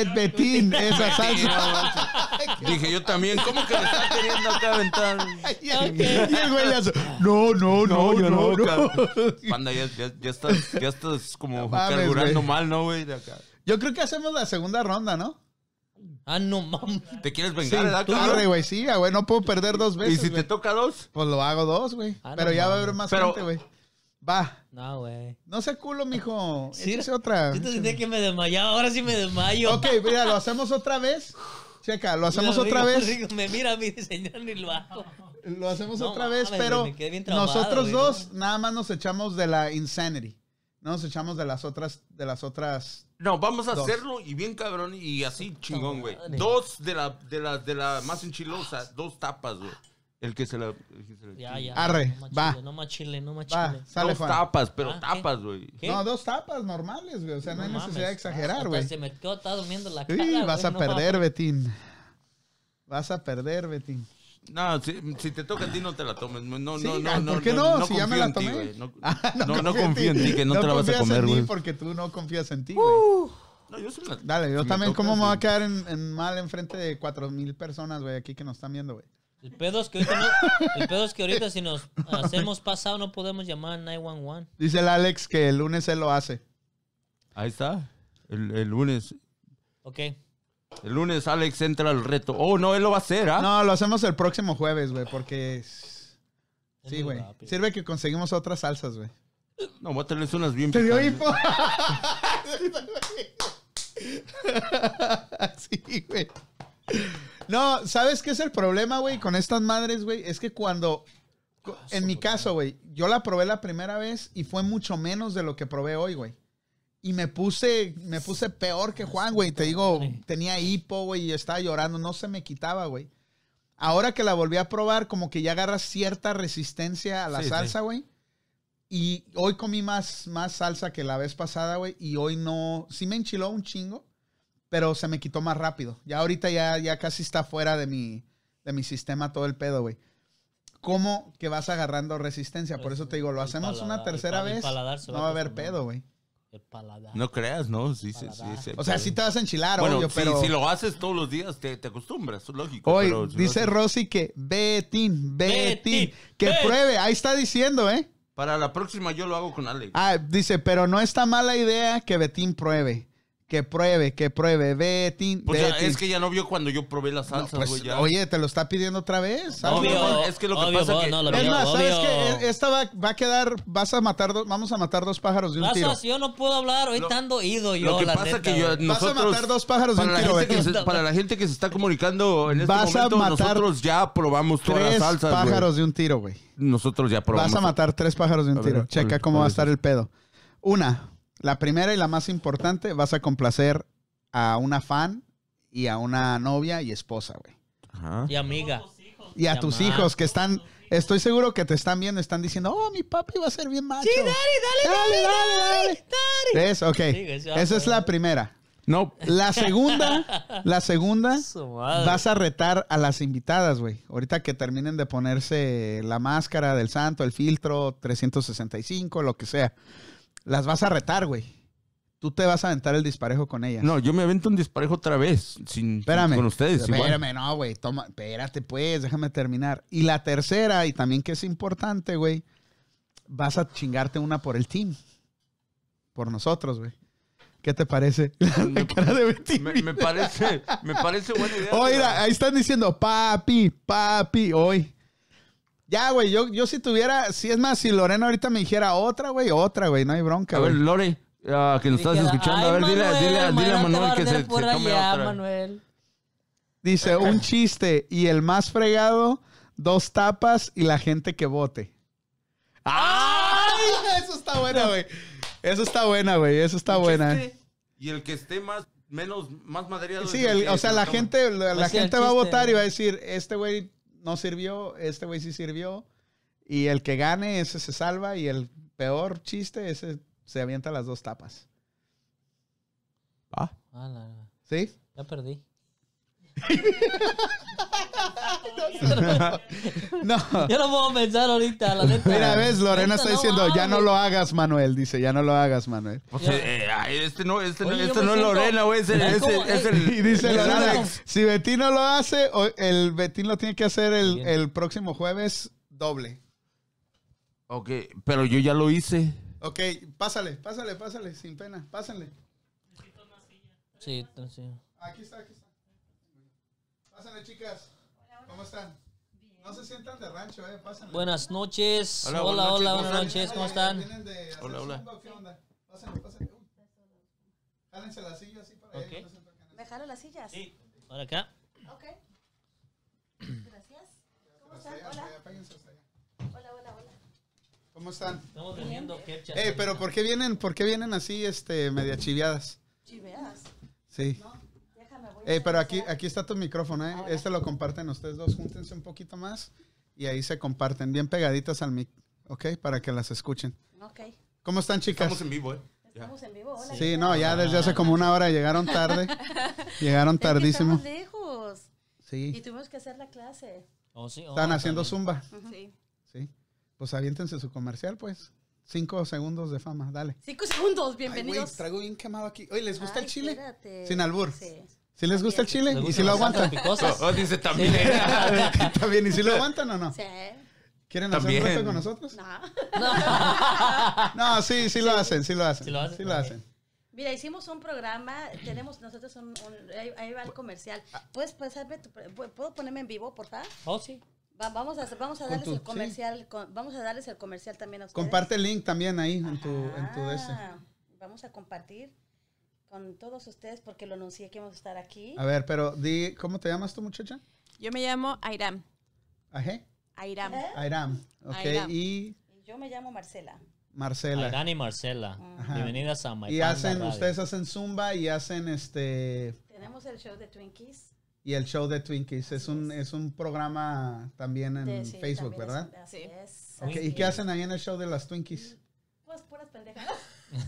Speaker 2: Get Betín, esa salsa.
Speaker 3: Dije yo también, ¿cómo que me estás queriendo acá aventar?
Speaker 2: y el güey le hace, no, no, no, no, no.
Speaker 3: cabrón. Panda, ya, ya, ya estás, ya estás como
Speaker 2: No mames,
Speaker 3: carburando
Speaker 2: güey.
Speaker 3: mal, ¿no, güey? De acá.
Speaker 2: Yo creo que hacemos la segunda ronda, ¿no?
Speaker 1: Ah, no mames.
Speaker 3: ¿Te quieres
Speaker 2: Sí,
Speaker 3: vengar, verdad,
Speaker 2: tú,
Speaker 3: cabrón?
Speaker 2: güey, sí, ah, güey, no puedo perder dos
Speaker 3: ¿Y
Speaker 2: veces,
Speaker 3: si te
Speaker 2: güey.
Speaker 3: toca dos?
Speaker 2: Pues lo hago dos, güey.
Speaker 1: Ah, no
Speaker 2: Pero ya va a haber
Speaker 1: mames.
Speaker 2: más
Speaker 3: Pero-
Speaker 2: gente, güey. Va,
Speaker 1: No, güey.
Speaker 2: no se culo, mijo.
Speaker 1: Sí,
Speaker 2: Échese otra.
Speaker 1: Yo te sentía que me desmayaba, ahora sí me desmayo.
Speaker 2: Ah, Ok, mira, lo hacemos otra vez. Checa, lo hacemos
Speaker 1: Mira,
Speaker 2: otra
Speaker 1: Rigo,
Speaker 2: vez.
Speaker 1: Rigo, me mira a mí, señor, ni lo hago.
Speaker 2: Lo hacemos
Speaker 1: No
Speaker 2: otra vez,
Speaker 1: mames,
Speaker 2: pero
Speaker 1: güey, me quedé bien traumado,
Speaker 2: nosotros
Speaker 1: güey, no
Speaker 2: dos
Speaker 1: mames.
Speaker 2: nada más nos echamos de la insanity. No nos echamos de las otras, de las otras.
Speaker 3: No, vamos a
Speaker 2: Dos.
Speaker 3: hacerlo y bien cabrón y así chingón, güey.
Speaker 1: madre.
Speaker 3: Dos de la, de la, de la más enchilosa, dos tapas, güey. El que se la. el que se la
Speaker 1: Ya,
Speaker 3: chingue.
Speaker 1: ya.
Speaker 2: Arre,
Speaker 1: no más
Speaker 2: va.
Speaker 1: chile, No más chile, no más
Speaker 2: Va,
Speaker 1: chile.
Speaker 2: sale
Speaker 3: dos
Speaker 2: Juan.
Speaker 3: tapas, pero
Speaker 1: Ah, ¿qué?
Speaker 3: tapas, güey.
Speaker 1: ¿Qué?
Speaker 2: No, dos tapas normales, güey. O sea, no, hay
Speaker 1: mames. Ah,
Speaker 2: necesidad de exagerar,
Speaker 1: Hasta
Speaker 2: güey.
Speaker 1: Se me quedó, está durmiendo la cara.
Speaker 2: Sí,
Speaker 1: güey,
Speaker 2: vas a
Speaker 1: no
Speaker 2: perder,
Speaker 1: mames.
Speaker 2: Betín. Vas a perder, Betín.
Speaker 3: No, si, si te toca a ti no te la tomes. No, no,
Speaker 2: Sí,
Speaker 3: no,
Speaker 2: ah,
Speaker 3: no.
Speaker 2: ¿Por qué no? si ya me
Speaker 3: confío
Speaker 2: la
Speaker 3: en ti,
Speaker 2: tomé.
Speaker 3: güey. no,
Speaker 2: Ah,
Speaker 3: no, no confío en ti, que no, te la vas a
Speaker 2: confías
Speaker 3: comer,
Speaker 2: en mí
Speaker 3: güey.
Speaker 2: porque tú no confías en ti, güey.
Speaker 1: Uh.
Speaker 3: No, yo sí me la-
Speaker 2: Dale, yo
Speaker 3: si me
Speaker 2: también,
Speaker 3: toca,
Speaker 2: ¿cómo me
Speaker 3: sí.
Speaker 2: voy a quedar en, en mal enfrente de cuatro mil personas, güey, aquí que nos están viendo, güey?
Speaker 1: El pedo es que ahorita, no- el pedo es que ahorita si nos hacemos pasado no podemos llamar al 911.
Speaker 2: Dice el Alex que el lunes él lo hace.
Speaker 3: Ahí está. El, el lunes.
Speaker 1: Ok.
Speaker 3: El lunes Alex entra al reto. Oh, no, él lo va a hacer, ¿ah?
Speaker 2: No, lo hacemos el próximo jueves, güey, porque... es-
Speaker 1: Es
Speaker 2: Sí,
Speaker 1: muy
Speaker 2: güey.
Speaker 1: rápido.
Speaker 2: Sirve que conseguimos otras salsas, güey.
Speaker 3: No, voy a tener unas bien
Speaker 2: ¿Te dio
Speaker 3: picantes.
Speaker 2: hipo? sí, güey. No, ¿sabes qué es el problema, güey, con estas madres, güey? Es que cuando... co-
Speaker 1: Ah,
Speaker 2: En mi caso, güey, yo la probé la primera vez y fue mucho menos de lo que probé hoy, güey. Y me puse, me puse peor que Juan, güey. Te digo, tenía hipo, güey, y estaba llorando. No se me quitaba, güey. Ahora que la volví a probar, como que ya agarras cierta resistencia a la
Speaker 3: Sí, sí.
Speaker 2: salsa, güey. Y hoy comí más, más salsa que la vez pasada, güey. Y hoy no. Sí me enchiló un chingo, pero se me quitó más rápido. Ya ahorita ya, ya casi está fuera de mi, de mi sistema todo el pedo, güey. ¿Cómo que vas agarrando resistencia? Por eso te digo, lo
Speaker 1: Pues, El
Speaker 2: hacemos una
Speaker 1: paladar-
Speaker 2: tercera
Speaker 1: el pa- el
Speaker 2: vez.
Speaker 1: paladar se
Speaker 2: No
Speaker 1: va
Speaker 2: va a haber
Speaker 1: acostumbrando.
Speaker 2: pedo, güey.
Speaker 1: El paladar.
Speaker 3: No creas, no. Sí, sí, sí.
Speaker 1: Paladar.
Speaker 3: sí,
Speaker 2: O sea,
Speaker 3: pero-
Speaker 2: sí te vas a enchilar,
Speaker 3: Bueno,
Speaker 2: obvio,
Speaker 3: si,
Speaker 2: pero.
Speaker 3: si lo haces todos los días, te, te acostumbras, lógico.
Speaker 2: Hoy
Speaker 3: pero-
Speaker 2: dice
Speaker 3: lógico.
Speaker 2: Rosy que Betín, Betín,
Speaker 1: Betín,
Speaker 2: que
Speaker 1: Betín.
Speaker 2: pruebe, ahí está diciendo, ¿eh?
Speaker 3: Para la próxima yo lo hago con Alex.
Speaker 2: Ah, dice, pero no está mala idea que Betín pruebe, que pruebe, que pruebe, Betín,
Speaker 3: Pues ya,
Speaker 2: Betín.
Speaker 3: es que ya no vio cuando yo probé las
Speaker 2: No,
Speaker 3: salsas,
Speaker 2: pues,
Speaker 3: güey. ya.
Speaker 2: oye, te lo está pidiendo otra vez.
Speaker 3: No,
Speaker 2: ¿sabes?
Speaker 3: Obvio, es que lo que pasa
Speaker 1: vos,
Speaker 3: que-
Speaker 1: no, lo
Speaker 2: es
Speaker 1: veo,
Speaker 2: más, ¿sabes
Speaker 1: obvio.
Speaker 2: qué? E, Esta va, va a quedar, vas a matar dos, vamos a matar dos pájaros de un tiro.
Speaker 1: Razas, yo no puedo hablar, hoy
Speaker 3: Lo-
Speaker 1: ando ido yo,
Speaker 3: Lo que
Speaker 1: la
Speaker 3: pasa
Speaker 1: neta,
Speaker 3: que yo,
Speaker 1: güey.
Speaker 3: nosotros...
Speaker 2: vas a matar dos pájaros de
Speaker 3: Para
Speaker 2: un
Speaker 3: la,
Speaker 2: tiro,
Speaker 3: gente que
Speaker 2: Betín.
Speaker 3: se, para la gente que se está comunicando en este
Speaker 2: Vas a
Speaker 3: momento,
Speaker 2: matar
Speaker 3: nosotros ya probamos todas las
Speaker 2: Tres
Speaker 3: salsas, güey.
Speaker 2: pájaros de un tiro, güey.
Speaker 3: Nosotros ya probamos.
Speaker 2: Vas a matar tres pájaros de un
Speaker 3: A ver,
Speaker 2: tiro.
Speaker 3: ¿cuál-
Speaker 2: Checa cómo
Speaker 3: cuál
Speaker 2: va a
Speaker 3: es
Speaker 2: estar
Speaker 3: esa?
Speaker 2: el pedo. Una, la primera y la más importante, vas a complacer a una fan y a una novia y esposa, güey.
Speaker 3: Ajá.
Speaker 1: Y amiga.
Speaker 2: Y a
Speaker 1: Ya más.
Speaker 2: tus hijos que están, estoy seguro que te están viendo, están diciendo, oh, mi papi va a ser bien macho. Sí, dale, dale, dale, dale, dale. ¿Ves? Ok.
Speaker 1: güey, se va a
Speaker 2: Esa es
Speaker 1: poner.
Speaker 2: la primera.
Speaker 3: No,
Speaker 2: La segunda, la segunda,
Speaker 1: Su madre.
Speaker 2: vas a retar a las invitadas, güey. Ahorita que terminen de ponerse la máscara del santo, el filtro 365, lo que sea. Las vas a retar, güey. Tú te vas a aventar el disparejo con ellas.
Speaker 3: no, yo me avento un disparejo otra vez. Sin,
Speaker 2: Espérame.
Speaker 3: Con ustedes, igual.
Speaker 2: Espérame, no, güey. Toma, espérate, pues, déjame terminar. Y la tercera, y también que es importante, güey, vas a chingarte una por el team. Por nosotros, güey. ¿Qué te parece? La cara de Betty.
Speaker 3: Me, me parece, me parece buena idea.
Speaker 2: Oh, mira, ahí están diciendo, papi, papi, hoy. Ya, güey, yo, yo si tuviera, si es más, si Lorena ahorita me dijera otra, güey, otra, güey, no hay bronca,
Speaker 3: A ver,
Speaker 2: güey.
Speaker 3: Lore, ah, que nos estás
Speaker 1: Dijera,
Speaker 3: escuchando, a ver,
Speaker 1: "Ay,
Speaker 3: dile,
Speaker 1: Manuel,
Speaker 3: dile, dile a
Speaker 1: mañana te va
Speaker 3: Manuel
Speaker 1: a
Speaker 3: que se,
Speaker 1: arder
Speaker 3: se
Speaker 1: por
Speaker 3: tome
Speaker 1: allá,
Speaker 3: otra.
Speaker 1: Manuel.
Speaker 2: Dice, un chiste y el más fregado, dos tapas y la gente que vote. ¡Ay! Eso está buena, güey. Eso está buena, güey. Eso está buena.
Speaker 3: Chiste, Y el que esté más, menos, más madreado.
Speaker 2: Sí,
Speaker 3: es el
Speaker 2: el-
Speaker 3: que
Speaker 2: o sea,
Speaker 3: se
Speaker 2: la
Speaker 3: lo toma.
Speaker 2: gente, la, la
Speaker 1: Pues sí, el
Speaker 2: gente va a
Speaker 1: chiste.
Speaker 2: votar y va a decir, este güey no sirvió, este güey sí sirvió. Y el que gane, ese se salva. Y el peor chiste, ese se avienta las dos tapas.
Speaker 3: Ah,
Speaker 1: Ah, la- la-
Speaker 2: ¿Sí?
Speaker 1: ya perdí.
Speaker 2: No.
Speaker 1: Yo no puedo pensar ahorita, la neta.
Speaker 2: Mira, ves, Lorena
Speaker 1: Neta,
Speaker 2: está
Speaker 1: no
Speaker 2: diciendo, ya no
Speaker 1: mames.
Speaker 2: lo hagas, Manuel. Dice, ya no lo hagas, Manuel.
Speaker 3: pues,
Speaker 1: Ya.
Speaker 3: eh, ay, este no, este no,
Speaker 1: Oye, yo
Speaker 3: este
Speaker 1: me
Speaker 3: no es
Speaker 1: siento-
Speaker 3: Lorena, güey. Es el,
Speaker 1: Es
Speaker 3: es el,
Speaker 1: como-
Speaker 3: es el-
Speaker 2: Y dice
Speaker 1: Yo
Speaker 2: Lorena,
Speaker 1: no.
Speaker 2: si Betín no lo hace, o- el Betín lo tiene que hacer el,
Speaker 1: Bien.
Speaker 2: el próximo jueves doble.
Speaker 3: Ok, pero yo ya lo hice.
Speaker 2: Ok, pásale, pásale, pásale, sin pena, pásenle.
Speaker 1: Sí, entonces.
Speaker 2: Aquí está, aquí está. Pásenle, chicas. ¿Cómo están? No se sientan de rancho, eh, pásenle.
Speaker 1: Buenas noches.
Speaker 3: Hola,
Speaker 1: Hola, hola,
Speaker 3: buenas noches,
Speaker 1: hola, buenas noches.
Speaker 3: ¿cómo están?
Speaker 1: ¿Cómo están?
Speaker 2: Vienen de hacer
Speaker 3: Hola, hola.
Speaker 2: zumba, ¿Qué onda? Pásenle, pásenle. Uy. Jálense la silla así para allá y
Speaker 1: Ok.
Speaker 2: no se toquen.
Speaker 6: ¿Me jalo las sillas?
Speaker 1: Para acá.
Speaker 6: Ok. Gracias. ¿Cómo están? Hola. Hola, hola, hola.
Speaker 2: ¿Cómo están?
Speaker 1: Estamos vendiendo ketchup.
Speaker 2: Ey, Eh, pero ¿por qué vienen, por qué vienen así, este, media chiviadas?
Speaker 6: Chiveas.
Speaker 2: Sí.
Speaker 6: No, déjame, voy a
Speaker 2: Ey, Eh, pero aquí,
Speaker 6: regresar.
Speaker 2: aquí está tu micrófono, ¿eh?
Speaker 6: Ahora.
Speaker 2: Este lo comparten ustedes dos, júntense un poquito más y ahí se comparten, bien pegaditas al mic, ¿ok? Para que las escuchen.
Speaker 6: Ok.
Speaker 2: ¿Cómo están, chicas?
Speaker 3: Estamos en vivo, ¿eh? Ya.
Speaker 6: Estamos en vivo. Hola. ¿qué
Speaker 2: Sí,
Speaker 6: tal?
Speaker 2: no, ya desde hace como una hora llegaron tarde. llegaron
Speaker 6: Es que
Speaker 2: tardísimo.
Speaker 6: estamos lejos. Y
Speaker 2: Sí.
Speaker 6: tuvimos que hacer la clase.
Speaker 1: Oh, sí, oh,
Speaker 2: Están haciendo
Speaker 1: también.
Speaker 2: zumba.
Speaker 6: Sí.
Speaker 2: Sí. Pues aviéntense su comercial, pues. Cinco segundos de fama, dale.
Speaker 6: Cinco segundos,
Speaker 2: Ay, güey,
Speaker 6: bienvenidos.
Speaker 2: traigo bien quemado aquí. Oye, ¿les gusta
Speaker 6: Ay,
Speaker 2: el chile?
Speaker 6: espérate.
Speaker 2: Sin albur.
Speaker 6: Sí.
Speaker 2: ¿Sí les gusta el chile?
Speaker 1: Les
Speaker 2: ¿Y
Speaker 1: gustan
Speaker 2: si lo
Speaker 1: las salsas
Speaker 2: aguantan?
Speaker 1: picosas.
Speaker 3: Oh, dice también. eh.
Speaker 2: Está bien, ¿y si lo aguantan o no?
Speaker 6: Sí.
Speaker 2: ¿Quieren hacer
Speaker 3: También.
Speaker 2: un reto con nosotros?
Speaker 6: No.
Speaker 2: No, sí, sí lo hacen, sí lo hacen.
Speaker 1: Sí lo hacen.
Speaker 2: Sí lo hacen.
Speaker 6: Mira, hicimos un programa, tenemos nosotros un, un- ahí, ahí va el comercial. ¿Puedes pasarme tu, pre- puedo ponerme en vivo, por favor?
Speaker 1: Oh, sí.
Speaker 6: Va- vamos a hacer- vamos a
Speaker 2: Con
Speaker 6: darles
Speaker 2: tu-
Speaker 6: el comercial, con- vamos a darles el comercial también a ustedes.
Speaker 2: Comparte el link también ahí en tu, en tu ese.
Speaker 6: Ah, Vamos a compartir con todos ustedes porque lo anuncié que vamos a estar aquí.
Speaker 2: A ver, pero di, ¿cómo te llamas tú, muchacha?
Speaker 7: Yo me llamo Airam.
Speaker 2: Ajé.
Speaker 7: Airam.
Speaker 6: ¿Eh?
Speaker 2: Airam. Ok,
Speaker 7: Airam.
Speaker 2: y
Speaker 6: Y Yo me llamo Marcela.
Speaker 2: Marcela.
Speaker 1: Aidana y Marcela.
Speaker 2: Ajá.
Speaker 1: Bienvenidas a My
Speaker 2: Y
Speaker 1: Panda
Speaker 2: hacen,
Speaker 1: Radio.
Speaker 2: ustedes hacen zumba y hacen este
Speaker 6: Tenemos el show de Twinkies.
Speaker 2: y el show de Twinkies. Es un, es un programa también en
Speaker 6: De- sí,
Speaker 2: Facebook,
Speaker 6: también
Speaker 2: ¿verdad?
Speaker 6: es- así
Speaker 7: Sí.
Speaker 6: es,
Speaker 2: Ok,
Speaker 6: así
Speaker 2: ¿Y qué
Speaker 6: es.
Speaker 2: hacen ahí en el show de las Twinkies?
Speaker 6: Pues puras pendejadas.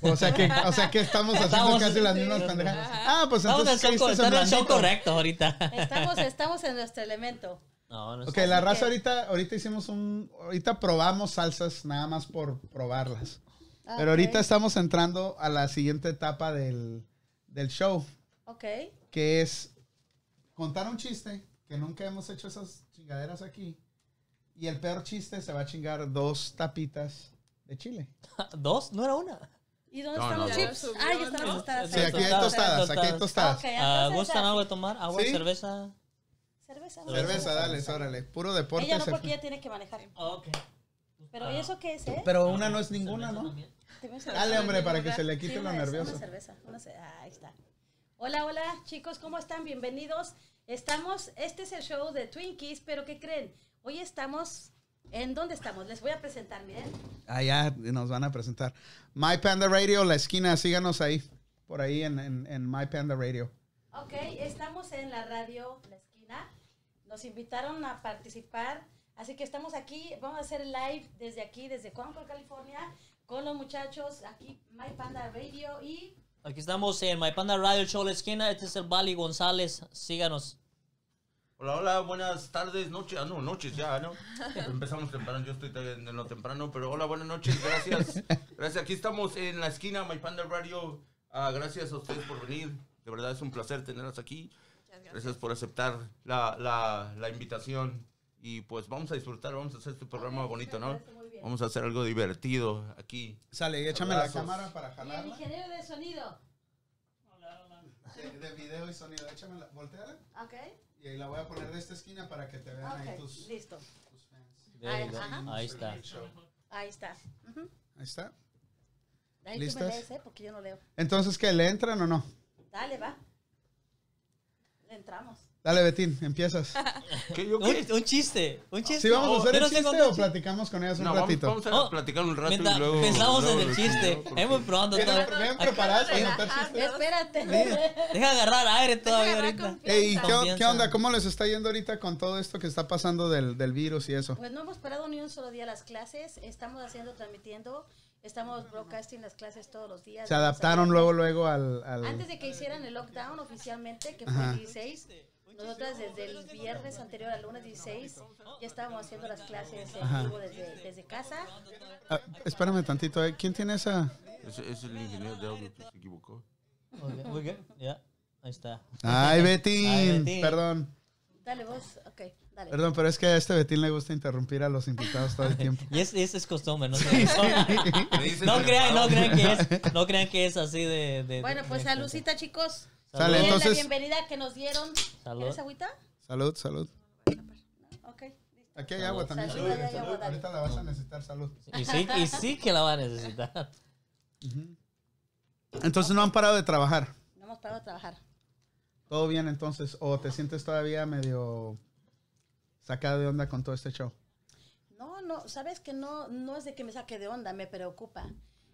Speaker 2: O sea que, o sea que estamos haciendo
Speaker 1: Estamos-
Speaker 2: casi las
Speaker 1: sí,
Speaker 2: mismas
Speaker 1: sí,
Speaker 2: pendejadas. Ah, pues
Speaker 1: Estamos en el
Speaker 2: entonces
Speaker 1: show,
Speaker 2: caíste
Speaker 1: están en el show
Speaker 2: blanco.
Speaker 1: correcto ahorita.
Speaker 6: Estamos, estamos en nuestro elemento.
Speaker 1: No, no
Speaker 2: Ok,
Speaker 1: está-
Speaker 2: la
Speaker 6: Así
Speaker 2: raza
Speaker 6: que-
Speaker 2: ahorita, ahorita hicimos un, ahorita probamos salsas nada más por probarlas.
Speaker 6: Ah,
Speaker 2: Pero
Speaker 6: ok.
Speaker 2: ahorita estamos entrando a la siguiente etapa del, del show,
Speaker 6: Ok.
Speaker 2: que es contar un chiste, que nunca hemos hecho esas chingaderas aquí. Y el peor chiste se va a chingar dos tapitas de chile.
Speaker 1: ¿Dos? ¿No era una?
Speaker 6: ¿Y dónde
Speaker 3: No,
Speaker 6: están
Speaker 3: no,
Speaker 6: los
Speaker 3: no.
Speaker 6: chips? Ah, ya están las tostadas.
Speaker 2: Sí, aquí hay tostadas, aquí hay tostadas.
Speaker 6: Ok,
Speaker 1: Ah,
Speaker 6: entonces,
Speaker 1: ¿Gustan
Speaker 6: ah,
Speaker 1: algo de tomar? ¿Agua,
Speaker 2: ¿Sí?
Speaker 1: cerveza?
Speaker 6: Cerveza.
Speaker 2: Cerveza, dale, órale. Puro deporte.
Speaker 6: Ah, Ella no
Speaker 2: se-
Speaker 6: porque ella tiene que manejar.
Speaker 1: Ok.
Speaker 6: Pero ¿y
Speaker 1: Ah.
Speaker 6: eso qué es, eh?
Speaker 2: Pero una no es ninguna, ¿no?
Speaker 6: Te ves-
Speaker 2: Dale, hombre, para que se le
Speaker 6: Sí,
Speaker 2: quite lo
Speaker 6: una vez,
Speaker 2: nervioso.
Speaker 6: Una cerveza, una ce- ah, ahí está. Hola, hola, chicos, ¿cómo están? Bienvenidos. Estamos, este es el show de Twinkies, pero ¿qué creen? Hoy estamos, ¿en dónde estamos? Les voy a presentar, miren.
Speaker 2: Allá nos van a presentar. My Panda Radio, la esquina, síganos ahí. Por ahí en, en, en My Panda Radio.
Speaker 6: Ok, estamos en la radio La Esquina. Nos invitaron a participar, así que estamos aquí. Vamos a hacer live desde aquí, desde Concord, California, con los muchachos aquí, My Panda Radio y
Speaker 1: Aquí estamos en My Panda Radio Show La Esquina. Este es el Bali González. Síganos.
Speaker 3: Hola, hola, buenas tardes, noches. Ah, no, noches ya, ¿no? Empezamos temprano, yo estoy todavía en lo temprano, pero hola, buenas noches, gracias. Gracias, aquí estamos en la esquina, My Panda Radio. Ah, gracias a ustedes por venir, de verdad es un placer tenerlas aquí. Gracias por aceptar la, la, la invitación. Y pues vamos a disfrutar, vamos a hacer este programa bonito, ¿no? Vamos a hacer algo divertido aquí.
Speaker 2: Sale, y échame
Speaker 3: Abrazos.
Speaker 2: la cámara para
Speaker 6: y el
Speaker 2: jalarla.
Speaker 6: ingeniero de sonido.
Speaker 2: De, de video y sonido, échame la, volteala.
Speaker 6: Ok,
Speaker 2: Y ahí la voy a poner de esta esquina para que te vean ahí
Speaker 6: ok,
Speaker 2: tus,
Speaker 6: listo.
Speaker 2: tus fans.
Speaker 1: There you go.
Speaker 6: Ajá.
Speaker 1: Ahí está.
Speaker 6: Ahí está. Ujú.
Speaker 2: Ahí está.
Speaker 6: Ahí tú
Speaker 2: ¿Listas?
Speaker 6: me lees, ¿eh? Porque yo no leo.
Speaker 2: Entonces, ¿qué? ¿Le entran o no?
Speaker 6: Dale, va. Le entramos.
Speaker 2: Dale, Betín, empiezas.
Speaker 3: ¿Qué, yo qué?
Speaker 1: Un, un chiste. Un chiste. Oh,
Speaker 2: ¿Sí vamos a hacer
Speaker 1: Yo
Speaker 2: el
Speaker 1: no sé
Speaker 2: chiste
Speaker 1: contar
Speaker 2: o
Speaker 1: chistes.
Speaker 2: platicamos con ellas un
Speaker 3: No, vamos,
Speaker 2: ratito?
Speaker 3: vamos
Speaker 1: Oh,
Speaker 3: a platicar un rato y
Speaker 1: Mientras
Speaker 3: luego...
Speaker 1: pensamos en
Speaker 3: luego-
Speaker 1: el chiste.
Speaker 3: luego-
Speaker 1: Es muy pronto
Speaker 2: Vienen-
Speaker 1: todavía.
Speaker 2: vienen preparadas para contar
Speaker 7: relajar.
Speaker 2: chistes.
Speaker 6: Ah, Espérate.
Speaker 1: Deja agarrar aire todavía
Speaker 7: agarrar
Speaker 1: ahorita.
Speaker 7: confianza.
Speaker 2: Ey, ¿qué, o- qué
Speaker 1: Confianza.
Speaker 2: onda? ¿Cómo les está yendo ahorita con todo esto que está pasando del, del virus y eso?
Speaker 6: Pues no hemos parado ni un solo día las clases. Estamos haciendo, transmitiendo. Estamos broadcasting las clases todos los días.
Speaker 2: Se adaptaron luego, luego al... al-
Speaker 6: Antes de que hicieran el lockdown oficialmente, que fue
Speaker 2: Ajá.
Speaker 6: el 16, nosotras desde el viernes anterior al lunes 16 ya estábamos haciendo las clases
Speaker 2: Ajá.
Speaker 6: en vivo desde, desde casa.
Speaker 2: Ah, espérame tantito, eh, ¿quién tiene esa...?
Speaker 3: Es, es el ingeniero de audio que se equivocó.
Speaker 1: Ok, muy bien. Ya. Ahí está.
Speaker 2: Ay, Betín.
Speaker 1: Ay, Betín.
Speaker 2: Perdón,
Speaker 6: Dale vos, ok, dale.
Speaker 2: perdón, pero es que a este Betín le gusta interrumpir a los invitados todo el tiempo.
Speaker 1: Y es, es, es costumbre, ¿no?
Speaker 3: Me dicen
Speaker 1: No
Speaker 3: que-
Speaker 1: crean, no crean que es, no crean que es así de. de-
Speaker 6: Bueno,
Speaker 1: de-
Speaker 6: pues
Speaker 1: de-
Speaker 6: saludcita chicos.
Speaker 2: Este, Sale,
Speaker 6: Bien,
Speaker 2: entonces-
Speaker 6: la bienvenida que nos dieron.
Speaker 1: Salud.
Speaker 6: ¿Quieres agüita?
Speaker 2: Salud, salud.
Speaker 6: Ok, listo.
Speaker 2: Aquí hay agua también.
Speaker 6: Salud, ya, ya, ya, dale.
Speaker 2: Ahorita la vas a necesitar, salud.
Speaker 1: Y sí, y sí que la va a necesitar.
Speaker 2: Entonces no han parado de trabajar.
Speaker 6: No hemos parado de trabajar.
Speaker 2: Todo bien entonces, o te sientes todavía medio sacada de onda con todo este show?
Speaker 6: No, no, sabes que no, no es de que me saque de onda, me preocupa.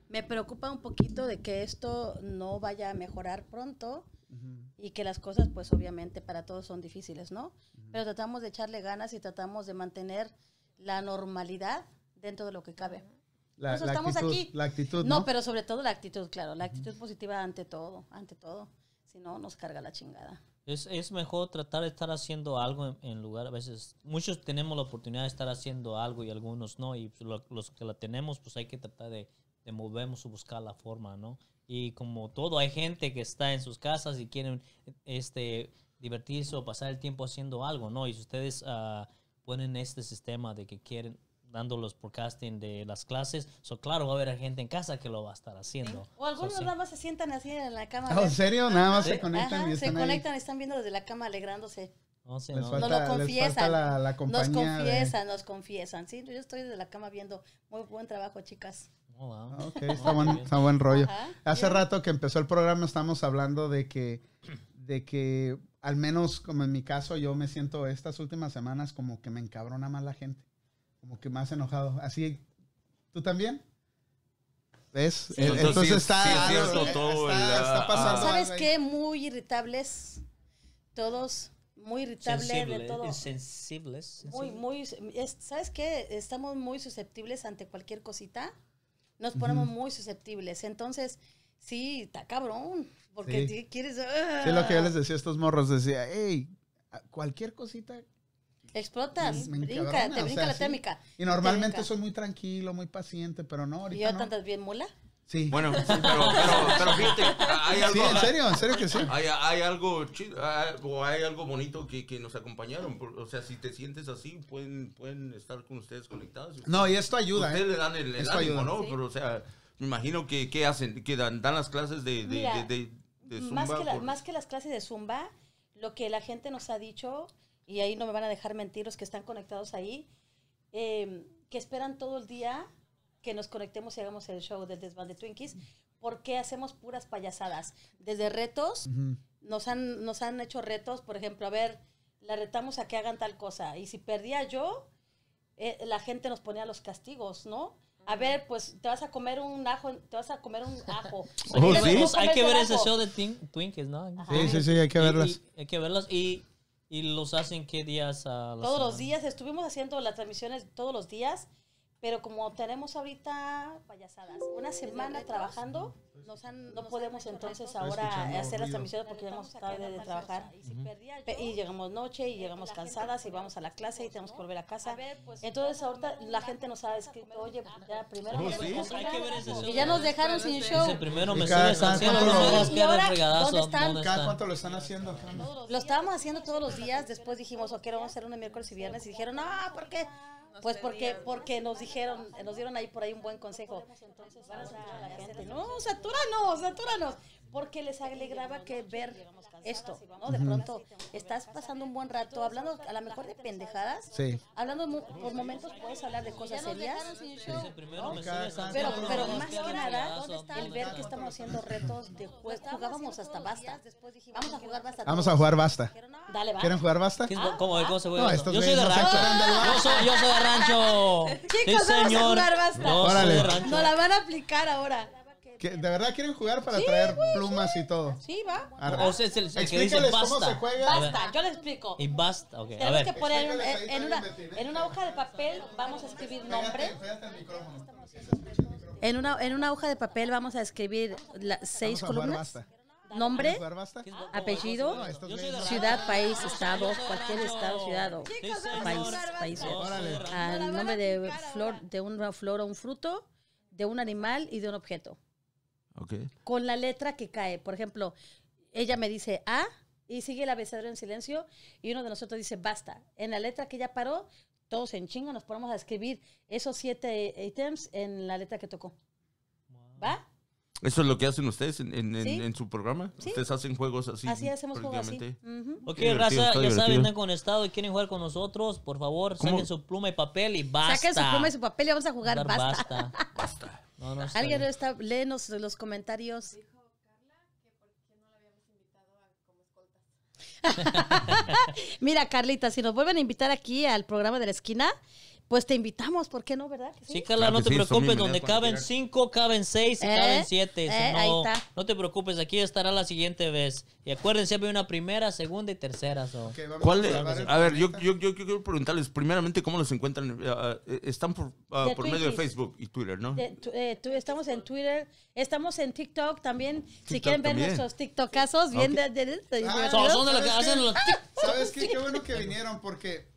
Speaker 6: Me preocupa un poquito de que esto no vaya a mejorar pronto y que las cosas, pues obviamente para todos son difíciles, ¿no? Pero tratamos de echarle ganas y tratamos de mantener la normalidad dentro de lo que cabe. Por eso estamos
Speaker 2: actitud,
Speaker 6: aquí.
Speaker 2: La actitud, ¿no?
Speaker 6: No, pero sobre todo la actitud, claro, la actitud positiva ante todo, ante todo. Si no, nos carga la chingada.
Speaker 1: Es, es mejor tratar de estar haciendo algo en, en lugar, a veces, muchos tenemos la oportunidad de estar haciendo algo y algunos no, y pues lo- los que la tenemos, pues hay que tratar de, de movernos o buscar la forma, ¿no? Y como todo, hay gente que está en sus casas y quieren este, divertirse o pasar el tiempo haciendo algo, ¿no? Y si ustedes ah, ponen este sistema de que quieren dando los podcasting de las clases, so claro, va a haber gente en casa que lo va a estar haciendo.
Speaker 6: O algunos
Speaker 1: So, sí.
Speaker 6: nada más se sientan así en la cama.
Speaker 2: Ah, ¿En serio? Nada más se
Speaker 1: Sí.
Speaker 2: conectan
Speaker 6: Ajá,
Speaker 2: y
Speaker 6: se
Speaker 2: están ahí.
Speaker 6: conectan y están viendo desde la cama alegrándose.
Speaker 1: No sé,
Speaker 2: Les
Speaker 1: no,
Speaker 2: falta,
Speaker 6: No lo
Speaker 2: les falta
Speaker 6: confiesan.
Speaker 2: la, la
Speaker 6: Nos
Speaker 2: compañía. de-
Speaker 6: confiesan, nos confiesan. Sí, yo estoy desde la cama viendo. Muy buen trabajo, chicas.
Speaker 1: no, wow.
Speaker 2: Ah, Ok, está buen, está buen
Speaker 3: Ah,
Speaker 2: rollo.
Speaker 6: Ajá.
Speaker 2: Hace rato que empezó el programa estamos hablando de que, de que, al menos como en mi caso, yo me siento estas últimas semanas como que me encabrona más la gente. Como que más enojado. Así, ¿tú también? ¿Ves? Eh,
Speaker 3: entonces
Speaker 2: Entonces,
Speaker 3: sí es-
Speaker 2: está,
Speaker 3: sí es
Speaker 2: algo-
Speaker 3: cierto todo
Speaker 2: está-
Speaker 3: el,
Speaker 2: está
Speaker 3: ah,
Speaker 2: pasando.
Speaker 6: ¿Sabes
Speaker 2: algo ahí.
Speaker 6: qué? Muy irritables. Todos muy irritables de
Speaker 1: Sensible,
Speaker 6: todo.
Speaker 1: es sensibles,
Speaker 6: Muy,
Speaker 1: sensible.
Speaker 6: muy. es- ¿Sabes qué? Estamos muy susceptibles ante cualquier cosita. Nos ponemos muy susceptibles. Entonces, sí, está cabrón.
Speaker 2: Sí.
Speaker 6: Porque ti- quieres.
Speaker 2: Sí, lo que yo les decía a estos morros, decía, hey, cualquier cosita.
Speaker 6: Explotas,
Speaker 2: Me
Speaker 6: brinca,
Speaker 2: encabrona,
Speaker 6: te
Speaker 2: o
Speaker 6: brinca
Speaker 2: sea,
Speaker 6: la
Speaker 2: sí.
Speaker 6: térmica.
Speaker 2: Y normalmente
Speaker 6: brinca.
Speaker 2: soy muy tranquilo, muy paciente, pero no,
Speaker 6: Y
Speaker 2: ahorita
Speaker 6: yo
Speaker 2: no.
Speaker 6: tantas bien mula.
Speaker 2: Sí.
Speaker 3: Bueno, sí, pero, pero, pero fíjate, hay
Speaker 2: sí,
Speaker 3: algo,
Speaker 2: en serio, en serio que sí.
Speaker 3: Hay, hay algo chido, hay- o hay algo bonito que, que nos acompañaron. por- O sea, si te sientes así, pueden, pueden estar con ustedes conectados.
Speaker 2: No, y esto ayuda,
Speaker 3: Ustedes
Speaker 2: ¿eh?
Speaker 3: le dan el, el
Speaker 2: Eso
Speaker 3: ánimo,
Speaker 2: ayuda.
Speaker 3: ¿no?
Speaker 6: Sí.
Speaker 3: Pero, o sea, me imagino que, que hacen, que dan, dan las clases de, de,
Speaker 6: Mira,
Speaker 3: de, de- de
Speaker 6: más,
Speaker 3: Zumba
Speaker 6: que la-
Speaker 3: por-
Speaker 6: más que las clases de Zumba, lo que la gente nos ha dicho, y ahí no me van a dejar mentir los que están conectados ahí, eh, que esperan todo el día que nos conectemos y hagamos el show del desbande Twinkies, porque hacemos puras payasadas. Desde retos,
Speaker 2: Ujú.
Speaker 6: nos han, nos han hecho retos, por ejemplo, a ver, la retamos a que hagan tal cosa. Y si perdía yo, eh, la gente nos ponía los castigos, ¿no? A ver, pues te vas a comer un ajo, te vas a comer un
Speaker 3: Oh,
Speaker 6: ajo.
Speaker 1: Hay que ver-
Speaker 6: Tenemos
Speaker 1: Hay que ver
Speaker 6: comerte
Speaker 1: ese
Speaker 6: ajo.
Speaker 1: show de Twin- Twinkies, ¿no?
Speaker 6: Ajá.
Speaker 2: Sí, sí, sí, hay que verlas.
Speaker 1: Y, y- hay que verlas y, y los hacen qué días a la
Speaker 6: Todos los
Speaker 1: semana?
Speaker 6: días, estuvimos haciendo las transmisiones todos los días, pero como tenemos ahorita payasadas, una semana trabajando,
Speaker 7: Nos han-
Speaker 6: no
Speaker 7: nos
Speaker 6: podemos
Speaker 7: han hecho
Speaker 6: entonces
Speaker 7: retos.
Speaker 6: ahora
Speaker 2: escuchando
Speaker 6: hacer las
Speaker 2: ruido.
Speaker 6: transmisiones porque
Speaker 7: porque
Speaker 6: llegamos tarde de trabajar.
Speaker 7: Y si
Speaker 1: Ujú.
Speaker 7: perdía yo,
Speaker 6: Pe- Y llegamos noche y
Speaker 7: eh,
Speaker 6: llegamos
Speaker 7: la gente
Speaker 6: cansadas y
Speaker 7: nos
Speaker 6: vamos a la clase y
Speaker 7: ponemos,
Speaker 6: tenemos que
Speaker 7: ¿no?
Speaker 6: volver a
Speaker 7: a
Speaker 6: casa.
Speaker 7: ver, pues,
Speaker 6: Entonces
Speaker 7: vas a
Speaker 6: ahorita
Speaker 7: comer un
Speaker 6: la
Speaker 7: ajo,
Speaker 6: gente nos
Speaker 7: vas
Speaker 6: ha
Speaker 7: a
Speaker 6: escrito,
Speaker 7: comer un
Speaker 6: oye,
Speaker 7: ajo".
Speaker 6: ya primero...
Speaker 3: Oh,
Speaker 6: me
Speaker 3: sí.
Speaker 6: subes
Speaker 1: Hay que ver ese
Speaker 6: al
Speaker 1: show.
Speaker 6: Y ya nos dejaron sin show.
Speaker 1: Dice, primero me
Speaker 2: Y cada-
Speaker 1: subes al
Speaker 2: cada
Speaker 1: cielo,
Speaker 2: cuánto
Speaker 1: luego
Speaker 2: lo-
Speaker 1: das
Speaker 6: ¿Y
Speaker 1: que eres
Speaker 6: ahora
Speaker 1: fregadazo.
Speaker 6: dónde están?
Speaker 2: ¿Cada cuánto lo están haciendo? ¿Qué onda?
Speaker 6: Lo estábamos haciendo todos los días, después dijimos, ok, lo vamos a hacer un miércoles y viernes, y dijeron, no, ¿por qué? Pues porque, porque nos dijeron, nos dieron ahí por ahí un buen consejo. Van a saturar a la gente, No, satúranos, satúranos. Porque les alegraba que ver esto, ¿no? De pronto estás pasando un buen rato, hablando a lo mejor de pendejadas,
Speaker 2: Sí.
Speaker 6: hablando mu- por momentos puedes hablar de cosas serias,
Speaker 1: Dice, primero me
Speaker 2: Sí. Cada-
Speaker 1: subes al
Speaker 6: pero,
Speaker 1: cielo,
Speaker 6: pero
Speaker 1: luego das
Speaker 6: más
Speaker 1: que
Speaker 6: que
Speaker 1: eres
Speaker 6: nada,
Speaker 1: fregadazo,
Speaker 6: el ver que
Speaker 1: ¿dónde
Speaker 6: estamos haciendo retos de juego, jugábamos hasta basta. Vamos a jugar basta.
Speaker 2: Vamos a
Speaker 6: todos.
Speaker 2: jugar basta.
Speaker 6: Dale, va.
Speaker 2: ¿Quieren jugar basta?
Speaker 1: ¿Qué es- cómo- cómo se juega
Speaker 2: No,
Speaker 1: eso?
Speaker 2: estos
Speaker 1: Yo soy de
Speaker 2: güeyes no se
Speaker 1: rancho.
Speaker 2: acuerdan del
Speaker 1: Yo soy, yo soy de rancho.
Speaker 6: Chicos,
Speaker 1: sí,
Speaker 6: vamos a
Speaker 1: señor.
Speaker 6: jugar basta.
Speaker 1: Yo soy
Speaker 2: Órale.
Speaker 1: de rancho.
Speaker 6: No la van a aplicar ahora.
Speaker 2: ¿Qué- Ah, ¿De verdad quieren jugar para traer plumas y todo?
Speaker 6: Sí, va.
Speaker 2: Arre.
Speaker 1: O sea, es el, el que dice
Speaker 2: Explícales
Speaker 1: basta.
Speaker 2: cómo se juega.
Speaker 1: A ver,
Speaker 6: Basta, yo les explico.
Speaker 1: Y basta. Ok, a
Speaker 6: Tenemos que
Speaker 1: ver.
Speaker 6: poner en,
Speaker 2: Explícales ahí,
Speaker 6: en una,
Speaker 2: también, Betín, ¿eh?
Speaker 6: en una hoja de papel, vamos a escribir nombre.
Speaker 2: Pégate el micrófono.
Speaker 6: En una, en una hoja de papel vamos a escribir la-
Speaker 2: Vamos
Speaker 6: seis
Speaker 2: a jugar
Speaker 6: columnas.
Speaker 2: basta. ¿Quieren
Speaker 6: Nombre,
Speaker 2: jugar basta?
Speaker 1: ¿Qué es- cómo-
Speaker 6: apellido,
Speaker 1: cómo se juega? Yo soy de rancho.
Speaker 6: ciudad, país,
Speaker 1: Yo soy
Speaker 6: estado,
Speaker 1: de
Speaker 6: cualquier
Speaker 1: rancho.
Speaker 6: estado, ciudad o
Speaker 1: Sí,
Speaker 6: país,
Speaker 1: señor.
Speaker 6: país.
Speaker 1: Yo soy de
Speaker 2: Órale.
Speaker 1: rancho.
Speaker 6: Ah,
Speaker 7: No la van a
Speaker 6: nombre de
Speaker 7: aplicar
Speaker 6: flor,
Speaker 7: ahora.
Speaker 6: de una flor o un fruto, de un animal y de un objeto.
Speaker 3: Ok.
Speaker 6: con la letra que cae. Por ejemplo, ella me dice A y sigue el abecedario en silencio y uno de nosotros dice basta. En la letra que ella paró, todos en chinga nos ponemos a escribir esos siete ítems en la letra que tocó. ¿Va?
Speaker 3: ¿Eso es lo que hacen ustedes en, en, en-
Speaker 6: Sí.
Speaker 3: en su programa?
Speaker 6: Sí.
Speaker 3: ¿Ustedes hacen juegos así?
Speaker 6: así hacemos juego así.
Speaker 3: prácticamente?
Speaker 6: Ujú.
Speaker 1: Ok,
Speaker 3: Divertido,
Speaker 1: raza,
Speaker 3: está
Speaker 1: ya saben,
Speaker 3: divertido.
Speaker 1: están conectados y quieren jugar con nosotros. Por favor,
Speaker 3: ¿Cómo?
Speaker 1: saquen su pluma y papel y basta.
Speaker 6: Saquen su pluma y su papel y vamos a jugar
Speaker 1: Dar
Speaker 6: basta.
Speaker 1: Basta. No, no, está
Speaker 6: Alguien
Speaker 1: bien.
Speaker 6: está, léenos los comentarios. Mira, Carlita, si nos vuelven a invitar aquí al programa de la esquina, pues te invitamos, ¿por qué no, verdad? que sí?
Speaker 1: Sí, Carla,
Speaker 3: Claro
Speaker 1: no
Speaker 3: Ah, que
Speaker 1: te
Speaker 3: sí, son
Speaker 1: preocupes,
Speaker 3: bienvenidas
Speaker 1: donde
Speaker 3: cuando
Speaker 1: caben
Speaker 3: quieran.
Speaker 1: cinco, caben seis y
Speaker 6: Eh,
Speaker 1: caben siete.
Speaker 6: eh,
Speaker 1: Si no,
Speaker 6: ahí está.
Speaker 1: no te preocupes, aquí estará la siguiente vez. Y acuérdense, siempre hay una primera, segunda y tercera. so.
Speaker 2: Ok, vamos
Speaker 3: ¿Cuál
Speaker 2: a
Speaker 3: de-
Speaker 2: salvar el
Speaker 3: a ver, yo,
Speaker 2: planeta.
Speaker 3: yo, yo quiero preguntarles primeramente cómo los encuentran. Ah, eh, están por, ah,
Speaker 6: De
Speaker 3: por medio de
Speaker 6: Twinkies.
Speaker 3: Facebook y Twitter, ¿no?
Speaker 6: De- tu- eh, tú- estamos en Twitter, estamos en TikTok también. si
Speaker 3: TikTok
Speaker 6: quieren ver
Speaker 3: también.
Speaker 6: nuestros TikTokazos, bien
Speaker 3: Ok.
Speaker 6: de, de- de- de-
Speaker 2: Ah,
Speaker 1: So,
Speaker 6: ¿no?
Speaker 1: son de las que
Speaker 2: ¿sabes
Speaker 1: hacen
Speaker 2: qué?
Speaker 1: los tic.
Speaker 2: ¿Sabes qué? Qué bueno que vinieron porque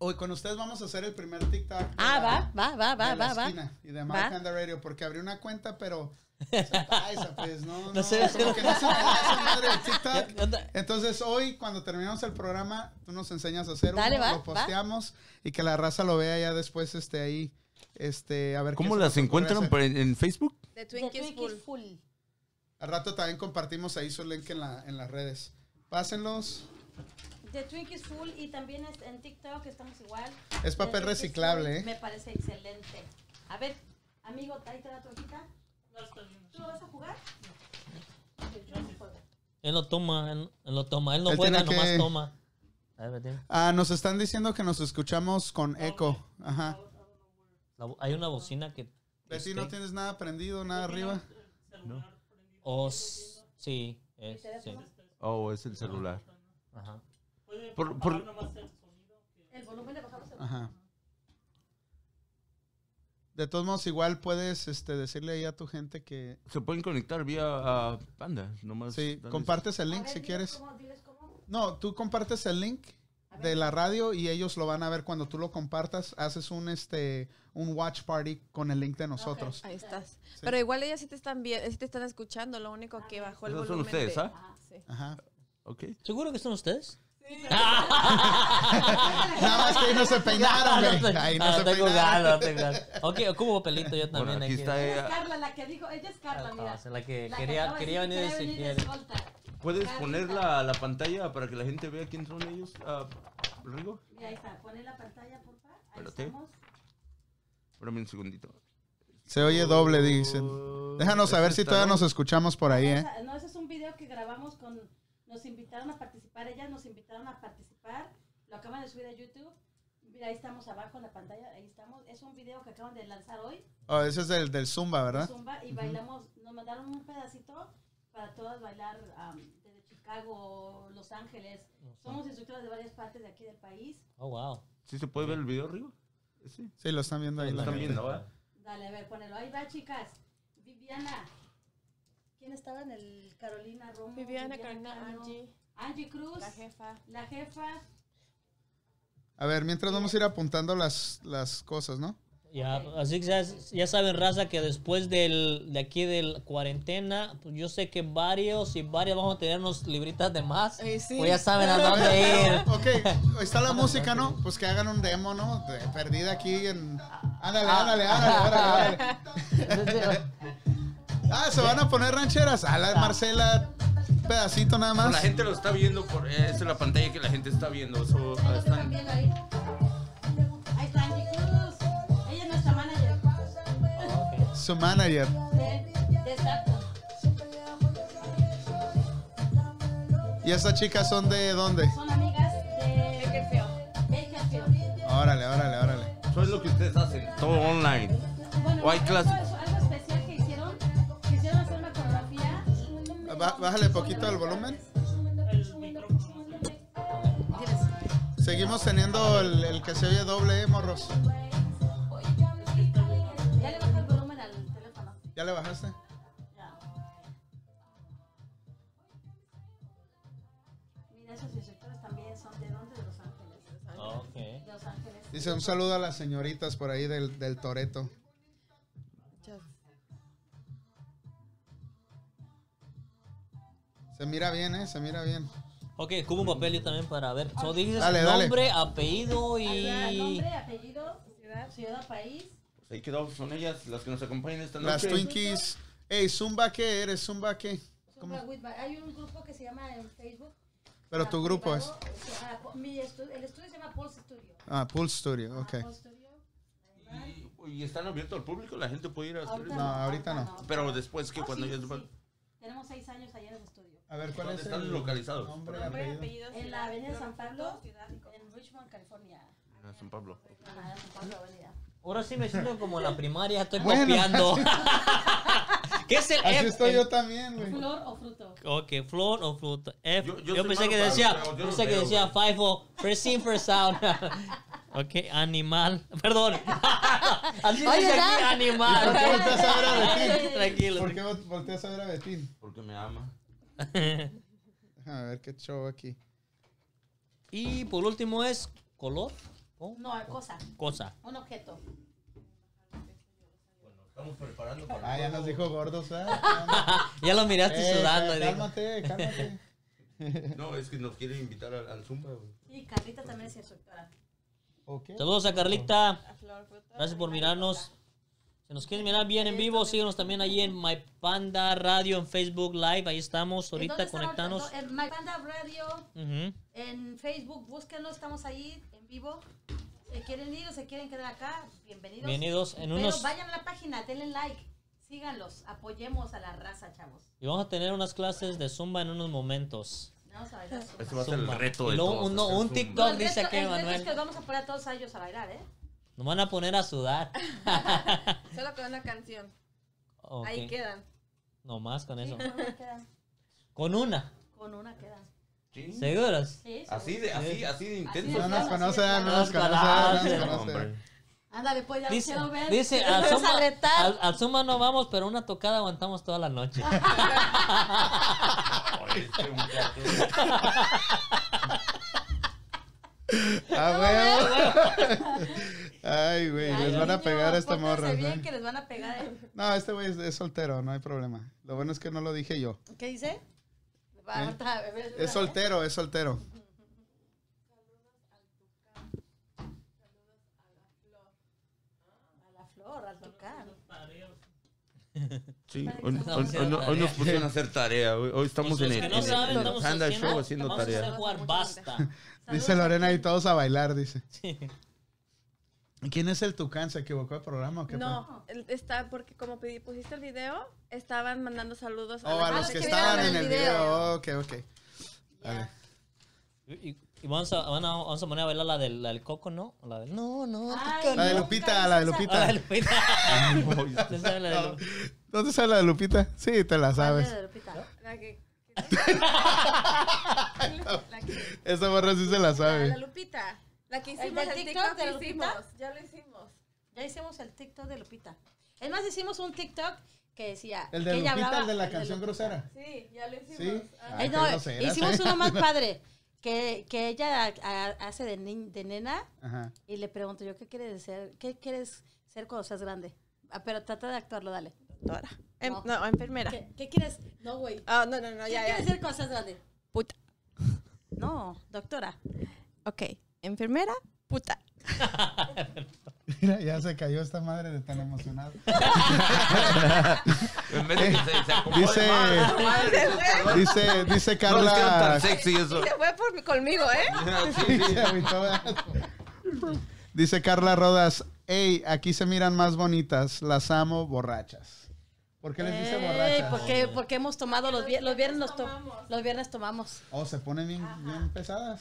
Speaker 2: hoy con ustedes vamos a hacer el primer TikTok. de la-
Speaker 6: Ah, va, va,
Speaker 2: de
Speaker 6: va, va,
Speaker 2: la
Speaker 6: va, va.
Speaker 2: esquina Y de
Speaker 6: Va.
Speaker 2: Mark and the Radio porque abrí una cuenta, pero se paisa, pues, no, no,
Speaker 1: sé.
Speaker 2: como que no se me da esa madre el
Speaker 1: Ya, ya
Speaker 2: TikTok.
Speaker 1: anda-
Speaker 2: Entonces hoy cuando terminamos el programa, tú nos enseñas a hacer
Speaker 6: Dale,
Speaker 2: uno,
Speaker 6: va,
Speaker 2: lo
Speaker 6: va.
Speaker 2: posteamos y que la raza lo vea ya después este ahí este a ver
Speaker 3: ¿Cómo
Speaker 2: qué se
Speaker 3: las
Speaker 2: nos ocurre
Speaker 3: encuentran
Speaker 2: hacer.
Speaker 3: por- en, en Facebook?
Speaker 7: De
Speaker 6: De
Speaker 7: Twinkies Full.
Speaker 6: Twinkies Full.
Speaker 2: Al rato también compartimos ahí su link en la en las redes. Pásenlos.
Speaker 6: De Twinkies Full y también es- en TikTok estamos igual.
Speaker 2: Es papel
Speaker 6: De Twinkies
Speaker 2: reciclable,
Speaker 6: Full,
Speaker 2: ¿eh?
Speaker 6: Me parece excelente. A ver, amigo, ahí te da tu hojita.
Speaker 5: No está bien.
Speaker 6: ¿Tú lo vas a jugar? Yo no juego.
Speaker 1: Él lo toma, él, él lo toma. Él no
Speaker 2: Él
Speaker 1: juega,
Speaker 2: tiene que-
Speaker 1: nomás toma. A ver, tiene-
Speaker 2: Ah, nos están diciendo que nos escuchamos con eco. Ajá.
Speaker 1: la bo- hay una bocina que...
Speaker 2: Betty, no
Speaker 1: este-
Speaker 2: tienes nada prendido, nada arriba.
Speaker 1: o s- sí, es- sí.
Speaker 3: Oh, es el celular.
Speaker 1: Ajá.
Speaker 5: Puede
Speaker 3: Por- por-
Speaker 5: apagar nomás el sonido.
Speaker 6: El volumen le bajamos. el-
Speaker 2: Ajá. De todos modos, igual puedes este, decirle ahí a tu gente que...
Speaker 3: Se pueden conectar vía ah, Panda, nomás.
Speaker 2: Sí,
Speaker 3: dale-
Speaker 2: compartes el
Speaker 6: A
Speaker 2: link
Speaker 6: ver,
Speaker 2: si
Speaker 6: diles
Speaker 2: quieres.
Speaker 6: cómo, diles cómo.
Speaker 2: No, tú compartes el link de la radio y ellos lo van a ver cuando tú lo compartas. Haces un, este, un watch party con el link de nosotros.
Speaker 7: Ahí estás. Pero igual ellas sí te están viendo, sí te están escuchando, lo único
Speaker 6: Ah,
Speaker 7: que bajó el
Speaker 3: Esos
Speaker 7: volumen.
Speaker 3: son ustedes,
Speaker 7: de-
Speaker 3: ¿ah?
Speaker 7: Sí.
Speaker 2: Ajá.
Speaker 3: Ok.
Speaker 1: ¿Seguro que son ustedes?
Speaker 2: Ah. Nada más que ahí no se peinaron, güey. Ahí no
Speaker 1: Ah,
Speaker 2: se
Speaker 1: tengo
Speaker 2: peinaron.
Speaker 1: ganas, tengo ganas. Ok, ocupo papelito yo
Speaker 3: Bueno,
Speaker 1: también
Speaker 3: aquí está. eh,
Speaker 6: Ella es Carla, la que dijo, ella es Carla, mira.
Speaker 1: Ah, la que
Speaker 6: La que
Speaker 1: quería,
Speaker 6: acaba de
Speaker 1: quería
Speaker 6: decir
Speaker 1: venir
Speaker 6: que
Speaker 1: si
Speaker 6: quería
Speaker 1: quiere.
Speaker 6: venir de escolta.
Speaker 3: ah, ¿Puedes
Speaker 6: Carlita.
Speaker 3: poner la, la pantalla para que la gente vea quién son ellos? Ah, Rigo,
Speaker 6: Mira, ahí está, poné la pantalla, por favor. Ahí
Speaker 3: Espérate.
Speaker 6: estamos.
Speaker 3: espérame un segundito.
Speaker 2: Se oye doble, dicen. Déjanos saber si todavía nos escuchamos por ahí, ¿eh?
Speaker 6: O sea, No, ese es un video que grabamos con. Nos invitaron a participar, ellas nos invitaron a participar. Lo acaban de subir a YouTube. Mira, ahí estamos abajo en la pantalla, ahí estamos. Es un video que acaban de lanzar hoy,
Speaker 2: Oh, ese es del, del Zumba,
Speaker 6: de
Speaker 2: ¿verdad?
Speaker 6: Zumba, y bailamos. Nos mandaron un pedacito para todas bailar am, desde Chicago, Los Ángeles. Somos instructores de varias partes de aquí del país.
Speaker 1: Oh, wow.
Speaker 3: ¿Sí se puede ver el video, Rigo? Sí.
Speaker 2: Sí, lo están viendo ahí.
Speaker 3: Lo
Speaker 2: la
Speaker 3: están
Speaker 2: gente.
Speaker 3: viendo, ¿verdad?
Speaker 6: Dale, a ver, ponelo. Ahí va, chicas. Viviana. ¿Quién estaba en el Carolina Romo?
Speaker 7: Viviana, Carolina,
Speaker 6: Cano,
Speaker 7: Angie,
Speaker 6: Angie Cruz.
Speaker 7: la jefa.
Speaker 6: La jefa.
Speaker 2: A ver, mientras vamos a ir apuntando las, las cosas, ¿no?
Speaker 1: Ya, así que ya, ya saben, raza, que después del, de aquí de la cuarentena, pues yo sé que varios y varias vamos a tenernos libritas de más.
Speaker 7: Eh, sí.
Speaker 1: Pues ya saben a dónde ir.
Speaker 2: Ok, está la música, ¿no? Pues que hagan un demo, ¿no? De- perdida aquí en... Ándale, ándale, ándale, ándale, ándale. Ah, ¿se van a poner rancheras? A la Marcela, pedacito nada
Speaker 3: Bueno, Pues La
Speaker 2: más.
Speaker 3: gente lo está viendo por. eh, Esa es la pantalla que la gente está viendo. so, ah,
Speaker 6: Ahí
Speaker 3: están-
Speaker 6: está Angie Cruz. Ella es nuestra manager.
Speaker 1: Ah, ok.
Speaker 2: Su manager.
Speaker 6: De, de Sato.
Speaker 2: ¿Y estas chicas son de dónde?
Speaker 6: Son amigas de Bakerfield.
Speaker 2: Órale, órale, órale.
Speaker 3: Eso es lo que ustedes hacen. Todo online.
Speaker 6: Bueno,
Speaker 3: White
Speaker 6: algo-
Speaker 3: Classic.
Speaker 6: Algo, algo especial que hicieron. Quisieron hacer una coreografía.
Speaker 2: Ba- bájale poquito el volumen.
Speaker 5: El micrófono.
Speaker 2: Seguimos teniendo el, el que se oye doble, ¿eh, morros.
Speaker 6: Ya le bajo el volumen al teléfono.
Speaker 2: ¿Ya le bajaste?
Speaker 6: Ya. Mira, esos instructores también son de dónde? De Los Ángeles.
Speaker 1: Ok.
Speaker 6: De Los Ángeles.
Speaker 2: Dice un saludo a las señoritas por ahí del, del Toreto.
Speaker 7: Muchas-
Speaker 2: Se mira bien, ¿eh? Se mira bien.
Speaker 1: Ok, cubo un papel yo también para ver. So, dices
Speaker 2: Dale, dale.
Speaker 1: nombre, apellido
Speaker 6: Ahí va,
Speaker 1: y...
Speaker 6: Nombre, apellido, ciudad, país.
Speaker 3: Pues ahí quedó. Son ellas las que nos acompañan esta noche.
Speaker 2: Las Twinkies. Ey, Zumba, ¿qué eres? Zumba, ¿qué? ¿Cómo?
Speaker 6: Zumba With Bar. Hay un grupo que se llama en Facebook.
Speaker 2: Pero
Speaker 6: ah,
Speaker 2: tu grupo es.
Speaker 6: privado, se llama- mi estu- el estudio se llama Pulse Studio.
Speaker 2: Ah, Pool Studio, ok.
Speaker 6: Ah, Pulse Studio.
Speaker 3: Y, y están abiertos al público. La gente puede ir a hacer
Speaker 2: No, ahorita no.
Speaker 3: Pero después que
Speaker 6: Oh,
Speaker 3: cuando
Speaker 6: sí,
Speaker 3: ellas
Speaker 6: sí,
Speaker 3: van.
Speaker 6: sí. Tenemos seis años allá en el estudio.
Speaker 2: A ver, ¿cuál
Speaker 3: ¿Dónde
Speaker 2: es
Speaker 3: están
Speaker 2: el
Speaker 3: localizados?
Speaker 2: Nombre,
Speaker 7: Nombre,
Speaker 2: apellido?
Speaker 7: apellido,
Speaker 6: En la
Speaker 7: ciudad,
Speaker 6: avenida San Pablo,
Speaker 7: ciudad y
Speaker 6: en Richmond, California.
Speaker 3: Ah, San Pablo.
Speaker 6: Ajá, San Pablo Avenida.
Speaker 1: Ahora sí me siento como en la primaria, estoy
Speaker 2: Bueno.
Speaker 1: copiando. ¿Qué es el
Speaker 2: Así
Speaker 1: F?
Speaker 2: estoy yo también, güey.
Speaker 6: Flor o fruto.
Speaker 1: Ok, flor o fruta. F. Yo,
Speaker 3: Yo- yo soy
Speaker 1: pensé que
Speaker 3: malo para-
Speaker 1: decía,
Speaker 3: yo no
Speaker 1: pensé que
Speaker 3: veo,
Speaker 1: decía FIFO, first in, first out. ok, animal. Perdón. Así
Speaker 7: Oye,
Speaker 1: dice aquí,
Speaker 7: ya.
Speaker 1: animal.
Speaker 2: ¿Por qué volteas a ver a Betín?
Speaker 1: Tranquilo.
Speaker 2: ¿Por qué vol- volteas a ver a Betín?
Speaker 3: Porque me ama.
Speaker 2: Déjame ver qué show aquí.
Speaker 1: Y por último es color o
Speaker 6: No, cosa.
Speaker 1: cosa.
Speaker 6: Un objeto.
Speaker 3: Estamos preparando para.
Speaker 2: Ah, ya nos dijo gordos, ¿verdad?
Speaker 1: Ya lo miraste
Speaker 2: Eh,
Speaker 1: sudando. y digo,
Speaker 2: cálmate, cálmate.
Speaker 3: No, es que nos quieren invitar al, al Zumba, güey.
Speaker 6: Y Carlita también es instructora.
Speaker 2: ¿Ok?
Speaker 1: Saludos a Carlita.
Speaker 7: a flor, fruta.
Speaker 1: Gracias por mirarnos. Si nos quieren mirar bien en vivo, síguenos también ahí en My Panda Radio en Facebook Live. Ahí estamos.
Speaker 6: ¿En dónde
Speaker 1: Ahorita
Speaker 6: están
Speaker 1: conectanos.
Speaker 6: En My Panda Radio,
Speaker 1: Ujú.
Speaker 6: en Facebook, búsquenlo, estamos ahí en vivo. ¿Se quieren ir o se quieren quedar acá? Bienvenidos.
Speaker 1: Bienvenidos en
Speaker 6: Pero
Speaker 1: unos.
Speaker 6: vayan a la página, denle like, síganlos, apoyemos a la raza, chavos.
Speaker 1: Y vamos a tener unas clases de zumba en unos momentos.
Speaker 6: Vamos a bailar. zumba.
Speaker 3: Ese va a ser el
Speaker 1: Zumba.
Speaker 3: reto de
Speaker 1: Y luego
Speaker 3: todos,
Speaker 1: uno-
Speaker 3: hacer
Speaker 1: un
Speaker 3: Zumba.
Speaker 1: TikTok.
Speaker 6: el
Speaker 1: Pues dice
Speaker 6: reto-
Speaker 1: aquí,
Speaker 6: el reto
Speaker 1: Manuel.
Speaker 6: es que los vamos a poner a todos a ellos a bailar, ¿eh?
Speaker 1: Nos van a poner a sudar.
Speaker 7: Solo con una canción.
Speaker 1: Ok.
Speaker 7: Ahí quedan.
Speaker 1: No más con eso.
Speaker 6: Con una quedan.
Speaker 1: Con una.
Speaker 6: Con una quedan.
Speaker 3: Sí.
Speaker 1: ¿Seguros?
Speaker 6: Sí, seguro.
Speaker 3: Así de, así, así de intenso.
Speaker 2: No nos conoce, no nos
Speaker 1: Nos
Speaker 2: conoce,
Speaker 1: conoce.
Speaker 2: no
Speaker 3: No,
Speaker 2: nos
Speaker 3: hombre.
Speaker 2: conoce.
Speaker 6: Ándale, pues ya
Speaker 1: Dice,
Speaker 6: quiero ver.
Speaker 1: dice
Speaker 6: Quiero
Speaker 1: al,
Speaker 6: ver
Speaker 1: zumba,
Speaker 6: esa retar.
Speaker 1: al- al zumba no vamos, pero una tocada aguantamos toda la noche.
Speaker 3: Ay, este muchacho.
Speaker 2: Ah, huevo. Ay, güey,
Speaker 6: Ay,
Speaker 2: les van a
Speaker 6: niño,
Speaker 2: pegar a esta
Speaker 6: pórtense
Speaker 2: morra.
Speaker 6: bien
Speaker 2: ¿no?
Speaker 6: que les van a pegar. ¿eh?
Speaker 2: No, este güey es, es soltero, no hay problema. Lo bueno es que no lo dije yo.
Speaker 6: ¿Qué dice? Va,
Speaker 2: ¿Eh?
Speaker 6: ahorita, a ver, espera,
Speaker 2: Es
Speaker 6: ¿eh?
Speaker 2: soltero, es soltero.
Speaker 6: A la flor, al tocar.
Speaker 3: Sí, hoy,
Speaker 1: Estamos
Speaker 3: hoy- hoy
Speaker 1: haciendo
Speaker 3: no- hoy nos
Speaker 1: tarea.
Speaker 3: pusieron a hacer tarea. Hoy, hoy estamos
Speaker 1: Pues Los
Speaker 3: en
Speaker 1: que
Speaker 3: el,
Speaker 1: no
Speaker 3: en el-
Speaker 1: saben,
Speaker 3: en el
Speaker 1: estamos
Speaker 3: Panda
Speaker 1: haciendo-
Speaker 3: Show haciendo
Speaker 1: Vamos a hacer
Speaker 3: tarea.
Speaker 1: jugar basta.
Speaker 2: Dice
Speaker 6: Saludos.
Speaker 2: Lorena y todos a bailar, dice.
Speaker 1: Sí.
Speaker 2: ¿Quién es el Tucán? ¿Se equivocó de programa o qué? pedo?
Speaker 7: No, Ah, el- está porque como pedí, pusiste el video, estaban mandando saludos
Speaker 2: Oh, a
Speaker 7: la
Speaker 2: los
Speaker 7: gente
Speaker 2: que estaban en el video. Ok, ok. Vale.
Speaker 1: Y, y vamos, a, van a- vamos a poner a bailar la del, la del coco, ¿no? La del, no, no.
Speaker 6: Ay,
Speaker 1: coco,
Speaker 2: La de
Speaker 1: no.
Speaker 2: Lupita, la de Lupita.
Speaker 1: Ah, la de Lupita. ¿Usted sabe la de Lupita?
Speaker 2: ¿No te sale la de Lupita? Sí, te la
Speaker 6: ¿Cuál
Speaker 2: sabes.
Speaker 6: de Lupita?
Speaker 7: La que... la que-
Speaker 2: Esa morra sí se la
Speaker 7: la
Speaker 2: sabe.
Speaker 7: Lupita. La que
Speaker 6: ¿El
Speaker 7: hicimos,
Speaker 6: del
Speaker 7: el
Speaker 6: TikTok
Speaker 7: TikTok
Speaker 6: de
Speaker 7: que
Speaker 6: Lupita?
Speaker 7: hicimos. Ya lo hicimos.
Speaker 6: Ya hicimos el TikTok de Lupita. Es más, hicimos un TikTok que decía.
Speaker 2: El
Speaker 6: que
Speaker 2: de
Speaker 6: ella
Speaker 2: Lupita,
Speaker 6: hablaba-
Speaker 2: el de la
Speaker 6: el
Speaker 2: canción
Speaker 6: Lupita.
Speaker 2: grosera.
Speaker 7: Sí, ya lo hicimos.
Speaker 2: Sí.
Speaker 7: Ah,
Speaker 6: Ay,
Speaker 2: qué
Speaker 6: no,
Speaker 2: groseras,
Speaker 6: hicimos
Speaker 2: ¿eh?
Speaker 6: uno más padre. Que, que ella a- a- hace de, ni- de nena
Speaker 2: Ajá.
Speaker 6: y le pregunto yo, ¿qué quieres ser? ¿Qué quieres ser cuando seas grande? Ah, pero trata de actuarlo, dale.
Speaker 7: doctora. Em-
Speaker 6: No.
Speaker 7: no, enfermera.
Speaker 6: ¿Qué, qué quieres? No, güey.
Speaker 7: Ah, no, no, no,
Speaker 6: ¿Qué
Speaker 7: ya,
Speaker 6: quieres
Speaker 7: ya.
Speaker 6: ser cuando seas grande?
Speaker 7: Puta.
Speaker 6: No, doctora.
Speaker 7: Ok, enfermera, puta.
Speaker 2: Mira, ya se cayó esta madre de tan emocionado.
Speaker 3: En vez de que se, se acomode
Speaker 2: Dice-
Speaker 3: más, su madre,
Speaker 7: Se fue,
Speaker 2: Dice, dice
Speaker 3: No es que era tan
Speaker 2: Carla.
Speaker 3: sexy eso.
Speaker 7: se fue por, mi- conmigo, ¿eh?
Speaker 3: Sí, sí.
Speaker 2: Se agüitó, ¿verdad? Dice Carla Rodas, hey, aquí se miran más bonitas, las amo borrachas. ¿Por qué les dice
Speaker 6: Ey,
Speaker 2: borrachas?
Speaker 6: Eh, porque, porque hemos tomado los, vie- los viernes, los, to-
Speaker 7: tomamos.
Speaker 6: los viernes tomamos.
Speaker 2: Oh, se ponen bien, bien pesadas.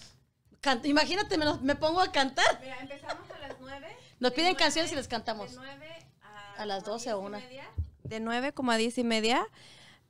Speaker 6: Can- imagínate, me, los- me pongo a cantar.
Speaker 7: Mira, empezamos a las 9.
Speaker 6: Nos piden canciones y les cantamos.
Speaker 7: 9 a,
Speaker 6: A las
Speaker 7: como
Speaker 6: 12 o
Speaker 7: 10 y
Speaker 6: una.
Speaker 7: media. De 9 como a 10 y media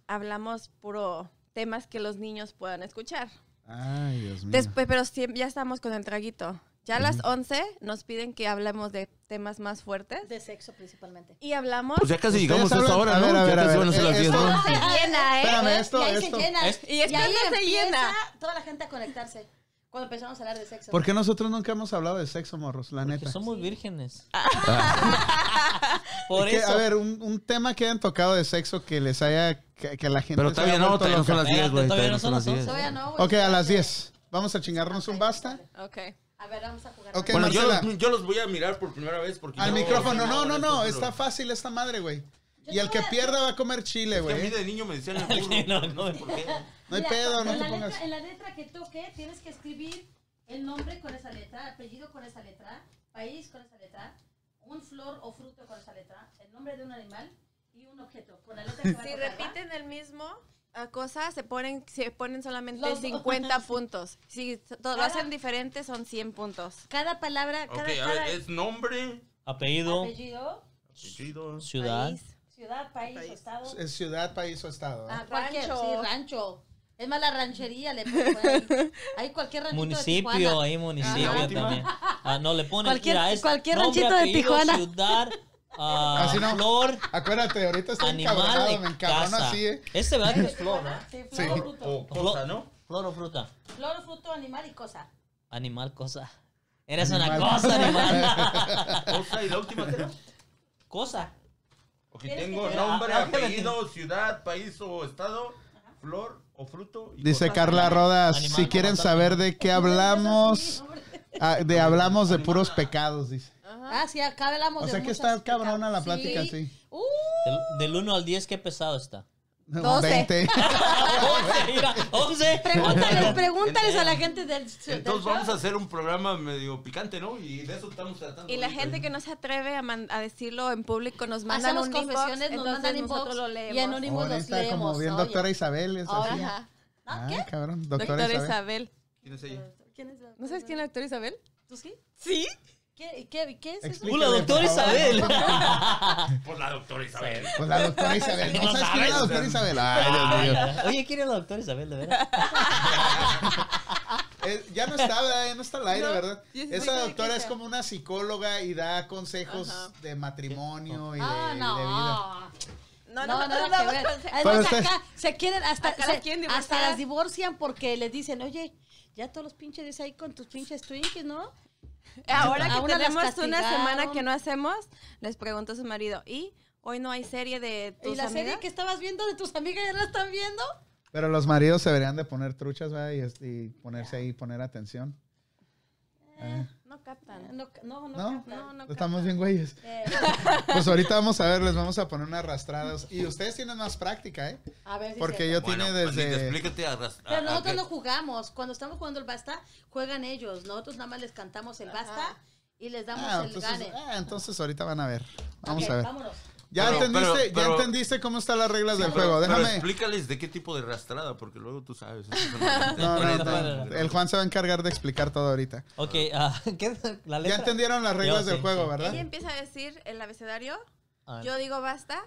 Speaker 7: hablamos puro temas que los niños puedan escuchar.
Speaker 2: Ay, Dios mío.
Speaker 7: Después, pero siem- ya estamos con el traguito. Ya a las 11 nos piden que hablemos de temas más fuertes.
Speaker 6: De sexo principalmente.
Speaker 7: Y hablamos...
Speaker 3: Pues ya casi
Speaker 2: Ustedes
Speaker 3: llegamos a esa
Speaker 2: hablan-
Speaker 3: hora,
Speaker 2: a
Speaker 3: ¿no?
Speaker 2: ver, a
Speaker 3: Ya
Speaker 2: ver, a
Speaker 3: casi
Speaker 2: ver.
Speaker 3: van a ser las
Speaker 2: Eh,
Speaker 3: 10,
Speaker 2: esto-
Speaker 3: ¿no?
Speaker 7: se llena, ¿eh?
Speaker 2: Espérame, esto,
Speaker 6: y ahí
Speaker 2: esto.
Speaker 6: se llena.
Speaker 1: Es-
Speaker 7: y es
Speaker 6: ahí
Speaker 7: cuando se
Speaker 6: empieza
Speaker 7: llena.
Speaker 6: toda la gente a conectarse. Cuando empezamos a hablar de sexo.
Speaker 2: ¿Por qué nosotros nunca hemos hablado de sexo, morros? La
Speaker 1: Porque
Speaker 2: neta.
Speaker 1: somos vírgenes.
Speaker 6: Ah.
Speaker 1: Por
Speaker 2: Que,
Speaker 1: eso.
Speaker 2: a ver, un, un tema que hayan tocado de sexo que les haya. que, que la gente.
Speaker 3: Pero
Speaker 2: se
Speaker 3: todavía
Speaker 2: haya
Speaker 3: no,
Speaker 2: vuelto
Speaker 3: todavía no son
Speaker 2: loca.
Speaker 3: las 10, güey.
Speaker 1: Espérate,
Speaker 3: Todavía no son las
Speaker 1: todavía
Speaker 3: 10.
Speaker 1: no
Speaker 6: Todavía Ah, no, güey.
Speaker 2: Ok, a las 10. Vamos a chingarnos un basta.
Speaker 7: Ok.
Speaker 6: A ver, vamos a jugar.
Speaker 2: Ok,
Speaker 3: Bueno, yo
Speaker 2: Marcela.
Speaker 3: los, yo los voy a mirar por primera vez porque...
Speaker 2: Al
Speaker 3: yo-
Speaker 2: micrófono. No, no, no.
Speaker 3: Pero-
Speaker 2: Está fácil esta madre, güey.
Speaker 6: Yo
Speaker 2: Y el
Speaker 6: te
Speaker 2: que
Speaker 6: voy a-
Speaker 2: pierda va a comer chile,
Speaker 3: Es que a mí
Speaker 2: güey.
Speaker 3: de niño me decían el burro.
Speaker 1: No,
Speaker 3: no sé
Speaker 1: no.
Speaker 3: por qué.
Speaker 2: No hay
Speaker 6: Mira,
Speaker 2: pedo, no
Speaker 6: en
Speaker 2: te
Speaker 6: la
Speaker 2: pongas.
Speaker 6: letra- En la letra que toque, tienes que escribir el nombre con esa letra, apellido con esa letra, país con esa letra, un flor o fruto con esa letra, el nombre de un animal y un objeto con la letra que va a
Speaker 7: Si
Speaker 6: tocar, ¿va?
Speaker 7: repiten el mismo, ah, cosa, se ponen, se ponen solamente
Speaker 6: Los- Ah.
Speaker 7: 50 puntos. Si to- lo
Speaker 6: Cada-
Speaker 7: hacen diferente, son 100 puntos.
Speaker 6: Cada palabra,
Speaker 3: Ok,
Speaker 6: cada,
Speaker 3: a ver,
Speaker 6: cada
Speaker 3: es nombre,
Speaker 1: Apellido,
Speaker 6: apellido,
Speaker 3: apellido,
Speaker 1: ciudad.
Speaker 7: País.
Speaker 6: ciudad, país,
Speaker 7: País.
Speaker 6: o estado.
Speaker 2: Es ciudad, país o estado. ¿eh?
Speaker 6: Ah, cualquier,
Speaker 7: Rancho.
Speaker 6: sí, rancho. Es más, la ranchería le ponen. Hay cualquier ranchito de
Speaker 1: Municipio,
Speaker 6: Tijuana. Ah,
Speaker 1: ahí municipio
Speaker 3: Ajá.
Speaker 1: también. Ah, no, le ponen
Speaker 6: Cualquier-
Speaker 1: mira, es
Speaker 6: cualquier
Speaker 1: nombre,
Speaker 6: ranchito de
Speaker 1: apellido,
Speaker 6: Tijuana.
Speaker 1: ciudad, ah,
Speaker 2: Así no.
Speaker 1: flor,
Speaker 2: Acuérdate, ahorita estoy
Speaker 1: animal,
Speaker 2: encabronado, me
Speaker 1: en
Speaker 2: encabrono
Speaker 1: casa.
Speaker 2: así, ¿eh?
Speaker 1: Este verdad que es flor, ¿no?
Speaker 6: Sí, flor,
Speaker 2: Sí. Oh.
Speaker 6: o fruto.
Speaker 3: o cosa, ¿no?
Speaker 1: Flor o fruta.
Speaker 6: Flor, fruto, animal y cosa.
Speaker 1: Animal, cosa. Eres una
Speaker 2: Animal.
Speaker 1: cosa, animal.
Speaker 3: Cosa y la última, ¿qué era?
Speaker 1: cosa.
Speaker 3: Ok,
Speaker 6: ¿Quieres
Speaker 3: tengo
Speaker 6: que te-
Speaker 3: nombre,
Speaker 1: Ah, ah, que me-
Speaker 3: apellido, ciudad, país o estado, flor o fruto. y
Speaker 2: Dice
Speaker 3: cosa.
Speaker 2: Carla Rodas,
Speaker 1: Animal,
Speaker 2: si quieren
Speaker 1: animal.
Speaker 2: saber de qué
Speaker 6: Sí,
Speaker 2: hablamos,
Speaker 6: hombre.
Speaker 2: ah, de hablamos de puros pecados, dice.
Speaker 6: Ah, sí, acá hablamos
Speaker 2: O
Speaker 6: de
Speaker 2: sea que
Speaker 6: muchas
Speaker 2: está cabrona la
Speaker 6: pecados.
Speaker 2: plática, sí.
Speaker 6: Uh,
Speaker 1: Del- Del 1 al 10, qué pesado está.
Speaker 7: Doce.
Speaker 2: 20.
Speaker 1: 11, mira, 11.
Speaker 6: pregúntales, pregúntales a la gente del. del
Speaker 3: Entonces vamos a
Speaker 6: show.
Speaker 3: hacer un programa medio picante, ¿no? Y de eso estamos tratando.
Speaker 7: Y la
Speaker 3: ahorita. ¿eh?
Speaker 7: gente que no se atreve a, man- a decirlo en público nos mandan
Speaker 6: Hacemos
Speaker 7: un
Speaker 6: confesiones, nos
Speaker 7: inbox, entonces
Speaker 6: mandan inbox
Speaker 7: nosotros lo leemos.
Speaker 6: y anónimos los
Speaker 2: Ahorita
Speaker 6: leemos.
Speaker 2: como bien
Speaker 6: oye.
Speaker 2: doctora Isabel. Es así.
Speaker 7: Ajá.
Speaker 2: Ah, cabrón, doctora,
Speaker 7: Doctora
Speaker 2: Isabel.
Speaker 7: Isabel.
Speaker 3: ¿Quién es ella?
Speaker 6: ¿Quién es la-
Speaker 7: ¿No sabes quién es la doctora Isabel?
Speaker 6: ¿Tú sí?
Speaker 7: Sí.
Speaker 6: ¿Qué, qué, qué es eso?
Speaker 2: Explícale,
Speaker 1: Hola, doctora
Speaker 2: por favor.
Speaker 1: Isabel.
Speaker 3: Por la doctora Isabel.
Speaker 2: Pues la doctora Isabel.
Speaker 1: No
Speaker 2: ¿No sabes quién es la
Speaker 1: sabes,
Speaker 2: doctora
Speaker 3: o sea,
Speaker 2: Isabel? Ay, Dios mío.
Speaker 1: Oye, ¿quién es la doctora Isabel, de verdad?
Speaker 2: Eh, ya no está, ¿verdad? ya no está al aire,
Speaker 7: No,
Speaker 2: ¿verdad?
Speaker 7: yo sí sé
Speaker 2: Esa
Speaker 7: de
Speaker 2: doctora
Speaker 7: qué
Speaker 2: es
Speaker 7: sea.
Speaker 2: como una psicóloga y da consejos
Speaker 7: Ajá.
Speaker 2: de matrimonio y de, y
Speaker 6: Ah,
Speaker 2: de vida.
Speaker 6: no.
Speaker 7: No,
Speaker 6: No,
Speaker 7: no,
Speaker 6: nada
Speaker 7: no,
Speaker 6: que ver.
Speaker 2: Pero
Speaker 6: Además,
Speaker 2: usted-
Speaker 6: acá se quieren, hasta,
Speaker 7: Acá
Speaker 6: se-
Speaker 7: las quieren divorciar.
Speaker 6: hasta las divorcian porque les dicen, oye, ya todos los pinches días ahí con tus pinches Twinkies, ¿no?
Speaker 7: Ahora
Speaker 6: A
Speaker 7: que
Speaker 6: una las
Speaker 7: tenemos una semana
Speaker 6: castigaron.
Speaker 7: que no hacemos, les pregunto a su marido, ¿y hoy no hay serie de tus
Speaker 6: Y la serie
Speaker 7: amigas?"
Speaker 6: que estabas viendo de tus amigas ya la están viendo.
Speaker 2: Pero los maridos se deberían de poner truchas, ¿verdad? Y, es- y ponerse ahí, poner atención.
Speaker 7: No captan.
Speaker 6: No, no, no.
Speaker 2: Eh. ¿No? Pues
Speaker 6: captan.
Speaker 7: No, no
Speaker 2: Estamos
Speaker 7: captan.
Speaker 2: bien güeyes.
Speaker 6: Eh,
Speaker 2: Pues ahorita vamos a ver, les vamos a poner unas arrastradas. Y ustedes tienen más práctica, ¿eh?
Speaker 6: a ver si
Speaker 2: Porque
Speaker 6: se-
Speaker 2: yo Ah,
Speaker 3: Bueno,
Speaker 2: tiene
Speaker 3: Juanita,
Speaker 2: desde...
Speaker 3: explícate a ras- a-
Speaker 6: Pero
Speaker 3: a
Speaker 6: nosotros
Speaker 3: qué-
Speaker 6: no jugamos. Cuando estamos jugando el basta, juegan ellos. Nosotros nada más les cantamos el basta y les damos
Speaker 2: Ah,
Speaker 6: el
Speaker 2: entonces,
Speaker 6: gane.
Speaker 2: ah, entonces ahorita van a ver. Vamos
Speaker 6: Ok,
Speaker 2: a ver.
Speaker 6: Vámonos.
Speaker 2: Ya
Speaker 3: Pero-
Speaker 2: entendiste,
Speaker 3: pero-
Speaker 2: ya
Speaker 3: pero-
Speaker 2: entendiste cómo están las reglas del
Speaker 3: Pero-
Speaker 2: juego.
Speaker 3: pero
Speaker 2: Déjame.
Speaker 3: explícales de qué tipo de rastrada, porque luego tú sabes.
Speaker 2: No, no,
Speaker 1: Ahorita.
Speaker 2: no. El Juan se va a encargar de explicar todo ahorita.
Speaker 1: Ok, ah, ¿qué, la
Speaker 2: Ya
Speaker 1: letra?
Speaker 2: entendieron las reglas
Speaker 1: Yo,
Speaker 2: del
Speaker 1: sí,
Speaker 2: juego,
Speaker 1: sí.
Speaker 2: ¿verdad?
Speaker 7: Ella empieza a decir el abecedario,
Speaker 1: Ah,
Speaker 7: yo digo basta,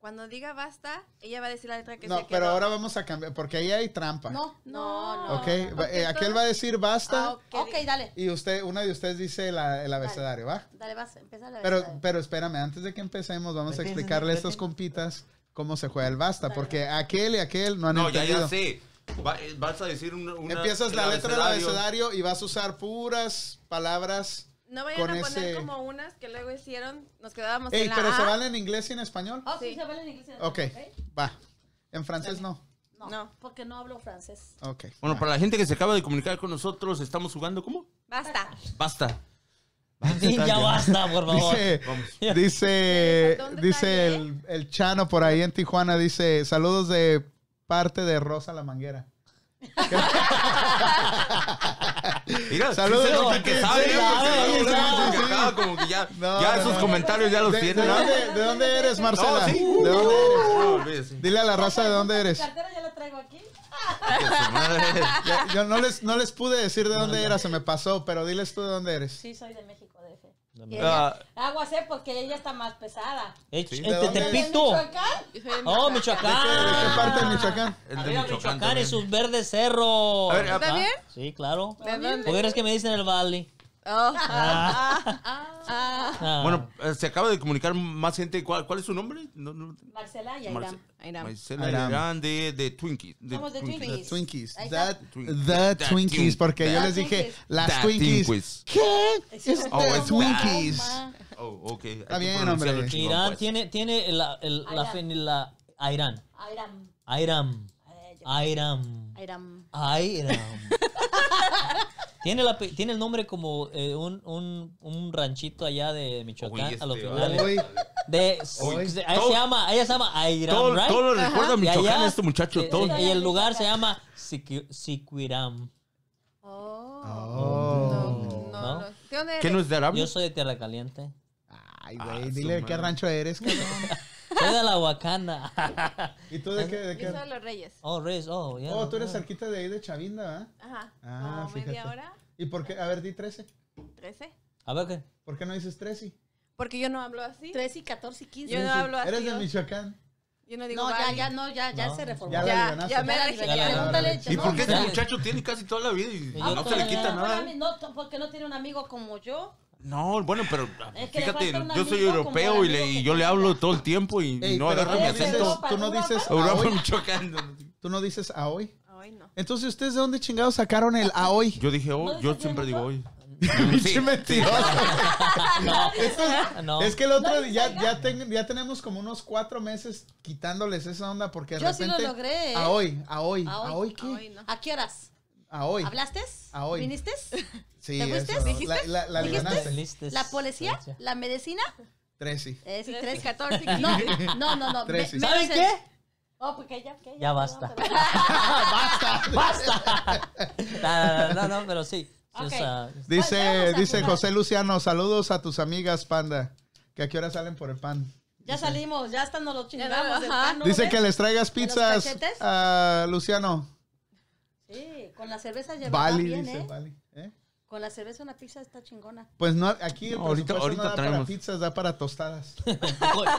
Speaker 7: cuando diga basta, ella va a decir la letra que se
Speaker 2: No, pero
Speaker 7: quedó.
Speaker 2: ahora vamos a cambiar, porque ahí hay trampa.
Speaker 6: No, no, no.
Speaker 2: Ok,
Speaker 7: no,
Speaker 2: va-
Speaker 7: porque
Speaker 2: eh, aquel
Speaker 7: todo-
Speaker 2: va a decir basta
Speaker 7: Ah, ok.
Speaker 6: Ok, dale.
Speaker 2: y usted, una de ustedes dice la- el abecedario, ¿va?
Speaker 6: Dale, vas, empieza la
Speaker 2: Pero,
Speaker 6: verdad.
Speaker 2: pero espérame, antes de que empecemos, vamos a
Speaker 1: Empieza,
Speaker 2: explicarle a
Speaker 1: empieza.
Speaker 2: estas compitas cómo se juega el basta, porque aquel y aquel no han
Speaker 3: No, ya,
Speaker 2: entendido.
Speaker 3: ya sé. Va- eh, vas a decir una. una-
Speaker 2: Empiezas la
Speaker 3: el
Speaker 2: letra del abecedario y vas a usar puras palabras.
Speaker 7: No vayan
Speaker 2: con
Speaker 7: a poner
Speaker 2: ese-
Speaker 7: como unas que luego hicieron, nos quedábamos
Speaker 2: Ey,
Speaker 7: en la
Speaker 2: pero
Speaker 7: A.
Speaker 2: se vale en inglés y en español.
Speaker 6: Oh, sí,
Speaker 7: Sí.
Speaker 6: se vale en inglés. y en
Speaker 2: Ok,
Speaker 6: español,
Speaker 2: va. En francés no.
Speaker 6: No,
Speaker 7: No.
Speaker 6: porque no hablo francés.
Speaker 2: Ok.
Speaker 3: Bueno,
Speaker 2: va.
Speaker 3: para la gente que se acaba de comunicar con nosotros, estamos jugando ¿cómo?
Speaker 7: Basta.
Speaker 3: Basta.
Speaker 1: sí, ya basta, por favor.
Speaker 2: Dice,
Speaker 3: Vamos.
Speaker 2: dice,
Speaker 7: ¿Dónde
Speaker 2: dice
Speaker 7: está,
Speaker 2: el, el Chano por ahí en Tijuana, dice, saludos de parte de Rosa la Manguera.
Speaker 3: Mira,
Speaker 2: Saludos,
Speaker 3: sí se nota
Speaker 2: sí,
Speaker 3: que
Speaker 2: sí,
Speaker 3: sabe,
Speaker 2: sí,
Speaker 3: ¿eh? Porque
Speaker 2: sí, sí,
Speaker 3: luego, luego,
Speaker 2: sí,
Speaker 3: como que
Speaker 2: sí.
Speaker 3: acaba, como que ya,
Speaker 2: No,
Speaker 3: ya
Speaker 2: no,
Speaker 3: esos
Speaker 2: no.
Speaker 3: comentarios ya los
Speaker 2: ¿De, de
Speaker 3: tiene, ¿no?
Speaker 2: dónde, de dónde eres, Marcela?
Speaker 3: No, sí. Uh.
Speaker 2: ¿De dónde eres?
Speaker 3: No, olvídese.
Speaker 2: Dile a la raza de dónde
Speaker 6: Mi
Speaker 2: eres.
Speaker 6: cartera ya la traigo aquí.
Speaker 3: Que su madre.
Speaker 2: Ya- Yo no les, no les pude decir de dónde era, se me pasó, pero diles tú de dónde eres.
Speaker 6: Sí, soy de México, DF.
Speaker 1: De
Speaker 6: Y
Speaker 1: México.
Speaker 6: ella,
Speaker 3: Ah.
Speaker 6: aguacé porque ella está más pesada.
Speaker 1: Ech-
Speaker 3: Sí.
Speaker 1: eh,
Speaker 2: ¿De
Speaker 1: te-
Speaker 2: dónde?
Speaker 1: Tepito.
Speaker 6: Michoacán?
Speaker 7: Yo soy de
Speaker 1: Oh,
Speaker 2: ¿De
Speaker 7: Michoacán.
Speaker 2: qué, de qué
Speaker 1: Michoacán.
Speaker 2: parte de Michoacán?
Speaker 3: Es de
Speaker 1: Arriba Michoacán y
Speaker 3: también.
Speaker 1: sus verdes cerros.
Speaker 3: A ver, ¿Está
Speaker 1: Ah,
Speaker 7: bien?
Speaker 1: Sí, claro.
Speaker 7: ¿De dónde?
Speaker 1: Porque eres que me dicen el Valley.
Speaker 7: Oh,
Speaker 1: Ah. Ah.
Speaker 3: Bueno, eh, se acaba de comunicar más gente. ¿Cuál, cuál es su nombre? No, no.
Speaker 6: Marcela y
Speaker 3: Marce-
Speaker 6: Airam.
Speaker 7: Aira.
Speaker 3: Marcela
Speaker 2: Airam.
Speaker 3: Irán de, de Twinkie. De
Speaker 6: Somos de
Speaker 3: Twinkie.
Speaker 6: Twinkie.
Speaker 2: Twinkies.
Speaker 6: Ahí
Speaker 2: That,
Speaker 6: está.
Speaker 3: Twinkies.
Speaker 2: the
Speaker 3: That
Speaker 2: Twinkies,
Speaker 3: Twinkies.
Speaker 2: porque yo
Speaker 6: That
Speaker 2: les dije,
Speaker 6: Twinkies.
Speaker 2: las
Speaker 3: That
Speaker 2: Twinkies.
Speaker 3: Twinkies.
Speaker 2: ¿Qué? Es
Speaker 3: Oh,
Speaker 2: the
Speaker 3: es
Speaker 2: Twinkies.
Speaker 3: Oh, ok. Hay
Speaker 2: Está
Speaker 3: que
Speaker 2: bien,
Speaker 3: pronunciarlo
Speaker 2: hombre.
Speaker 3: chingón,
Speaker 1: Irán
Speaker 3: pues.
Speaker 1: tiene, tiene la, el- la,
Speaker 6: Airam.
Speaker 1: fe- la- Airam.
Speaker 6: Airam.
Speaker 1: Airam.
Speaker 6: Ay, yo-
Speaker 1: Airam.
Speaker 6: Airam.
Speaker 1: Airam. tiene, la, pe- tiene el nombre como eh, un, un, un ranchito allá de Michoacán
Speaker 3: Uy,
Speaker 1: a los
Speaker 3: este,
Speaker 1: finales.
Speaker 2: Uy,
Speaker 1: De,
Speaker 3: Uy.
Speaker 1: se- ahí se llama, ella se llama Airam,
Speaker 3: Todo,
Speaker 1: right? Ah,
Speaker 3: todo lo recuerda a
Speaker 1: Y allá-
Speaker 3: Michoacán, este muchacho.
Speaker 1: Sí,
Speaker 3: todo.
Speaker 1: sí, y el lugar se llama Siqui- Siquiram.
Speaker 6: Oh.
Speaker 7: No, no, no. ¿De dónde
Speaker 3: ¿Qué no
Speaker 7: eres?
Speaker 3: es de Arabia?
Speaker 1: Yo
Speaker 2: Ah,
Speaker 1: soy de Tierra Caliente.
Speaker 2: Ay, güey, dile qué rancho eres, cabrón.
Speaker 1: Soy de la Wakanda.
Speaker 2: ¿Y tú de qué? De
Speaker 7: Yo
Speaker 2: qué?
Speaker 7: soy de los Reyes.
Speaker 1: Oh, Reyes, oh, ya.
Speaker 2: Oh, tú eres cerquita de ahí de Chavinda, ¿verdad?
Speaker 7: Ajá.
Speaker 2: Ah,
Speaker 7: Como media
Speaker 2: fíjate.
Speaker 7: hora,
Speaker 2: ¿Y por qué? A ver, di 13.
Speaker 7: 13.
Speaker 1: A ver qué.
Speaker 2: ¿Por qué no dices 13?
Speaker 7: Porque yo no hablo así.
Speaker 6: 13 y 14 y 15.
Speaker 7: Yo no hablo así.
Speaker 2: Eres de
Speaker 7: ¿no?
Speaker 2: Michoacán.
Speaker 7: Yo no digo
Speaker 6: No, ya,
Speaker 7: vale.
Speaker 6: ya, no, ya, ya
Speaker 1: No.
Speaker 6: se reformó.
Speaker 2: Ya la
Speaker 7: Ya,
Speaker 2: alivianaste.
Speaker 7: ya me la
Speaker 1: Ya la-
Speaker 6: Pregúntale,
Speaker 3: ¿Y
Speaker 6: no,
Speaker 3: por qué este
Speaker 1: Ya.
Speaker 3: muchacho tiene casi toda la vida y
Speaker 1: Yo
Speaker 6: Ah,
Speaker 3: no se le
Speaker 1: todavía-
Speaker 3: quita
Speaker 6: no,
Speaker 3: nada?
Speaker 6: mami, No, t- porque no tiene un amigo como yo.
Speaker 3: No, bueno, pero
Speaker 6: Es que le
Speaker 3: fíjate,
Speaker 6: falta un
Speaker 3: yo soy
Speaker 6: amigo como
Speaker 3: europeo
Speaker 6: el
Speaker 3: y, le-
Speaker 6: amigo
Speaker 3: y
Speaker 6: que
Speaker 3: yo le
Speaker 6: tenga.
Speaker 3: hablo todo el tiempo y,
Speaker 2: Ey,
Speaker 3: no
Speaker 2: pero
Speaker 3: agarra mi
Speaker 2: tú dices-
Speaker 3: acento.
Speaker 2: Tú no dices a
Speaker 3: Europa
Speaker 2: hoy.
Speaker 3: me chocando.
Speaker 2: Tú no dices a hoy.
Speaker 7: Ay, no.
Speaker 2: Entonces, ¿ustedes de dónde chingados sacaron el a hoy?
Speaker 3: Yo dije,
Speaker 6: ¿No
Speaker 3: oh,
Speaker 6: dices
Speaker 3: yo
Speaker 6: yo
Speaker 3: siempre digo
Speaker 6: no?
Speaker 3: hoy.
Speaker 2: Pinche mentiroso. Eso es-
Speaker 1: No.
Speaker 2: Es que el otro
Speaker 6: No,
Speaker 2: día ya,
Speaker 6: no.
Speaker 2: ya, ten- ya tenemos como unos cuatro meses quitándoles esa onda porque de
Speaker 6: Yo sí
Speaker 2: repente.
Speaker 6: lo logré, ¿eh?
Speaker 2: A hoy, a hoy,
Speaker 6: A
Speaker 2: a
Speaker 6: hoy,
Speaker 2: hoy,
Speaker 7: Ah, Hoy
Speaker 2: qué?
Speaker 7: no.
Speaker 6: ¿A qué horas?
Speaker 2: A hoy.
Speaker 6: ¿Hablaste?
Speaker 2: A hoy.
Speaker 6: ¿Viniste?
Speaker 2: Sí,
Speaker 6: ¿Te fuiste?
Speaker 2: eso.
Speaker 6: ¿Dijiste?
Speaker 2: La, la, la
Speaker 6: ¿Dijiste?
Speaker 2: liberaste.
Speaker 3: Este
Speaker 1: Listes.
Speaker 6: ¿La policía?
Speaker 1: Listes.
Speaker 6: ¿La medicina?
Speaker 2: Trece.
Speaker 6: Es y
Speaker 7: 13,
Speaker 6: 13.
Speaker 7: 14, 15.
Speaker 6: No, no, no. no.
Speaker 2: Trece.
Speaker 6: me-
Speaker 1: ¿Saben
Speaker 6: menos
Speaker 1: qué?
Speaker 6: el- Oh, porque ya, ¿qué?
Speaker 1: Ya basta.
Speaker 2: ¡Basta!
Speaker 1: No, no, no, no, pero sí. Sí, o
Speaker 6: Ok.
Speaker 1: sea,
Speaker 6: Bueno,
Speaker 2: Dice,
Speaker 6: vamos a
Speaker 2: dice
Speaker 6: jugar.
Speaker 2: José Luciano, saludos a tus amigas, panda. Que a qué hora salen por el pan.
Speaker 6: Ya salimos, ya hasta nos lo
Speaker 7: Ya no,
Speaker 6: chingamos. del
Speaker 7: ajá.
Speaker 6: pan, ¿no
Speaker 2: Dice
Speaker 6: ves?
Speaker 2: que les traigas
Speaker 6: ¿De los
Speaker 2: pizzas
Speaker 6: cachetes?
Speaker 2: a Luciano.
Speaker 6: Sí, con la cerveza ya va
Speaker 2: Bali,
Speaker 6: bien,
Speaker 2: dice
Speaker 6: ¿eh?
Speaker 2: Bali. ¿eh?
Speaker 6: Con la cerveza una pizza está chingona.
Speaker 2: Pues no, aquí el
Speaker 3: No,
Speaker 2: ahorita,
Speaker 3: ahorita- ahorita
Speaker 2: no da para
Speaker 3: traemos.
Speaker 2: pizzas, da para tostadas.
Speaker 1: y con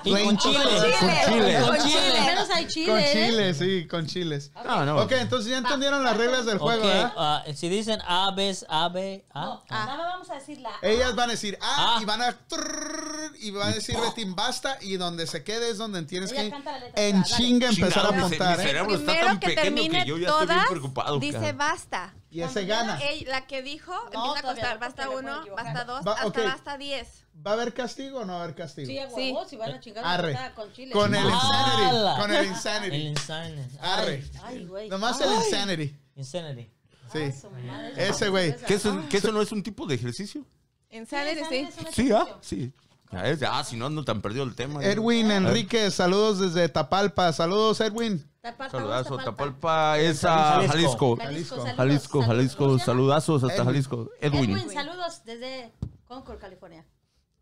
Speaker 2: Plain
Speaker 1: chile.
Speaker 2: tostadas.
Speaker 3: Con chile.
Speaker 1: Con
Speaker 6: Con chile.
Speaker 1: chile.
Speaker 6: Menos hay chile,
Speaker 2: Con
Speaker 6: ¿eh? Ah,
Speaker 2: chiles, sí, con chiles.
Speaker 3: No, Ah, no.
Speaker 2: Ok, entonces ya entendieron las reglas del
Speaker 1: Ok,
Speaker 2: juego, ¿eh? ¿verdad?
Speaker 1: ah, si dicen A, B, es A, B, A.
Speaker 6: No, ah, nada más vamos a decir la A.
Speaker 2: Ellas van a decir, ah,
Speaker 1: Ah.
Speaker 2: y van a... trrrr, y van a decir, Betín, basta, y donde se quede es donde tienes
Speaker 6: Ella
Speaker 2: que
Speaker 6: canta la letra,
Speaker 2: en
Speaker 6: dale.
Speaker 2: chinga empezar a
Speaker 3: Chingado, mi ce-
Speaker 2: apuntar,
Speaker 3: mi
Speaker 2: ¿eh?
Speaker 3: cerebro está
Speaker 7: Primero
Speaker 3: tan
Speaker 7: que
Speaker 3: pequeño
Speaker 7: termine
Speaker 3: que yo ya estoy bien
Speaker 7: todas,
Speaker 3: preocupado.
Speaker 7: dice
Speaker 3: cabrón.
Speaker 7: basta.
Speaker 2: Y ese
Speaker 6: Cuando
Speaker 2: gana.
Speaker 7: Ey, la que dijo
Speaker 6: No,
Speaker 7: empieza a
Speaker 6: todavía
Speaker 7: contar
Speaker 6: no,
Speaker 7: basta
Speaker 6: porque me
Speaker 7: uno,
Speaker 6: voy a
Speaker 7: basta
Speaker 6: equivocar.
Speaker 7: dos,
Speaker 2: Va,
Speaker 7: hasta
Speaker 2: ok.
Speaker 7: basta diez.
Speaker 2: ¿Va a haber castigo o no va a haber castigo?
Speaker 6: Sí, a huevo, si van a chingar una
Speaker 2: Arre.
Speaker 6: pizza con chile.
Speaker 2: Con el
Speaker 1: Ah.
Speaker 2: insanity.
Speaker 1: Ala.
Speaker 2: Con el
Speaker 1: El
Speaker 2: insanity.
Speaker 1: Insanity.
Speaker 2: Arre.
Speaker 6: Ay, güey.
Speaker 2: Nomás el insanity.
Speaker 1: Insanity.
Speaker 2: Sí.
Speaker 6: Ah, su madre,
Speaker 2: Ese
Speaker 6: esa
Speaker 2: güey.
Speaker 6: cerveza.
Speaker 3: ¿Que eso,
Speaker 2: Ah.
Speaker 3: que eso no es un tipo de ejercicio?
Speaker 7: En
Speaker 6: Sí,
Speaker 7: sales
Speaker 6: esa
Speaker 7: sí.
Speaker 6: es una
Speaker 3: Sí, ah,
Speaker 6: excepción.
Speaker 3: sí. Ya es, ah, si no ando tan perdido el tema.
Speaker 2: Edwin
Speaker 3: Ah.
Speaker 2: Enríquez, saludos desde Tapalpa. Saludos, Edwin.
Speaker 6: Tapalpa,
Speaker 3: Saludazo,
Speaker 6: vamos a Tapalpa.
Speaker 3: Tapalpa, es a
Speaker 1: Jalisco.
Speaker 3: Jalisco.
Speaker 6: Jalisco,
Speaker 2: Jalisco.
Speaker 6: saludos.
Speaker 3: Jalisco,
Speaker 6: Saludos.
Speaker 3: Jalisco,
Speaker 6: ¿Cómo se llama?
Speaker 3: saludazos hasta
Speaker 2: Edwin.
Speaker 3: Jalisco.
Speaker 6: Edwin.
Speaker 3: Edwin.
Speaker 6: saludos desde Concord, California.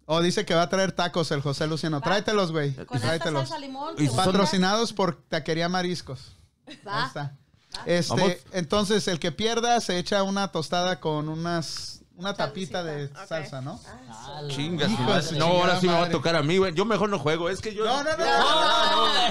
Speaker 2: Oh, dice que va a traer tacos el José Luciano. Tráetelos, güey.
Speaker 6: Con esta
Speaker 2: Tráetelos.
Speaker 6: salsa limón.
Speaker 3: Y
Speaker 6: cebolla,
Speaker 2: Patrocinados por Taquería Mariscos. Ahí
Speaker 6: Va.
Speaker 2: está.
Speaker 3: Vamos.
Speaker 2: Este, entonces, el que pierda se echa una tostada con unas una tapita de
Speaker 7: Ok.
Speaker 2: salsa, ¿no?
Speaker 6: Ah.
Speaker 1: Ala.
Speaker 3: Chingas,
Speaker 2: Hijo
Speaker 3: no,
Speaker 2: de su
Speaker 3: no, ahora sí me va a
Speaker 2: madre.
Speaker 3: tocar a mí, güey. Yo mejor no juego, es que yo.
Speaker 2: No, no, no.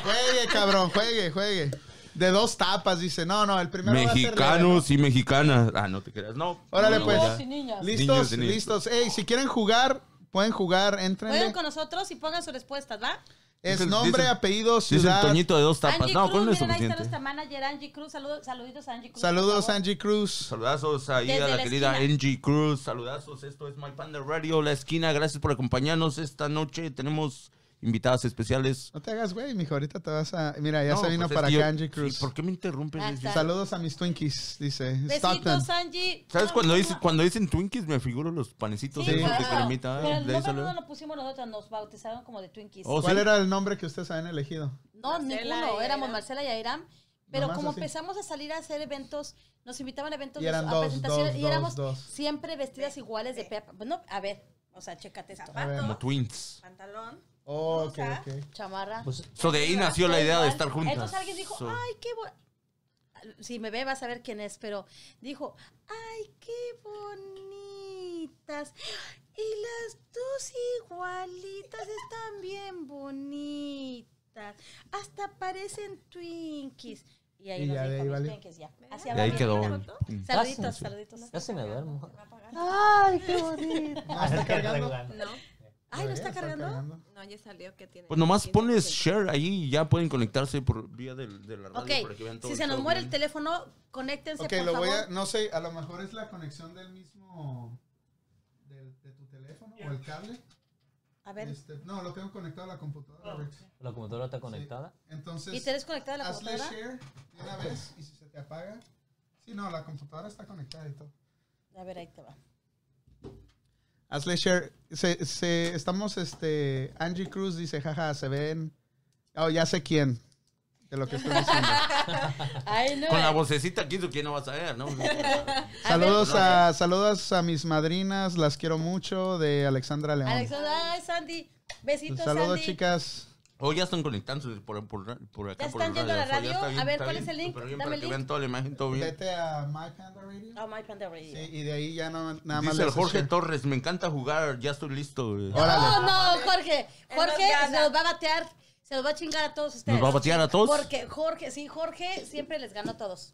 Speaker 2: Juegue, cabrón, juegue, juegue. De dos tapas, dice. No, no, el primero va a ser
Speaker 3: Mexicanos y mexicanas. Ah, no te creas, no.
Speaker 2: Órale,
Speaker 3: No,
Speaker 2: pues.
Speaker 3: ya.
Speaker 6: Niños y niñas.
Speaker 2: Listos,
Speaker 3: Niños y niñas.
Speaker 2: listos. Ey, si quieren jugar, pueden jugar, entren.
Speaker 6: Jueguen con nosotros y pongan sus respuestas, ¿va?
Speaker 2: Es
Speaker 3: Dicen-
Speaker 2: nombre,
Speaker 3: dicen-
Speaker 2: apellido,
Speaker 3: Dice el
Speaker 2: ciudad.
Speaker 3: Toñito de dos tapas.
Speaker 6: Angie
Speaker 3: No,
Speaker 6: Cruz,
Speaker 3: con eso es
Speaker 6: miren, ahí está
Speaker 3: suficiente.
Speaker 6: nuestra manager Angie Cruz. Saludos, saluditos a Angie Cruz.
Speaker 2: Saludos,
Speaker 6: por favor.
Speaker 2: Angie Cruz.
Speaker 3: Saludazos ahí
Speaker 6: Desde
Speaker 3: a la,
Speaker 6: la
Speaker 3: querida
Speaker 6: esquina.
Speaker 3: Angie Cruz. Saludazos. Esto es My Panda Radio, La Esquina. Gracias por acompañarnos esta noche. Tenemos invitadas especiales.
Speaker 2: No te hagas, güey, mijo. Ahorita te vas a. Mira, ya
Speaker 3: No,
Speaker 2: se vino
Speaker 3: pues, es
Speaker 2: para
Speaker 3: que
Speaker 2: acá
Speaker 3: yo-
Speaker 2: Angie Cruz.
Speaker 3: Sí, ¿Por qué me interrumpen?
Speaker 6: Ah,
Speaker 3: Es-
Speaker 6: está.
Speaker 2: Saludos a mis Twinkies, dice. Stockton.
Speaker 6: Besitos, Angie.
Speaker 3: ¿Sabes cuando, dice- cuando dicen Twinkies me figuro los panecitos
Speaker 6: Sí,
Speaker 3: esos de
Speaker 6: claro.
Speaker 3: cremita?
Speaker 6: Pero
Speaker 3: De ahí
Speaker 6: el nombre
Speaker 3: salió.
Speaker 6: no lo pusimos nosotros, nos bautizaron como de Twinkies.
Speaker 3: Oh,
Speaker 2: ¿Cuál
Speaker 3: sí.
Speaker 2: era el nombre que ustedes habían elegido?
Speaker 6: No, ninguno.
Speaker 7: Marcela y
Speaker 6: Éramos
Speaker 7: Airam.
Speaker 6: Marcela y Airam. Pero
Speaker 2: Nomás
Speaker 6: como
Speaker 2: así.
Speaker 6: empezamos a salir a hacer eventos, nos invitaban a eventos
Speaker 2: Y eran
Speaker 6: a
Speaker 2: dos,
Speaker 6: presentaciones
Speaker 2: dos,
Speaker 6: y éramos
Speaker 2: dos, dos.
Speaker 6: siempre vestidas iguales de pepa. Bueno, a ver, o sea, chécate esto.
Speaker 2: A ver.
Speaker 3: Como Twins.
Speaker 7: Pantalón.
Speaker 2: Oh, ok, ok.
Speaker 6: Chamarra.
Speaker 1: Pues,
Speaker 3: So de ahí nació la idea de estar juntas.
Speaker 6: Entonces alguien dijo,
Speaker 3: So-
Speaker 6: ay, qué bonito. Si me ve, vas a ver quién es, pero dijo, ay, qué bonitas. Y las dos igualitas están bien bonitas. Hasta parecen Twinkies. Y ahí
Speaker 2: Y
Speaker 6: nos
Speaker 2: ya de
Speaker 6: dijo
Speaker 2: ahí
Speaker 6: los
Speaker 2: valió.
Speaker 6: Twinkies, ya. Así
Speaker 3: De
Speaker 6: abajo.
Speaker 3: ahí quedó.
Speaker 6: Saluditos,
Speaker 1: Casi.
Speaker 6: saluditos.
Speaker 1: casi me duermo.
Speaker 6: Ay, qué bonito.
Speaker 2: No, está cargando.
Speaker 7: No,
Speaker 6: Ay, ¿lo
Speaker 2: Debería
Speaker 6: está
Speaker 2: estar
Speaker 6: cargando?
Speaker 7: no, ya salió que tiene.
Speaker 3: Pues nomás
Speaker 7: 15,
Speaker 3: pones
Speaker 7: 15.
Speaker 3: share ahí y ya pueden conectarse por vía del- de, la radio. para que vean
Speaker 6: Ok,
Speaker 3: todo
Speaker 6: si
Speaker 3: el
Speaker 6: se nos
Speaker 3: show
Speaker 6: muere el
Speaker 3: bien.
Speaker 6: teléfono, conéctense,
Speaker 2: Ok,
Speaker 6: por
Speaker 2: lo voy
Speaker 6: favor.
Speaker 2: a. No sé, a lo mejor es la conexión del mismo. del- de tu teléfono o el cable.
Speaker 6: A ver,
Speaker 2: Este, no, lo tengo conectado a la computadora. Rex.
Speaker 1: La computadora está conectada.
Speaker 2: Entonces.
Speaker 6: Oh, ¿y te desconectada a la
Speaker 2: Hazle
Speaker 6: computadora?
Speaker 2: share de una vez y si se te apaga. Sí, no, la computadora está conectada y todo.
Speaker 6: A ver, ahí te va.
Speaker 2: Hazle share. Se, se- estamos, este. Angie Cruz dice, jaja, se ven. Oh, ya sé quién. De lo que estoy diciendo.
Speaker 6: Ay, no.
Speaker 3: Con la vocecita que hizo, ¿quién no vas a ver? ¿no?
Speaker 2: saludos, a, saludos a mis madrinas, las quiero mucho, de Alexandra León.
Speaker 6: Alexandra, ay, Sandy. Besitos,
Speaker 2: saludos,
Speaker 6: Sandy.
Speaker 2: chicas.
Speaker 3: O ya están conectándose por, por, por acá.
Speaker 6: Ya
Speaker 3: por
Speaker 6: están yendo a la
Speaker 3: O sea, ya
Speaker 6: radio.
Speaker 3: está bien,
Speaker 6: A ver,
Speaker 3: está
Speaker 6: ¿cuál
Speaker 3: bien,
Speaker 6: es el link?
Speaker 3: súper bien,
Speaker 6: Dame
Speaker 3: para
Speaker 6: el
Speaker 3: que
Speaker 6: link.
Speaker 3: vean toda la imagen, todo bien.
Speaker 2: Vete a My Panda Radio.
Speaker 6: Oh, my Panda Radio.
Speaker 2: Sí, y de ahí ya no, nada más.
Speaker 3: Dice el
Speaker 2: les
Speaker 3: Jorge
Speaker 2: escuché.
Speaker 3: Torres, me encanta jugar, ya estoy listo. eh". güey".
Speaker 6: No,
Speaker 2: Órale.
Speaker 6: no, Jorge.
Speaker 7: Él
Speaker 6: Jorge
Speaker 7: nos gana.
Speaker 6: se los va a batear. Se los va a chingar a todos ustedes.
Speaker 3: ¿Nos va a batear a todos?
Speaker 6: Porque Jorge, sí, Jorge siempre les ganó a todos.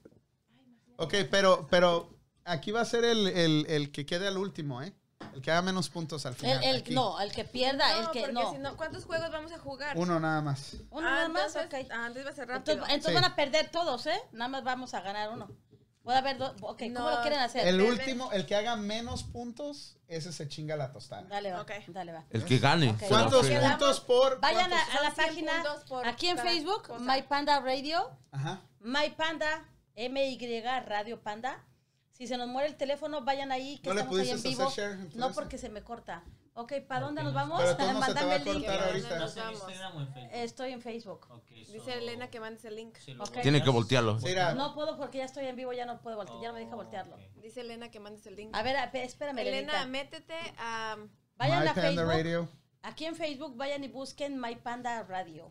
Speaker 2: Ok, pero, pero aquí va a ser el, el, el que quede al último, ¿eh? El que haga menos puntos al final.
Speaker 6: El, el-
Speaker 2: aquí.
Speaker 6: no, el que pierda, el que
Speaker 7: porque
Speaker 6: no.
Speaker 7: si no, ¿cuántos juegos vamos a jugar?
Speaker 2: Uno nada más.
Speaker 6: Uno
Speaker 7: Ah,
Speaker 6: nada más, ok.
Speaker 7: entonces- ah, entonces va a ser rápido.
Speaker 6: Entonces, entonces
Speaker 2: Sí.
Speaker 6: van a perder todos, ¿eh? Nada más vamos a ganar uno. Puede haber dos. Ok, ¿cómo
Speaker 7: No,
Speaker 6: lo quieren hacer?
Speaker 2: El
Speaker 7: Pepe.
Speaker 2: último, el que haga menos puntos, ese se chinga la tostada.
Speaker 6: Dale, va.
Speaker 7: Ok.
Speaker 6: Dale, va.
Speaker 3: El que gane.
Speaker 6: Ok.
Speaker 3: se la
Speaker 2: ¿Cuántos
Speaker 3: frega.
Speaker 7: Quedamos-
Speaker 2: puntos por?
Speaker 6: Vayan a,
Speaker 2: cuántos-
Speaker 6: a la
Speaker 7: son 100
Speaker 6: página
Speaker 7: puntos por
Speaker 6: aquí en
Speaker 7: cada
Speaker 6: Facebook,
Speaker 7: cosa?
Speaker 6: My Panda Radio,
Speaker 2: Ajá.
Speaker 6: My Panda, M-Y Radio Panda. Si se nos muere el teléfono, vayan ahí, que
Speaker 2: ¿No le
Speaker 6: estamos ahí en
Speaker 2: pudiste
Speaker 6: vivo.
Speaker 2: hacer share en tu
Speaker 6: no,
Speaker 2: ese?
Speaker 6: porque se me corta. Ok, ¿para dónde nos
Speaker 1: no.
Speaker 6: vamos?
Speaker 2: Pero todo no se te va
Speaker 6: Mándame
Speaker 2: a
Speaker 6: el link.
Speaker 2: cortar ahorita.
Speaker 7: Nos
Speaker 1: ¿Estás en
Speaker 7: vamos.
Speaker 1: Instagram o en Facebook?
Speaker 6: Estoy en Facebook.
Speaker 1: Ok, so-
Speaker 7: Dice Elena que mandes el link.
Speaker 1: si lo
Speaker 6: Ok.
Speaker 1: volteas-
Speaker 3: Tiene que voltearlo.
Speaker 2: Sí, mira,
Speaker 6: No puedo porque ya estoy en vivo, ya no puedo voltear, ya no me deja
Speaker 1: Oh,
Speaker 6: voltearlo.
Speaker 1: ok.
Speaker 7: Dice Elena que mandes el link.
Speaker 6: A ver, a- espérame,
Speaker 7: Elena,
Speaker 6: Elenita.
Speaker 7: métete a...
Speaker 6: Vayan
Speaker 2: My
Speaker 6: a
Speaker 2: Panda
Speaker 6: Facebook.
Speaker 2: Radio.
Speaker 6: Aquí en Facebook vayan y busquen My Panda Radio.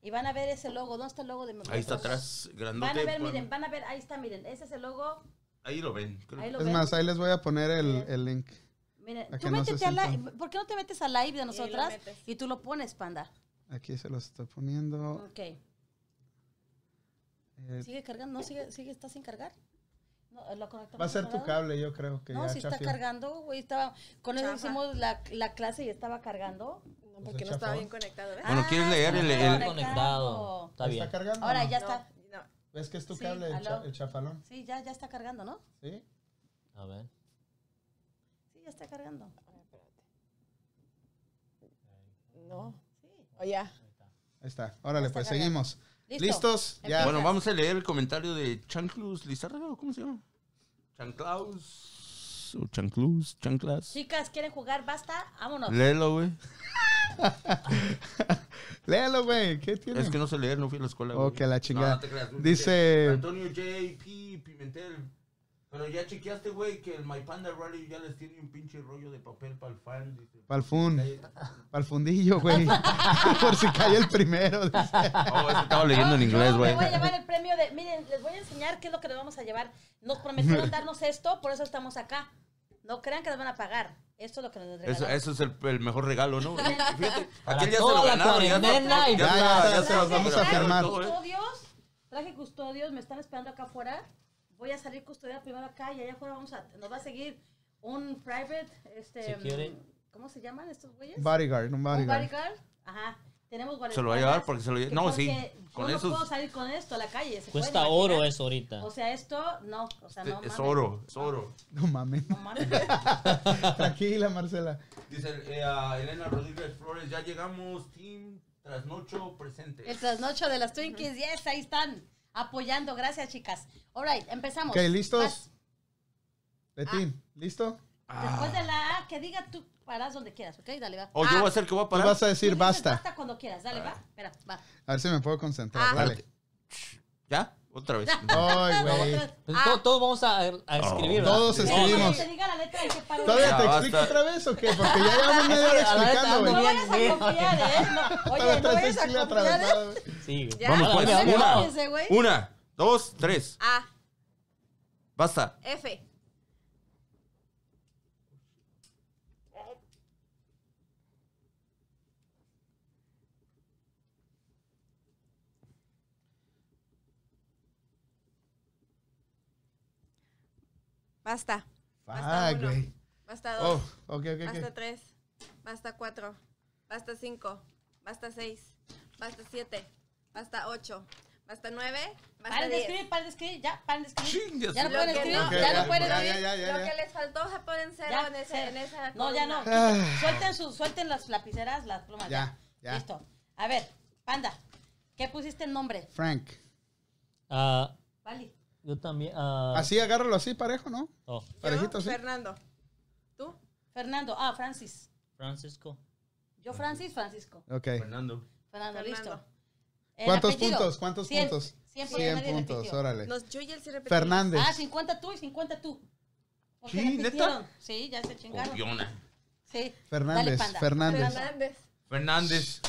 Speaker 6: Y van a ver ese logo. ¿Dónde está el logo de mi
Speaker 3: Ahí está atrás,
Speaker 6: Van a
Speaker 3: grandote.
Speaker 6: ver,
Speaker 3: pon-
Speaker 6: miren, van a ver, ahí está, miren. Ese es el logo.
Speaker 3: Ahí lo ven. creo.
Speaker 6: Ahí lo
Speaker 2: Es
Speaker 6: ven.
Speaker 2: más, ahí les voy a poner el, el link.
Speaker 6: miren,
Speaker 2: para
Speaker 6: tú
Speaker 2: que no
Speaker 6: métete
Speaker 2: se
Speaker 6: a live.
Speaker 2: sientan-
Speaker 6: ¿Por qué no te metes al live de nosotras
Speaker 7: metes.
Speaker 6: y tú lo pones, panda?
Speaker 2: Aquí se los estoy poniendo.
Speaker 6: Ok.
Speaker 2: Eh,
Speaker 6: ¿Sigue cargando? ¿No? ¿Sigue, sigue está sin cargar? No, lo conectamos
Speaker 2: va a
Speaker 6: al
Speaker 2: ser
Speaker 6: otro
Speaker 2: tu
Speaker 6: lado.
Speaker 2: cable, yo creo que
Speaker 6: No,
Speaker 2: ya
Speaker 6: si está
Speaker 2: chafió.
Speaker 6: cargando, güey. Estaba, con eso
Speaker 7: Chafa.
Speaker 6: hicimos la, la clase y estaba cargando.
Speaker 2: Pues
Speaker 7: No, porque no
Speaker 2: chafón.
Speaker 7: estaba bien conectado, ¿ves?
Speaker 6: Ah,
Speaker 3: Bueno, ¿quieres leer el-
Speaker 1: Está
Speaker 3: el-
Speaker 1: conectado. Está bien.
Speaker 2: ¿Está cargando?
Speaker 6: Ahora
Speaker 2: o no?
Speaker 6: ya
Speaker 7: No,
Speaker 6: está.
Speaker 7: no.
Speaker 2: ¿Ves que es tu
Speaker 6: Sí,
Speaker 2: cable, el, cha-
Speaker 6: aló.
Speaker 2: el chafalón?
Speaker 6: Sí, ya, ya está cargando, ¿no?
Speaker 2: ¿Sí?
Speaker 1: A ver.
Speaker 6: Sí, ya está cargando.
Speaker 7: No.
Speaker 6: Oh,
Speaker 7: O ya.
Speaker 2: Ahí está. Órale,
Speaker 6: Está
Speaker 2: pues
Speaker 6: cargando.
Speaker 2: seguimos.
Speaker 6: Listo.
Speaker 2: ¿Listos? Ya.
Speaker 3: Bueno, vamos a leer el comentario de Chanclus Lizardo. ¿Cómo se llama? Chanclaus. O Chanclus, Chanclas.
Speaker 6: Chicas, ¿quieren jugar? Basta, vámonos.
Speaker 3: Léelo, güey.
Speaker 2: Léalo, güey. ¿Qué tiene?
Speaker 3: Es que no sé leer, no fui a la escuela.
Speaker 2: Oh,
Speaker 3: güey.
Speaker 2: que la chingada.
Speaker 3: No, no te creas, güey.
Speaker 2: Dice-
Speaker 3: Antonio J.P. Pimentel. Pero ya chequeaste, güey, que el My Panda Rally ya les tiene un pinche rollo de papel para el fan. dice.
Speaker 2: Palfun. Palfundillo, güey. Por si cae el primero. dice.
Speaker 3: Oh, ese estaba leyendo en
Speaker 6: Yo
Speaker 3: inglés,
Speaker 6: me
Speaker 3: güey.
Speaker 6: voy a llevar el premio de. Miren, les voy a enseñar qué es lo que les vamos a llevar. Nos prometieron darnos esto, por eso estamos acá. No crean que nos van a pagar. Esto es lo que nos
Speaker 3: Eso,
Speaker 6: regalaron.
Speaker 3: eso es el, el mejor regalo, ¿no? Fíjate,
Speaker 1: Para
Speaker 3: aquel ya se
Speaker 1: toda
Speaker 3: lo
Speaker 1: la
Speaker 3: ganaron. Ya,
Speaker 1: cuarentena y-
Speaker 3: ya,
Speaker 2: Ya,
Speaker 3: ya,
Speaker 2: ya,
Speaker 3: ya se los vamos a
Speaker 2: Traje
Speaker 3: firmar.
Speaker 6: custodios. Traje custodios, me están esperando acá afuera. Voy a salir custodiada primero acá y allá afuera vamos a, nos va a seguir un private, este,
Speaker 1: Si quiere.
Speaker 6: ¿cómo se llaman estos güeyes?
Speaker 2: Bodyguard, un
Speaker 6: Un
Speaker 2: bodyguard.
Speaker 6: bodyguard. Ajá. Tenemos
Speaker 3: Se lo va a llevar porque se lo lleva.
Speaker 6: guardaespaldas,
Speaker 3: No,
Speaker 6: que
Speaker 3: sí.
Speaker 6: porque
Speaker 3: Con
Speaker 6: yo no
Speaker 3: esos.
Speaker 6: puedo salir con esto a la calle. ¿se
Speaker 1: Cuesta
Speaker 6: pueden imaginar?
Speaker 1: oro eso ahorita.
Speaker 6: O sea, esto no, o sea, no
Speaker 3: Es
Speaker 6: mames.
Speaker 3: oro, es oro.
Speaker 2: No mames.
Speaker 6: No mames.
Speaker 2: Tranquila, Marcela.
Speaker 3: Dice eh, a Elena Rodríguez Flores, ya llegamos, team trasnocho presente.
Speaker 6: El trasnocho de las Twinkies, yes, ahí están apoyando. Gracias, chicas. All right, empezamos.
Speaker 2: Ok, ¿listos?
Speaker 6: Vas.
Speaker 2: Betín, ¿listo?
Speaker 6: Después de la A, que diga tú paras donde quieras, ¿ok? Dale, va.
Speaker 3: O Oh, yo voy a hacer que voy a
Speaker 2: Tú
Speaker 3: parar.
Speaker 2: vas a
Speaker 6: Tú
Speaker 2: decir
Speaker 6: dices
Speaker 2: basta.
Speaker 6: Basta cuando quieras, dale, va. Espera, va.
Speaker 2: A ver si me puedo concentrar. Dale.
Speaker 3: ¿Ya? Otra vez.
Speaker 2: Ay, güey.
Speaker 6: Otra vez.
Speaker 1: Pues
Speaker 6: Ah,
Speaker 1: to- todos vamos a, a escribir. ¿verdad?
Speaker 2: Todos
Speaker 1: Sí.
Speaker 6: espera,
Speaker 2: escribimos.
Speaker 6: que te diga la letra en que paras.
Speaker 2: ¿Todavía
Speaker 3: Ya,
Speaker 2: te
Speaker 3: basta.
Speaker 2: explico otra vez o qué? Porque ya llevamos media hora
Speaker 1: A la neta,
Speaker 2: explicando,
Speaker 1: ando
Speaker 6: No
Speaker 2: güey.
Speaker 1: bien.
Speaker 6: vayas a confiar, ¿eh? No, oye, no
Speaker 2: Estaba
Speaker 6: vayas a
Speaker 2: chile
Speaker 6: confiar, ¿eh?
Speaker 2: atravesado, güey.
Speaker 1: Sí.
Speaker 7: Ya.
Speaker 3: Vamos,
Speaker 1: Ahora,
Speaker 3: pues,
Speaker 1: ya,
Speaker 6: una.
Speaker 1: ya.
Speaker 6: Ese güey.
Speaker 3: Una, dos, tres.
Speaker 7: A.
Speaker 3: Basta.
Speaker 7: F. Basta. Basta
Speaker 2: Ay,
Speaker 7: uno.
Speaker 2: güey.
Speaker 7: Basta
Speaker 2: Oh,
Speaker 7: dos.
Speaker 2: ok, ok,
Speaker 7: Basta
Speaker 2: ok.
Speaker 7: tres. Basta cuatro. Basta cinco. Basta seis. Basta siete. Basta ocho. Basta nueve. Basta
Speaker 6: Paren de
Speaker 7: diez.
Speaker 6: escribir, paren de escribir, ya, paren de
Speaker 3: Chin, ya
Speaker 6: escribir.
Speaker 3: se
Speaker 6: Ya no
Speaker 3: me
Speaker 6: pueden
Speaker 7: acabó.
Speaker 6: escribir,
Speaker 7: Ok,
Speaker 6: ya no
Speaker 2: ya,
Speaker 6: pueden
Speaker 2: ya,
Speaker 6: escribir.
Speaker 2: ya, ya,
Speaker 7: Lo
Speaker 2: ya.
Speaker 7: que les faltó se ponen cero
Speaker 6: Ya,
Speaker 7: en, ese-
Speaker 6: cero.
Speaker 7: en esa
Speaker 6: No, ya no.
Speaker 7: columna.
Speaker 2: Ah.
Speaker 6: Suelten, sus, suelten las lapiceras, las plumas.
Speaker 2: Ya, ya.
Speaker 6: Listo. A ver, panda, ¿qué pusiste el nombre?
Speaker 2: Frank.
Speaker 1: Ah,
Speaker 6: Vali.
Speaker 1: yo también. ah,
Speaker 2: Así, agárralo así, parejo, ¿no?
Speaker 1: oh,
Speaker 7: Yo,
Speaker 2: Parejito, sí.
Speaker 7: Fernando. ¿Tú?
Speaker 6: Fernando, ah, Francis.
Speaker 1: Francisco.
Speaker 6: Yo, Francis, Francisco.
Speaker 2: Ok.
Speaker 3: Fernando.
Speaker 6: Fernando,
Speaker 7: Fernando.
Speaker 6: listo. El
Speaker 2: ¿Cuántos
Speaker 6: apellido,
Speaker 2: puntos? ¿Cuántos puntos?
Speaker 6: 100
Speaker 2: 100 puntos,
Speaker 6: puntos,
Speaker 2: órale.
Speaker 7: Nos, yo y él sí repetimos.
Speaker 2: Fernández.
Speaker 6: Ah, 50 tú y 50 tú. Porque
Speaker 3: Sí, ¿neta?
Speaker 6: repitieron. Sí, ya se chingaron.
Speaker 3: Copiona.
Speaker 6: Sí.
Speaker 2: Fernández,
Speaker 6: Dale, panda.
Speaker 2: Fernández.
Speaker 7: Fernández.
Speaker 3: Fernández.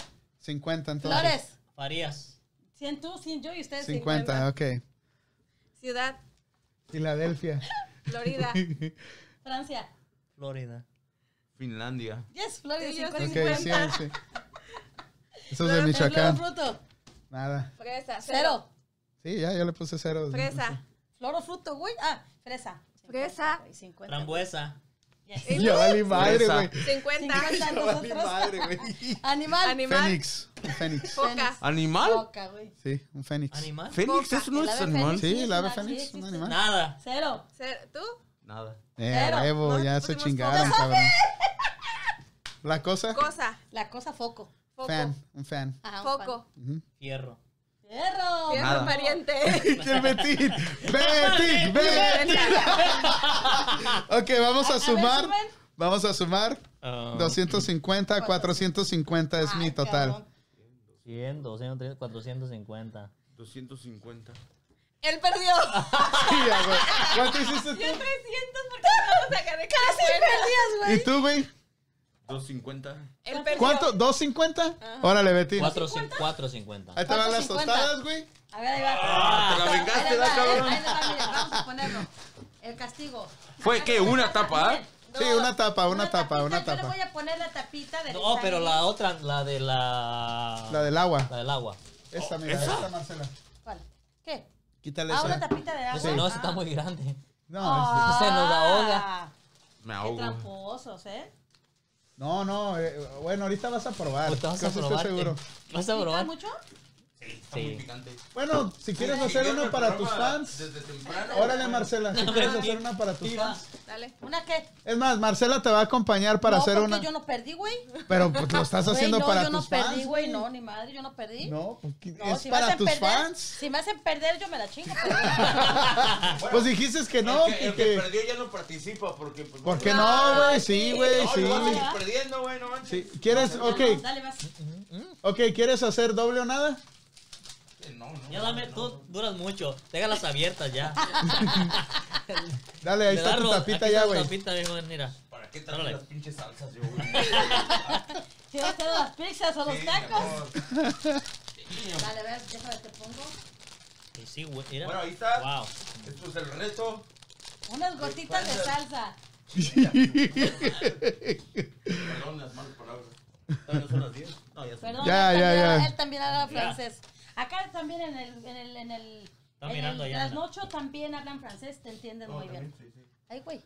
Speaker 2: 50 entonces.
Speaker 6: Flores.
Speaker 1: Farías.
Speaker 6: 100 tú, 100 yo y ustedes
Speaker 2: 50,
Speaker 6: 50.
Speaker 2: ok.
Speaker 7: Ciudad,
Speaker 2: Filadelfia.
Speaker 7: Florida.
Speaker 6: Francia.
Speaker 1: Florida.
Speaker 3: Finlandia.
Speaker 6: Yes, Florida.
Speaker 7: Sí, yo
Speaker 6: 50.
Speaker 2: Ok,
Speaker 7: sí. 50.
Speaker 2: 100, sí. Eso es de
Speaker 6: Floro
Speaker 7: Luego-
Speaker 2: Michoacán.
Speaker 6: fruto.
Speaker 2: Nada.
Speaker 7: Fresa,
Speaker 6: Cero.
Speaker 2: Sí, ya, yo le puse cero.
Speaker 7: Fresa.
Speaker 6: Floro fruto, güey. Ah, fresa.
Speaker 7: Fresa.
Speaker 6: 50, güey, 50.
Speaker 1: Frambuesa.
Speaker 6: Yes.
Speaker 2: Ya vale madre,
Speaker 3: Fresa.
Speaker 2: güey.
Speaker 7: 50.
Speaker 6: 50
Speaker 2: Ya vale
Speaker 6: nosotros.
Speaker 2: madre, güey.
Speaker 6: Animal.
Speaker 7: Animal.
Speaker 2: Fénix. Un fénix.
Speaker 7: Foca.
Speaker 3: ¿Animal?
Speaker 6: Loca, güey.
Speaker 2: Sí, un fénix.
Speaker 1: ¿Animal?
Speaker 3: ¿Fénix?
Speaker 7: Foca.
Speaker 3: ¿Eso no
Speaker 6: ¿El
Speaker 3: es
Speaker 6: ave
Speaker 3: animal?
Speaker 6: fénix?
Speaker 2: Sí, el ave
Speaker 6: Sí,
Speaker 2: fénix es
Speaker 6: sí,
Speaker 2: un
Speaker 6: sí.
Speaker 2: animal.
Speaker 1: Nada.
Speaker 6: Cero.
Speaker 7: Cero. ¿Tú?
Speaker 3: Nada.
Speaker 2: Eh,
Speaker 6: Cero.
Speaker 2: huevo,
Speaker 7: No,
Speaker 2: ya se
Speaker 7: pusimos
Speaker 2: chingaron,
Speaker 7: foca.
Speaker 2: cabrón. La cosa,
Speaker 7: Cosa.
Speaker 6: La cosa foco.
Speaker 7: Foco.
Speaker 2: fan, un fan.
Speaker 6: Ajá, un
Speaker 7: Foco.
Speaker 2: Ujú.
Speaker 1: Fierro.
Speaker 6: pan. Fierro.
Speaker 7: Fierro
Speaker 3: Nada.
Speaker 7: pariente.
Speaker 2: ¡Qué Betín! ¡Betín! ¡Betín! Ok, vamos a sumar.
Speaker 6: sumen.
Speaker 2: Vamos a sumar.
Speaker 1: Ah,
Speaker 2: 250, 450 es
Speaker 6: Ay,
Speaker 2: mi total.
Speaker 6: cabrón.
Speaker 1: 100, 200, 300, 450.
Speaker 3: 250.
Speaker 7: Él perdió.
Speaker 2: Sí, ya, güey. ¿Cuánto hiciste tú?
Speaker 7: 300 porque no lo sacaré. Casi perdías,
Speaker 2: ¿Y tú, güey?
Speaker 3: 250.
Speaker 7: Él perdió.
Speaker 2: ¿Cuánto? ¿250? Órale, Betín.
Speaker 1: 450. 450.
Speaker 2: Ahí te van las
Speaker 6: 450.
Speaker 2: tostadas, güey.
Speaker 6: A ver, ahí va.
Speaker 3: Ah, te la vengaste,
Speaker 6: Ahí
Speaker 3: da
Speaker 6: va,
Speaker 3: cabrón.
Speaker 6: ahí va, mira, vamos a ponerlo. El castigo.
Speaker 3: Fue que una tapa, ¿eh?
Speaker 2: Sí, una tapa, una tapa, una
Speaker 6: Yo le
Speaker 2: tapa.
Speaker 6: voy a poner la tapita de
Speaker 1: No, pero la
Speaker 6: otra.
Speaker 1: otra, la de la.
Speaker 2: La del agua.
Speaker 1: la del agua.
Speaker 2: Esta, mira, esta, Marcela.
Speaker 6: ¿Qué?
Speaker 2: Quítale
Speaker 6: Ah, una
Speaker 2: esa.
Speaker 6: tapita de agua.
Speaker 1: Pues si no,
Speaker 6: Ah.
Speaker 1: esa está muy grande.
Speaker 2: No, es-
Speaker 1: Se nos
Speaker 6: Ah,
Speaker 1: ahoga.
Speaker 3: Me
Speaker 6: Qué
Speaker 3: ahogo.
Speaker 6: tramposos, ¿eh?
Speaker 2: no, no. eh, Bueno, ahorita vas a probar.
Speaker 1: Pues te vas a
Speaker 2: Ah, Casi estoy
Speaker 1: probar.
Speaker 2: seguro.
Speaker 1: ¿Vas a
Speaker 6: ¿Pica
Speaker 1: probar?
Speaker 6: mucho?
Speaker 3: Está muy picante.
Speaker 2: Bueno, si quieres hacer una para tus fans,
Speaker 3: Desde temprano.
Speaker 2: órale Marcela, si quieres
Speaker 1: Pero
Speaker 2: hacer una para tus
Speaker 1: Mira.
Speaker 2: fans.
Speaker 7: Dale.
Speaker 6: ¿Una qué?
Speaker 2: Es más, Marcela te va a acompañar para
Speaker 6: No,
Speaker 2: hacer
Speaker 6: porque
Speaker 2: una.
Speaker 6: yo no perdí, güey.
Speaker 2: Pero pues lo estás
Speaker 6: Güey,
Speaker 2: haciendo
Speaker 6: no,
Speaker 2: para
Speaker 6: yo no
Speaker 2: tus fans.
Speaker 6: perdí, güey. No, ni madre, yo no perdí.
Speaker 2: No, pues, ¿qué-
Speaker 6: No,
Speaker 2: es
Speaker 6: si me
Speaker 2: para
Speaker 6: hacen
Speaker 2: tus
Speaker 6: perder,
Speaker 2: fans.
Speaker 6: Si me hacen perder, yo me la chingo. pero-
Speaker 2: Pues dijiste que no,
Speaker 3: el, que, el que
Speaker 2: porque-
Speaker 3: perdió ya no participa porque... Pues,
Speaker 2: ¿Por qué
Speaker 3: no?
Speaker 2: no, güey? Sí, güey,
Speaker 3: No,
Speaker 2: sí.
Speaker 3: yo voy a seguir perdiendo, güey, no manches.
Speaker 2: Sí, ¿Quieres, ok,
Speaker 6: Dale, vas.
Speaker 2: ok, ¿quieres hacer doble o nada?
Speaker 3: Eh, No, no.
Speaker 1: Ya dame, tú duras mucho. Déjalas abiertas ya.
Speaker 2: Dale, ahí
Speaker 1: Le
Speaker 2: está
Speaker 1: da
Speaker 2: tu
Speaker 1: ro-
Speaker 2: tapita
Speaker 1: aquí
Speaker 2: ya,
Speaker 1: está tu
Speaker 2: güey.
Speaker 1: tapita, viejo, mira.
Speaker 3: ¿Para qué traer
Speaker 1: Órale.
Speaker 3: las pinches salsas yo, güey?
Speaker 6: Si vas a hacer las pizzas o los
Speaker 3: Sí,
Speaker 6: tacos.
Speaker 3: amor.
Speaker 6: Dale, a ver, déjame te pongo
Speaker 1: Y sí, güey, mira.
Speaker 3: Bueno, ahí está.
Speaker 1: Wow.
Speaker 3: Esto es el reto.
Speaker 6: unas gotitas de salsa.
Speaker 3: Perdón las malas palabras. Todavía no son las 10. No, ya son.
Speaker 6: Perdón,
Speaker 2: Ya,
Speaker 6: él,
Speaker 2: ya,
Speaker 6: también
Speaker 2: ya.
Speaker 6: habla- él también
Speaker 1: Ya.
Speaker 6: habla francés. Acá también en el... En el, en el
Speaker 1: Está mirando allá.
Speaker 6: trasnocho también hablan francés, te entienden
Speaker 3: No,
Speaker 6: muy
Speaker 3: también,
Speaker 6: bien.
Speaker 3: sí, sí.
Speaker 6: Ay, güey,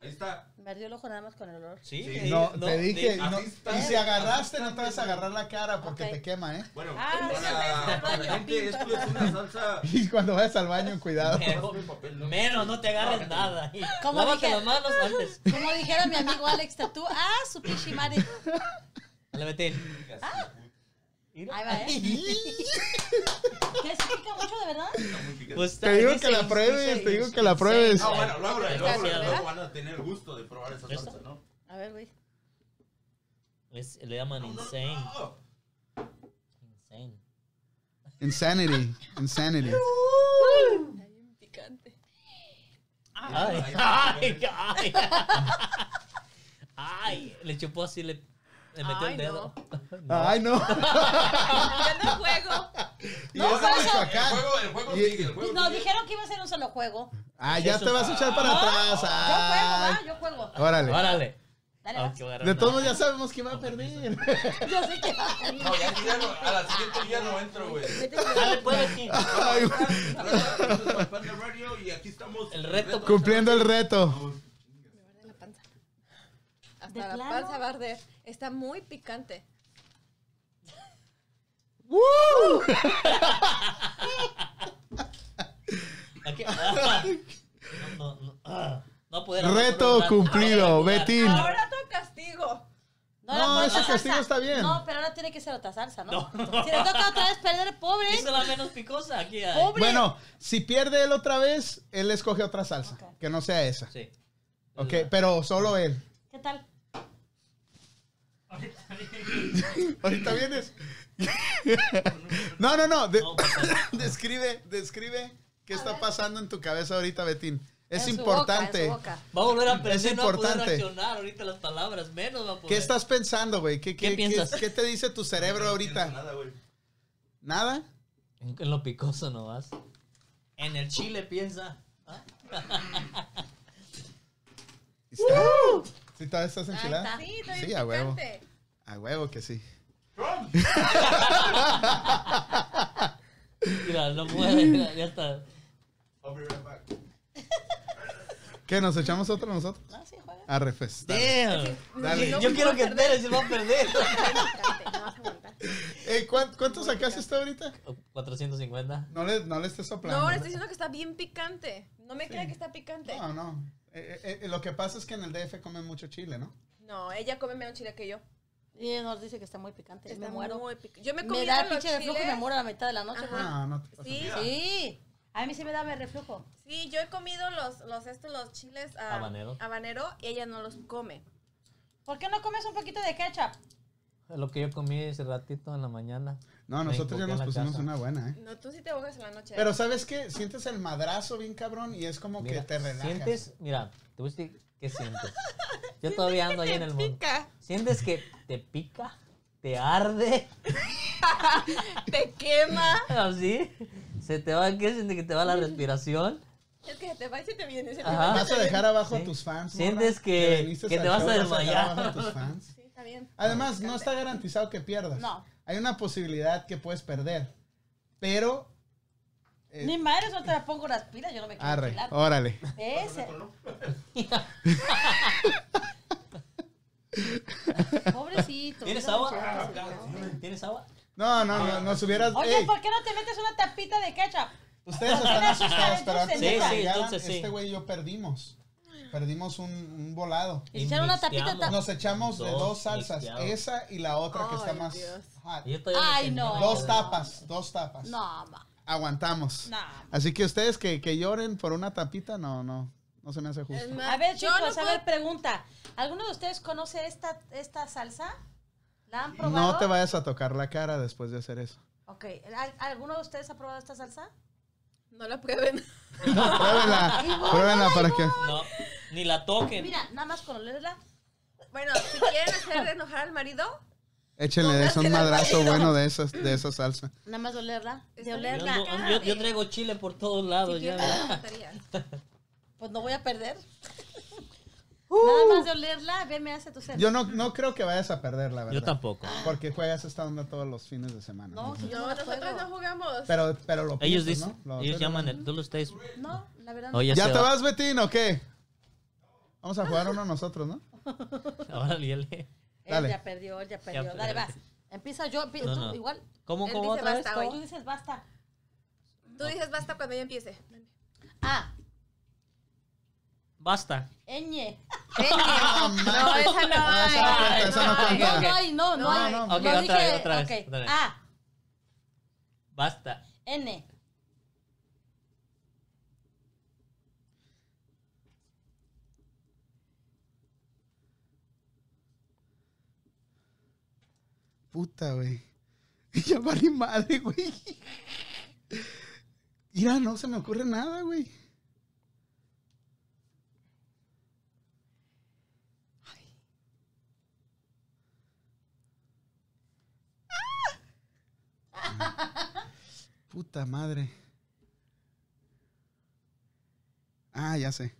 Speaker 3: Ahí está.
Speaker 6: me ardió el ojo nada más con el olor.
Speaker 1: Sí, eh,
Speaker 3: Sí.
Speaker 1: sí,
Speaker 2: No, te dije.
Speaker 1: sí.
Speaker 3: así
Speaker 2: no-
Speaker 3: está.
Speaker 2: Y si agarraste, no te vas a agarrar la cara porque
Speaker 6: Ok.
Speaker 2: te quema, ¿eh?
Speaker 3: Bueno,
Speaker 6: Ah,
Speaker 3: para-
Speaker 6: sí, está el
Speaker 3: para
Speaker 6: baño.
Speaker 3: la gente, esto es una salsa.
Speaker 2: Y cuando vayas al baño, cuidado.
Speaker 1: Pero-
Speaker 3: papel, ¿no?
Speaker 1: menos, no te agarres nada.
Speaker 6: Como
Speaker 1: Lávate
Speaker 6: dije-
Speaker 1: las manos antes.
Speaker 6: Como dijera mi amigo Alex Tatú, ah, su pichimari.
Speaker 1: Dale, vete.
Speaker 6: Ah. Ahí va, ¿eh? ¿Qué significa mucho, de verdad?
Speaker 1: Pues,
Speaker 2: Te digo que
Speaker 1: dice-
Speaker 2: la pruebes,
Speaker 1: dice-
Speaker 2: te digo que la pruebes.
Speaker 3: Ah, bueno, luego, luego, luego,
Speaker 1: Gracias,
Speaker 3: luego
Speaker 1: ¿verdad?
Speaker 3: van a tener gusto de probar esa
Speaker 1: ¿Esta?
Speaker 3: salsa, ¿no?
Speaker 6: A ver, güey.
Speaker 1: Es- le llaman insane.
Speaker 3: No.
Speaker 1: Insane.
Speaker 2: Insanity, insanity.
Speaker 7: Picante.
Speaker 6: Ah,
Speaker 1: Ay, ay, ay. Ay, le chupó así, le, le metió
Speaker 7: Ay,
Speaker 1: el dedo.
Speaker 2: Ay, no.
Speaker 7: Yo no juego.
Speaker 2: Y es de
Speaker 3: El
Speaker 2: Michoacán.
Speaker 3: juego, el juego
Speaker 2: Y-
Speaker 3: sigue, el juego
Speaker 6: No,
Speaker 3: sigue.
Speaker 6: dijeron que iba a ser un solo juego.
Speaker 2: Ah, ya
Speaker 1: Eso-
Speaker 2: te vas a echar para atrás.
Speaker 6: Yo juego,
Speaker 2: Ay.
Speaker 6: va, yo juego.
Speaker 2: Órale.
Speaker 1: Órale.
Speaker 6: Dale,
Speaker 1: Ah,
Speaker 6: va.
Speaker 1: qué bárbaro.
Speaker 2: De todos modos ya sabemos que va a perder.
Speaker 6: Yo sé que va a salir.
Speaker 3: No, ya, ya no, a la siguiente ya no entro, güey.
Speaker 1: Dale, pues, sí.
Speaker 2: Ay, güey.
Speaker 3: Panda Radio y aquí estamos.
Speaker 1: El reto
Speaker 2: Cumpliendo el reto.
Speaker 7: La panza.
Speaker 6: ¿De
Speaker 7: Hasta la
Speaker 6: plano?
Speaker 7: panza va a arder. Está muy picante. Uh,
Speaker 1: Aquí- ah, No, no, no. Ah, no poder hablar por un
Speaker 2: Reto
Speaker 1: rato.
Speaker 2: cumplido,
Speaker 1: Ahora,
Speaker 2: Betín.
Speaker 7: Ahora tu castigo.
Speaker 6: la
Speaker 2: No,
Speaker 6: otra
Speaker 2: ese
Speaker 6: salsa.
Speaker 2: castigo está bien.
Speaker 6: No, pero ahora tiene que ser otra salsa, ¿no?
Speaker 1: No.
Speaker 6: Si le toca otra vez perder, pobre.
Speaker 1: Hizo la menos picosa aquí. ay.
Speaker 6: Pobre.
Speaker 2: Bueno, si pierde él otra vez, él escoge otra salsa.
Speaker 6: Ok.
Speaker 2: Que no sea esa.
Speaker 1: Sí.
Speaker 2: Ok, pero solo él.
Speaker 6: ¿Qué tal?
Speaker 2: Ahorita vienes. No, no, no. de-
Speaker 1: No, pues,
Speaker 2: describe, describe qué está pasando en tu cabeza ahorita, Betín. Es
Speaker 7: En su
Speaker 2: importante.
Speaker 7: boca, en su boca.
Speaker 1: Va a volver a aprender
Speaker 2: Es
Speaker 1: no va a poder
Speaker 2: importante.
Speaker 1: reaccionar ahorita las palabras, menos va a poder.
Speaker 2: ¿Qué estás pensando, güey? ¿Qué, qué,
Speaker 1: ¿Qué piensas?
Speaker 2: qué- qué te dice tu cerebro ahorita?
Speaker 3: Nada, güey.
Speaker 2: ¿Nada?
Speaker 1: En, en lo picoso nomás. En el chile piensa. ¿ah?
Speaker 2: ¿Está? ¿Sí todavía estás enchilada?
Speaker 6: está.
Speaker 7: Sí, está bien
Speaker 2: Sí, a huevo.
Speaker 7: picante.
Speaker 2: A huevo que sí.
Speaker 1: Mira, no puede, mira, ya está.
Speaker 3: I'll be right back.
Speaker 2: ¿Qué, nos echamos otro nosotros?
Speaker 6: No, sí, juega.
Speaker 2: A refestar.
Speaker 1: Damn.
Speaker 2: Dale.
Speaker 7: No,
Speaker 1: Yo
Speaker 7: no
Speaker 1: quiero
Speaker 7: va
Speaker 1: que
Speaker 7: a perder.
Speaker 1: enteres, se va a perder.
Speaker 7: Picante, no vas a aguantar.
Speaker 2: Ey, Eh, ¿cuán- ¿Cuánto sacaste hasta ahorita?
Speaker 1: 450.
Speaker 2: No le, no le estés soplando.
Speaker 7: No, este le estoy diciendo que está bien picante. No me crea que está picante.
Speaker 2: No, no. Eh, eh, eh, lo que pasa es que en el DF comen mucho chile, ¿no?
Speaker 7: No, ella come menos chile que yo.
Speaker 6: Y él nos dice que está muy picante.
Speaker 7: Está
Speaker 6: me muero.
Speaker 7: muy pic- Yo me comí
Speaker 6: me da
Speaker 7: los
Speaker 6: pinche reflujo y me
Speaker 7: chiles.
Speaker 6: muero a la mitad de la noche.
Speaker 7: Ajá.
Speaker 6: güey.
Speaker 2: No, Ah, no te pases.
Speaker 7: Sí,
Speaker 6: Sí. A mí sí me da mi reflujo.
Speaker 7: sí, yo he comido los, los estos, los chiles ah,
Speaker 1: Habanero.
Speaker 7: habanero y ella no los come.
Speaker 6: ¿Por qué no comes un poquito de ketchup?
Speaker 1: Lo que yo comí ese ratito en la mañana.
Speaker 2: No, nosotros
Speaker 1: Me
Speaker 2: ya
Speaker 1: enfoqué en
Speaker 2: nos
Speaker 1: la
Speaker 2: pusimos
Speaker 1: casa.
Speaker 2: una buena, ¿eh?
Speaker 7: No, tú sí te ahogas en la noche.
Speaker 2: Pero ¿sabes qué? Sientes el madrazo bien cabrón y es como
Speaker 1: Mira,
Speaker 2: que te relajas.
Speaker 1: Sientes, mira, te voy a decir qué sientes. Yo todavía ando ahí en el mundo.
Speaker 7: pica,
Speaker 1: Sientes que te pica, te arde,
Speaker 7: te quema.
Speaker 1: así. Se te va, ¿qué sientes que te va la respiración?
Speaker 7: Es que se te va y se te viene. Se te
Speaker 1: Ajá.
Speaker 7: va y
Speaker 2: Vas
Speaker 7: se
Speaker 2: a
Speaker 7: te
Speaker 2: dejar abajo
Speaker 1: Ah, Sí.
Speaker 2: a tus fans.
Speaker 1: Sientes
Speaker 2: morra?
Speaker 1: que-
Speaker 2: viniste
Speaker 1: que
Speaker 2: al
Speaker 1: te vas
Speaker 2: show,
Speaker 1: a
Speaker 2: dejar
Speaker 1: desmayar.
Speaker 2: abajo a tus fans.
Speaker 7: viene. Sí, está bien.
Speaker 2: Además, no está garantizado que pierdas.
Speaker 6: No.
Speaker 2: Hay una posibilidad que puedes perder. Pero. eh,
Speaker 6: Ni madre, no te la pongo las pilas, yo no me quiero
Speaker 2: arre, Oh.
Speaker 6: enchilar.
Speaker 2: órale.
Speaker 6: Ese. Pobrecito.
Speaker 1: ¿Tienes
Speaker 6: mira,
Speaker 1: agua? Ah,
Speaker 6: muchacho, sí, no.
Speaker 1: ¿Tienes agua?
Speaker 2: No, no,
Speaker 1: Ah.
Speaker 2: no, nos hubieras.
Speaker 6: Oye,
Speaker 2: ey,
Speaker 6: ¿por qué no te metes una tapita de ketchup?
Speaker 2: ustedes
Speaker 6: ¿por qué
Speaker 2: están
Speaker 6: no asustan
Speaker 2: asustados,
Speaker 6: entonces?
Speaker 2: pero antes de
Speaker 1: Sí,
Speaker 2: que
Speaker 1: sí,
Speaker 2: llegaran,
Speaker 1: entonces sí.
Speaker 2: este güey y yo perdimos. Perdimos un, un volado.
Speaker 6: Y echar una tapita.
Speaker 1: Mixteando.
Speaker 6: ta-
Speaker 2: Nos echamos de
Speaker 1: Dos
Speaker 2: dos salsas,
Speaker 1: mixteados.
Speaker 2: esa y la otra que está
Speaker 7: Ay,
Speaker 2: más
Speaker 7: Dios.
Speaker 2: hot.
Speaker 1: Yo todavía
Speaker 6: Ay,
Speaker 1: entendí.
Speaker 6: no.
Speaker 2: Dos tapas, dos tapas.
Speaker 6: No, ma.
Speaker 2: Aguantamos.
Speaker 6: No.
Speaker 2: Así que ustedes que, que lloren por una tapita, no, no, no se me hace
Speaker 7: Es
Speaker 2: justo.
Speaker 7: más,
Speaker 6: A ver,
Speaker 7: yo
Speaker 6: chicos,
Speaker 7: no
Speaker 6: a ver, pregunta. ¿Alguno de ustedes conoce esta, esta salsa? ¿La han probado?
Speaker 2: No te vayas a tocar la cara después de hacer eso.
Speaker 6: Ok. ¿al- ¿Alguno de ustedes ha probado esta salsa?
Speaker 7: puedo- No la prueben.
Speaker 2: Pruébenla, pruébenla para que...
Speaker 1: No, ni la toquen.
Speaker 6: Mira, nada más con olerla.
Speaker 7: Bueno, si quieren hacer enojar al marido,
Speaker 2: Échenle de eso un madrazo bueno de, esas, de esa salsa.
Speaker 6: Nada más de olerla. De
Speaker 7: Está
Speaker 1: yo,
Speaker 7: bien.
Speaker 6: olerla.
Speaker 1: ando- yo- yo traigo chile por todos lados.
Speaker 7: si
Speaker 1: ya,
Speaker 7: quieren,
Speaker 1: ¿verdad?
Speaker 7: la tarea.
Speaker 6: Pues no voy a perder. Nada más de olerla, ve, me hace tu
Speaker 2: Uh.
Speaker 6: ser.
Speaker 2: Yo no, no creo que vayas a perder, la verdad.
Speaker 1: Yo tampoco.
Speaker 2: Porque juegas esta onda todos los fines de semana.
Speaker 6: No, si yo
Speaker 7: No,
Speaker 6: no,
Speaker 7: pues
Speaker 6: la
Speaker 7: nosotros no
Speaker 6: juego.
Speaker 7: jugamos.
Speaker 2: Pero, pero lo
Speaker 1: Ellos
Speaker 2: piensas,
Speaker 1: dicen,
Speaker 2: ¿no? Lo-
Speaker 1: ellos llaman, el, tú lo estáis.
Speaker 6: No, la verdad no.
Speaker 1: Oye,
Speaker 2: ¿Ya te vas, Betín, o qué? Vamos a jugar uno nosotros, ¿no?
Speaker 1: Ahora liele.
Speaker 6: Él
Speaker 2: Dale.
Speaker 6: ya perdió, él ya perdió.
Speaker 1: perdió.
Speaker 6: Dale, vas. Empieza yo, empi-
Speaker 1: No,
Speaker 6: tú
Speaker 1: no.
Speaker 6: igual.
Speaker 1: ¿Cómo,
Speaker 7: Él
Speaker 1: cómo
Speaker 7: dice
Speaker 1: otra vez?
Speaker 7: basta
Speaker 1: ¿Cómo?
Speaker 6: Tú dices basta.
Speaker 7: Tú dices basta cuando yo empiece.
Speaker 6: Ah,
Speaker 1: Basta.
Speaker 6: ñ.
Speaker 2: Ah,
Speaker 7: No,
Speaker 2: manches.
Speaker 7: esa no
Speaker 2: Ah, esa no cuenta,
Speaker 7: hay.
Speaker 2: esa no
Speaker 7: hay.
Speaker 2: cuenta.
Speaker 6: No, no hay, no, no,
Speaker 7: No,
Speaker 6: hay.
Speaker 2: no.
Speaker 1: Ok,
Speaker 6: No
Speaker 1: otra
Speaker 6: dije-
Speaker 1: vez, otra vez,
Speaker 6: ok.
Speaker 1: otra vez.
Speaker 6: Ah,
Speaker 1: Basta.
Speaker 6: N.
Speaker 2: Puta, güey. Ya vale madre, güey. Mira, no se me ocurre nada, güey. Puta madre. Ah, ya sé.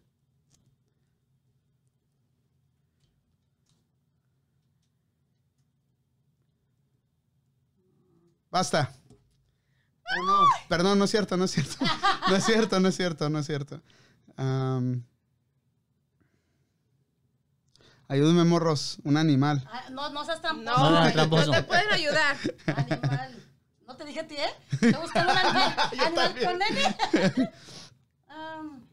Speaker 2: Basta. Oh, no. Perdón, no es cierto, no es cierto. No es cierto, no es cierto, no es cierto. Am, ayúdenme, morros. Un animal.
Speaker 6: Ah, no, no seas tramposo.
Speaker 1: No,
Speaker 7: No,
Speaker 1: no, tramposo.
Speaker 7: no te pueden ayudar.
Speaker 6: Animal. No te dije a ti, ¿eh? Te buscan un animal, animal con N. Um,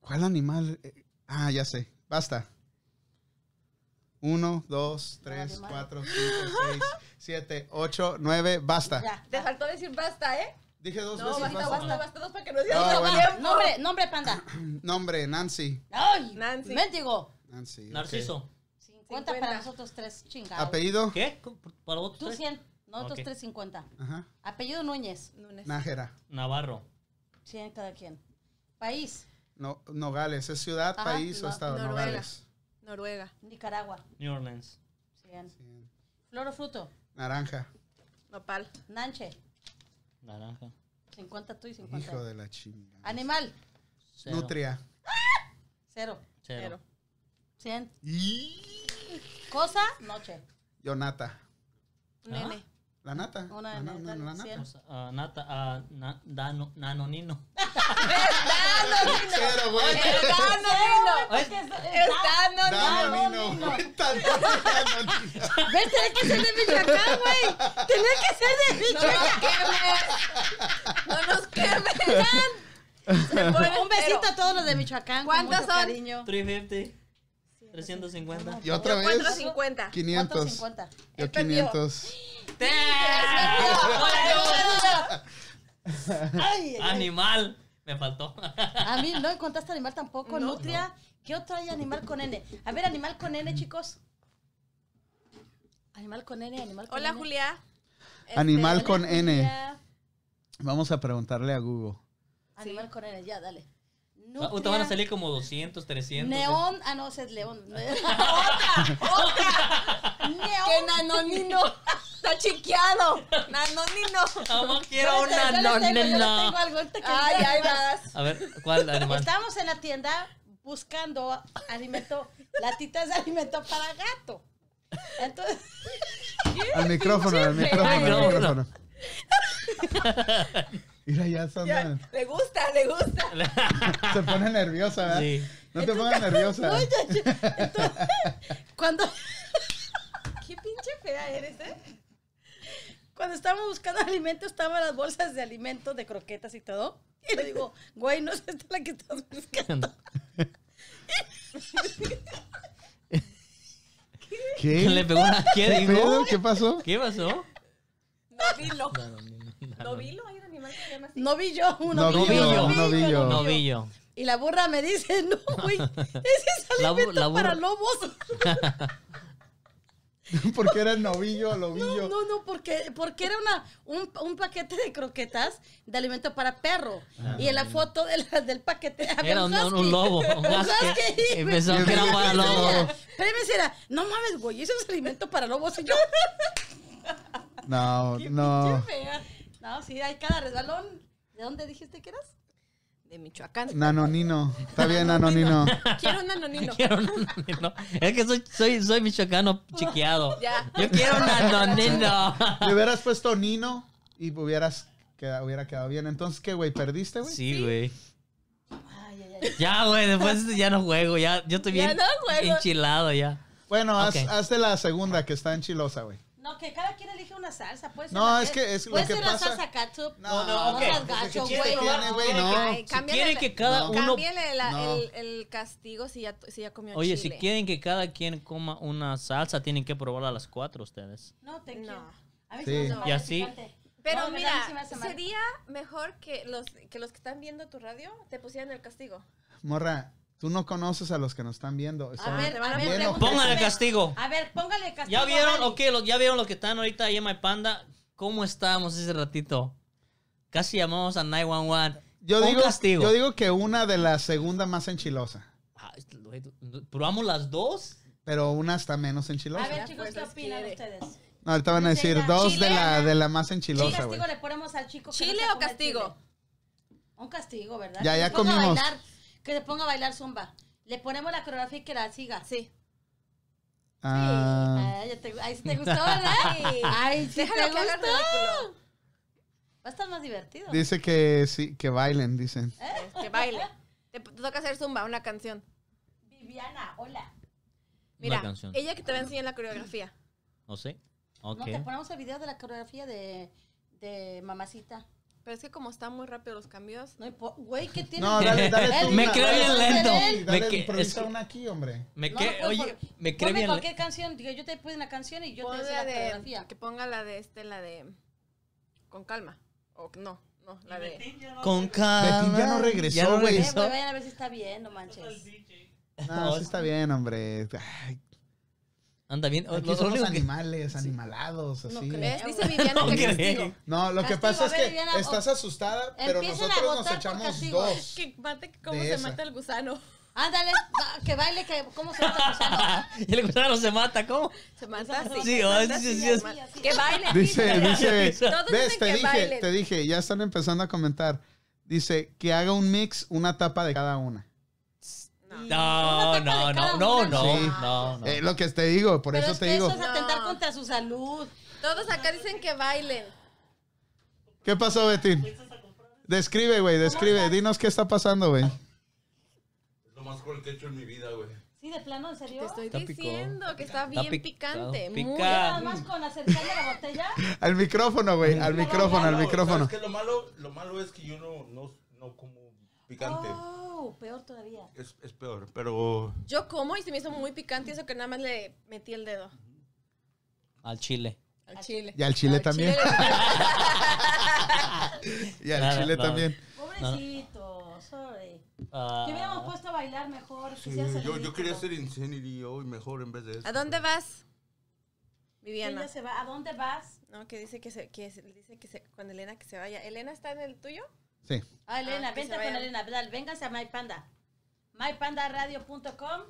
Speaker 2: ¿Cuál animal? Eh, Ah, ya sé. Basta. Uno, dos, tres,
Speaker 6: Animal.
Speaker 2: cuatro, cinco, seis, siete, ocho, nueve. Basta.
Speaker 6: ya.
Speaker 7: Te faltó decir basta, ¿eh?
Speaker 2: Dije dos
Speaker 7: No,
Speaker 2: veces.
Speaker 7: basta,
Speaker 2: basta.
Speaker 7: basta, basta dos para que no
Speaker 2: No,
Speaker 7: sea
Speaker 2: Ah, bueno.
Speaker 7: tiempo.
Speaker 6: Nombre, nombre, panda.
Speaker 2: Nombre, Nancy.
Speaker 6: Ay,
Speaker 7: Nancy.
Speaker 6: mendigo.
Speaker 2: Nancy. ok.
Speaker 1: Narciso.
Speaker 6: 50 para nosotros tres, chingados.
Speaker 2: Apellido.
Speaker 1: ¿Qué? ¿Cómo- ¿Para vos?
Speaker 6: Tú 100, nosotros
Speaker 1: Ok.
Speaker 6: 350.
Speaker 2: Ajá.
Speaker 6: Apellido Núñez.
Speaker 7: Lunes.
Speaker 2: Nájera.
Speaker 1: Navarro.
Speaker 6: 100 cada quien. País,
Speaker 2: No, Nogales, ¿es ciudad,
Speaker 6: Ajá,
Speaker 2: país
Speaker 6: no-
Speaker 2: o estado?
Speaker 7: Noruega.
Speaker 2: Nogales.
Speaker 7: Noruega,
Speaker 6: Nicaragua,
Speaker 1: New Orleans.
Speaker 6: 100.
Speaker 2: Sí.
Speaker 6: Flor o fruto,
Speaker 2: Naranja.
Speaker 7: Nopal,
Speaker 6: Nanche,
Speaker 1: Naranja.
Speaker 6: 50 tú y 50.
Speaker 2: Hijo de la chingada.
Speaker 6: Animal,
Speaker 1: Cero.
Speaker 2: Nutria.
Speaker 6: cero.
Speaker 1: Cero.
Speaker 7: cero.
Speaker 6: 100.
Speaker 2: Y...
Speaker 6: Cosa, noche.
Speaker 2: Yo nata.
Speaker 1: Ajá.
Speaker 7: Nene,
Speaker 2: La nata.
Speaker 6: Una
Speaker 2: la,
Speaker 6: de
Speaker 2: na-
Speaker 6: nata,
Speaker 2: na- la
Speaker 6: cien.
Speaker 2: nata.
Speaker 1: O sea, ah, nata, ah, na- dano- nanonino.
Speaker 2: Cero, güey.
Speaker 7: Está Nonino.
Speaker 1: Ay,
Speaker 7: Está Nonino.
Speaker 2: Dame nino, güey. Tanto dame nino.
Speaker 6: ¿Ves? Tenía que ser de Michoacán, güey. Tenía que ser de
Speaker 7: No nos
Speaker 6: Michoacán.
Speaker 7: quemes. No nos quemes. Se pone
Speaker 6: Un besito
Speaker 7: entero.
Speaker 6: a todos los de Michoacán. con
Speaker 7: ¿Cuántos
Speaker 6: mucho
Speaker 7: son?
Speaker 6: Cariño.
Speaker 1: 350. 350.
Speaker 2: Y otra vez.
Speaker 7: 450.
Speaker 2: 500.
Speaker 6: 450.
Speaker 2: Yo
Speaker 7: Él perdió.
Speaker 2: 500.
Speaker 6: Ay, ay, ay.
Speaker 1: Animal. Me faltó.
Speaker 6: A mí no encontraste animal tampoco,
Speaker 7: No.
Speaker 6: Nutria. ¿Qué otro hay animal con N? A ver, animal con N, chicos. Animal con N, animal con
Speaker 7: Hola,
Speaker 6: N.
Speaker 7: Julia.
Speaker 2: Animal
Speaker 7: Este,
Speaker 2: con
Speaker 7: hola,
Speaker 2: N.
Speaker 7: Julia.
Speaker 2: Vamos a preguntarle a Google.
Speaker 6: Animal con N, ya, dale.
Speaker 1: Ah, Te van a salir como 200, 300.
Speaker 7: ¿eh?
Speaker 6: Neón, ah, no, ese es león.
Speaker 7: ¡Qué
Speaker 6: Neón.
Speaker 7: nanonino! ¡Está chiqueado! ¡Nanonino!
Speaker 1: Vamos, quiero
Speaker 6: Yo les-
Speaker 1: una
Speaker 6: yo les tengo, yo les
Speaker 1: nanonino.
Speaker 6: tengo algo, ahorita que
Speaker 7: ¡Ay,
Speaker 6: digan
Speaker 7: ay,
Speaker 6: más.
Speaker 7: vas!
Speaker 1: A ver, ¿cuál animal?
Speaker 6: Estábamos en la tienda buscando alimento, latitas de alimento para gato. Entonces,
Speaker 2: Al micrófono, al micrófono, al
Speaker 1: Ay,
Speaker 2: micrófono. Mira, ya son.
Speaker 7: Ya, le gusta, le gusta.
Speaker 2: Se pone nerviosa, ¿verdad?
Speaker 1: Sí.
Speaker 2: No te pongas nerviosa.
Speaker 6: cuando,
Speaker 7: ¡Qué pinche fea eres, eh!
Speaker 6: cuando estábamos buscando alimento, estaban las bolsas de alimento, de croquetas y todo. Y le digo, güey, no es esta la que estás buscando.
Speaker 1: Le
Speaker 2: ¿Qué?
Speaker 1: pegó una. ¿Qué
Speaker 2: ¿Qué
Speaker 1: dijo?
Speaker 2: pedo? ¿Qué pasó?
Speaker 1: ¿Qué pasó?
Speaker 7: Novilo. ¿Novilo? Hay un animal que se llama así.
Speaker 6: No vi yo un
Speaker 1: Novillo.
Speaker 2: Novillo. un Novillo.
Speaker 1: Novillo.
Speaker 6: Y la burra me dice, no, güey, ese es
Speaker 1: La bu-
Speaker 6: alimento
Speaker 1: la burra-
Speaker 6: para lobos.
Speaker 2: Porque era el novillo, lobillo.
Speaker 6: No, no, no, porque, porque era una, un, un paquete de croquetas de alimento para perro.
Speaker 2: Ah,
Speaker 6: y en la foto de la- del paquete había
Speaker 1: Era un, un- un
Speaker 6: husky.
Speaker 1: lobo. Un husky.
Speaker 6: husky.
Speaker 1: Y pensó que era para lobo.
Speaker 6: Pero me decía, no mames, güey, eso es alimento para lobos. Y yo,
Speaker 2: No,
Speaker 6: "Qué
Speaker 2: no.
Speaker 6: fea". No, sí, hay cada resbalón. ¿De dónde dijiste que eras?
Speaker 7: De
Speaker 6: Ah,
Speaker 7: Michoacán.
Speaker 2: Nanonino. Está bien, nanonino.
Speaker 7: Quiero un nanonino.
Speaker 1: Quiero un nanonino. Es que soy, soy, soy michoacano chiqueado.
Speaker 7: Ya.
Speaker 1: Yo quiero un nanonino.
Speaker 2: Le hubieras puesto Nino y hubieras queda- hubiera quedado bien. Entonces, ¿qué, güey? ¿Perdiste, güey?
Speaker 1: Sí, güey.
Speaker 6: Ay, ay, ay.
Speaker 1: Ya, güey, después ya no juego. Ya, yo estoy
Speaker 7: Ya
Speaker 1: bien
Speaker 7: no juego.
Speaker 1: enchilado ya.
Speaker 2: Bueno, haz,
Speaker 1: Ok.
Speaker 2: hazte la segunda que está enchilosa, güey.
Speaker 6: No, que cada quien elige una salsa. Puede ser
Speaker 2: No,
Speaker 6: la-
Speaker 2: es que es lo
Speaker 6: puede
Speaker 2: que
Speaker 6: ser
Speaker 2: pasa-
Speaker 6: la salsa ketchup.
Speaker 2: No,
Speaker 1: no, ok.
Speaker 6: seas
Speaker 2: Pues, ¿qué
Speaker 6: gacho,
Speaker 2: chiste
Speaker 6: güey.
Speaker 2: tiene, güey? No.
Speaker 7: Ay,
Speaker 1: Si
Speaker 7: cámbiale
Speaker 1: quieren
Speaker 7: la-
Speaker 1: que cada
Speaker 2: No.
Speaker 1: uno.
Speaker 7: Cámbiale la-
Speaker 2: No.
Speaker 7: el, el castigo si ya, si ya comió
Speaker 1: Oye,
Speaker 7: chile.
Speaker 1: si quieren que cada quien coma una salsa, tienen que probarla a las cuatro ustedes.
Speaker 6: No, thank you.
Speaker 7: No.
Speaker 6: A
Speaker 2: Sí.
Speaker 6: mí se
Speaker 2: Y
Speaker 6: me hace mal el
Speaker 1: así-
Speaker 6: picante.
Speaker 7: Pero
Speaker 6: No, de verdad, a mí
Speaker 7: mira,
Speaker 6: se me hace mal.
Speaker 7: sería mejor que los, que los que están viendo tu radio te pusieran el castigo.
Speaker 2: Morra, tú no conoces a los que nos están viendo. Están
Speaker 6: ver, a ver,
Speaker 2: bien
Speaker 6: pregunta.
Speaker 2: ojetes.
Speaker 1: Pongan el castigo.
Speaker 7: Ah,
Speaker 6: A ver, póngale castigo.
Speaker 1: ¿Ya vieron?
Speaker 6: Dani.
Speaker 1: Ok, lo- ya vieron lo que están ahorita ahí en My Panda. ¿Cómo estábamos ese ratito? Casi llamamos a 911.
Speaker 2: Yo
Speaker 1: Un
Speaker 2: digo,
Speaker 1: castigo.
Speaker 2: yo digo que una de la segunda más enchilosa,
Speaker 1: Ah, este, güey, ¿Probamos las dos?
Speaker 2: pero una está menos enchilosa.
Speaker 6: A ver,
Speaker 7: Ya,
Speaker 6: chicos,
Speaker 7: pues,
Speaker 6: ¿qué
Speaker 7: los
Speaker 6: opinan
Speaker 7: quiere.
Speaker 6: ustedes?
Speaker 2: No, ahorita van a decir
Speaker 6: Chilena.
Speaker 2: dos de la, de la más
Speaker 6: ¿Qué
Speaker 2: enchilosa, güey.
Speaker 6: castigo le ponemos al chico? que no
Speaker 7: ¿Chile
Speaker 6: sabe
Speaker 7: o
Speaker 6: comer
Speaker 7: castigo?
Speaker 6: chile? Un castigo, ¿verdad?
Speaker 2: Ya,
Speaker 6: Que
Speaker 2: ya
Speaker 6: se ponga a
Speaker 2: comimos.
Speaker 6: bailar, que se ponga a bailar zumba. Le ponemos la coreografía y que la siga. Sí.
Speaker 2: Ah,
Speaker 6: Ay, ya te- ay, sí te gustó, ¿verdad? Ay, sí
Speaker 7: Déjalo
Speaker 6: te
Speaker 7: que haga el
Speaker 6: gustó.
Speaker 7: ridículo.
Speaker 6: Va a estar más divertido.
Speaker 2: dice que sí, que bailen, dicen.
Speaker 7: Que baile. Te, te toca hacer zumba, una canción.
Speaker 6: Viviana, hola.
Speaker 7: Mira,
Speaker 1: Una canción.
Speaker 7: ella que te va a enseñar la coreografía.
Speaker 1: No sé. Ok.
Speaker 6: No, te ponemos el video de la coreografía de, de mamacita.
Speaker 7: Pero es que como están muy rápido los cambios,
Speaker 6: No importa. Güey, ¿qué tiene?
Speaker 2: No, dale, dale tú
Speaker 1: Me
Speaker 2: una,
Speaker 1: creo
Speaker 2: dale
Speaker 1: bien lento.
Speaker 2: tú una aquí,
Speaker 1: Me
Speaker 2: Dale,
Speaker 1: que-
Speaker 2: improvisa
Speaker 1: es que-
Speaker 2: una aquí, hombre.
Speaker 1: me
Speaker 6: No,
Speaker 1: que-
Speaker 6: no puedes
Speaker 1: oye,
Speaker 6: poner-
Speaker 1: me cree
Speaker 6: Ponme
Speaker 1: bien.
Speaker 6: cualquier canción. Digo, yo te pido una canción y yo te
Speaker 7: ponle
Speaker 6: hice
Speaker 7: la
Speaker 6: la
Speaker 7: de,
Speaker 6: coreografía. Eh,
Speaker 7: que ponga la de este, la de con calma. O no, no, la de...
Speaker 1: Con calma.
Speaker 2: Betín ya no regresó,
Speaker 1: Ya no
Speaker 2: güey.
Speaker 6: Eh,
Speaker 1: regresó.
Speaker 6: güey, vayan a ver si está bien, no manches.
Speaker 2: No, sí está bien, hombre. Ay,
Speaker 1: Anda bien.
Speaker 2: Aquí
Speaker 1: Lo- lo
Speaker 2: somos
Speaker 1: único que-
Speaker 2: animales, animalados,
Speaker 6: No
Speaker 2: así.
Speaker 6: creo.
Speaker 7: ¿Ves? Dice Viviana que
Speaker 1: Ok.
Speaker 7: castigo.
Speaker 2: No, lo que
Speaker 6: Castigo,
Speaker 2: pasa
Speaker 6: a
Speaker 2: es
Speaker 6: ver,
Speaker 2: que
Speaker 6: Viviana, o-
Speaker 2: estás asustada, pero
Speaker 6: Empiecen a
Speaker 2: nosotros nos
Speaker 6: votar por
Speaker 2: echamos
Speaker 6: castigo.
Speaker 2: dos.
Speaker 7: Que mate cómo
Speaker 2: De
Speaker 7: se
Speaker 2: esa.
Speaker 7: mata el gusano.
Speaker 6: Ándale, va, que baile, que cómo se está pasando.
Speaker 1: y el gusano se mata, ¿cómo?
Speaker 7: Se mata así.
Speaker 1: Sí,
Speaker 7: se
Speaker 1: oh,
Speaker 7: mata
Speaker 1: sí,
Speaker 7: así,
Speaker 1: sí,
Speaker 7: se
Speaker 1: sí.
Speaker 7: mata. Que baile.
Speaker 2: Dice, dice,
Speaker 7: Todos
Speaker 2: ves,
Speaker 7: dicen
Speaker 2: te
Speaker 7: que
Speaker 2: dije,
Speaker 7: bailen.
Speaker 2: te dije, ya están empezando a comentar. Dice que haga un mix, una tapa de cada una.
Speaker 1: No,
Speaker 6: Una tapa
Speaker 1: no,
Speaker 6: de
Speaker 1: no,
Speaker 6: cada
Speaker 1: no,
Speaker 6: una.
Speaker 1: no,
Speaker 2: Sí.
Speaker 1: no, no.
Speaker 2: Eh, lo que te digo, por
Speaker 6: Pero
Speaker 2: eso
Speaker 6: es
Speaker 2: te
Speaker 6: que
Speaker 2: digo.
Speaker 6: eso es atentar
Speaker 7: No.
Speaker 6: contra su salud.
Speaker 7: Todos acá dicen que bailen.
Speaker 2: ¿Qué pasó, Betín? Describe, güey, describe. Dinos qué está pasando, güey.
Speaker 3: Es lo más cool que he hecho en mi vida, güey.
Speaker 6: Sí, de plano, en serio.
Speaker 7: Te estoy
Speaker 1: Está picó.
Speaker 7: diciendo que está
Speaker 1: Está
Speaker 7: bien
Speaker 1: pic-
Speaker 7: picante.
Speaker 1: está
Speaker 7: muy.
Speaker 1: picante.
Speaker 6: Nada más con acercarle la botella.
Speaker 2: Al micrófono, güey, al micrófono, al
Speaker 3: No,
Speaker 2: micrófono.
Speaker 3: ¿Sabes qué es lo malo? Lo malo es que yo no, no, no como picante.
Speaker 6: Oh, peor todavía.
Speaker 3: Es, es peor, pero...
Speaker 7: Yo como y se me hizo muy picante y eso que nada más le metí el dedo
Speaker 1: Al chile.
Speaker 7: al chile.
Speaker 2: Y al chile también. Y al
Speaker 1: Nada,
Speaker 2: chile
Speaker 1: nada.
Speaker 2: también.
Speaker 6: Pobrecito, sorry.
Speaker 1: Ah,
Speaker 6: Te hubiéramos puesto a bailar mejor.
Speaker 3: Sí,
Speaker 6: quisiera ser
Speaker 3: yo, yo quería
Speaker 6: ridículo.
Speaker 3: hacer Insanity hoy mejor en vez de eso.
Speaker 7: ¿A dónde vas?
Speaker 6: Ella
Speaker 7: Viviana.
Speaker 6: se va. ¿A dónde vas?
Speaker 7: No, que dice que se, que se- dice que se, con Elena que se vaya. ¿Elena está en el tuyo?
Speaker 2: Sí.
Speaker 6: Ah, Elena,
Speaker 7: Ah, que
Speaker 6: vente
Speaker 7: se
Speaker 6: con
Speaker 7: vayan.
Speaker 6: Elena. Dale, véngase a MyPanda. MyPandaradio.com.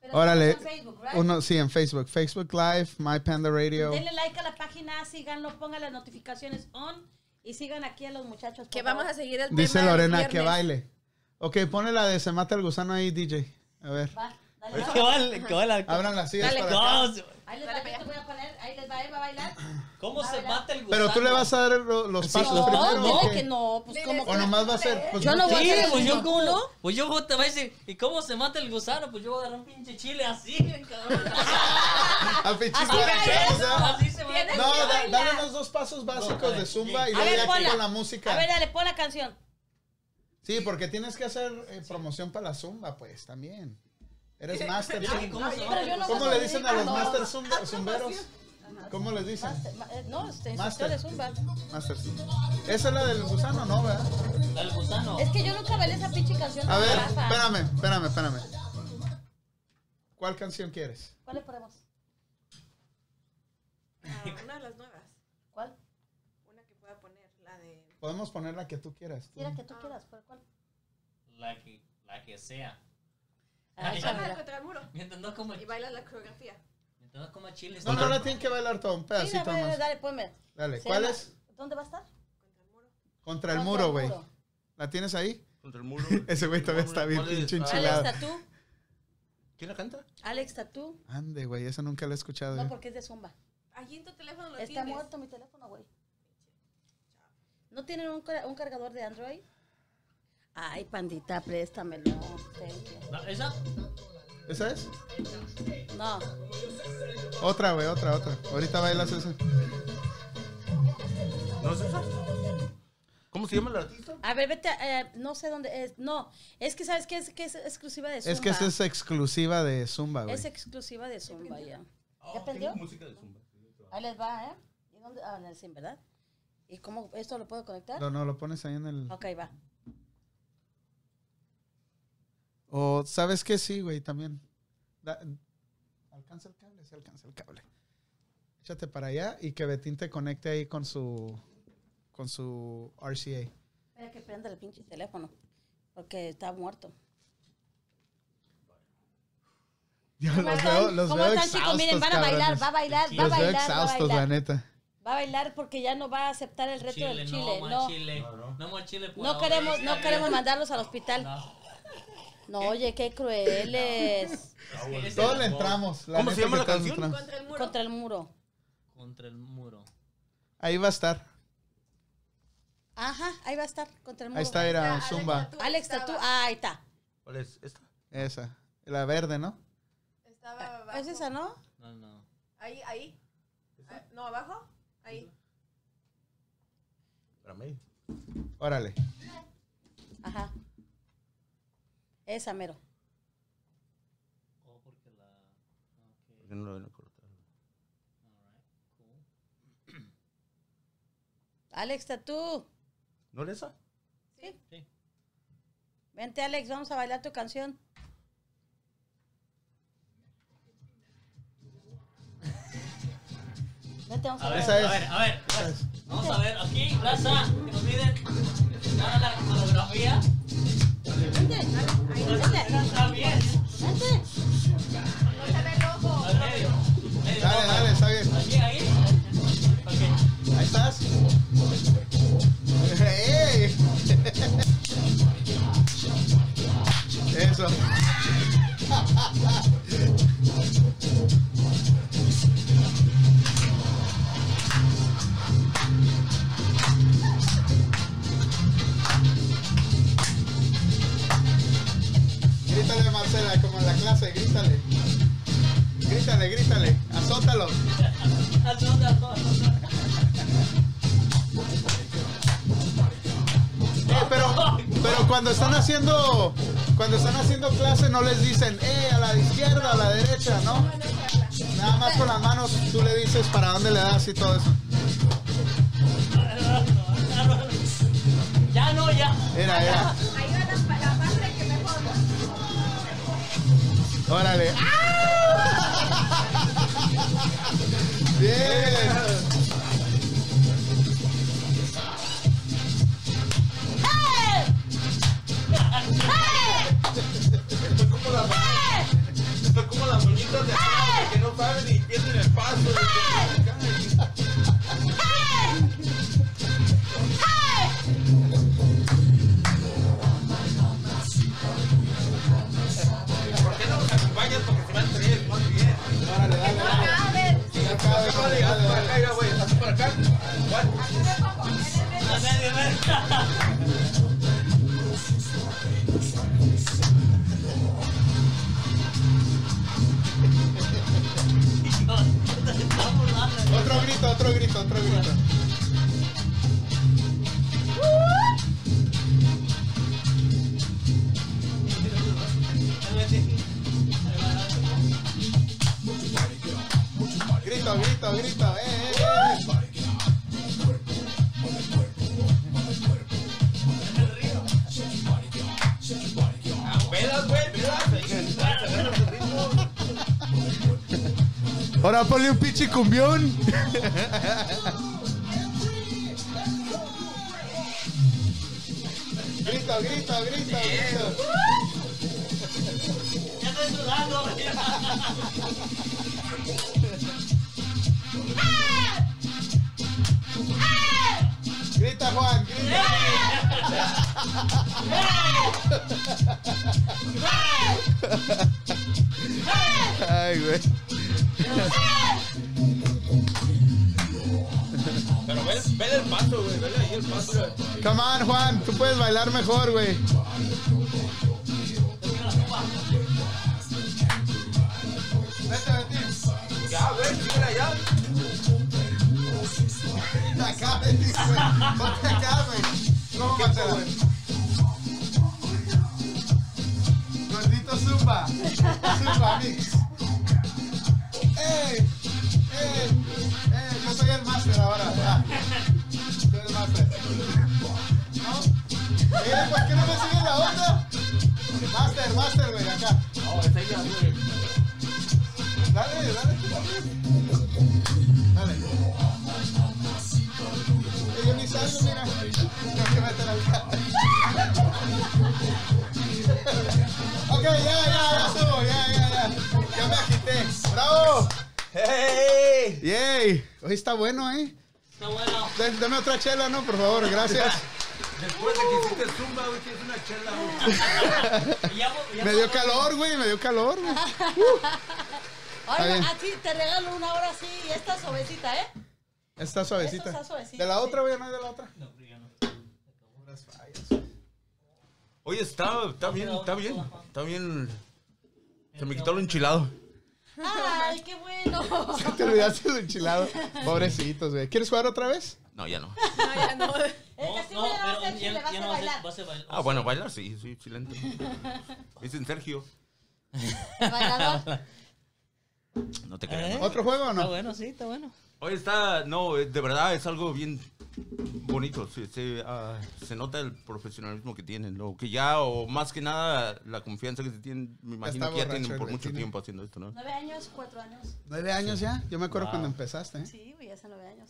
Speaker 6: Pero
Speaker 2: Órale.
Speaker 6: estamos en Facebook, ¿right?
Speaker 2: Uno, sí, en Facebook. Facebook Live, My Panda Radio.
Speaker 6: Denle like a la página, síganlo, pongan las notificaciones on y sigan aquí a los muchachos. por
Speaker 7: Que vamos a
Speaker 6: favor.
Speaker 7: seguir el
Speaker 2: Dice
Speaker 7: tema. del
Speaker 2: Lorena que
Speaker 7: viernes.
Speaker 2: baile. Ok, pone la de Se mata el gusano ahí, DJ. A ver.
Speaker 6: Va, dale, va.
Speaker 1: Que vale, que vale.
Speaker 2: Abran las sillas
Speaker 7: Dale.
Speaker 6: pues.
Speaker 2: para acá.
Speaker 1: No, se-
Speaker 6: Ahí les va, yo te voy a poner, ahí les va, Eva a bailar.
Speaker 1: ¿Cómo se mata el gusano?
Speaker 2: Pero tú le vas a dar lo- los
Speaker 1: Sí,
Speaker 2: pasos
Speaker 1: no,
Speaker 2: primero.
Speaker 1: no,
Speaker 2: ¿o qué?
Speaker 1: que
Speaker 6: no, pues
Speaker 7: como-
Speaker 2: O nomás va a ser. pues,
Speaker 6: Yo no voy a
Speaker 1: Sí,
Speaker 6: hacer
Speaker 1: pues
Speaker 6: eso.
Speaker 1: yo como, pues yo te voy a decir, ¿y cómo se mata el gusano? Pues yo voy a agarrar un pinche chile así, cabrón.
Speaker 7: Ah,
Speaker 2: al pinche
Speaker 1: Así,
Speaker 2: guarache, o sea.
Speaker 1: así se mata.
Speaker 2: No,
Speaker 7: que
Speaker 2: da-
Speaker 7: bailar.
Speaker 2: dale unos dos pasos básicos de zumba y
Speaker 6: A
Speaker 2: luego
Speaker 6: ver,
Speaker 2: ya aquí
Speaker 6: ponla.
Speaker 2: con la música.
Speaker 6: A ver, dale, pon la canción.
Speaker 2: Sí, porque tienes que hacer eh, promoción para la zumba, pues, también. Eres master zumba.
Speaker 1: ¿Cómo se
Speaker 6: Pero yo no
Speaker 2: ¿Cómo
Speaker 6: voy
Speaker 2: le dicen a los
Speaker 6: no.
Speaker 2: master zumba- zumberos? ¿Cómo les dicen?
Speaker 6: Master, ma- eh, No, este, instructor
Speaker 2: Master.
Speaker 6: de zumba.
Speaker 2: Master zumba. Esa es la del gusano, ¿no? ¿Verdad?
Speaker 1: mata el gusano?
Speaker 6: Es que yo nunca bailé esa pinche canción.
Speaker 2: A
Speaker 6: de
Speaker 2: ver,
Speaker 6: Rafa.
Speaker 2: espérame, espérame, espérame. ¿Cuál canción quieres?
Speaker 6: ¿Cuál le ponemos?
Speaker 7: Ah, una de las nuevas.
Speaker 6: ¿Cuál?
Speaker 7: Una que pueda poner. La de.
Speaker 2: Podemos poner la que tú quieras.
Speaker 6: Si era que tú quieras, ¿cuál? cuál?
Speaker 1: La que, la que sea.
Speaker 6: Ah,
Speaker 1: Ay,
Speaker 6: esa,
Speaker 1: ya.
Speaker 7: Bájala
Speaker 6: mira.
Speaker 7: contra el muro.
Speaker 1: Mientras no coma,
Speaker 7: Y baila la coreografía.
Speaker 1: mientras no coma chile.
Speaker 2: No, no la tienen que bailar todo, un
Speaker 6: Mira,
Speaker 2: pedacito
Speaker 6: a ver,
Speaker 2: más.
Speaker 6: dale, ponme.
Speaker 2: Dale,
Speaker 6: Se
Speaker 2: ¿cuál
Speaker 6: llama-
Speaker 2: es?
Speaker 6: ¿Dónde va a estar?
Speaker 2: Contra el
Speaker 6: Contra
Speaker 2: muro,
Speaker 6: el
Speaker 2: güey.
Speaker 6: muro.
Speaker 2: ¿La tienes ahí?
Speaker 3: Contra el muro.
Speaker 2: Ese güey todavía está bien
Speaker 3: ¿Cuál es?
Speaker 2: pinche
Speaker 3: Ah,
Speaker 2: enchilado.
Speaker 6: Alex
Speaker 2: Chulada.
Speaker 6: Tatú.
Speaker 3: ¿Quién la canta?
Speaker 6: Alex Tatú.
Speaker 2: Ande, güey, esa nunca la he escuchado. eh.
Speaker 6: No,
Speaker 2: yo.
Speaker 6: porque es de Zumba.
Speaker 7: Allí en tu teléfono lo
Speaker 6: Está
Speaker 7: tienes.
Speaker 6: muerto mi teléfono, güey. ¿No tienen un, car- un cargador de Android? Ay, pandita, préstamelo. Thank you.
Speaker 1: ¿Esa?
Speaker 2: ¿Esa es?
Speaker 6: No,
Speaker 2: Otra, güey, otra, otra. Ahorita bailas esa.
Speaker 3: ¿No es esa? ¿Cómo se llama el artista?
Speaker 6: a ver, vete, a- eh, no sé dónde es. No, es que sabes que es, que es exclusiva de Zumba.
Speaker 2: Es que esa es exclusiva de Zumba, güey.
Speaker 6: Es exclusiva de Zumba ya.
Speaker 3: Ah,
Speaker 6: ¿Ya aprendió?
Speaker 3: tengo música de zumba.
Speaker 6: Ahí les va, ¿eh? ¿Y dónde? Ah, en el sim, ¿verdad? ¿Y cómo esto lo puedo conectar?
Speaker 2: No, no, lo pones ahí en el...
Speaker 6: Ok, va.
Speaker 2: O, ¿sabes qué? Sí, güey, también. Da- Alcanza el cable, sí alcanza el cable. Échate para allá y que Betín te conecte ahí con su... Con su RCA.
Speaker 6: Espera que prenda el pinche teléfono. Porque está muerto.
Speaker 2: Yo
Speaker 6: ¿Cómo
Speaker 2: los
Speaker 6: están?
Speaker 2: veo, los
Speaker 6: ¿Cómo
Speaker 2: veo
Speaker 6: están, chicos?
Speaker 2: exhaustos,
Speaker 6: Miren, van a
Speaker 2: cabrones.
Speaker 6: bailar, va a bailar, va a
Speaker 2: Los veo
Speaker 6: bailar, va a
Speaker 2: exhaustos, la
Speaker 6: bailar.
Speaker 2: neta.
Speaker 6: Va a bailar porque ya no va a aceptar el reto
Speaker 1: Chile, no,
Speaker 6: del Chile.
Speaker 1: más
Speaker 6: No,
Speaker 1: chile. No más chile. por
Speaker 6: no
Speaker 1: ahora.
Speaker 6: queremos,
Speaker 1: Está
Speaker 6: no
Speaker 1: bien.
Speaker 6: queremos mandarlos al hospital. No,
Speaker 1: No,
Speaker 6: oye, qué crueles.
Speaker 1: es que ese
Speaker 2: Todos le
Speaker 1: es
Speaker 2: entramos.
Speaker 3: ¿Cómo
Speaker 2: neta
Speaker 3: se llama
Speaker 2: que
Speaker 3: la
Speaker 2: todos le
Speaker 3: canción?
Speaker 2: entramos.
Speaker 7: Contra el muro.
Speaker 6: Contra el muro.
Speaker 1: Contra el muro.
Speaker 2: Ahí va a estar.
Speaker 6: Ajá, ahí va a estar, contra el muro.
Speaker 2: Ahí está, era
Speaker 7: Alex
Speaker 2: Zumba.
Speaker 7: Tatú
Speaker 6: Alex
Speaker 7: estaba-
Speaker 6: Tatú, ah, ahí está.
Speaker 3: ¿Cuál es esta?
Speaker 2: Esa. La verde, ¿no?
Speaker 7: Estaba abajo.
Speaker 6: ¿Es esa, no?
Speaker 1: No, no.
Speaker 7: Ahí, ahí. Ah, No, abajo. Ahí.
Speaker 3: Para mí.
Speaker 2: Órale.
Speaker 6: Ajá. Esa, mero.
Speaker 1: Oh, porque la...
Speaker 3: ¿Por qué no lo van a cortar?
Speaker 6: Alex Tatú.
Speaker 3: ¿No era esa?
Speaker 6: Vente, Alex, vamos a bailar tu canción. Vete, vamos a,
Speaker 1: A ver,
Speaker 6: ver.
Speaker 1: a ver, a ver, a ver. Pues, Vamos a ver, aquí, raza, que nos piden dar a la coreografía.
Speaker 6: Vente, vente,
Speaker 1: Está bien.
Speaker 6: vente.
Speaker 7: No se ve el ojo.
Speaker 1: Al medio. Medio,
Speaker 2: Dale,
Speaker 1: toma.
Speaker 2: dale, está bien.
Speaker 1: Aquí, ahí. Ok.
Speaker 2: Ahí estás. ¡Ey! Eso. Grítale, Marcela, como en la clase, grítale. Grítale, grítale. Azótalo.
Speaker 1: Azota, azota.
Speaker 2: Eh, pero, pero cuando están haciendo cuando están haciendo clase no les dicen eh a la izquierda, a la derecha, ¿no? Nada más con las manos tú le dices para dónde le das y todo eso.
Speaker 1: Ya no, ya.
Speaker 2: Mira, mira.
Speaker 7: Ahí va la, la parte que mejor.
Speaker 2: Órale. ¡Ah! Bien.
Speaker 3: Esto como las esto como las uñitas de Alan, que no saben y pierden el paso. ¿Por qué no nos acompañas? Porque se va a entender más bien.
Speaker 2: Órale, dale,
Speaker 7: No
Speaker 2: dale.
Speaker 7: caben.
Speaker 2: Ya cabe,
Speaker 3: Hazte
Speaker 2: dale, dale,
Speaker 3: para acá,
Speaker 2: dale.
Speaker 3: mira, güey, hazte para acá. What?
Speaker 7: Aquí me pongo. En el medio.
Speaker 1: Al medio, a ver. Te está burlando.
Speaker 2: Otro grito, otro grito, otro grito. Grito, grito, grito. Eh, eh, eh.
Speaker 3: Ah, velas, güey, velas. Ahí, agarra tu ritmo.
Speaker 2: Ahora ponle un pinche cumbión. grito, grito, grito, grito.
Speaker 1: Ya estoy sudando.
Speaker 2: Grita, Juan, grita. Ay, güey.
Speaker 3: Pero ve, ve el paso, güey, vele ahí el paso. güey.
Speaker 2: Come on, Juan, tú puedes bailar mejor, güey. Vete, vete.
Speaker 3: Ya, güey, sigue allá.
Speaker 2: Te acá, vete, güey. Ponte acá, güey. ¿Cómo Marcela? Gordito Zumba. Zumba Mix. ¡Ey! ¡Ey! ¡Ey! Yo soy el máster ahora. Ah. Soy el máster. ¿No? Eh, ¿Por qué no me sigues la onda? Máster, máster, güey, acá.
Speaker 3: No, está ahí, ya, güey.
Speaker 2: Dale, dale, dale. Dale. Yo ni salgo, mira. Tengo que meter acá. ok, ya, ya, ya estuvo, ya, ya, ya. Ya me agité. ¡Bravo!
Speaker 3: ¡Hey!
Speaker 2: ¡Yay! Hoy está bueno, ¿eh?
Speaker 1: Está bueno.
Speaker 2: D- Dame otra chela, ¿no? Por favor, gracias.
Speaker 3: Después de que hiciste zumba, güey, tienes una chela, güey.
Speaker 1: Ya, ya
Speaker 2: Me dio calor, güey, me dio calor, güey.
Speaker 6: Ahora,
Speaker 2: bien.
Speaker 6: así te regalo una hora así. y Esta suavecita, ¿eh?
Speaker 2: Está suavecita.
Speaker 6: Esta está suavecita,
Speaker 2: ¿De la
Speaker 6: sí.
Speaker 2: otra, güey, o no hay de la otra?
Speaker 3: Oye, está, está bien, está bien, está bien. Se me quitó lo enchilado.
Speaker 6: Ay, qué bueno.
Speaker 2: Te olvidaste el enchilado. Pobrecitos, güey. ¿Quieres jugar otra vez?
Speaker 3: No, ya no.
Speaker 7: No, ya no.
Speaker 6: El castigo
Speaker 1: No,
Speaker 6: ya va a
Speaker 1: no,
Speaker 6: ser
Speaker 1: pero
Speaker 6: que
Speaker 1: ya,
Speaker 6: le vas
Speaker 1: ya
Speaker 6: a
Speaker 1: no va a ser-
Speaker 6: bailar.
Speaker 1: va a ser bail-
Speaker 3: Ah, bueno, bailar sí, sí, chilento. Dicen Sergio.
Speaker 6: Bailador.
Speaker 3: No te creo.
Speaker 1: ¿Eh?
Speaker 3: ¿no?
Speaker 2: ¿Otro juego o
Speaker 1: Está
Speaker 2: no?
Speaker 1: Ah, bueno, sí, está bueno.
Speaker 3: Hoy está, no, eh, de verdad es algo bien bonito. Se, se, ah, se nota el profesionalismo que tienen, lo que ya, o más que nada, la confianza que se tienen. Me imagino
Speaker 2: está
Speaker 3: que ya
Speaker 2: borracho
Speaker 3: tienen
Speaker 2: el
Speaker 3: por mucho
Speaker 2: vecino.
Speaker 3: tiempo haciendo esto, ¿no?
Speaker 6: Nueve años, cuatro años.
Speaker 2: ¿Nueve años ya? Yo me acuerdo
Speaker 1: Wow.
Speaker 2: cuando empezaste. ¿eh?
Speaker 6: Sí, güey, hace nueve años.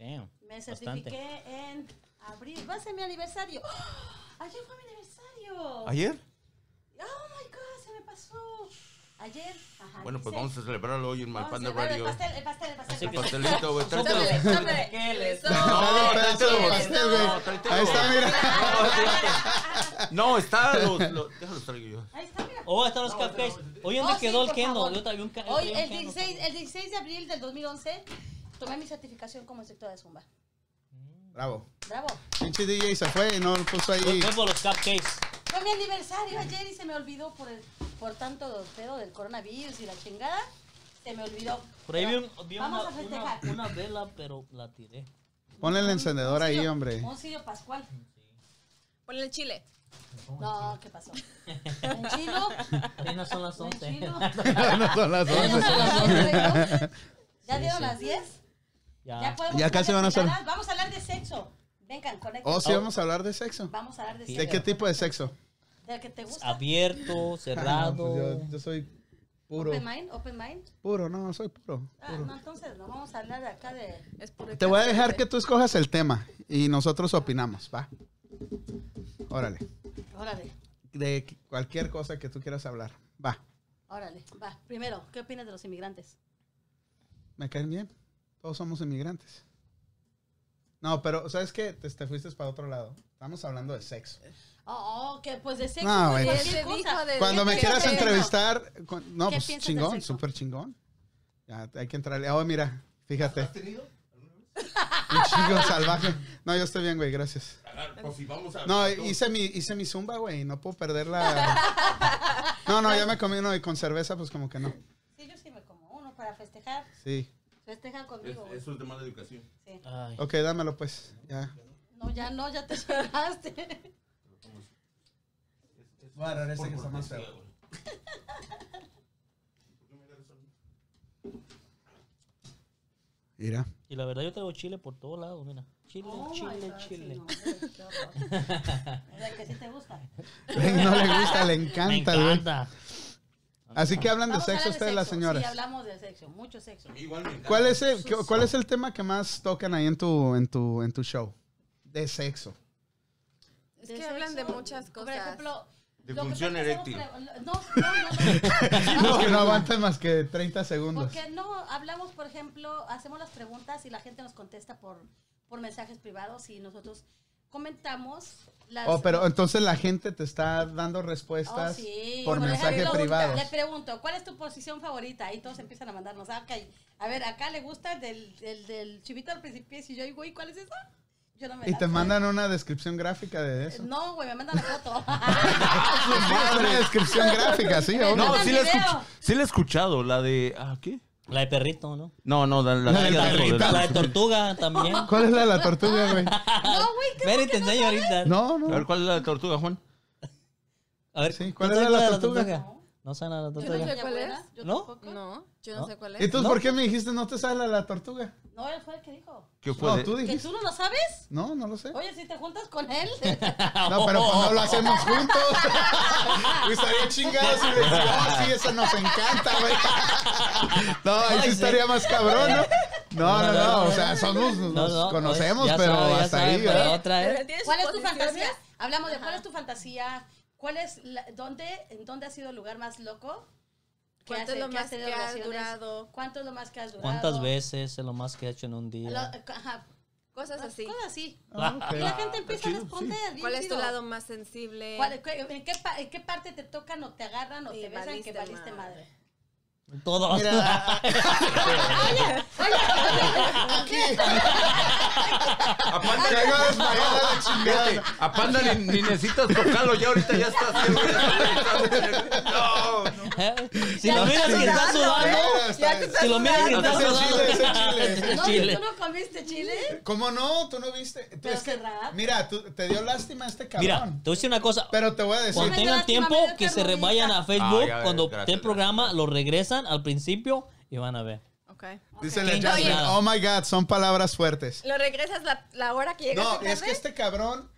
Speaker 1: Damn,
Speaker 6: Me
Speaker 1: bastante.
Speaker 6: certifiqué en abril. Va a ser mi aniversario. ¡Ah! Ayer fue mi aniversario.
Speaker 3: ¿Ayer?
Speaker 6: Oh my god, se me pasó. Ayer. Ajá,
Speaker 3: Bueno, pues
Speaker 6: sí.
Speaker 3: vamos a celebrarlo hoy en My
Speaker 6: Vamos a
Speaker 3: Panda
Speaker 6: celebrar
Speaker 3: Radio.
Speaker 6: El pastel, el pastel, el
Speaker 1: Así
Speaker 6: pastel.
Speaker 1: que-
Speaker 6: pastel.
Speaker 3: Pastelito, güey.
Speaker 1: Sóplale.
Speaker 3: tráete-
Speaker 7: Tómale, tómale.
Speaker 1: Pasteles.
Speaker 3: No,
Speaker 2: Dale,
Speaker 3: tráete
Speaker 2: pedazo de
Speaker 3: los-
Speaker 2: pastel,
Speaker 3: no,
Speaker 2: güey.
Speaker 3: tráete
Speaker 2: Ahí
Speaker 3: los-
Speaker 2: está, mira.
Speaker 3: No, está. Los, los, déjalo traigo yo.
Speaker 6: Ahí está, mira.
Speaker 1: Oh, están los cafés. Oye, ¿dónde
Speaker 6: Oh, sí,
Speaker 1: quedó el
Speaker 6: por
Speaker 1: Kendo?
Speaker 6: favor.
Speaker 1: Yo también un ca- yo
Speaker 6: Hoy,
Speaker 1: traía
Speaker 6: el
Speaker 1: un Kendo.
Speaker 6: 16, el 16 de abril del 2011, tomé mi certificación como instructora de Zumba.
Speaker 2: Bravo.
Speaker 6: Bravo.
Speaker 2: Pinche DJ se fue y no lo puso ahí.
Speaker 1: Yo por los cupcakes.
Speaker 6: Fue mi aniversario ayer y se me olvidó por, el, por tanto pedo del coronavirus y la chingada. Se me olvidó.
Speaker 1: Por ahí vi,
Speaker 6: Pero
Speaker 1: un- vi
Speaker 6: Vamos
Speaker 1: una,
Speaker 6: a festejar.
Speaker 1: una- una vela, pero la tiré.
Speaker 2: Ponle el encendedor
Speaker 6: Un
Speaker 2: ahí,
Speaker 6: cirio-
Speaker 2: hombre.
Speaker 6: Un cirio pascual.
Speaker 7: Ponle el chile.
Speaker 6: No, ¿qué pasó? ¿Un chilo?
Speaker 1: Apenas son las
Speaker 6: ¿Un
Speaker 1: 11.
Speaker 6: chilo?
Speaker 2: No son las
Speaker 6: ¿Ya dieron
Speaker 2: once.
Speaker 6: las diez, güey, no? ¿Ya
Speaker 1: Sí,
Speaker 6: dieron
Speaker 1: sí.
Speaker 6: las 10?
Speaker 1: ya.
Speaker 6: podemos
Speaker 2: Ah. Ya
Speaker 6: hablar
Speaker 2: casi
Speaker 6: de
Speaker 2: van a ser-
Speaker 6: pendejadas. Vamos a hablar de sexo. Vengan, conecten.
Speaker 2: Oh, sí, vamos a hablar de sexo.
Speaker 6: Vamos a hablar de sexo.
Speaker 2: ¿De qué tipo de sexo?
Speaker 6: Del que te gusta.
Speaker 1: Abierto,
Speaker 2: Ah, no,
Speaker 1: cerrado.
Speaker 2: pues yo, yo soy puro.
Speaker 6: Open mind, open mind.
Speaker 2: Puro, no, soy puro.
Speaker 6: Ah, no, entonces no vamos a hablar de acá de...
Speaker 7: Es puro
Speaker 2: Te voy a
Speaker 7: cáncer,
Speaker 2: dejar
Speaker 7: güey.
Speaker 2: que tú escojas el tema y nosotros opinamos, ¿va? Órale.
Speaker 6: Órale,
Speaker 2: De qu- cualquier cosa que tú quieras hablar. Va.
Speaker 6: órale. Va, primero, ¿qué opinas de los inmigrantes?
Speaker 2: ¿Me caen bien? Todos somos inmigrantes. No, pero ¿sabes qué? Te, te fuiste para otro lado. Estamos hablando de sexo.
Speaker 6: Oh, oh, que pues de sexo.
Speaker 2: No,
Speaker 6: pues,
Speaker 2: güey.
Speaker 7: Pues
Speaker 6: cualquier
Speaker 7: te dijo
Speaker 6: cosa.
Speaker 7: de-
Speaker 2: Ah, Cuando
Speaker 7: ¿qué
Speaker 2: me
Speaker 7: te
Speaker 2: quieras
Speaker 7: dijo?
Speaker 2: entrevistar, cu- no,
Speaker 6: eh, ¿Qué
Speaker 2: pues
Speaker 6: piensas del
Speaker 2: chingón,
Speaker 6: sexo?
Speaker 2: súper chingón. Ya, hay que entrarle. Oh, mira, fíjate. ¿Has tenido? Un chingo salvaje. No, yo estoy bien, güey, gracias.
Speaker 3: Pues si vamos a.
Speaker 2: No, hice mi, hice mi zumba, güey, no puedo perderla. No, no, ya me comí uno y con cerveza, pues como que no.
Speaker 6: Sí, yo sí me como uno para festejar.
Speaker 2: Sí.
Speaker 6: Festejan
Speaker 3: Es,
Speaker 6: conmigo. güey.
Speaker 3: es un tema de educación.
Speaker 6: Sí.
Speaker 1: Ay.
Speaker 2: Ok, dámelo pues. Ya.
Speaker 6: No, ya no, ya te esperaste.
Speaker 2: Voy a agarrar ese que está más
Speaker 3: cortesía,
Speaker 2: feo.
Speaker 3: güey.
Speaker 2: Mira.
Speaker 1: Y la verdad yo traigo chile por todos lados, mira. Chile,
Speaker 6: Oh, my
Speaker 1: chile,
Speaker 6: God, sí,
Speaker 1: chile.
Speaker 6: no, güey, qué horror. o sea, que sí te gusta.
Speaker 2: No le gusta, le
Speaker 1: Me
Speaker 2: encanta, güey.
Speaker 1: encanta.
Speaker 2: Así que hablan de
Speaker 6: Vamos a hablar
Speaker 2: sexo ustedes, las
Speaker 6: sexo. Sí,
Speaker 2: señoras.
Speaker 6: hablamos de sexo, mucho sexo.
Speaker 3: Igual me encanta.
Speaker 2: ¿Cuál es el, qué- cuál es el tema que más tocan ahí en tu, en tu, en tu show? De sexo.
Speaker 7: Es que hablan de muchas
Speaker 6: Por
Speaker 7: cosas.
Speaker 6: ejemplo,
Speaker 3: De
Speaker 6: lo que
Speaker 3: función
Speaker 6: pasa es que
Speaker 3: eréctil.
Speaker 6: somos pre- No, no, no.
Speaker 2: Los
Speaker 6: no.
Speaker 2: que no aguantan más que 30 segundos.
Speaker 6: Porque no hablamos, por ejemplo, hacemos las preguntas y la gente nos contesta por, por mensajes privados y nosotros comentamos las.
Speaker 2: Oh, pero entonces la gente te está dando respuestas
Speaker 6: Oh, sí.
Speaker 2: por
Speaker 6: Por
Speaker 2: mensaje
Speaker 6: ejemplo,
Speaker 2: privado.
Speaker 6: Le pregunto, ¿cuál es tu posición favorita? Y todos empiezan a mandarnos. Ah, ok. A ver, acá le gusta del, del, del chivito al precipicio. Y yo, "Ay, güey, ¿cuál es esa? Yo no me
Speaker 2: Y
Speaker 6: la
Speaker 2: te
Speaker 6: sé.
Speaker 2: mandan una descripción gráfica de eso.
Speaker 6: No, güey, me mandan la foto.
Speaker 2: Sí, una descripción gráfica, sí, obvio.
Speaker 3: No,
Speaker 6: Mandan
Speaker 3: sí la, he
Speaker 6: video.
Speaker 3: escuch- sí la he escuchado, la de. ¿Ah, qué?
Speaker 1: La de perrito, ¿no?
Speaker 3: No, no, la, la,
Speaker 2: La del
Speaker 3: de la-
Speaker 2: perrito.
Speaker 3: la-
Speaker 1: La de tortuga también.
Speaker 2: ¿Cuál es la de la tortuga, güey?
Speaker 6: no, güey, ¿qué
Speaker 1: Ven y te enseño ahorita.
Speaker 2: No,
Speaker 3: A ver,
Speaker 2: no.
Speaker 3: ¿cuál es la de tortuga, Juan?
Speaker 1: A ver,
Speaker 2: Sí, ¿cuál
Speaker 1: ¿no
Speaker 2: era
Speaker 1: saben
Speaker 2: la
Speaker 1: de
Speaker 2: tortuga?
Speaker 1: No saben la
Speaker 7: Yo no
Speaker 1: tortuga.
Speaker 7: sé
Speaker 6: Mi
Speaker 7: cuál
Speaker 6: abuela,
Speaker 7: es.
Speaker 6: yo
Speaker 1: ¿No?
Speaker 6: tampoco.
Speaker 7: No, yo no,
Speaker 1: ¿No?
Speaker 7: sé cuál es.
Speaker 2: Entonces,
Speaker 1: No.
Speaker 2: ¿por qué me dijiste no te sale la de la tortuga?
Speaker 6: No, él fue el que dijo.
Speaker 3: ¿Qué fue?
Speaker 2: No,
Speaker 3: Pues de-
Speaker 2: tú
Speaker 6: ¿Que
Speaker 2: dijiste.
Speaker 6: tú no lo sabes?
Speaker 2: No, no lo sé.
Speaker 6: Oye, si te juntas con él.
Speaker 2: No, pero pues no lo hacemos juntos. Pues estaría chingado si le digo, "Ah, sí, eso nos encanta, güey. No, ahí sí
Speaker 1: Ay, sí.
Speaker 2: estaría más cabrón, ¿no? No, no, no, o sea, somos, nos
Speaker 1: No, no,
Speaker 2: conocemos,
Speaker 1: ya
Speaker 2: pero
Speaker 1: sabe, ya
Speaker 2: hasta
Speaker 1: sabe,
Speaker 2: ahí,
Speaker 1: pero
Speaker 2: ¿verdad?
Speaker 1: otra vez.
Speaker 6: ¿Cuál es tu fantasía? Hablamos de cuál es tu fantasía. ¿Cuál es la- dónde, en dónde ha sido el lugar más loco? que
Speaker 7: ¿Cuánto es
Speaker 6: has-
Speaker 7: lo
Speaker 6: que has
Speaker 7: más
Speaker 6: tenido
Speaker 7: que has
Speaker 6: relaciones?
Speaker 7: durado?
Speaker 6: ¿Cuánto es lo más que has durado?
Speaker 1: ¿Cuántas veces es lo más que he hecho en un
Speaker 6: Lo- eh,
Speaker 1: día?
Speaker 6: ajá,
Speaker 7: Cosas
Speaker 6: cosas
Speaker 7: así.
Speaker 6: así.
Speaker 2: Ah, ok.
Speaker 6: Y la gente empieza a
Speaker 3: chido, sí.
Speaker 6: responder. bien
Speaker 7: ¿Cuál es tu
Speaker 6: chido.
Speaker 7: lado más sensible?
Speaker 6: ¿Cuál- cu- en, qué, pa- en qué parte te tocan o te agarran o
Speaker 7: Y
Speaker 6: te besan que
Speaker 7: valiste
Speaker 6: valiste madre?
Speaker 7: madre.
Speaker 1: Todo.
Speaker 2: Mira,
Speaker 3: A Panda,
Speaker 2: traigo desmayada la
Speaker 3: Fíjate,
Speaker 2: chingada.
Speaker 3: a Panda ni, ni necesitas tocarlo, ya ahorita ya está haciendo. No, no.
Speaker 1: Si lo miras que está sudando,
Speaker 7: ¿eh?
Speaker 2: Mira, está-
Speaker 1: si lo miras que está
Speaker 2: Es el chile, es el
Speaker 1: sudando. Es
Speaker 2: chile.
Speaker 1: el
Speaker 6: No,
Speaker 1: chile.
Speaker 6: ¿Tú no comiste chile?
Speaker 2: ¿Cómo no? ¿Tú no viste? Tú,
Speaker 6: Pero
Speaker 2: es que,
Speaker 6: Serrat.
Speaker 2: mira, tú, te dio lástima este cabrón.
Speaker 1: Mira, te voy a decir una cosa.
Speaker 2: pero te voy a decir,
Speaker 1: Cuando
Speaker 6: Sí.
Speaker 1: tengan
Speaker 6: Lástima,
Speaker 1: tiempo,
Speaker 6: me dio
Speaker 1: que se
Speaker 6: ternurita.
Speaker 1: vayan a Facebook.
Speaker 3: Ay, a ver,
Speaker 1: cuando
Speaker 3: gracias,
Speaker 1: estén
Speaker 3: gracias.
Speaker 1: programa, lo regresan al principio y van a ver.
Speaker 7: Ok. Ok.
Speaker 2: Dice
Speaker 1: Qué
Speaker 2: la Jasmine,
Speaker 1: engañada.
Speaker 2: oh my God, son palabras fuertes.
Speaker 7: ¿Lo regresas la, la hora que llegas
Speaker 2: No,
Speaker 7: tarde?
Speaker 2: es que este cabrón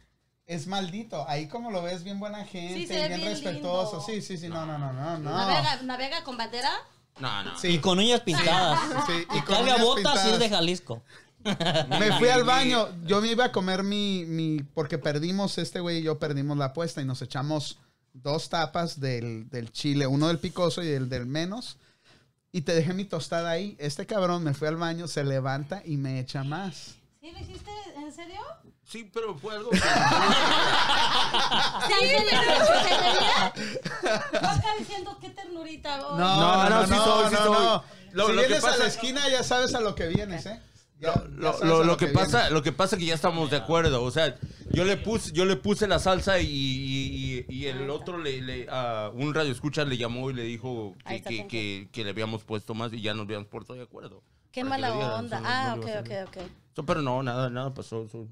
Speaker 2: es maldito. Ahí como lo ves, bien buena gente,
Speaker 6: Sí, se ve
Speaker 2: bien,
Speaker 6: bien
Speaker 2: respetuoso.
Speaker 6: lindo.
Speaker 2: Sí, sí, sí, no, no, no, no, no.
Speaker 6: Navega, navega con bandera.
Speaker 3: No, no.
Speaker 1: Y
Speaker 2: Sí,
Speaker 1: con uñas pintadas.
Speaker 2: sí, y
Speaker 1: Y
Speaker 2: con
Speaker 1: carga
Speaker 2: uñas
Speaker 1: botas y es
Speaker 2: pintadas.
Speaker 1: de Jalisco.
Speaker 2: Me fui al baño. Yo me iba a comer mi, mi porque perdimos este güey y yo perdimos la apuesta y nos echamos dos tapas del, del chile, uno del picoso y el del menos. Y te dejé mi tostada ahí. Este cabrón me fue al baño, se levanta y me echa más.
Speaker 6: ¿Sí lo hiciste? ¿En serio?
Speaker 3: Sí, pero fue algo.
Speaker 6: Ah. ¿Sí? ¿Se le Acá diciendo qué ternurita. oh.
Speaker 3: No, no, sí soy, sí soy. Lo-
Speaker 2: si
Speaker 3: lo que
Speaker 2: vienes a
Speaker 3: pasa-
Speaker 2: la esquina ya sabes a lo que vienes, ¿eh? Ya-
Speaker 3: Lo,
Speaker 2: ya
Speaker 3: lo-
Speaker 2: sabes
Speaker 3: lo-
Speaker 2: a
Speaker 3: lo que pasa,
Speaker 2: vienes.
Speaker 3: lo que pasa que ya estamos de acuerdo. O sea, yo le puse, yo le puse la salsa y, y- y- y
Speaker 6: Ah,
Speaker 3: el otro le, le- a un radio escucha le llamó y le dijo
Speaker 6: Ahí
Speaker 3: que, que-
Speaker 6: está, thank
Speaker 3: que- que le habíamos puesto más y ya nos habíamos puesto de acuerdo.
Speaker 6: Qué
Speaker 3: Para que
Speaker 6: mala
Speaker 3: lo diera,
Speaker 6: onda.
Speaker 3: eso no-
Speaker 6: Ah,
Speaker 3: no
Speaker 6: ok,
Speaker 3: le iba a
Speaker 6: ok,
Speaker 3: hacer.
Speaker 6: ok.
Speaker 3: So, pero no, nada, nada pasó. so-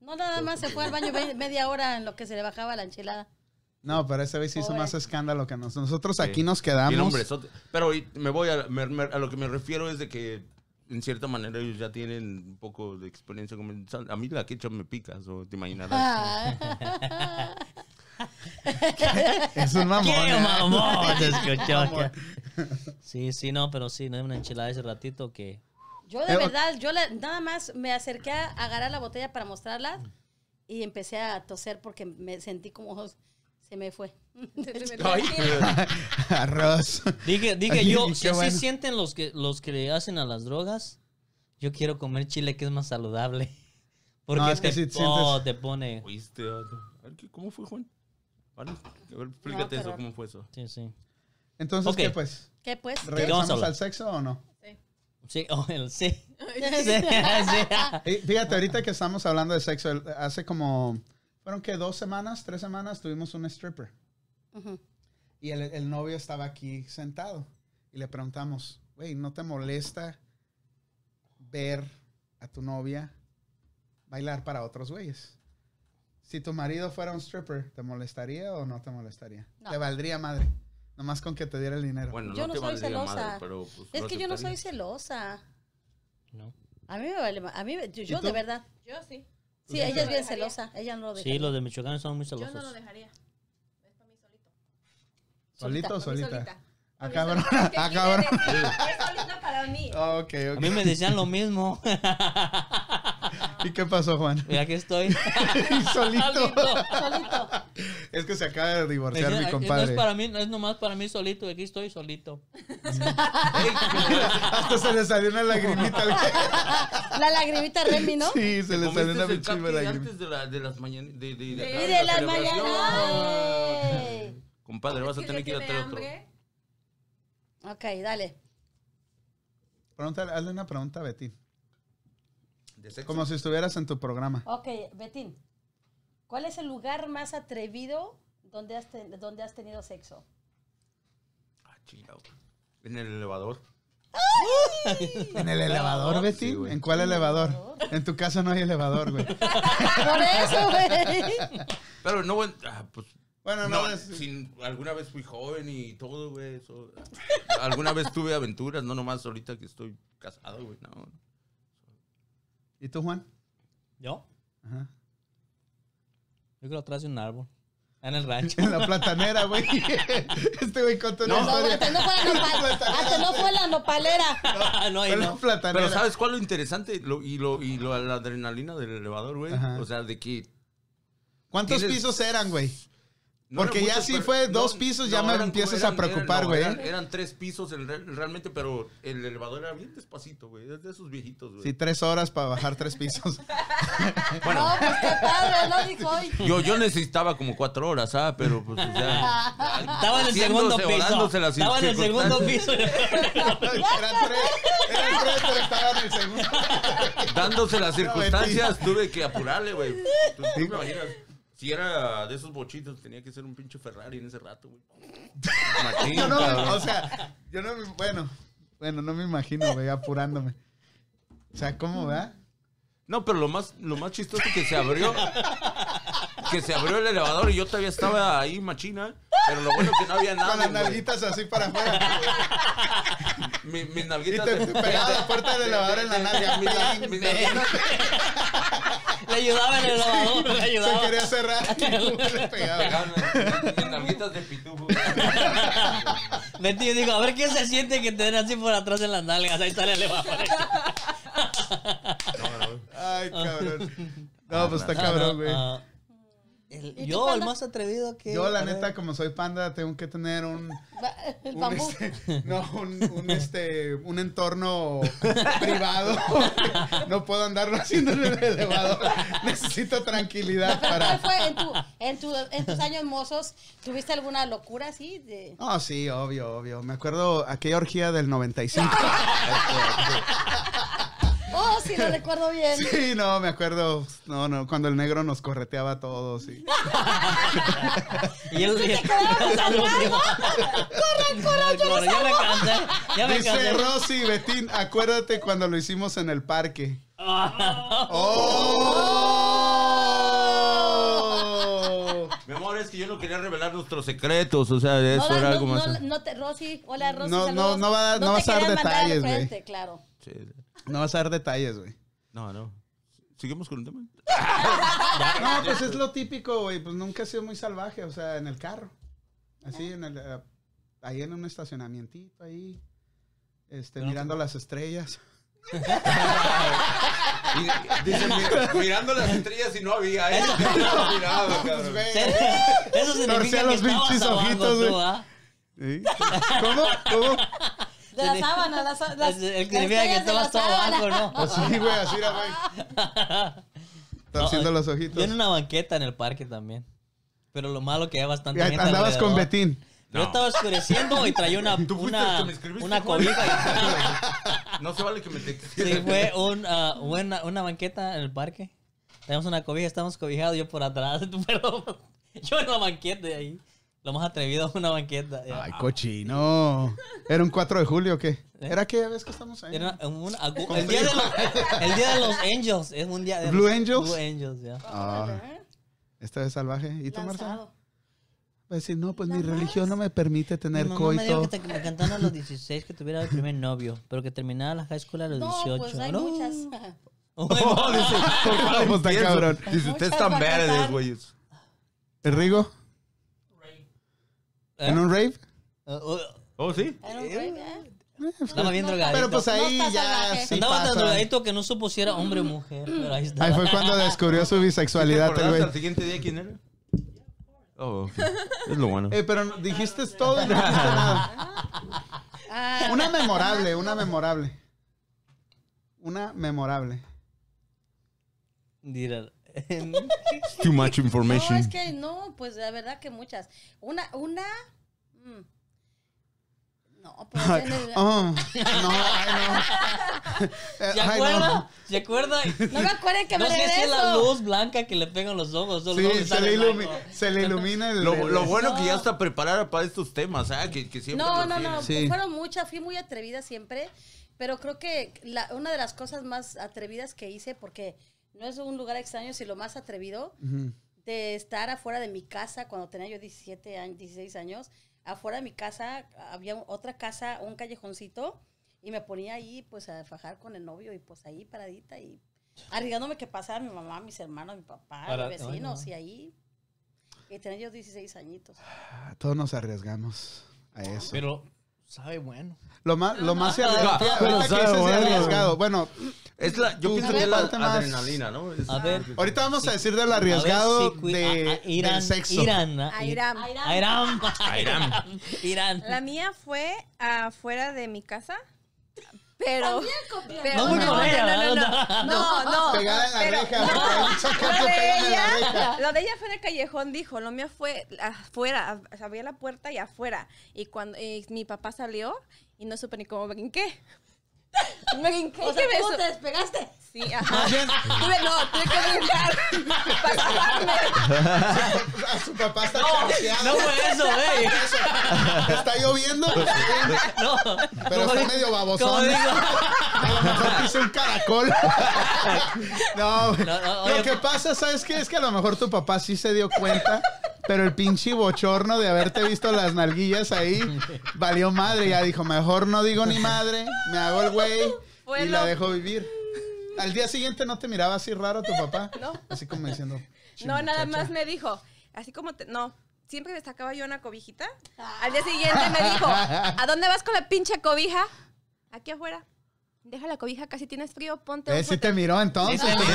Speaker 6: No, nada más se fue al baño ve- media hora en lo que se le bajaba la enchilada.
Speaker 2: No, pero ese vez hizo
Speaker 6: Pobre.
Speaker 2: más escándalo que nosotros. Nosotros
Speaker 3: eh. Sí.
Speaker 2: aquí nos
Speaker 3: Bien,
Speaker 2: quedamos.
Speaker 3: hombre, so- pero y- me voy a, me- me- a lo que me refiero es de que en cierta manera ellos ya tienen un poco de experiencia. como en sal- A mí la quecha me pica, so, te imaginarás.
Speaker 6: Ah.
Speaker 2: Es un mamón.
Speaker 1: ¡Qué
Speaker 2: ¿eh?
Speaker 1: mamón! Se escuchó acá. Sí, sí, no, pero sí, no hay una enchilada ese ratito que.
Speaker 6: Yo de
Speaker 2: Pero-
Speaker 6: verdad, yo la- nada más me acerqué a agarrar la botella para mostrarla y empecé a toser porque me sentí como se me fue.
Speaker 3: Ay,
Speaker 2: Arroz.
Speaker 1: Dije, dije
Speaker 2: Ay,
Speaker 1: yo,
Speaker 2: qué
Speaker 1: si así
Speaker 2: bueno.
Speaker 1: sienten los que, los que le hacen a las drogas, yo quiero comer chile que es más saludable. Porque
Speaker 2: No, es que
Speaker 1: te,
Speaker 2: sí te
Speaker 1: oh,
Speaker 2: sientes-
Speaker 1: te pone.
Speaker 3: Oíste, Otto. A ver, ¿qué- ¿cómo fue, Juan? Vale, A ver, explícate
Speaker 6: No,
Speaker 3: eso,
Speaker 6: pero-
Speaker 3: ¿cómo fue eso?
Speaker 1: Sí, sí.
Speaker 2: Entonces,
Speaker 1: Ok.
Speaker 2: ¿qué pues?
Speaker 6: ¿Qué pues? ¿Qué?
Speaker 1: vamos a
Speaker 2: ¿Regresamos
Speaker 1: hablar?
Speaker 2: al sexo o no?
Speaker 1: Sí, oh, el- sí. Sí, sí.
Speaker 2: Y Eh, fíjate, ahorita que estamos hablando de sexo, el- hace como, fueron que dos semanas, tres semanas, tuvimos un stripper.
Speaker 6: Ujú.
Speaker 2: Y el, el novio estaba aquí sentado. Y le preguntamos, güey, ¿no te molesta ver a tu novia bailar para otros güeyes? Si tu marido fuera un stripper, ¿te molestaría o no te molestaría?
Speaker 6: No.
Speaker 2: Te valdría madre. Nomás con que te diera el dinero.
Speaker 3: Bueno,
Speaker 6: Yo no
Speaker 3: te
Speaker 6: soy
Speaker 3: valdría
Speaker 6: celosa.
Speaker 3: madre, pero, pues,
Speaker 6: Es
Speaker 3: lo
Speaker 6: que yo no soy
Speaker 3: aceptarías.
Speaker 6: celosa.
Speaker 1: No.
Speaker 6: A mí me vale ma- A mí, me- yo, yo
Speaker 2: tú?
Speaker 6: de verdad.
Speaker 7: Yo sí.
Speaker 6: Sí, ella es bien
Speaker 7: dejaría.
Speaker 6: celosa. Ella no lo deja.
Speaker 1: Sí, los de Michoacán son muy
Speaker 7: Yo no lo
Speaker 1: celosos.
Speaker 7: dejaría. Es para mí solito.
Speaker 2: ¿Solito o
Speaker 7: Para mí
Speaker 2: solita?
Speaker 7: Para
Speaker 2: Ah,
Speaker 7: mí
Speaker 2: cabrón.
Speaker 7: solita. Es que
Speaker 2: Ah,
Speaker 7: quise
Speaker 2: cabrón.
Speaker 7: decir, Es solita para mí.
Speaker 2: Ok,
Speaker 1: A
Speaker 2: ok.
Speaker 1: mí me decían lo mismo.
Speaker 2: ¿Y qué pasó, Juan?
Speaker 1: Mira que estoy.
Speaker 2: Solito.
Speaker 6: Solito.
Speaker 2: Es que se acaba de
Speaker 1: Me
Speaker 2: divorciar
Speaker 3: eh,
Speaker 1: decían,
Speaker 2: mi
Speaker 1: "Ay, No es
Speaker 2: compadre.
Speaker 1: para mí, no es nomás para mí solito, aquí estoy solito.
Speaker 2: Hasta se le salió una lagrimita. al-
Speaker 6: La lagrimita Remy, ¿no?
Speaker 2: Sí, se
Speaker 3: ¿Te
Speaker 2: le salió una
Speaker 3: comiste el
Speaker 2: pinche
Speaker 3: cupcake
Speaker 2: lagrimita.
Speaker 3: antes de, la- de las mañanas. De, de, de,
Speaker 7: Sí,
Speaker 6: Y
Speaker 3: de
Speaker 6: de
Speaker 3: la
Speaker 6: las
Speaker 3: celebración?
Speaker 6: mañanas.
Speaker 3: Compadre, vas a
Speaker 7: Es
Speaker 3: tener que ir
Speaker 7: ya
Speaker 3: a
Speaker 7: tiene
Speaker 3: hacer otro.
Speaker 7: hambre.
Speaker 6: Ok, dale.
Speaker 2: Pregúntale, hazle una pregunta a Betty.
Speaker 3: ¿De sexo?
Speaker 2: Como si estuvieras en tu programa.
Speaker 6: Ok, Betín. ¿Cuál es el lugar más atrevido donde has, ten- donde has tenido sexo?
Speaker 3: Ah, chingado. En el elevador.
Speaker 2: ¿En el elevador, Betty?
Speaker 3: Sí, güey.
Speaker 2: ¿En cuál elevador? En tu casa no hay elevador, güey.
Speaker 6: Por eso, güey.
Speaker 3: Pero no, bueno, ah, pues.
Speaker 2: Bueno, no,
Speaker 3: No,
Speaker 2: es-
Speaker 3: sin- alguna vez fui joven y todo, güey. eso- alguna vez tuve aventuras, no nomás ahorita que estoy casado, güey. No.
Speaker 2: ¿Y tú, Juan?
Speaker 1: ¿Yo?
Speaker 2: Ajá.
Speaker 1: Yo creo atrás de un árbol. Ah, En el rancho.
Speaker 2: En la platanera, güey. Este güey contó una
Speaker 6: No,
Speaker 2: historia.
Speaker 6: hasta no fue la nopal- hasta no fue la nopalera.
Speaker 1: no, ahí
Speaker 2: Fue en la
Speaker 1: no.
Speaker 2: platanera.
Speaker 3: Pero ¿sabes cuál es lo interesante? Lo- y lo, y lo- la adrenalina del elevador, güey.
Speaker 2: Ajá.
Speaker 3: O sea, de que...
Speaker 2: ¿Cuántos
Speaker 3: tienes-
Speaker 2: pisos eran, güey?
Speaker 3: no
Speaker 2: Porque
Speaker 3: eran
Speaker 2: ya
Speaker 3: muchos,
Speaker 2: sí
Speaker 3: pero-
Speaker 2: fue dos pisos, ya me
Speaker 3: eran-
Speaker 2: empiezas a preocupar,
Speaker 3: eran- no,
Speaker 2: güey,
Speaker 3: Eran,
Speaker 2: ¿eh?
Speaker 3: eran tres pisos en re- realmente, pero el elevador era bien despacito, güey. Es de esos viejitos, güey.
Speaker 2: Sí, tres horas para bajar tres pisos.
Speaker 6: No,
Speaker 3: Bueno,
Speaker 6: pues qué padre, no dijo hoy.
Speaker 3: yo, yo necesitaba como cuatro horas, ¿ah? Pero pues, o sea...
Speaker 1: Estaba en el segundo
Speaker 3: Haciéndose,
Speaker 1: piso.
Speaker 3: volándose las
Speaker 1: Estaba en el segundo piso.
Speaker 2: Eran tres, eran tres, pero estaban en el segundo.
Speaker 3: Dándose las circunstancias, tuve que apurarle, güey. Tú- tú me imaginas, Si era de esos bochitos, tenía que ser un pinche Ferrari en ese rato, güey. Machín,
Speaker 2: Yo no,
Speaker 3: cabrón.
Speaker 2: o sea, yo no me, bueno, bueno, no me imagino, güey, apurándome. O sea, ¿cómo, verdad?
Speaker 3: No, pero lo más, lo más chistoso que se abrió, que se abrió el elevador y yo todavía estaba ahí machina. Pero lo bueno que no había nada.
Speaker 2: Con las
Speaker 3: güey.
Speaker 2: nalguitas así para afuera.
Speaker 3: Mi- mis
Speaker 2: Y
Speaker 3: nalguitas.
Speaker 2: te pegaba la puerta del lavador en la nalga.
Speaker 3: Mis nal- mis nalguitas-
Speaker 1: Le ayudaba en el lavador, le
Speaker 2: Se
Speaker 1: ayudaba.
Speaker 2: quería cerrar. y le pegaba.
Speaker 3: pegaban las- mis nalguitas de pitufo.
Speaker 1: Vete, yo digo, a ver qué se siente que te den así por atrás en las nalgas. Ahí sale el elevador.
Speaker 2: Ay, cabrón. No, pues está cabrón, güey.
Speaker 1: Ah, el-
Speaker 6: ¿Y tú,
Speaker 1: yo, el
Speaker 6: Panda?
Speaker 1: más atrevido que.
Speaker 2: Yo, la
Speaker 1: a ver.
Speaker 2: neta, como soy panda, tengo que tener un.
Speaker 6: Ba- El
Speaker 2: un,
Speaker 6: bambú.
Speaker 2: este, no, un, un, este, un entorno privado. No puedo andarlo haciendo en el elevador. Necesito tranquilidad
Speaker 6: Pero
Speaker 2: para.
Speaker 6: ¿cuál fue en, tu, en, tu, en tus años mozos? ¿Tuviste alguna locura así? De...
Speaker 2: No, sí, obvio, obvio. Me acuerdo aquella orgía del 95.
Speaker 6: Oh, sí, lo recuerdo bien.
Speaker 2: Sí, no, me acuerdo. No, no, cuando el negro nos correteaba a todos. Y...
Speaker 1: Y él
Speaker 6: te quedabas atrás, ¿no?
Speaker 1: corre, corre, Ya me cansé. Ya me
Speaker 2: Dice
Speaker 1: cansé.
Speaker 2: Rosy, Betín, acuérdate cuando lo hicimos en el parque.
Speaker 1: Ah,
Speaker 2: ¡Oh!
Speaker 3: Mi amor, es que yo no quería revelar nuestros secretos. O sea, eso
Speaker 6: no,
Speaker 3: era
Speaker 6: no,
Speaker 3: algo más.
Speaker 6: no, no te, Rosy, hola Rosy,
Speaker 2: No, no,
Speaker 6: saludos.
Speaker 2: no va a dar- no vas
Speaker 6: te
Speaker 2: a dar
Speaker 6: querían mandar
Speaker 2: detalles,
Speaker 6: al
Speaker 2: güey.
Speaker 6: frente, Claro.
Speaker 3: Sí, sí.
Speaker 2: No vas a dar detalles, güey.
Speaker 3: No, no. Sigamos con el tema.
Speaker 2: No, pues es lo típico, güey. Pues nunca he sido muy salvaje, o sea, en el carro.
Speaker 6: Ah.
Speaker 2: Así, en el, eh, ahí en un estacionamiento, ahí. Este, mirando las estrellas.
Speaker 3: Y- dice, "Mira- mirando las estrellas y no había. ¿eh?" Miraba,
Speaker 2: Pues,
Speaker 3: cabrón.
Speaker 2: güey.
Speaker 1: Eso significa
Speaker 2: Torcía
Speaker 1: que
Speaker 2: los pinches
Speaker 1: estabas abajo
Speaker 2: ojitos,
Speaker 1: tú,
Speaker 2: güey.
Speaker 1: ¿ah?
Speaker 2: ¿Sí? ¿Cómo? ¿Cómo?
Speaker 6: De la sábana, las, las, las
Speaker 1: Es- el que significa que
Speaker 6: estrellas de la
Speaker 1: estabas todo
Speaker 6: sábana.
Speaker 1: abajo, ¿no?
Speaker 2: Así, güey, así era, güey.
Speaker 3: Pues
Speaker 2: Torciendo los
Speaker 1: Yo
Speaker 2: ojitos.
Speaker 1: en una banqueta en el parque también. Pero lo malo que hay bastante
Speaker 2: Y ahí
Speaker 1: gente
Speaker 2: Andabas con
Speaker 1: alrededor.
Speaker 2: Betín.
Speaker 1: Yo estaba oscureciendo y traía una,
Speaker 3: Tú fuiste el
Speaker 1: una,
Speaker 3: que me escribiste,
Speaker 1: una
Speaker 3: Juan.
Speaker 1: cobija.
Speaker 3: No se vale que me te.
Speaker 1: Sí, fue un, ah, una, una banqueta en el parque. Tenemos una cobija, estamos cobijados, yo por atrás, pero yo en la banqueta de ahí. Lo más atrevido una banqueta. ya.
Speaker 2: Ay, cochino. ¿Era un 4 de julio o qué? ¿Era qué vez que estamos ahí?
Speaker 1: ¿Eh? Era un agu-
Speaker 2: Con
Speaker 1: el, día de
Speaker 2: frío.
Speaker 1: los, el día de los Angels. Es un día de
Speaker 2: ¿Blue
Speaker 1: los-
Speaker 2: Angels?
Speaker 1: Blue Angels, ya.
Speaker 2: Ah, esta vez salvaje. ¿Y tú, Marta?
Speaker 6: Lanzado.
Speaker 2: Va a decir, no, pues mi religión no me permite
Speaker 1: Mi
Speaker 2: tener
Speaker 1: mamá me dijo
Speaker 2: coito.
Speaker 1: que te me cantaron a los 16 que tuviera el primer novio, pero que terminaba la high school a los
Speaker 6: No,
Speaker 1: 18.
Speaker 6: pues hay
Speaker 1: ¿no?
Speaker 6: muchas.
Speaker 1: Bueno,
Speaker 2: Vamos, está cabrón.
Speaker 3: Dice, ustedes están
Speaker 6: Muchas
Speaker 3: verdes,
Speaker 6: bacanas.
Speaker 3: güeyes.
Speaker 2: ¿El Rigo?
Speaker 1: ¿Eh?
Speaker 2: ¿En un rave?
Speaker 1: uh, uh,
Speaker 3: ¿Oh, sí?
Speaker 6: Era un rey, ¿eh?
Speaker 1: Estaba bien drogadito.
Speaker 2: Pero pues ahí
Speaker 6: No está
Speaker 2: ya
Speaker 6: salvaje.
Speaker 2: sí
Speaker 1: Andaba tan
Speaker 2: pasa.
Speaker 1: drogadito que no supo si era hombre o mujer, pero ahí estaba.
Speaker 2: Ahí fue cuando descubrió su bisexualidad el
Speaker 3: ¿Te acordaste
Speaker 2: güey.
Speaker 3: al siguiente día quién era? Oh, ok. es lo bueno.
Speaker 2: Eh, pero dijiste todo y no dijiste nada.
Speaker 6: Ah,
Speaker 2: Una memorable, una memorable. Una memorable.
Speaker 1: Mira, em,
Speaker 3: Too much
Speaker 6: no,
Speaker 3: information.
Speaker 6: es que no, pues la verdad que muchas. Una, una. mm. No, pues
Speaker 2: Ay,
Speaker 6: en el-
Speaker 2: oh, no, ay, no. Eh,
Speaker 1: ¿Se
Speaker 2: ay, no.
Speaker 1: acuerda? ¿Se acuerda?
Speaker 6: no me acuerden que
Speaker 1: No
Speaker 6: me
Speaker 1: sé si es la
Speaker 6: regreso.
Speaker 1: luz blanca que le pegan los ojos. solo luego
Speaker 2: Sí,
Speaker 1: le
Speaker 2: se
Speaker 1: sale
Speaker 2: le, ilumi-
Speaker 1: blanco.
Speaker 2: se le ilumina el...
Speaker 3: Lo, lo
Speaker 2: el-
Speaker 3: bueno que ya está preparada para estos temas, ¿ah? Que, que siempre
Speaker 6: No,
Speaker 3: los
Speaker 6: no, no,
Speaker 3: tienes.
Speaker 2: Sí.
Speaker 6: fueron muchas, fui muy atrevida siempre, pero creo que la- una de las cosas más atrevidas que hice, porque no es un lugar extraño, sino lo más atrevido,
Speaker 2: Ujú.
Speaker 6: de estar afuera de mi casa cuando tenía yo 17 años, 16 años, afuera de mi casa había un- otra casa, un callejoncito, y me ponía ahí pues a fajar con el novio y pues ahí paradita y arriesgándome que pasara mi mamá, mis hermanos, mi papá,
Speaker 1: Para-
Speaker 6: mis vecinos
Speaker 1: ay,
Speaker 6: y ahí. Y tenía yo 16 añitos.
Speaker 2: Ah, Todos nos arriesgamos a eso.
Speaker 1: Pero sabe bueno.
Speaker 2: Lo más, lo más se arriesga-
Speaker 3: Pero
Speaker 2: ahorita que
Speaker 3: sabe
Speaker 2: dices de
Speaker 3: bueno.
Speaker 2: arriesgado. Bueno,
Speaker 3: Es la, yo
Speaker 2: Tú-
Speaker 3: pienso
Speaker 2: tú
Speaker 3: que es la
Speaker 2: parte más-
Speaker 3: adrenalina, ¿no? Es-
Speaker 1: A ver.
Speaker 2: ahorita vamos a decir del
Speaker 1: A ver
Speaker 2: arriesgado
Speaker 1: si cui-
Speaker 2: de,
Speaker 1: a- a- Irán,
Speaker 2: del sexo.
Speaker 1: Irán. ¿ah?
Speaker 7: A Irán.
Speaker 1: A Irán. A Irán. Irán.
Speaker 7: La mía fue afuera de mi casa, pero... pero-
Speaker 1: No, muy con ella,
Speaker 7: no, no,
Speaker 1: ¿verdad?
Speaker 7: no, no, no,
Speaker 2: Pegada en la
Speaker 7: pero-
Speaker 2: reja.
Speaker 7: no,
Speaker 2: porque mucha gente
Speaker 7: lo de
Speaker 2: pega en la
Speaker 7: ella,
Speaker 2: reja.
Speaker 7: lo de ella fue en el callejón, dijo. Lo mío fue afuera. o sea, Abría la puerta y afuera. Y cuando y mi papá salió y no supe ni cómo me brinqué. Me brinqué.
Speaker 6: O
Speaker 7: y
Speaker 6: sea,
Speaker 7: que me
Speaker 6: ¿cómo
Speaker 7: su-
Speaker 6: te despegaste?
Speaker 7: Sí, ajá. Tuve, no, tuve que brincar para salvarme.
Speaker 2: A su papá está chateado.
Speaker 1: No fue eso, ey.
Speaker 2: Está lloviendo,
Speaker 1: Pues No.
Speaker 2: pero
Speaker 1: ¿Cómo
Speaker 2: está
Speaker 1: di-
Speaker 2: medio ¿eh?
Speaker 1: cómo
Speaker 2: babosón.
Speaker 1: digo?
Speaker 2: A lo mejor pise un caracol. No, güey.
Speaker 1: No, no,
Speaker 2: lo
Speaker 1: oye,
Speaker 2: que pasa, ¿sabes qué? Es que a lo mejor tu papá sí se dio cuenta Pero el pinche bochorno de haberte visto las nalguillas ahí valió madre. Ya dijo, mejor no digo ni madre, me hago el güey y
Speaker 7: Fue lo-
Speaker 2: la dejo vivir. Al día siguiente no te miraba así raro tu papá.
Speaker 7: No.
Speaker 2: Así como diciendo. "Che,
Speaker 7: No, nada
Speaker 2: muchacha".
Speaker 7: más me dijo, así como te, no, siempre me sacaba yo una cobijita. Al día siguiente me dijo, ¿a dónde vas con la pinche cobija? Aquí afuera. Deja la cobija, casi tienes frío, ponte
Speaker 2: Eh,
Speaker 7: un
Speaker 2: sí
Speaker 7: suéter".
Speaker 2: te miró entonces.
Speaker 1: Sí te miró.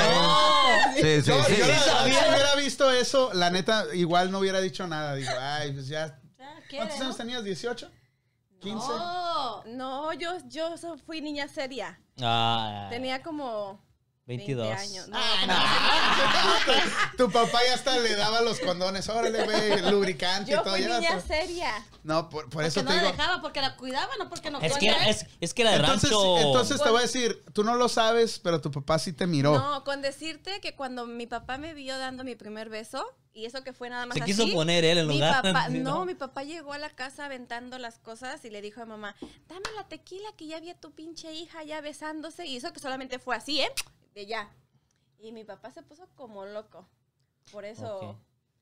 Speaker 3: Sí, sí,
Speaker 2: Yo,
Speaker 3: sí.
Speaker 2: yo la- si hubiera visto eso, la neta, igual no hubiera dicho nada. Digo, ay, pues ya.
Speaker 6: Ah, ¿quiere,
Speaker 2: ¿Cuántos años
Speaker 6: no?
Speaker 2: tenías? ¿18? ¿15?
Speaker 6: No.
Speaker 7: No, yo, yo so- fui niña seria.
Speaker 1: Ah,
Speaker 7: Tenía como
Speaker 1: 22.
Speaker 7: 20 años. No,
Speaker 1: Ah,
Speaker 2: Tu papá ya hasta le daba los condones. Órale, güey, lubricante
Speaker 7: yo
Speaker 2: y todo.
Speaker 7: fui
Speaker 2: ya era
Speaker 7: niña
Speaker 2: todo.
Speaker 7: seria.
Speaker 2: No, por, por
Speaker 6: Porque
Speaker 2: eso
Speaker 6: no
Speaker 2: te
Speaker 6: la
Speaker 2: digo.
Speaker 6: dejaba porque la cuidaba, no porque no
Speaker 1: Es que,
Speaker 6: quería.
Speaker 1: es, es que era de
Speaker 2: Entonces,
Speaker 1: rancho.
Speaker 2: entonces te voy a
Speaker 6: Pues-
Speaker 2: decir, tú no lo sabes, pero tu papá sí te miró.
Speaker 7: No, con decirte que cuando mi papá me vio dando mi primer beso, y eso que fue nada más
Speaker 1: Se
Speaker 7: así,
Speaker 1: quiso poner él en
Speaker 7: mi
Speaker 1: lugar de-
Speaker 7: papá, no,
Speaker 1: no.
Speaker 7: mi papá llegó a la casa aventando las cosas y le dijo a mamá, dame la tequila que ya vi a tu pinche hija ya besándose, y eso que solamente fue así, ¿eh? De ya. Y mi papá se puso como loco. Por eso,
Speaker 1: Ok.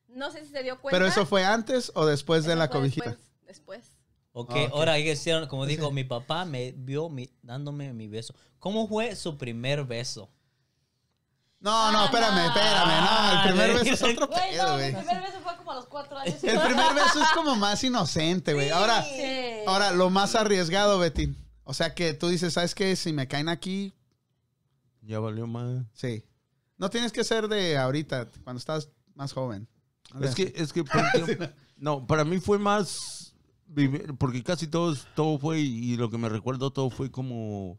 Speaker 7: no sé si se
Speaker 6: pues
Speaker 7: dio cuenta.
Speaker 2: pero eso fue antes o después de
Speaker 7: Eso
Speaker 2: la
Speaker 7: fue
Speaker 2: cobijita.
Speaker 7: Después, pues, después.
Speaker 1: Ok,
Speaker 2: Ah, ok.
Speaker 1: ahora ¿qué hicieron? Como dijo, mi papá me vio mi- dándome mi beso. ¿Cómo fue su primer beso?
Speaker 2: No, no,
Speaker 6: Ah,
Speaker 2: espérame,
Speaker 6: no.
Speaker 2: espérame. No, el primer
Speaker 1: Ah,
Speaker 2: beso es otro
Speaker 6: Güey, no,
Speaker 2: pedo,
Speaker 6: mi
Speaker 2: güey.
Speaker 6: primer beso fue como a los cuatro años.
Speaker 2: El primer beso es como más inocente, güey. Ahora,
Speaker 6: Sí.
Speaker 2: ahora, lo más arriesgado, Betín. O sea que tú dices, ¿sabes qué? Si me caen aquí,
Speaker 3: Ya valió más.
Speaker 2: sí. No tienes que ser de ahorita, cuando estás más joven.
Speaker 3: Es que, es que, por ejemplo, no, para mí fue más vivir, porque casi todos, todo fue, y lo que me recuerdo, todo fue como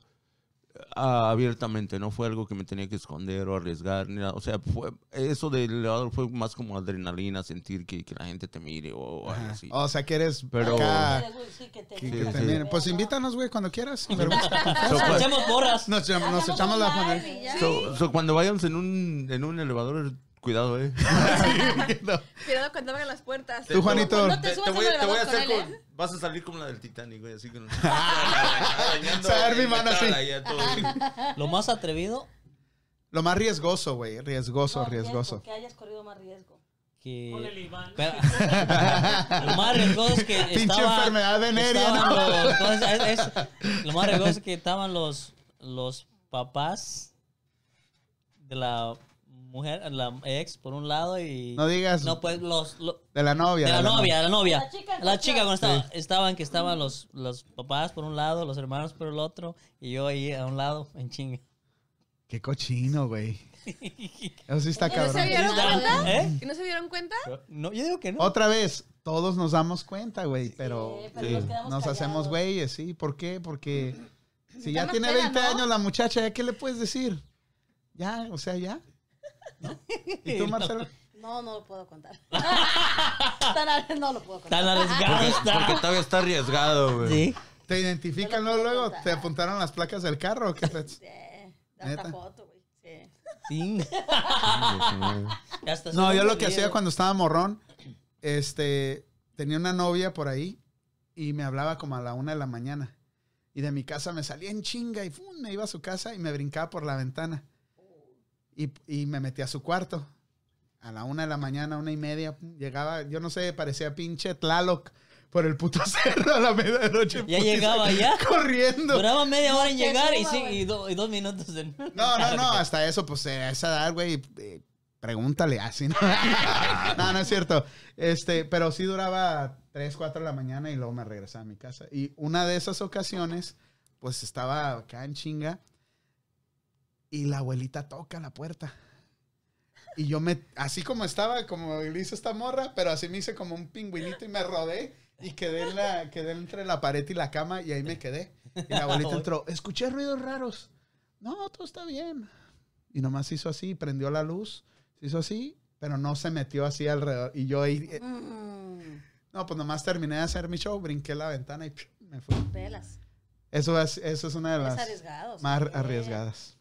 Speaker 3: ah, abiertamente, no fue algo que me tenía que esconder o arriesgar, ni nada. o sea, fue, eso del elevador fue más como adrenalina, sentir que, que la gente te mire o algo
Speaker 2: Ajá.
Speaker 3: así.
Speaker 2: O sea que eres
Speaker 3: Pero-
Speaker 2: acá,
Speaker 6: Sí, que te
Speaker 2: que
Speaker 6: gusta
Speaker 2: te
Speaker 6: que
Speaker 2: miren.
Speaker 6: te
Speaker 2: Pues
Speaker 6: vea, ¿no?
Speaker 2: invítanos, güey, cuando quieras. Pero gusta.
Speaker 3: So,
Speaker 1: Nos
Speaker 3: pues,
Speaker 1: echamos porras.
Speaker 2: Nos, llam- nos
Speaker 6: Hagamos
Speaker 2: echamos
Speaker 6: un
Speaker 2: la
Speaker 6: live
Speaker 2: familia.
Speaker 6: y ya.
Speaker 3: so- so cuando vayamos en un, en un elevador, cuidado, eh.
Speaker 7: Cuidado cuando abran las puertas.
Speaker 2: Tú, Juanito,
Speaker 6: No te subas al elevador con él, ¿eh?
Speaker 3: con- Vas a salir como la del Titanic, güey, así con...
Speaker 2: Saber mi mano así.
Speaker 1: Lo más atrevido
Speaker 2: lo más riesgoso, güey. Riesgoso,
Speaker 6: No,
Speaker 2: riesgoso.
Speaker 6: Que hayas corrido más riesgo.
Speaker 5: Con el
Speaker 1: que...
Speaker 5: Iván.
Speaker 1: Pero- lo más riesgoso es que
Speaker 2: Pinche
Speaker 1: estaba,
Speaker 2: enfermedad venérea,
Speaker 1: estaban
Speaker 2: ¿no?
Speaker 1: los- ¿cómo se- es- es- lo más riesgoso es que estaban los, los papás de la mujer, la ex, por un lado, y...
Speaker 2: No digas
Speaker 1: No, pues los... lo-
Speaker 2: de la novia.
Speaker 1: de la novia, de la novia.
Speaker 6: La chica en
Speaker 1: La
Speaker 6: cuestión.
Speaker 1: chica cuando estaba, estaban, que estaban los, los papás por un lado, los hermanos por el otro, y yo ahí a un lado, en chinga.
Speaker 2: Qué cochino, güey. Eso sí está
Speaker 6: Eso
Speaker 7: ¿No se
Speaker 2: cabrón.
Speaker 6: había-
Speaker 7: dieron
Speaker 1: Estaban-
Speaker 7: cuenta?
Speaker 1: ¿Eh?
Speaker 7: ¿Y no se dieron cuenta?
Speaker 1: No, yo digo que no.
Speaker 2: Otra vez, todos nos damos cuenta, güey, pero,
Speaker 6: Sí, pero
Speaker 3: Sí.
Speaker 6: nos quedamos
Speaker 2: nos hacemos
Speaker 6: callados.
Speaker 2: güeyes, ¿sí? ¿Por qué? Porque si
Speaker 6: Da
Speaker 2: ya
Speaker 6: más
Speaker 2: tiene
Speaker 6: pena,
Speaker 2: 20
Speaker 6: ¿no?
Speaker 2: años la muchacha, ¿ya qué le puedes decir? Ya, o sea, ya. ¿No? ¿Y tú, Marcelo?
Speaker 6: No, no lo puedo contar. Tan ar- no lo puedo contar.
Speaker 1: Tan arriesgado
Speaker 3: Porque, porque
Speaker 1: está.
Speaker 3: todavía está arriesgado, güey.
Speaker 1: Sí.
Speaker 2: ¿Te identifican
Speaker 6: No
Speaker 2: luego?
Speaker 6: lo puedo
Speaker 2: luego?
Speaker 6: contar.
Speaker 2: ¿Te apuntaron las placas del carro? o ¿Qué
Speaker 6: Sí,
Speaker 2: fue? ¿Neta?
Speaker 6: hasta foto, güey. Sí.
Speaker 1: Sí.
Speaker 3: Ah,
Speaker 2: no, yo lo que hacía cuando estaba morrón, este, tenía una novia por ahí y me hablaba como a la una de la mañana. Y de mi casa me salía en chinga y ¡fum! me iba a su casa y me brincaba por la ventana. Y, y me metía a su cuarto. A la una de la mañana, una y media, ¡pum! llegaba, yo no sé, parecía pinche Tlaloc por el puto cerro a la medianoche.
Speaker 1: Ya
Speaker 2: putiza,
Speaker 1: llegaba, ya.
Speaker 2: Corriendo.
Speaker 1: Duraba media hora en
Speaker 6: No te
Speaker 1: llegar y,
Speaker 6: suba,
Speaker 1: sí,
Speaker 6: güey.
Speaker 1: y, do- y dos minutos. En...
Speaker 2: No, no, no, hasta eso, pues eh, a esa edad, güey, eh, pregúntale así. ¿no? no, no es cierto. Este, pero sí duraba 3, 4 de la mañana y luego me regresaba a mi casa. Y una de esas ocasiones, pues estaba acá en chinga y la abuelita toca la puerta. Y yo me, así como estaba, como le hizo esta morra, pero así me hice como un pingüinito y me rodé y quedé, en la, quedé entre la pared y la cama y ahí me quedé. Y la abuelita entró, escuché ruidos raros. No, todo está bien. Y nomás hizo así, prendió la luz, se hizo así, pero no se metió así alrededor. Y yo ahí, eh,
Speaker 6: Mm,
Speaker 2: no, pues nomás terminé de hacer mi show, brinqué la ventana y ¡piu! me fui.
Speaker 6: pelas.
Speaker 2: Eso es, eso es una de
Speaker 6: Es
Speaker 2: las
Speaker 6: arriesgado.
Speaker 2: más
Speaker 6: sí.
Speaker 2: arriesgadas.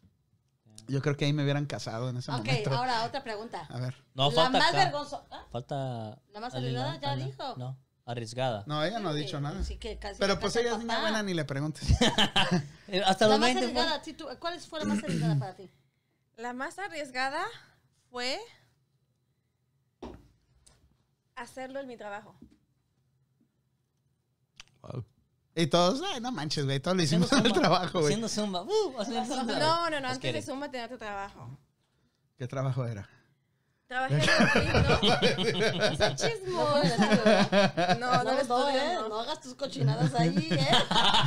Speaker 2: Yo creo que ahí me hubieran casado en ese
Speaker 6: Ok,
Speaker 2: momento.
Speaker 6: ahora otra pregunta.
Speaker 2: A ver.
Speaker 1: No,
Speaker 6: la
Speaker 1: falta
Speaker 6: más
Speaker 1: acá.
Speaker 6: vergonzosa. ¿Ah?
Speaker 1: Falta...
Speaker 6: La más
Speaker 1: Alina,
Speaker 6: arriesgada ya
Speaker 1: Alina.
Speaker 6: dijo.
Speaker 1: No, arriesgada.
Speaker 2: No, ella no ha
Speaker 6: Sí,
Speaker 2: dicho nada.
Speaker 6: sí que casi
Speaker 2: Pero
Speaker 6: la
Speaker 2: pues
Speaker 6: casa
Speaker 2: ella es
Speaker 6: papá.
Speaker 2: niña buena, ni le preguntes.
Speaker 1: Eh, Hasta
Speaker 6: La
Speaker 1: los
Speaker 6: más
Speaker 1: 20 fue.
Speaker 6: arriesgada, sí, tú- ¿cuál fue la más arriesgada para ti?
Speaker 7: La más arriesgada fue. hacerlo en mi trabajo.
Speaker 3: Wow.
Speaker 2: Y todos, ay, no manches, güey, todos lo hicimos en el
Speaker 1: Zumba,
Speaker 2: trabajo, güey.
Speaker 1: Haciendo zumba. Uh, haciendo zumba.
Speaker 7: No, no, no,
Speaker 1: Just
Speaker 7: antes de
Speaker 1: kidding.
Speaker 7: Zumba tenía otro trabajo.
Speaker 2: ¿Qué trabajo era?
Speaker 7: Trabajé en el ¿no? O sea, chismosa. No, no,
Speaker 6: No,
Speaker 7: en el
Speaker 6: no,
Speaker 7: estudio,
Speaker 6: eh,
Speaker 7: no.
Speaker 6: no hagas tus cochinadas ahí, ¿eh?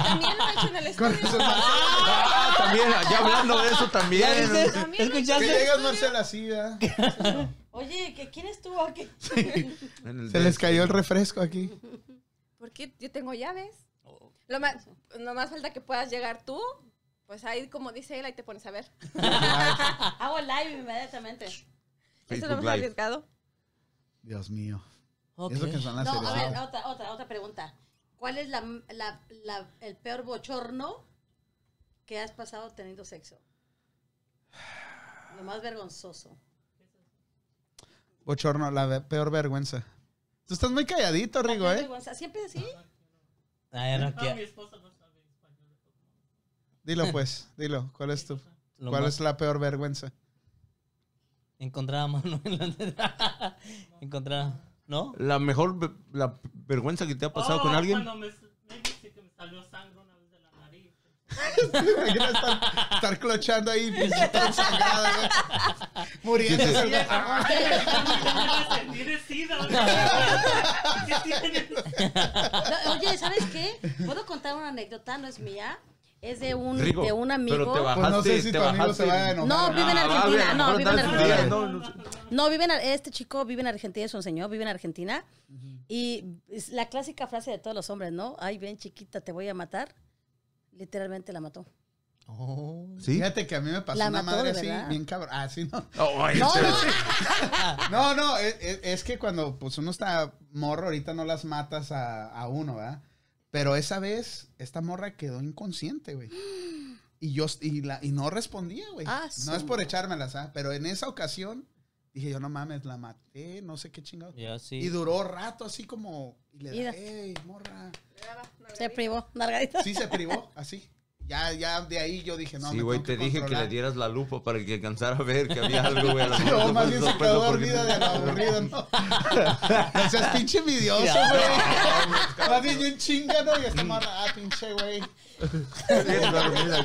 Speaker 7: También lo he hecho en el
Speaker 2: Con
Speaker 7: estudio.
Speaker 2: eso, Marcela.
Speaker 3: Ah, también, ya hablando de eso
Speaker 1: ¿Ya viste?
Speaker 3: también.
Speaker 7: También lo
Speaker 2: Que
Speaker 1: ¿Escuchaste?
Speaker 2: llegas, Marcela, así, ¿verdad?
Speaker 6: Oye, ¿que ¿quién estuvo aquí?
Speaker 3: En el
Speaker 2: Se les
Speaker 3: desk.
Speaker 2: cayó el refresco aquí.
Speaker 7: Porque yo tengo llaves. Lo más, nomás falta que puedas llegar tú. Pues ahí, como dice él, ahí te pones a ver.
Speaker 6: Hago live inmediatamente.
Speaker 7: Eso es lo
Speaker 3: Facebook
Speaker 7: más
Speaker 3: Live.
Speaker 7: arriesgado.
Speaker 2: Dios mío.
Speaker 1: Ok.
Speaker 2: Eso que son las
Speaker 6: No,
Speaker 2: series,
Speaker 6: a ver,
Speaker 2: ¿no?
Speaker 6: otra, otra, otra pregunta. ¿Cuál es la, la- la- el peor bochorno que has pasado teniendo sexo? Lo más vergonzoso.
Speaker 2: Bochorno, la ve- peor vergüenza. Tú estás muy calladito,
Speaker 6: La
Speaker 2: Rigo,
Speaker 6: peor
Speaker 2: ¿eh?
Speaker 6: vergüenza. ¿Siempre así?
Speaker 1: Ay, no,
Speaker 5: Ah, mi
Speaker 1: que-
Speaker 5: esposa no sabe español.
Speaker 2: Dilo, pues, dilo. ¿Cuál es tu,
Speaker 1: lo
Speaker 2: cuál
Speaker 1: más-
Speaker 2: es la peor vergüenza?
Speaker 1: Encontrar a mano en la... Encontrar... ¿No?
Speaker 3: La mejor, ve- la vergüenza que te ha pasado
Speaker 5: Oh,
Speaker 3: con alguien.
Speaker 5: Cuando me, me dice que me salió sangre una vez de la nariz.
Speaker 2: Imagina estar, estar clochando ahí, pinche todo sangrado, güey. Ah, Muriéndose.
Speaker 5: Y esa madre, ¿cómo me sentí de sida, oiga? ¿Qué tiene?
Speaker 6: No, oye, ¿sabes qué? ¿Puedo contar una anécdota? No es mía. Es de un,
Speaker 3: Rigo,
Speaker 6: de un amigo.
Speaker 3: Pero te bajaste,
Speaker 2: Pues no sé si
Speaker 3: te
Speaker 2: tu amigo se
Speaker 3: bajaste.
Speaker 2: va a enojar.
Speaker 6: No, vive en Argentina,
Speaker 3: Ah,
Speaker 6: no, vive en
Speaker 3: andabas
Speaker 6: Argentina.
Speaker 3: bien, no, no sé.
Speaker 6: No, vive en, Ar- este chico vive en Argentina, es un señor, vive en Argentina. Y es la clásica frase de todos los hombres, ¿no? Ay, ven chiquita, te voy a matar. Literalmente la mató.
Speaker 1: Oh.
Speaker 3: ¿Sí?
Speaker 2: Fíjate que a mí me pasó
Speaker 6: La
Speaker 2: una
Speaker 6: mató,
Speaker 2: madre
Speaker 6: de
Speaker 2: así,
Speaker 6: verdad.
Speaker 2: bien cabrón. Ah, sí, no.
Speaker 3: Oh, ay,
Speaker 6: No,
Speaker 3: en serio.
Speaker 6: no,
Speaker 2: No, no, es, es- es que cuando pues uno está morro, ahorita no las matas a, a uno, ¿verdad? Pero esa vez, esta morra quedó inconsciente, güey. Y yo, y, la, y no respondía, güey.
Speaker 6: Ah, su
Speaker 2: no es por
Speaker 6: madre.
Speaker 2: echármelas, ¿ah? Pero en esa ocasión, dije yo, no mames, la maté, no sé qué chingado.
Speaker 1: Ya,
Speaker 2: Y
Speaker 1: sí.
Speaker 2: duró rato así como, y le
Speaker 6: Y
Speaker 2: da,
Speaker 6: da-
Speaker 2: "Ey, morra.
Speaker 6: se privó, Margarita.
Speaker 2: Sí se privó, así. Ya, ya de ahí yo dije, no,
Speaker 3: sí,
Speaker 2: me
Speaker 3: güey,
Speaker 2: tengo
Speaker 3: te dije que le
Speaker 2: controlar".
Speaker 3: dieras la lupa para que alcanzara a ver que había algo, güey. a lo
Speaker 2: Sí,
Speaker 3: mejor
Speaker 2: o
Speaker 3: se
Speaker 2: más
Speaker 3: puso
Speaker 2: bien se
Speaker 3: sorpreso
Speaker 2: quedó
Speaker 3: porque-
Speaker 2: dormida de lo aburrido, ¿no? O sea, es pinche envidioso,
Speaker 1: Ya.
Speaker 2: güey. Más bien yo en chinga, ¿no? Y esta morra, ah, pinche güey.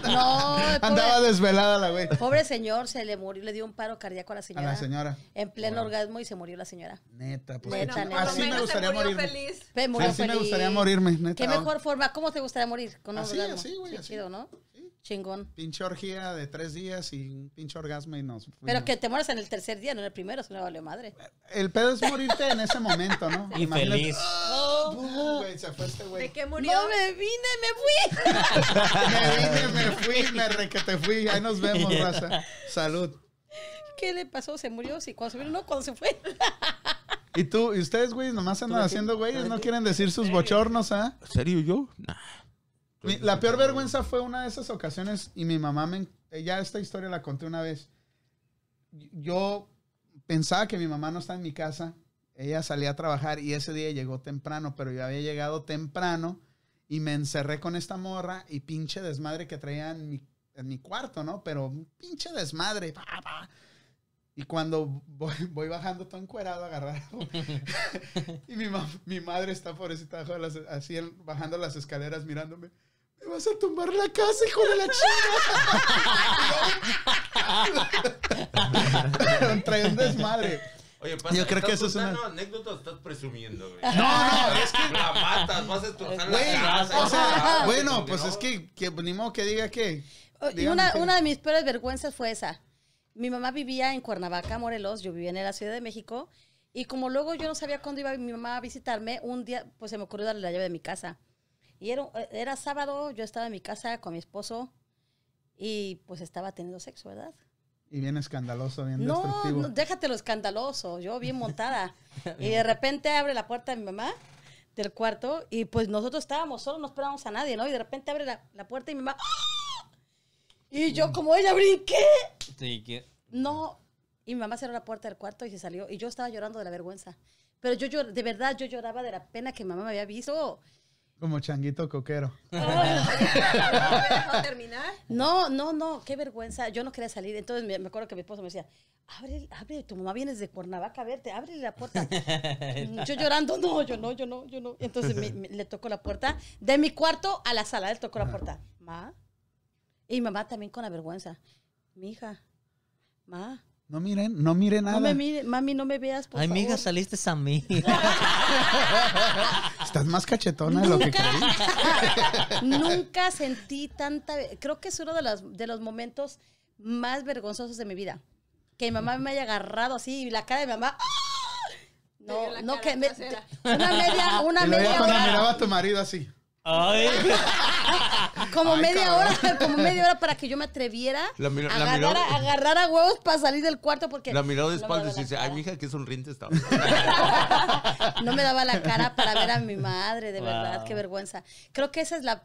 Speaker 6: No, el
Speaker 2: Andaba
Speaker 6: pobre,
Speaker 2: desvelada la güey.
Speaker 6: pobre señor se le murió, le dio un paro cardíaco a la
Speaker 2: A
Speaker 6: señora.
Speaker 2: la señora.
Speaker 6: En pleno orgasmo y se murió la señora.
Speaker 2: Neta, pues.
Speaker 6: Bueno,
Speaker 2: qué
Speaker 6: por lo
Speaker 2: chingón. así me
Speaker 6: menos
Speaker 2: gustaría morirme.
Speaker 7: feliz.
Speaker 6: Ve, murió
Speaker 2: Así me
Speaker 6: feliz.
Speaker 2: gustaría morirme, neta.
Speaker 6: Qué mejor forma, ¿cómo te gustaría morir? Con un
Speaker 2: Así,
Speaker 6: orgasmo.
Speaker 2: así, güey, así.
Speaker 6: Sí,
Speaker 2: Pues
Speaker 6: chido, ¿no? Chingón.
Speaker 2: Pinche orgía de tres días y un pinche orgasmo y nos fuimos.
Speaker 6: Pero que te mueras en el tercer día, no en el primero, eso no vale madre.
Speaker 2: El pedo es morirte en ese momento, ¿no?
Speaker 1: Y
Speaker 2: Imagínate,
Speaker 1: feliz.
Speaker 2: ah, Güey, se fue este
Speaker 7: ¿De
Speaker 2: güey.
Speaker 7: qué murió?
Speaker 6: No me vine, me fui.
Speaker 2: Me vine, me fui, me requete fui. Ahí nos vemos, raza. Salud.
Speaker 6: ¿Qué le pasó? ¿Se murió? Sí, cuando se murió, no, cuando se fue.
Speaker 2: ¿Y tú? ¿Y ustedes, güey, nomás andan haciendo güeyes? ¿No quieren decir sus bochornos, ah?
Speaker 3: ¿En serio yo? Nah.
Speaker 2: Mi- La peor vergüenza fue una de esas ocasiones y mi mamá me... eh, Ya esta historia la conté una vez. Yo pensaba que mi mamá no estaba en mi casa. Ella salía a trabajar y ese día llegó temprano, pero yo había llegado temprano y me encerré con esta morra y pinche desmadre que traía en mi, en mi cuarto, ¿no? Pero un pinche desmadre. pa, pa. Y cuando voy, voy bajando todo encuerado a agarrar algo, y mi, mam- mi madre está pobrecita abajo de las- así en- bajando las escaleras mirándome. Me vas a tumbar la casa, hijo de la chingada. Trae un desmadre.
Speaker 3: Oye, pasa,
Speaker 2: Yo creo que eso es una-
Speaker 3: contando anécdota o estás presumiendo, güey?
Speaker 2: No, no,
Speaker 3: es que la matas, vas a destrozar
Speaker 2: Güey,
Speaker 3: la casa.
Speaker 2: o sea,
Speaker 3: Ah,
Speaker 2: bueno,
Speaker 3: porque
Speaker 2: pues
Speaker 3: no.
Speaker 2: es que, que ni modo que diga que.
Speaker 6: Y
Speaker 2: Dígame
Speaker 6: una,
Speaker 2: qué.
Speaker 6: una de mis peores vergüenzas fue esa. Mi mamá vivía en Cuernavaca, Morelos, yo vivía en la Ciudad de México, y como luego yo no sabía cuándo iba mi mamá a visitarme, un día pues se me ocurrió darle la llave de mi casa. Y era, era sábado, yo estaba en mi casa con mi esposo y pues estaba teniendo sexo, ¿verdad?
Speaker 2: Y bien escandaloso, bien
Speaker 6: No,
Speaker 2: destructivo.
Speaker 6: no, déjate lo escandaloso, yo bien montada. y de repente abre la puerta de mi mamá del cuarto y pues nosotros estábamos solos, no esperábamos a nadie, ¿no? Y de repente abre la, la puerta y mi mamá... ¡ah! Y yo como ella brinqué.
Speaker 1: Sí, que...
Speaker 6: No. Y mi mamá cerró la puerta del cuarto y se salió. Y yo estaba llorando de la vergüenza. Pero yo, llor- de verdad, yo lloraba de la pena que mi mamá me había visto.
Speaker 2: Como changuito coquero.
Speaker 7: ¿No me dejó terminar?
Speaker 6: No, no, no, qué vergüenza. Yo no quería salir. Entonces me, me acuerdo que mi esposo me decía, abre, abre, tu mamá vienes de Cuernavaca a verte, abre la puerta. Mm, yo llorando, no, yo no, yo no, yo no. Entonces me- me- le tocó la puerta de mi cuarto a la sala, le tocó la puerta. Ma. Y mi mamá también con la vergüenza. Mi hija, ma,
Speaker 2: No miren, no miren nada.
Speaker 6: no me mire, mami, no me veas, por
Speaker 1: Ay,
Speaker 6: favor.
Speaker 1: mija, saliste a mí.
Speaker 2: Estás más cachetona de lo que creí.
Speaker 6: Nunca sentí tanta. Creo que es uno de los, de los momentos más vergonzosos de mi vida. Que mi mamá me haya agarrado así y la cara de mi mamá. ¡ah!
Speaker 7: Te
Speaker 6: No,
Speaker 7: dio la
Speaker 6: no,
Speaker 7: cara
Speaker 6: que me-
Speaker 7: trasera.
Speaker 6: una media, una
Speaker 2: Y luego
Speaker 6: media
Speaker 2: ya cuando
Speaker 6: hora,
Speaker 2: miraba a tu marido así.
Speaker 1: Ay,
Speaker 6: como
Speaker 2: Ay,
Speaker 6: media
Speaker 2: cabrón.
Speaker 6: hora, como media hora para que yo me atreviera
Speaker 3: La mira-
Speaker 6: a
Speaker 3: la
Speaker 6: agarrar,
Speaker 3: miró-
Speaker 6: a, agarrar a huevos para salir del cuarto porque
Speaker 3: La miró de
Speaker 6: no me daba
Speaker 3: espaldas y
Speaker 6: la
Speaker 3: dice, ay,
Speaker 6: cara.
Speaker 3: mija, qué sonriente está.
Speaker 6: No me daba la cara para ver a mi madre, de
Speaker 1: Wow.
Speaker 6: verdad, qué vergüenza. Creo que esa es la,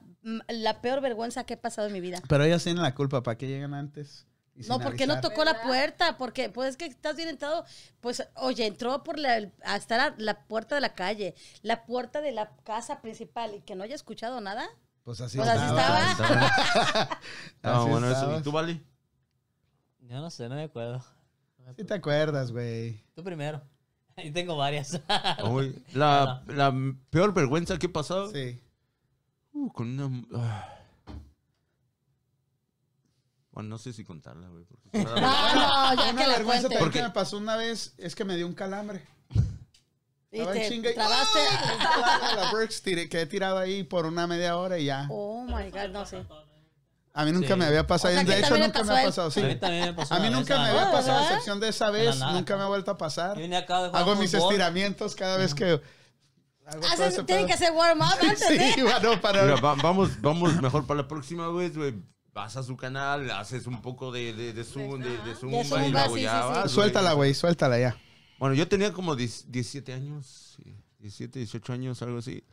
Speaker 6: la peor vergüenza que he pasado en mi vida.
Speaker 2: Pero ellas tienen la culpa, ¿para qué llegan antes? Y
Speaker 6: No,
Speaker 2: sin
Speaker 6: porque no
Speaker 2: avisar.
Speaker 6: tocó la
Speaker 7: ¿Verdad?
Speaker 6: puerta, porque pues es que estás bien entrado, pues oye, entró por la, el- hasta la, la puerta de la calle, la puerta de la casa principal y que no haya escuchado nada.
Speaker 2: Pues así
Speaker 6: Pues así
Speaker 2: estaba.
Speaker 6: estaba.
Speaker 3: Ah,
Speaker 2: Así
Speaker 3: bueno, eso.
Speaker 2: estabas.
Speaker 3: ¿Y tú, Vale?
Speaker 1: yo no sé, no me acuerdo.
Speaker 2: Sí te acuerdas, güey.
Speaker 1: Tú primero. Yo tengo varias.
Speaker 3: Ay, la, la peor vergüenza que he pasado.
Speaker 2: Sí.
Speaker 3: Uh, con una... ah. Bueno, no sé si contarla, güey. porque es una vergüenza.
Speaker 6: No, no, ya
Speaker 2: Una
Speaker 6: que la
Speaker 2: vergüenza
Speaker 6: cuente.
Speaker 2: también que
Speaker 3: Porque-
Speaker 2: me pasó una vez es que me dio un calambre.
Speaker 6: Y
Speaker 2: Estaba en chinga
Speaker 6: te
Speaker 2: y- ¡Ah!
Speaker 6: trabaste.
Speaker 2: Un calambre a la Brooks, tiré- quedé tirado ahí por una media hora y ya.
Speaker 6: Oh my God, no sé.
Speaker 2: A mí nunca
Speaker 1: Sí.
Speaker 2: me había pasado.
Speaker 6: O sea,
Speaker 2: de
Speaker 6: que
Speaker 2: hecho,
Speaker 6: también le
Speaker 2: nunca me
Speaker 6: pasó a
Speaker 2: ha
Speaker 6: él.
Speaker 2: pasado. Sí.
Speaker 1: A mí también me pasó
Speaker 2: A
Speaker 1: una
Speaker 2: mí
Speaker 1: vez,
Speaker 2: nunca
Speaker 1: ah,
Speaker 2: me había
Speaker 6: ¿verdad?
Speaker 2: pasado, a excepción de esa vez.
Speaker 1: nada.
Speaker 2: Nunca me ha vuelto a pasar.
Speaker 1: Yo vine acá de jugar
Speaker 2: Hago mis
Speaker 1: fútbol.
Speaker 2: estiramientos cada vez que. hago
Speaker 6: Ah,
Speaker 2: todo
Speaker 6: se-
Speaker 2: ese pedo.
Speaker 6: tienen que hacer warm up antes, ¿eh?
Speaker 2: Sí, bueno, para.
Speaker 3: Mira, va- vamos, vamos mejor para la próxima vez, güey. Vas a su canal, haces un poco de, de, de zoom, de, de zumba
Speaker 6: zumba,
Speaker 3: y luego
Speaker 6: sí,
Speaker 3: ya
Speaker 6: sí, sí.
Speaker 3: vas, güey.
Speaker 2: Ah, Suéltala, güey, suéltala ya.
Speaker 3: Bueno, yo tenía como 10 17 años, sí, 17, 18 años, algo así.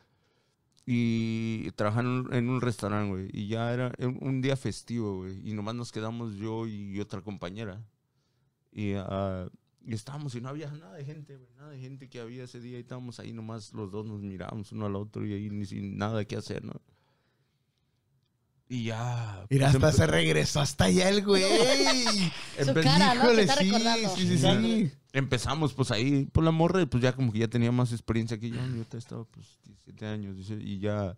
Speaker 3: Y trabajaba en un, en un restaurante, güey. Y ya era un, un día festivo, güey. Y nomás nos quedamos yo y otra compañera. Y, ah, y estábamos y no había nada de gente, güey. Nada de gente que había ese día. Y estábamos ahí nomás los dos nos mirábamos uno al otro y ahí ni sin nada que hacer, ¿no? Y ya.
Speaker 2: Mira,
Speaker 3: pues,
Speaker 2: hasta
Speaker 3: empe-
Speaker 2: se regresó hasta allá el güey.
Speaker 6: Su
Speaker 3: empe-
Speaker 6: cara, ¿no? Que
Speaker 2: Híjole,
Speaker 6: está
Speaker 2: sí,
Speaker 6: recordando.
Speaker 2: sí, sí, sí.
Speaker 3: empezamos pues ahí por la morra y pues ya como que ya tenía más experiencia que yo. Yo te estaba pues 17 años 18, y ya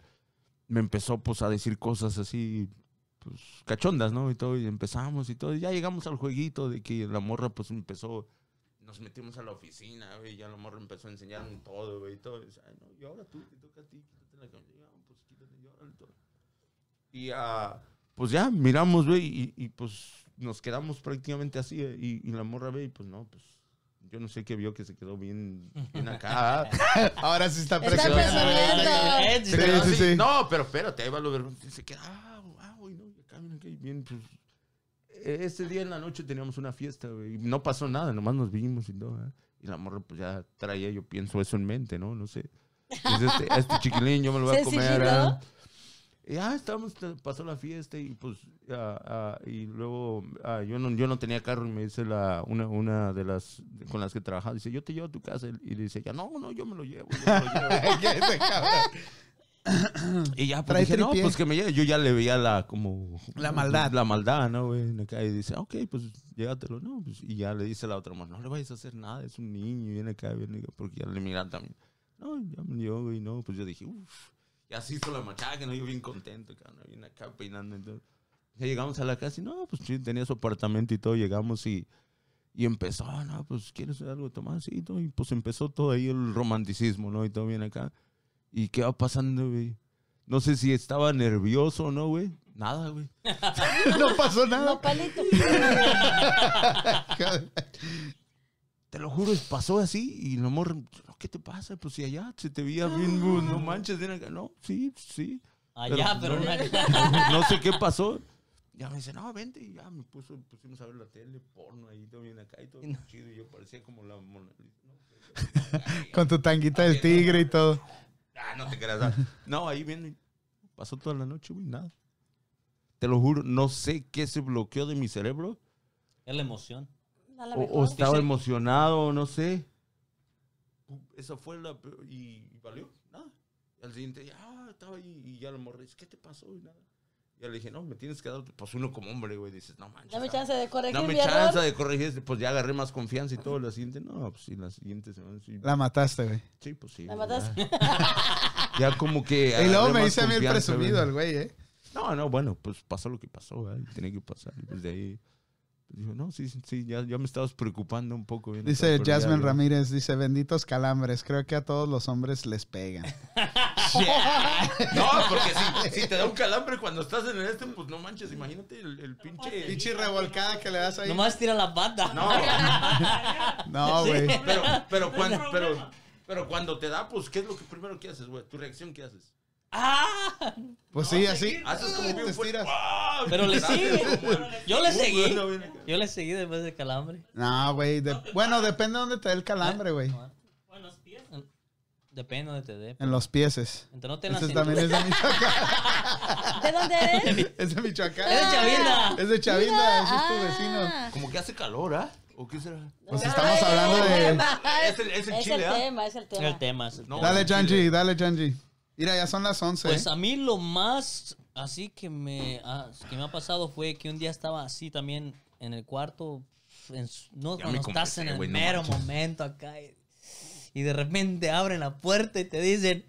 Speaker 3: me empezó pues a decir cosas así pues cachondas, ¿no? Y todo y empezamos y todo y ya llegamos al jueguito de que la morra pues empezó nos metimos a la oficina, güey, y ya la morra empezó a enseñarnos todo, güey, y todo. Y, dice, "Ay, no, y ahora tú, te toca a ti, quítate la camisa, pues quítate, y ahora todo". Y ah, pues ya miramos, güey, y, y, pues nos quedamos prácticamente así. eh, Y, y la morra ve, y pues no, pues yo no sé qué vio que se quedó bien, bien acá.
Speaker 2: Ah. Ahora sí está
Speaker 6: Está
Speaker 2: presionando.
Speaker 6: presionando.
Speaker 1: Ed,
Speaker 3: Se quedó
Speaker 2: Sí, sí,
Speaker 3: así.
Speaker 2: sí.
Speaker 3: No, pero espérate, ahí va lo vergonzoso. Se queda, ah, wow, y no, y acá, mira, acá, y bien, pues. e- Ese día en la noche teníamos una fiesta, güey, y no pasó nada, nomás nos vimos y todo. ¿eh? Y la morra, pues ya traía, yo pienso eso en mente, ¿no? No sé. Dice, este, a este chiquilín yo me lo voy a
Speaker 6: ¿Se
Speaker 3: comer.
Speaker 6: sigiló?
Speaker 3: ¿ah? Y ya estábamos, te- pasó la fiesta y pues, ah, ah, y luego ah, yo, no, yo no tenía carro y me dice la, una, una de las con las que trabajaba, dice, yo te llevo a tu casa. Y le dice, ya, no, no, yo me lo llevo. Yo me lo llevo. Y ya, pues
Speaker 2: Trae
Speaker 3: dije, no,
Speaker 2: tripié.
Speaker 3: pues que me lleve. Yo ya le veía la, como...
Speaker 2: La maldad.
Speaker 3: La maldad, ¿no, güey? En acá. Y dice, ok, pues llévatelo, ¿no? Pues, y ya le dice la otra, más, no le vayas a hacer nada, es un niño, viene acá, viene acá, porque ya le miran también. No, ya me dio, güey, no. Pues yo dije, uff. Y así hizo la machaca, ¿no? Yo bien contento, cabrón, bien acá peinando. Entonces, ya llegamos a la casa y no, pues sí, tenía su apartamento y todo, llegamos y... Y empezó, no, pues quieres algo de tomar, sí, todo. Y pues empezó todo ahí el romanticismo, ¿no? Y todo bien acá. ¿Y qué va pasando, güey? No sé si estaba nervioso o no, güey. Nada, güey.
Speaker 2: No pasó nada. pues,
Speaker 6: No, palito.
Speaker 3: Te lo juro, pasó así y el amor, ¿qué te pasa? Pues si allá se te veía bien, güey, no manches, ven acá. No, sí, sí.
Speaker 1: Allá, pero,
Speaker 3: no,
Speaker 1: no
Speaker 3: no sé qué pasó. Ya me dice, no, vente. Y ya me puso, pusimos a ver la tele, porno ahí, todo bien acá y todo chido. Y yo parecía como la Mona Lisa, ¿no?
Speaker 2: Con tu tanguita del tigre y todo.
Speaker 3: Ah, no te creas. ah. No, ahí viene. Pasó toda la noche, güey, nada. Te lo juro, no sé qué se bloqueó de mi cerebro.
Speaker 1: Es la emoción.
Speaker 6: A la
Speaker 3: O-
Speaker 6: mejor.
Speaker 3: O, estaba
Speaker 1: Sí, sí.
Speaker 3: emocionado, no sé. Esa fue la... pe- Y, y valió, nada. Al siguiente día, ah, estaba ahí y ya lo morré. ¿Qué te pasó? Y nada. Ya le dije, no, me tienes que dar. Pues uno como hombre, güey, dices, no manches.
Speaker 6: Dame
Speaker 3: ah,
Speaker 6: chance de corregir
Speaker 3: Dame
Speaker 6: mi
Speaker 3: chance
Speaker 6: error.
Speaker 3: de corregir. Pues ya agarré más confianza y todo. La siguiente, no, pues sí, la siguiente semana. Sí,
Speaker 2: La mataste, güey.
Speaker 3: sí, pues sí.
Speaker 6: La
Speaker 3: güey,
Speaker 6: matas.
Speaker 3: Ya, Ya como que.
Speaker 2: Y luego
Speaker 3: agarré
Speaker 2: me
Speaker 3: más
Speaker 2: dice a mí el
Speaker 3: confianza,
Speaker 2: presumido,
Speaker 3: güey.
Speaker 2: el güey, ¿eh?
Speaker 3: No, no, bueno, pues pasó lo que pasó, güey. Tiene que pasar. Y pues de ahí. pues, dijo, no, sí, sí, sí, ya, ya me estabas preocupando un poco. bien,
Speaker 2: Dice
Speaker 3: pero ya,
Speaker 2: Jasmine
Speaker 3: ya.
Speaker 2: Ramírez, dice, benditos calambres, creo que a todos los hombres les pegan.
Speaker 3: No, porque si, si te da un calambre cuando estás en el este, pues no manches, imagínate el, el pinche.
Speaker 2: Pinche revolcada que le das ahí.
Speaker 1: Nomás tira la pata.
Speaker 3: No,
Speaker 2: No, güey.
Speaker 3: pero, pero,
Speaker 5: No hay
Speaker 3: cuando, pero,
Speaker 5: problema.
Speaker 3: pero cuando te da, pues, ¿qué es lo que primero que haces, güey? ¿Tu reacción qué haces?
Speaker 1: ¡Ah!
Speaker 2: Pues sí, así.
Speaker 3: Haces como bien
Speaker 2: Te
Speaker 3: fuerte.
Speaker 2: estiras.
Speaker 3: ¡Ah!
Speaker 1: Pero le
Speaker 3: Haces
Speaker 1: sigue.
Speaker 3: como el-
Speaker 1: Yo le
Speaker 3: Uh,
Speaker 1: seguí.
Speaker 3: bueno, bien acá.
Speaker 1: Yo le seguí después del calambre.
Speaker 2: No, güey. de- Bueno, depende de dónde te dé el calambre, güey.
Speaker 5: O en los pies.
Speaker 1: Depende de te dé.
Speaker 2: En los pieses.
Speaker 1: Entonces no te
Speaker 2: Ese
Speaker 1: naces.
Speaker 2: también es de Michoacán.
Speaker 6: ¿De dónde eres?
Speaker 2: es de Michoacán.
Speaker 1: Es de Chavinda.
Speaker 2: Es de Chavinda, ese es tu vecino.
Speaker 6: Ah.
Speaker 3: Como que hace calor, ¿ah? ¿O qué será?
Speaker 2: Pues
Speaker 6: Ay,
Speaker 2: estamos hablando de...
Speaker 3: Es el, es el
Speaker 6: Es
Speaker 3: chile,
Speaker 6: el
Speaker 3: ¿ah?
Speaker 6: tema, es el
Speaker 1: Es
Speaker 6: tema.
Speaker 1: el tema. es el
Speaker 3: No,
Speaker 1: tema.
Speaker 2: Dale,
Speaker 3: es el chile.
Speaker 2: Janji, dale, Janji. Mira, ya son las ¿eh? 11.
Speaker 1: Oh, Pues a mí lo más así que me, ah, que me ha pasado fue que un día estaba así también en el cuarto, en su- no
Speaker 3: Ya
Speaker 1: cuando
Speaker 3: me
Speaker 1: estás
Speaker 3: confesé,
Speaker 1: en el
Speaker 3: güey, no
Speaker 1: mero
Speaker 3: manches.
Speaker 1: momento acá y, y de repente abren la puerta y te dicen,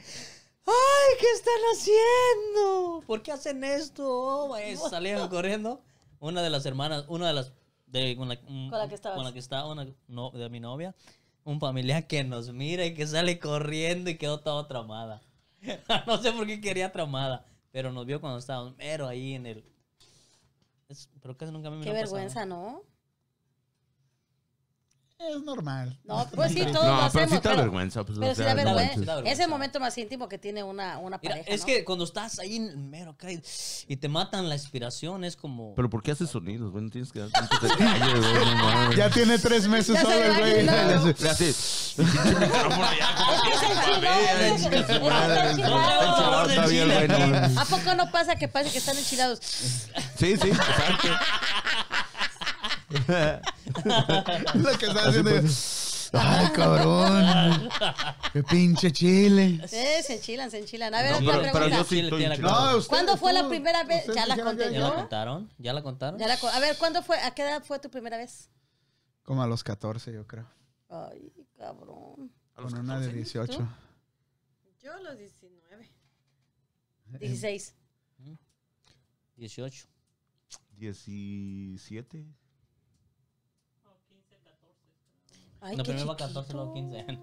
Speaker 1: ¡ay, qué están haciendo! ¿Por qué hacen esto? Oh, güey, salieron corriendo. Una de las hermanas, una de las de con la, mm,
Speaker 6: Con la que estabas.
Speaker 1: con la que estaba, una no- de mi novia, un familiar que nos mira y que sale corriendo y quedó toda tramada. no sé por qué quería tramada, pero nos vio cuando estábamos mero ahí en el. Es- pero casi nunca a mí me
Speaker 6: Qué
Speaker 1: lo ha pasado.
Speaker 6: vergüenza, ¿no?
Speaker 2: Es normal.
Speaker 6: No, pues sí, todos lo
Speaker 3: No, pero
Speaker 6: hacemos.
Speaker 3: sí te da
Speaker 6: pero-
Speaker 3: vergüenza. Pues,
Speaker 6: Pero
Speaker 3: o
Speaker 6: sí
Speaker 3: sea,
Speaker 6: da
Speaker 3: no
Speaker 1: sí da
Speaker 6: vergüenza.
Speaker 1: vergüenza.
Speaker 6: Es el momento más íntimo que tiene una, una
Speaker 1: Mira,
Speaker 6: pareja.
Speaker 1: es
Speaker 6: ¿no?
Speaker 1: que cuando estás ahí en el mero caído y te matan la inspiración, es como.
Speaker 3: Pero ¿por qué haces sonidos? Bueno, tienes que dar tantos detalles, güey. no mames.
Speaker 2: Ya tiene tres meses
Speaker 6: Ya se
Speaker 2: solo el güey.
Speaker 6: imaginó.
Speaker 3: Le haces. Pinche micrófono ya, como que-
Speaker 6: Es el chilón,
Speaker 3: Ay,
Speaker 6: es
Speaker 3: chinga
Speaker 6: el-
Speaker 3: su
Speaker 6: es el
Speaker 3: madre.
Speaker 6: chilón.
Speaker 3: El chilón está bien, güey, no mames.
Speaker 6: ¿A poco no pasa que pase que están enchilados?
Speaker 3: Sí, sí, exacto.
Speaker 2: Lo que está haciendo. Ay, cabrón. Qué pinche chile.
Speaker 6: Eh, se enchilan, se enchilan. A ver,
Speaker 3: No, pero,
Speaker 6: otra
Speaker 3: pero
Speaker 6: pregunta.
Speaker 3: yo sí estoy
Speaker 1: No,
Speaker 3: enchilado.
Speaker 2: usted-
Speaker 6: ¿Cuándo fue la
Speaker 2: tú-
Speaker 6: primera vez?
Speaker 2: ustedes
Speaker 6: Ya la
Speaker 2: dijeron
Speaker 6: conté
Speaker 1: ¿Ya
Speaker 6: yo.
Speaker 1: la contaron? ¿Ya la contaron?
Speaker 6: Ya la co- a ver, ¿cuándo fue? ¿A qué edad fue tu primera vez?
Speaker 2: Como a los 14, yo creo.
Speaker 6: Ay, cabrón.
Speaker 3: A los
Speaker 2: Con una de
Speaker 3: 14.
Speaker 2: 18.
Speaker 7: Yo a los 19.
Speaker 6: 16.
Speaker 1: 18.
Speaker 3: 17.
Speaker 6: Ay,
Speaker 1: No,
Speaker 6: qué
Speaker 1: pero no iba a
Speaker 6: chiquito.
Speaker 1: 14, luego 15.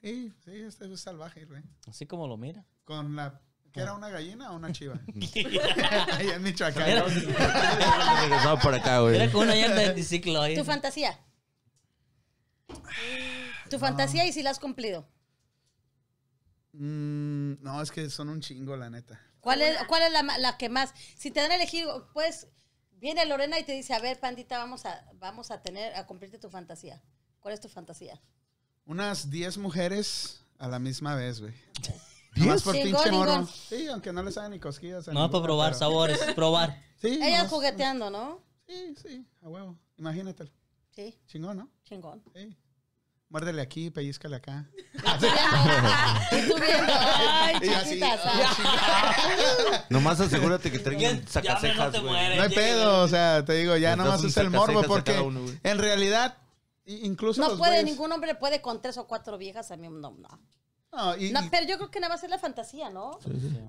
Speaker 2: Sí, sí, este es salvaje, güey.
Speaker 1: Así como lo mira.
Speaker 2: Con la. ¿Que era una gallina o una chiva? Allá en Michoacán.
Speaker 1: Era,
Speaker 3: Regresado para acá, güey.
Speaker 1: era como una llanta de triciclo ahí.
Speaker 6: Tu fantasía. Tu fantasía y si la has cumplido.
Speaker 2: Mm, no, es que son un chingo, la neta.
Speaker 6: ¿Cuál es, cuál es la, ma- la que más? Si te dan a elegir, pues viene Lorena y te dice, a ver, pandita, vamos a, vamos a tener, a cumplirte tu fantasía. ¿Cuál es tu fantasía?
Speaker 2: Unas 10 mujeres a la misma vez, güey. Nomás por
Speaker 6: Chingón,
Speaker 2: pinche morro.
Speaker 6: chingón.
Speaker 2: Sí, aunque no les hagan ni cosquillas. a
Speaker 1: No, para
Speaker 2: ninguna,
Speaker 1: probar
Speaker 2: pero-
Speaker 1: sabores, probar.
Speaker 2: Sí,
Speaker 6: Ella
Speaker 2: nomás-
Speaker 6: jugueteando, ¿no?
Speaker 2: Sí, sí, a huevo. Imagínatelo.
Speaker 6: Sí,
Speaker 2: Chingón, ¿no?
Speaker 6: chingón.
Speaker 2: Sí. Muérdele aquí, pellizcale acá.
Speaker 6: Y tú viendo, ay,
Speaker 2: Y así,
Speaker 6: chiquitas.
Speaker 2: ah,
Speaker 6: ah.
Speaker 3: Nomás asegúrate que
Speaker 1: Ya-
Speaker 3: traigan
Speaker 1: ya me no
Speaker 3: sacasejas,
Speaker 1: te
Speaker 3: güey.
Speaker 1: mueres.
Speaker 2: No hay pedo, o sea, te digo, ya
Speaker 3: Les das
Speaker 2: nomás
Speaker 3: un
Speaker 2: es el morbo
Speaker 3: sacasejas a
Speaker 2: porque
Speaker 3: cada uno, güey.
Speaker 2: en realidad i- incluso
Speaker 6: No
Speaker 2: los
Speaker 6: puede,
Speaker 2: güeyes-
Speaker 6: ningún hombre puede con tres o cuatro viejas a mí, no, no.
Speaker 2: No, y-
Speaker 6: No,
Speaker 2: y
Speaker 6: pero yo creo que nada más es la fantasía, ¿no?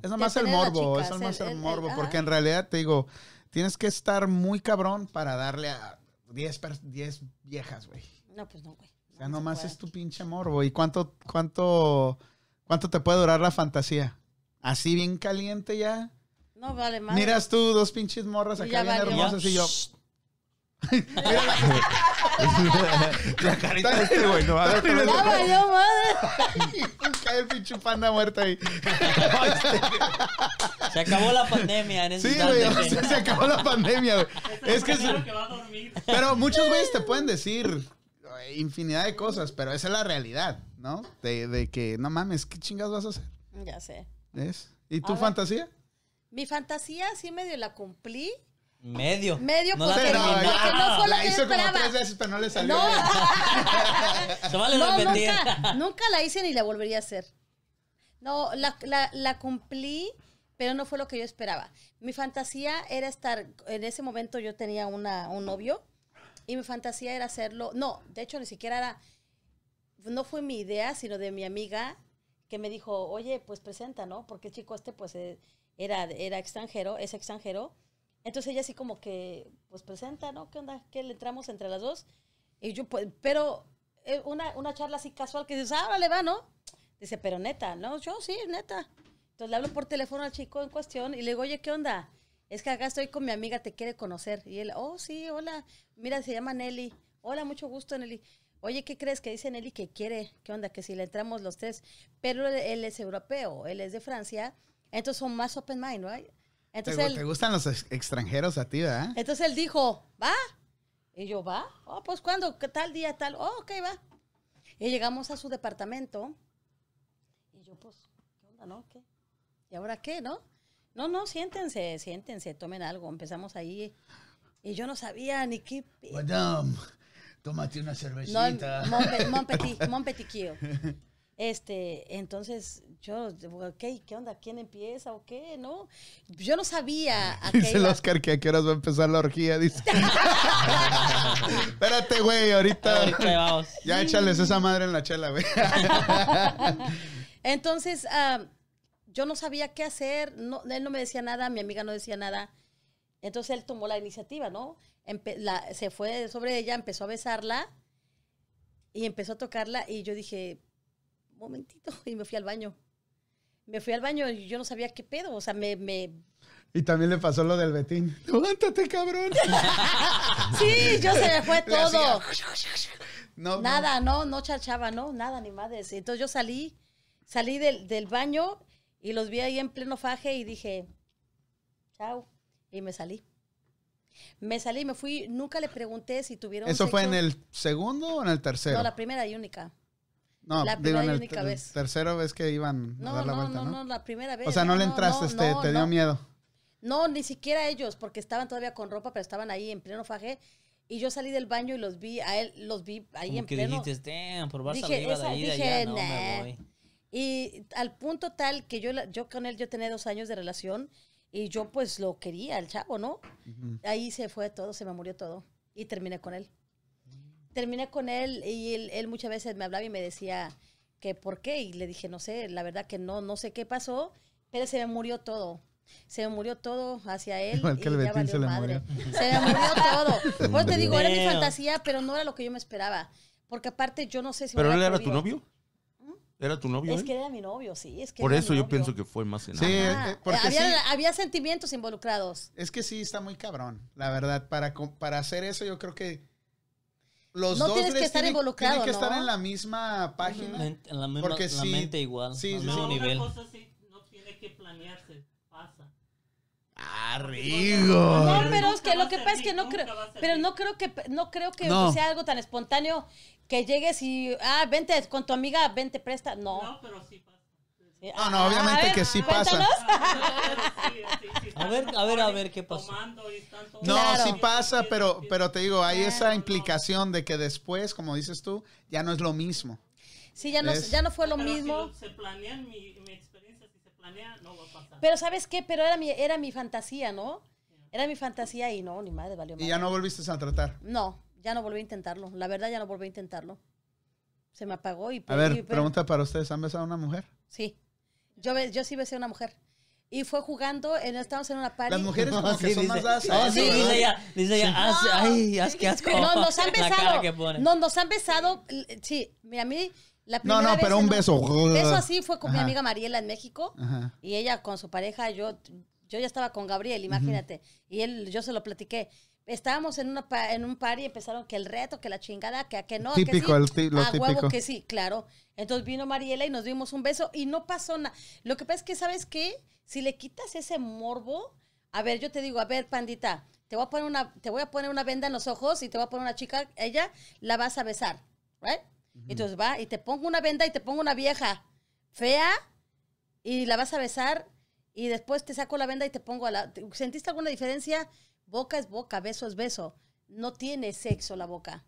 Speaker 2: es nomás el
Speaker 6: tener a la
Speaker 2: morbo,
Speaker 6: chica,
Speaker 2: es
Speaker 6: es
Speaker 2: nomás
Speaker 6: el-
Speaker 2: el
Speaker 6: el-
Speaker 2: morbo
Speaker 6: el-
Speaker 2: porque
Speaker 6: ajá.
Speaker 2: en realidad te digo, tienes que estar muy cabrón para darle a 10 per- 10 viejas, güey.
Speaker 6: No, pues no, güey.
Speaker 2: O sea,
Speaker 6: No se
Speaker 2: nomás
Speaker 6: puede.
Speaker 2: es tu pinche morbo. ¿Y cuánto, cuánto, cuánto te puede durar la fantasía? Así bien caliente ya.
Speaker 6: No vale más.
Speaker 2: Miras tú dos pinches morras
Speaker 6: Y
Speaker 2: acá
Speaker 6: ya
Speaker 2: bien
Speaker 6: valió.
Speaker 2: hermosas y yo.
Speaker 3: La carita de este, güey. No, a ver, otra vez.
Speaker 6: Ya valió madre.
Speaker 2: Cae el pinche panda muerto ahí.
Speaker 1: Se acabó la pandemia en ese
Speaker 2: Sí, güey, o sea, se acabó la pandemia, güey. Es que,
Speaker 5: Primero
Speaker 2: se-
Speaker 5: que va a dormir.
Speaker 2: pero muchos güeyes te pueden decir eh, infinidad de cosas, pero esa es la realidad, ¿no? De, de que, no mames, ¿qué chingados vas a hacer?
Speaker 6: Ya sé.
Speaker 2: ¿Es? ¿Y
Speaker 6: A
Speaker 2: tu
Speaker 6: ver.
Speaker 2: fantasía?
Speaker 6: Mi fantasía sí medio la cumplí.
Speaker 1: Medio.
Speaker 6: Medio
Speaker 1: no la
Speaker 6: porque,
Speaker 2: Sí, no,
Speaker 1: terminé.
Speaker 6: porque no fue lo
Speaker 2: Ah, La
Speaker 6: que yo
Speaker 2: hizo como
Speaker 6: esperaba.
Speaker 2: tres veces, pero no le salió.
Speaker 6: No,
Speaker 2: bien.
Speaker 1: Se vale
Speaker 6: no,
Speaker 1: repetir.
Speaker 6: nunca, nunca la hice ni la volvería a hacer. No, la, la, la cumplí, pero no fue lo que yo esperaba. Mi fantasía era estar, en ese momento yo tenía una, un novio y mi fantasía era hacerlo, no, de hecho ni siquiera era, no fue mi idea, sino de mi amiga que me dijo, oye, pues presenta, ¿no? Porque el chico este pues eh, era, era extranjero, es extranjero. Entonces ella así como que, pues presenta, ¿no? ¿Qué onda? ¿Qué le entramos entre las dos? Y yo, pues, pero eh, una, una charla así casual que dices, ahora le va, ¿no? Dice, pero neta, no, yo sí, neta. Entonces le hablo por teléfono al chico en cuestión y le digo, oye, ¿qué onda? Es que acá estoy con mi amiga, te quiere conocer. Y él, oh, sí, hola. Mira, se llama Nelly. Hola, mucho gusto, Nelly. Oye, ¿qué crees que dice Nelly que quiere? ¿Qué onda? Que si le entramos los tres. Pero él, él es europeo, él es de Francia. Entonces son más open mind, ¿right?
Speaker 2: ¿Te,
Speaker 6: Entonces
Speaker 2: gu-
Speaker 6: él-
Speaker 2: te gustan los ex- extranjeros a ti, ¿verdad?
Speaker 6: entonces él dijo, ¿va? Y yo, ¿va? Oh, pues cuándo, ¿Qué tal día, tal. Oh, ok, va. Y llegamos a su departamento. Y yo, pues, ¿qué onda, no? ¿Qué? ¿Y ahora qué, no? No, no, siéntense, siéntense, tomen algo. Empezamos ahí. Y yo no sabía ni qué. pe-
Speaker 8: Madame, tómate una
Speaker 6: no,
Speaker 8: cervecita.
Speaker 6: Mon Pe- Mon Petit- Mon Petit Kio. Este, entonces yo, ok, ¿qué onda? ¿Quién empieza o qué? ¿No? Yo no sabía. a qué
Speaker 2: Dice el
Speaker 6: iba.
Speaker 2: Oscar que a qué horas va a empezar la orgía, dice. Espérate, güey, ahorita.
Speaker 1: Ahorita ahí pues, vamos.
Speaker 2: Ya échales esa madre en la chela, güey.
Speaker 6: Entonces, ah, yo no sabía qué hacer, no, él no me decía nada, mi amiga no decía nada. Entonces él tomó la iniciativa, ¿no? Empe- la- se fue sobre ella, empezó a besarla y empezó a tocarla y yo dije, momentito, y me fui al baño. Me fui al baño y yo no sabía qué pedo, o sea, me... me...
Speaker 2: Y también le pasó lo del Betín. Levántate, cabrón.
Speaker 6: Sí, yo se me fue
Speaker 2: Le hacía-
Speaker 6: todo.
Speaker 2: No,
Speaker 6: Nada, no, no charchaba, no, nada, ni madres. Entonces yo salí, salí del, del baño y los vi ahí en pleno faje y dije, chao. Y me salí. Me salí, me fui, nunca le pregunté si tuvieron
Speaker 2: ¿Eso fue en
Speaker 6: sexo.
Speaker 2: el segundo o en el tercero?
Speaker 6: No, la primera y única.
Speaker 2: No,
Speaker 6: la
Speaker 2: digo,
Speaker 6: primera
Speaker 2: en
Speaker 6: y
Speaker 2: el
Speaker 6: única
Speaker 2: ter-
Speaker 6: vez.
Speaker 2: tercero vez que iban a
Speaker 6: No,
Speaker 2: dar la
Speaker 6: no,
Speaker 2: vuelta,
Speaker 6: no,
Speaker 2: ¿no?
Speaker 6: no, la primera vez.
Speaker 2: O sea, no, le entraste,
Speaker 6: no,
Speaker 2: este,
Speaker 6: no,
Speaker 2: te dio
Speaker 6: no.
Speaker 2: miedo.
Speaker 6: No, ni siquiera ellos, porque estaban todavía con ropa, pero estaban ahí en pleno faje. Y yo salí del baño y los vi, a él, los vi ahí
Speaker 1: Como
Speaker 6: en
Speaker 1: que
Speaker 6: pleno.
Speaker 1: dijiste, damn, por Barça
Speaker 6: Dije,
Speaker 1: arriba de
Speaker 6: esa-
Speaker 1: ahí, de
Speaker 6: dije,
Speaker 1: allá, no
Speaker 6: nah.
Speaker 1: me voy.
Speaker 6: Y al punto tal que yo, la- yo con él, yo tenía dos años de relación y yo pues lo quería, el chavo, ¿no? Ahí se fue todo, se me murió todo y terminé con él. Terminé con él y él, él muchas veces me hablaba y me decía que por qué y le dije, no sé, la verdad que no, no sé qué pasó, pero se me murió todo. Se me murió todo hacia él
Speaker 2: Igual que
Speaker 6: y
Speaker 2: el Betín
Speaker 6: ya valió
Speaker 2: se le
Speaker 6: madre.
Speaker 2: murió.
Speaker 6: Se me murió todo. Por eso te digo, era mi
Speaker 1: Damn.
Speaker 6: fantasía, pero no era lo que yo me esperaba. Porque aparte yo no sé si
Speaker 3: ¿Pero él
Speaker 6: hubiera
Speaker 3: era tu
Speaker 6: podido.
Speaker 3: novio? ¿Era tu novio?
Speaker 6: ¿Mm? Es
Speaker 3: él?
Speaker 6: que era mi novio, sí. Es que
Speaker 3: Por
Speaker 6: era
Speaker 3: eso
Speaker 6: mi
Speaker 3: yo
Speaker 6: novio. Ah.
Speaker 3: pienso que fue más que nada.
Speaker 2: Sí,
Speaker 6: Ajá.
Speaker 2: eh, porque
Speaker 6: había,
Speaker 2: sí.
Speaker 6: había sentimientos involucrados.
Speaker 2: Es que sí, está muy cabrón, la verdad. Para, com- para hacer eso, yo creo que los
Speaker 6: No
Speaker 2: dos
Speaker 6: tienes que
Speaker 2: les
Speaker 6: estar
Speaker 2: tienen-
Speaker 6: involucrado,
Speaker 2: tienen que
Speaker 6: ¿no?
Speaker 2: estar en la misma página.
Speaker 1: En en la, misma,
Speaker 2: Porque
Speaker 1: la
Speaker 2: sí,
Speaker 1: mente igual,
Speaker 2: sí,
Speaker 1: al
Speaker 2: sí,
Speaker 1: mismo
Speaker 5: No, una
Speaker 1: nivel.
Speaker 5: cosa sí, no tiene que planearse, pasa.
Speaker 2: ¡Arrigo!
Speaker 6: No,
Speaker 5: Ay.
Speaker 6: pero es que
Speaker 5: Nunca
Speaker 6: lo que
Speaker 5: va a
Speaker 6: pasa
Speaker 5: servir,
Speaker 6: es que no
Speaker 5: nunca
Speaker 6: creo,
Speaker 5: va a servir.
Speaker 6: pero no creo que no creo que
Speaker 2: No.
Speaker 6: sea algo tan espontáneo que llegues y ah, vente con tu amiga, vente presta,
Speaker 7: Oh.
Speaker 6: no. Eh, ah,
Speaker 5: No, pero sí pasa.
Speaker 2: No, no, obviamente
Speaker 6: A ver,
Speaker 2: que sí
Speaker 6: cuéntanos.
Speaker 2: pasa.
Speaker 5: Ah,
Speaker 1: A ver, a ver, a ver, ¿qué pasó?
Speaker 5: No,
Speaker 2: No,
Speaker 6: Claro.
Speaker 2: sí pasa, pero, pero te digo, hay esa
Speaker 5: Claro.
Speaker 2: implicación de que después, como dices tú, ya no es lo mismo.
Speaker 6: Sí, ya no
Speaker 2: ¿Ves?
Speaker 6: ya no fue lo
Speaker 5: Pero si
Speaker 6: mismo.
Speaker 5: lo- se planea en mi, en mi experiencia, si se planea, no va a pasar.
Speaker 6: Pero ¿sabes qué? Pero era mi era mi fantasía, ¿no? Era mi fantasía y no, ni madre, valió
Speaker 2: Y
Speaker 6: madre.
Speaker 2: ya no volviste a tratar.
Speaker 6: No, ya no volví a intentarlo. La verdad ya no volví a intentarlo. Se me apagó
Speaker 2: A
Speaker 6: y y- pues,
Speaker 2: ver,
Speaker 6: pero-
Speaker 2: pregunta para ustedes, ¿han besado a una mujer?
Speaker 6: Sí. Yo, be- yo sí besé a una mujer. Y fue jugando, en, estábamos en una party.
Speaker 2: Las mujeres como que
Speaker 1: Sí,
Speaker 2: son
Speaker 1: dice-
Speaker 2: más dadas a
Speaker 1: Oh,
Speaker 2: eso,
Speaker 1: sí,
Speaker 2: ¿verdad?
Speaker 1: dice ella, dice ella, haz- ay, haz que asco.
Speaker 6: No, nos han
Speaker 1: La cara
Speaker 6: besado.
Speaker 1: que pone.
Speaker 6: No, nos han besado. l- Sí, mira, a mí la
Speaker 2: No,
Speaker 6: primera
Speaker 2: no,
Speaker 6: vez
Speaker 2: pero
Speaker 6: en
Speaker 2: un beso.
Speaker 6: Beso así fue con mi
Speaker 2: Ajá.
Speaker 6: amiga Mariela en México.
Speaker 2: Ajá.
Speaker 6: Y ella con su pareja, yo, yo ya estaba con Gabriel, imagínate. Y él, yo se lo platiqué. Estábamos en, una pa- en un par y empezaron que el reto, que la chingada, que a que no. a
Speaker 2: Típico,
Speaker 6: que sí.
Speaker 2: el ti- lo
Speaker 6: a huevo
Speaker 2: típico.
Speaker 6: que sí, claro. Entonces vino Mariela y nos dimos un beso y no pasó nada. Lo que pasa es que, ¿sabes qué? Si le quitas ese morbo, a ver, yo te digo, a ver, pandita, te voy a poner una, te voy a poner una venda en los ojos y te voy a poner una chica, ella la vas a besar, ¿right? Entonces va y te pongo una venda y te pongo una vieja fea y la vas a besar y después te saco la venda y te pongo a la... ¿Sentiste alguna diferencia? Boca es boca, beso es beso. No tiene sexo la boca.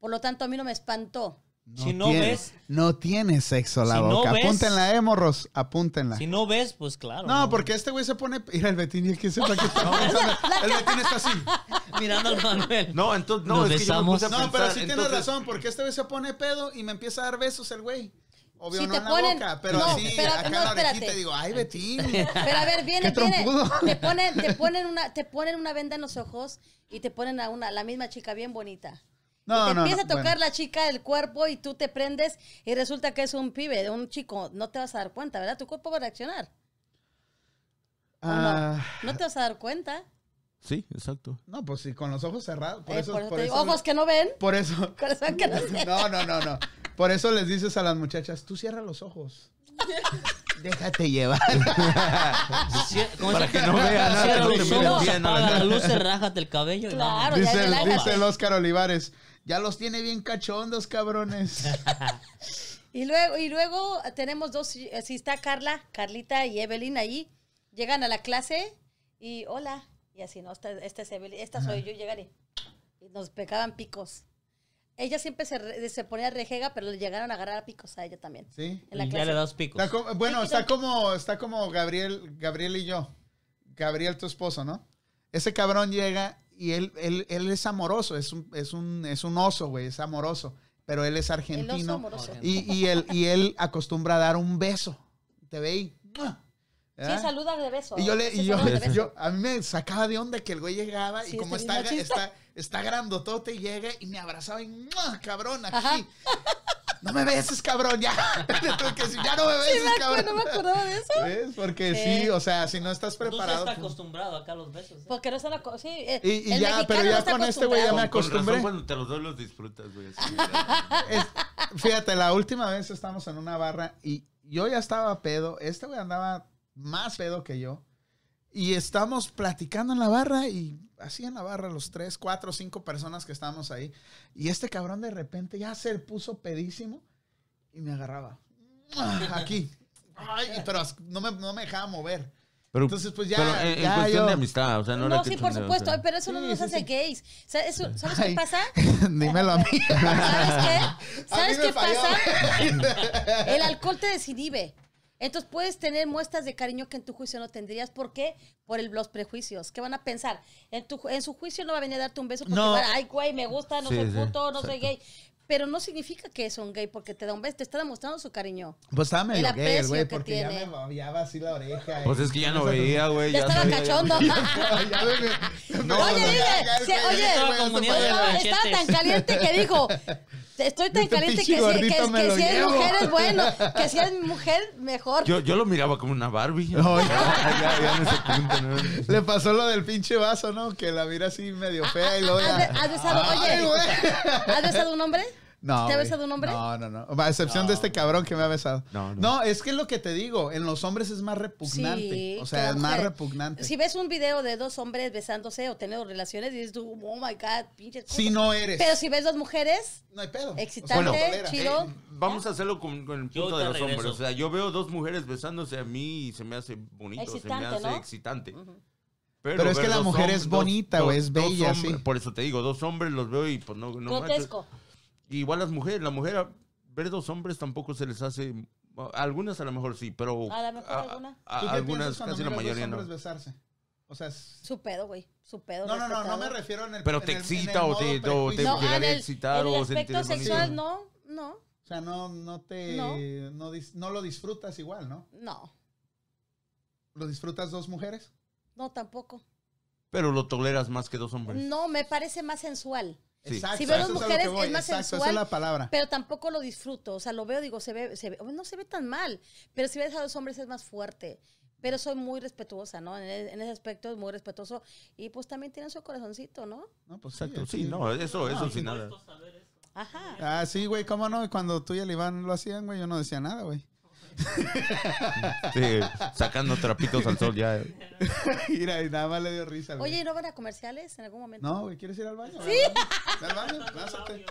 Speaker 6: Por lo tanto, a mí no me espantó.
Speaker 1: Si no
Speaker 2: tiene-
Speaker 1: ves-
Speaker 2: No tiene sexo la
Speaker 1: Si no
Speaker 2: boca.
Speaker 1: ves-
Speaker 2: apúntenla, eh, morros. Apúntenla.
Speaker 1: Si no ves, pues claro.
Speaker 2: no, porque este güey se pone. Mira, el Betín, y el que sepa que está pensando. El Betín está así.
Speaker 1: Mirando al Manuel.
Speaker 3: No, entonces, no,
Speaker 1: Nos
Speaker 3: es que yo me
Speaker 1: besamos.
Speaker 3: puse a
Speaker 2: No,
Speaker 3: pensar,
Speaker 2: pero sí tienes
Speaker 3: entonces-
Speaker 2: razón, porque este güey se pone pedo y me empieza a dar besos el güey. Obvio,
Speaker 6: Si
Speaker 2: no
Speaker 6: te
Speaker 2: en la
Speaker 6: ponen-
Speaker 2: boca, pero
Speaker 6: no,
Speaker 2: así,
Speaker 6: pero-
Speaker 2: acá
Speaker 6: no,
Speaker 2: en la orejita
Speaker 6: espérate.
Speaker 2: digo, ay, Betín.
Speaker 6: Pero a ver, viene,
Speaker 2: Qué
Speaker 6: viene.
Speaker 2: trompudo.
Speaker 6: Te ponen, te ponen una, te ponen una venda en los ojos y te ponen a una, la misma chica bien bonita. y te
Speaker 2: No, no,
Speaker 6: empieza
Speaker 2: no,
Speaker 6: a tocar
Speaker 2: bueno.
Speaker 6: la chica el cuerpo y tú te prendes y resulta que es un pibe, de un chico. No te vas a dar cuenta, ¿verdad? Tu cuerpo va a reaccionar. ¿o
Speaker 2: Ah,
Speaker 6: No te vas a dar cuenta.
Speaker 3: Sí, exacto.
Speaker 2: no, pues sí, con los ojos cerrados. Por
Speaker 6: Eh,
Speaker 2: eso,
Speaker 6: por eso
Speaker 2: por
Speaker 6: te
Speaker 2: eso,
Speaker 6: digo, ojos que no ven,
Speaker 2: por eso-
Speaker 6: corazón que no siente.
Speaker 2: No, no, no, no. Por eso les dices a las muchachas, tú cierra los ojos. Déjate llevar.
Speaker 1: Para que no
Speaker 3: vea nada,
Speaker 1: Cierra
Speaker 3: no te
Speaker 1: los
Speaker 3: mires
Speaker 1: ojos,
Speaker 3: bien,
Speaker 1: apaga
Speaker 3: nada.
Speaker 1: la luz, rájate el cabello. y
Speaker 6: Claro,
Speaker 1: vámonos.
Speaker 6: ya
Speaker 2: Dice,
Speaker 6: te la
Speaker 2: el, dice
Speaker 6: hagas.
Speaker 2: el Oscar Olivares, ya los tiene bien cachondos, cabrones.
Speaker 6: Y luego, y luego tenemos dos, eh, si está Carla, Carlita y Evelyn ahí, llegan a la clase y hola, y así, ¿no? Esta, esta es Evelyn, esta soy yo, llegan y, y nos pegaban picos. Ella siempre se, re- se ponía rejega, pero le llegaron a agarrar a picos a ella también.
Speaker 2: ¿Sí?
Speaker 6: En la
Speaker 1: Y ya le
Speaker 6: clase.
Speaker 1: das picos.
Speaker 2: Está como- bueno, está como, está como Gabriel, Gabriel y yo. Gabriel, tu esposo, ¿no? Ese cabrón llega y él, él, él es amoroso, es un, es un, es un oso, güey, es amoroso. Pero él es
Speaker 6: El oso
Speaker 2: argentino.
Speaker 6: amoroso.
Speaker 1: Argentino.
Speaker 2: Y, y él, y él acostumbra a dar un beso. Te ve y. ¡mua! ¿verdad?
Speaker 6: Sí, saluda de beso.
Speaker 2: Y yo le,
Speaker 6: Sí,
Speaker 2: y yo,
Speaker 6: saluda de beso.
Speaker 2: yo- a mí me sacaba de onda que el güey llegaba
Speaker 6: Sí, este
Speaker 2: y como
Speaker 6: está
Speaker 2: está,
Speaker 6: bien machista.
Speaker 2: está, está grandotote, llega y me abrazaba y ¡mua, cabrón, aquí.
Speaker 6: Ajá.
Speaker 2: No me beses, cabrón, ya. Le tuve que decir, ya no me beses,
Speaker 6: Me acuerdo,
Speaker 2: cabrón.
Speaker 6: no me acordaba de eso.
Speaker 2: ¿Ves? Porque
Speaker 6: Sí.
Speaker 2: sí. o sea, si no estás
Speaker 1: Tú sí
Speaker 2: preparado. pues,
Speaker 1: estás acostumbrado acá a los besos. ¿eh?
Speaker 6: Porque no se la... co- Sí, eh,
Speaker 2: Y- y
Speaker 6: el
Speaker 2: ya, pero
Speaker 6: mexicano
Speaker 2: ya
Speaker 6: no está
Speaker 2: con este güey ya
Speaker 6: acostumbrado.
Speaker 2: me
Speaker 3: Con- con
Speaker 2: acostumbré.
Speaker 3: razón, cuando te los doy los disfrutas, güey. así, mira.
Speaker 2: Es- fíjate, la última vez estamos en una barra y yo ya estaba pedo. Este güey andaba más pedo que yo. Y estamos platicando en la barra y así en la barra los tres, cuatro, cinco personas que estábamos ahí. Y este cabrón de repente ya se puso pedísimo y me agarraba. ¡Mua! Aquí. Ay, pero as- no me, no me dejaba mover.
Speaker 3: Pero,
Speaker 2: Entonces, pues ya.
Speaker 3: pero en, en
Speaker 2: ya
Speaker 3: cuestión
Speaker 2: yo-
Speaker 3: de amistad, o sea, no,
Speaker 6: No,
Speaker 3: era que
Speaker 6: sí, por
Speaker 3: chonde, o
Speaker 6: supuesto,
Speaker 3: sea.
Speaker 6: pero eso no
Speaker 2: Sí,
Speaker 6: nos
Speaker 2: sí,
Speaker 6: hace
Speaker 2: sí.
Speaker 6: gays. O sea, eso- ¿Sabes qué
Speaker 2: Ay.
Speaker 6: pasa?
Speaker 2: Dímelo a mí.
Speaker 6: ¿Sabes qué?
Speaker 2: A
Speaker 6: ¿Sabes
Speaker 2: mí me
Speaker 6: qué
Speaker 2: falló.
Speaker 6: pasa? El alcohol te desinhibe. Entonces puedes tener muestras de cariño que en tu juicio no tendrías. ¿Por qué? Por el- los prejuicios. ¿Qué van a pensar? En, tu, ju- en su juicio no va a venir a darte un beso porque
Speaker 2: No.
Speaker 6: van, ay, güey, me gusta, no
Speaker 3: Sí, sí,
Speaker 6: soy puto, no soy
Speaker 3: exacto.
Speaker 6: gay. Pero no significa que es un gay porque te da un beso, te está demostrando su cariño.
Speaker 2: Pues estaba medio gay
Speaker 6: El
Speaker 2: el
Speaker 6: aprecio
Speaker 2: güey,
Speaker 6: que
Speaker 2: porque ya
Speaker 6: tiene.
Speaker 2: me babeaba así la oreja.
Speaker 3: Pues
Speaker 2: y-
Speaker 3: es que ya no veía, güey.
Speaker 6: Ya
Speaker 3: Ya
Speaker 6: estaba
Speaker 3: sabía, ya-
Speaker 6: cachondo.
Speaker 2: Ya me- me-
Speaker 6: Oye, dile, sí, oye,
Speaker 1: Estaba
Speaker 2: güey,
Speaker 1: como
Speaker 2: esto
Speaker 1: nieve.
Speaker 2: fue-
Speaker 6: Estaba, Pues, estaba tan caliente que dijo, estoy tan
Speaker 2: Este
Speaker 6: caliente
Speaker 2: pinche
Speaker 6: que, si, que-
Speaker 2: gordito me
Speaker 6: que
Speaker 2: lo
Speaker 6: si es
Speaker 2: llevo.
Speaker 6: mujer es bueno, que si es mujer mejor.
Speaker 3: Yo, yo lo miraba como una Barbie.
Speaker 2: No,
Speaker 3: ya, ya, ya en ese punto, ¿no?
Speaker 2: Le pasó lo del pinche vaso, ¿no? Que la mira así medio
Speaker 6: Ah,
Speaker 2: fea y luego
Speaker 6: ¿Has,
Speaker 2: ya...
Speaker 6: be- has besado,
Speaker 2: Ay,
Speaker 6: ah, oye,
Speaker 2: güey.
Speaker 6: ¿has besado un hombre?
Speaker 2: No,
Speaker 6: ¿Te ha
Speaker 2: güey.
Speaker 6: besado un hombre?
Speaker 2: No, no, no. A excepción de este cabrón que me ha besado.
Speaker 3: No,
Speaker 2: No,
Speaker 3: no.
Speaker 2: es que es lo que te digo. En los hombres es más repugnante.
Speaker 6: Sí,
Speaker 2: o sea,
Speaker 6: que
Speaker 2: es
Speaker 6: la
Speaker 2: más
Speaker 6: mujer.
Speaker 2: repugnante.
Speaker 6: Si ves un video de dos hombres besándose o teniendo relaciones, dices tú, oh my god, pinche.
Speaker 2: Si no eres.
Speaker 6: Pero si ves dos mujeres,
Speaker 2: No hay pedo.
Speaker 6: Excitante,
Speaker 2: tolera.
Speaker 6: chido. Pero-
Speaker 3: Eh, vamos a hacerlo con, con el
Speaker 1: Yo
Speaker 3: punto
Speaker 1: te
Speaker 3: de los
Speaker 1: regreso.
Speaker 3: hombres. O sea, yo veo dos mujeres besándose a mí y se me hace bonito, se me
Speaker 6: Excitante,
Speaker 3: hace
Speaker 6: ¿no?
Speaker 3: excitante.
Speaker 2: Pero es
Speaker 3: ver
Speaker 2: que la
Speaker 3: dos
Speaker 2: mujer
Speaker 3: hom-
Speaker 2: es
Speaker 3: dos-
Speaker 2: bonita,
Speaker 3: dos-
Speaker 2: güey, es
Speaker 3: dos
Speaker 2: bella,
Speaker 3: hombres-
Speaker 2: sí.
Speaker 3: Por eso te digo, dos hombres los veo y pues no, no manches.
Speaker 6: grotesco.
Speaker 3: Igual las mujeres, la mujer, a- ver dos hombres tampoco se les hace. a- Algunas a lo mejor sí, pero.
Speaker 6: A lo mejor alguna.
Speaker 3: a-
Speaker 2: ¿Tú qué
Speaker 3: algunas,
Speaker 2: piensas cuando
Speaker 3: casi la
Speaker 2: miras dos
Speaker 3: mayoría no.
Speaker 2: hombres besarse? O sea, es-
Speaker 6: Su pedo, güey. Su pedo.
Speaker 2: No, no, no, no
Speaker 6: respetado.
Speaker 2: me refiero en el.
Speaker 3: Pero
Speaker 2: en
Speaker 3: te
Speaker 2: el- en
Speaker 3: excita
Speaker 2: el
Speaker 3: o
Speaker 2: modo
Speaker 3: te- o te
Speaker 2: prejuicio.
Speaker 6: No,
Speaker 3: llegar
Speaker 6: en
Speaker 3: a
Speaker 6: el,
Speaker 3: excitar
Speaker 6: en el
Speaker 3: o sentir
Speaker 6: aspecto
Speaker 3: bonito.
Speaker 6: sexual,
Speaker 2: Sí.
Speaker 6: no, no,
Speaker 2: O sea, no, no te.
Speaker 6: No.
Speaker 2: No, dis- no lo disfrutas igual, ¿no?
Speaker 6: no,
Speaker 2: ¿Lo disfrutas dos mujeres?
Speaker 6: no tampoco.
Speaker 3: Pero lo toleras más que dos hombres.
Speaker 6: No, me parece más sensual.
Speaker 3: Sí.
Speaker 6: Si veo
Speaker 2: eso es
Speaker 6: dos
Speaker 2: a lo que
Speaker 6: mujeres,
Speaker 2: voy,
Speaker 6: es más
Speaker 2: Exacto, esa
Speaker 6: sensual,
Speaker 2: es la palabra.
Speaker 6: Pero tampoco lo disfruto. O sea, lo veo, digo, se ve, se ve- no se ve tan mal. Pero si ves a los hombres es más fuerte. Pero soy muy respetuosa, ¿no? En, e- en ese aspecto es muy respetuoso. Y pues también tienen su corazoncito, ¿no?
Speaker 2: No, pues
Speaker 3: Exacto,
Speaker 2: aquí-
Speaker 3: sí, no, eso, eso
Speaker 2: No,
Speaker 3: sin nada.
Speaker 6: Ajá.
Speaker 2: Ah, sí, güey, cómo no. Y cuando tú y el Iván lo hacían, güey, yo no decía nada, güey.
Speaker 3: Sí, sacando trapitos al sol ya.
Speaker 2: Mira, y nada más le dio risa, güey.
Speaker 6: Oye, ¿y no van a comerciales en algún momento?
Speaker 2: No, güey, ¿quieres ir al baño? Sí. Ve al baño, pásate.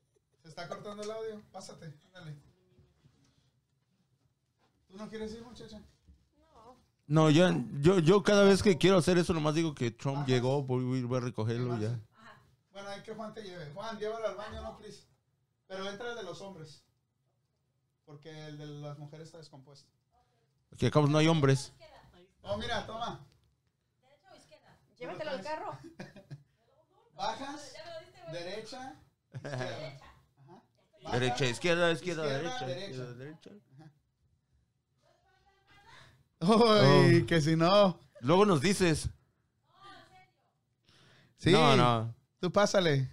Speaker 2: Se está cortando el audio. Pásate, ándale. ¿Tú no quieres ir, muchacha?
Speaker 3: No, yo, yo, yo cada vez que quiero hacer eso, nomás digo que Trump llegó, voy, voy a recogerlo ya.
Speaker 2: Bueno, hay que Juan te lleve. Juan, llévalo al baño, no, please. Pero entra el de los hombres. Porque el de las mujeres está descompuesto.
Speaker 3: Que acabo no hay hombres.
Speaker 2: Oh, mira, toma.
Speaker 7: Llévatelo al carro.
Speaker 2: Bajas, derecha, izquierda. Ajá. Bajas,
Speaker 3: Derecha, izquierda,
Speaker 2: Izquierda,
Speaker 3: izquierda, derecha.
Speaker 2: derecha.
Speaker 3: izquierda, derecha. Oh.
Speaker 2: Uy, que si no.
Speaker 3: Luego nos dices.
Speaker 2: Sí,
Speaker 3: No, no.
Speaker 2: tú pásale.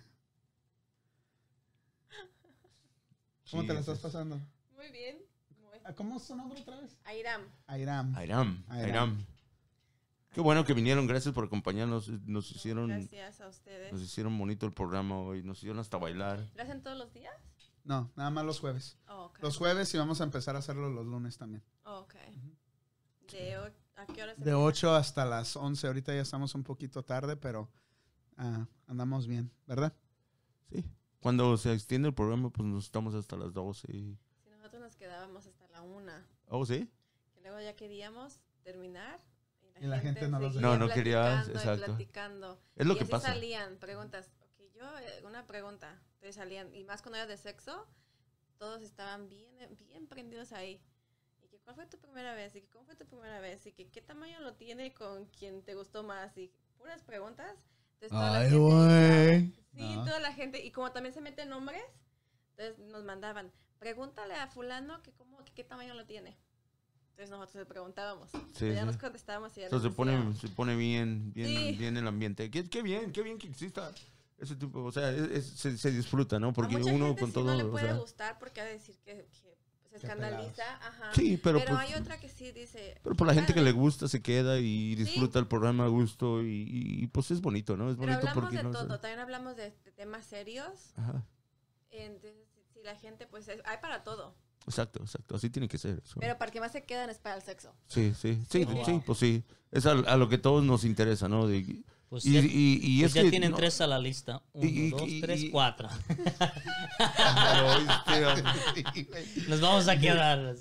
Speaker 2: ¿Cómo te la
Speaker 3: Jesus.
Speaker 2: estás pasando?
Speaker 7: Muy bien. Muy-
Speaker 2: Ah, ¿Cómo es su nombre otra vez?
Speaker 7: Airam.
Speaker 2: Airam.
Speaker 3: Airam,
Speaker 2: Airam.
Speaker 3: Airam. Qué bueno que vinieron, gracias por acompañarnos. Nos
Speaker 7: No,
Speaker 3: hicieron,
Speaker 7: Gracias a ustedes.
Speaker 3: nos hicieron bonito el programa hoy, nos hicieron hasta bailar.
Speaker 7: ¿Lo hacen todos los días?
Speaker 2: No, nada más los jueves.
Speaker 7: Oh, ok.
Speaker 2: Los jueves y vamos a empezar a hacerlo los lunes también.
Speaker 7: Oh, ok. ¿De o- ¿A qué hora se
Speaker 2: De 8 hasta las 11. Ahorita ya estamos un poquito tarde, pero ah, andamos bien, ¿verdad?
Speaker 3: Sí. Cuando se extiende el programa, pues nos estamos hasta las 12. y-
Speaker 7: Si nosotros nos quedábamos hasta la una,
Speaker 3: Oh, sí.
Speaker 7: que luego ya queríamos terminar.
Speaker 2: Y la gente no los
Speaker 7: seguía
Speaker 3: dejaba. No, no quería,
Speaker 7: platicando y
Speaker 3: exacto.
Speaker 7: platicando.
Speaker 3: Es lo
Speaker 7: y
Speaker 3: que
Speaker 7: así
Speaker 3: pasa.
Speaker 7: salían preguntas. Ok, yo, eh, una pregunta. Entonces salían, y más cuando era de sexo, todos estaban bien, eh, bien prendidos ahí. Y que, ¿cuál fue tu primera vez? Y que, ¿cómo fue tu primera vez? Y que, ¿qué tamaño lo tiene con quien te gustó más? Y puras preguntas. Entonces, toda la
Speaker 8: Ay,
Speaker 7: gente-
Speaker 8: güey.
Speaker 7: Sí,
Speaker 3: Ah.
Speaker 2: No.
Speaker 7: toda la gente. Y como también se meten nombres, entonces nos mandaban, pregúntale a fulano que, cómo, que qué tamaño lo tiene. Entonces nosotros le preguntábamos.
Speaker 3: Sí,
Speaker 7: ya
Speaker 3: sí.
Speaker 7: nos contestábamos y ya
Speaker 3: Entonces
Speaker 7: nos
Speaker 3: se pone,
Speaker 7: decía.
Speaker 3: se pone bien, bien,
Speaker 7: Sí.
Speaker 3: bien el ambiente. Qué, qué bien, qué bien que exista ese tipo, o sea, es- es- se, se disfruta, ¿no? Porque
Speaker 7: a mucha
Speaker 3: uno
Speaker 7: gente
Speaker 3: con
Speaker 7: sí
Speaker 3: todo,
Speaker 7: no le
Speaker 3: o
Speaker 7: puede
Speaker 3: sea,
Speaker 7: gustar porque ha de decir que, que se
Speaker 2: Que apelados.
Speaker 7: escandaliza. Ajá.
Speaker 3: sí, pero,
Speaker 7: pero
Speaker 3: pues,
Speaker 7: hay otra que sí dice.
Speaker 3: pero por la gente que
Speaker 7: "Órale".
Speaker 3: le gusta se queda y disfruta el programa a gusto y, y- y, pues es bonito, ¿no? Es
Speaker 7: Pero
Speaker 3: bonito
Speaker 7: hablamos
Speaker 3: porque
Speaker 7: de
Speaker 3: no
Speaker 7: todo.
Speaker 3: sé.
Speaker 7: También hablamos de, de temas serios.
Speaker 3: Ajá,
Speaker 7: Entonces, si- si la gente, pues es- hay para todo.
Speaker 3: exacto, exacto, así tiene que ser. eso.
Speaker 7: Pero para que más se quedan es para el sexo.
Speaker 3: sí, sí, sí,
Speaker 1: Oh,
Speaker 3: sí,
Speaker 1: wow.
Speaker 3: pues sí. Es a, a lo que todos nos interesa, ¿no? De- y,
Speaker 1: Pues ya,
Speaker 3: y, y
Speaker 1: pues
Speaker 3: es
Speaker 1: ya
Speaker 3: que
Speaker 1: tienen
Speaker 3: no-
Speaker 1: tres a la lista. Uno,
Speaker 3: Y- y-
Speaker 1: dos,
Speaker 3: y-
Speaker 1: tres,
Speaker 3: y-
Speaker 1: cuatro.
Speaker 2: Sí, güey.
Speaker 1: Nos vamos a quedar.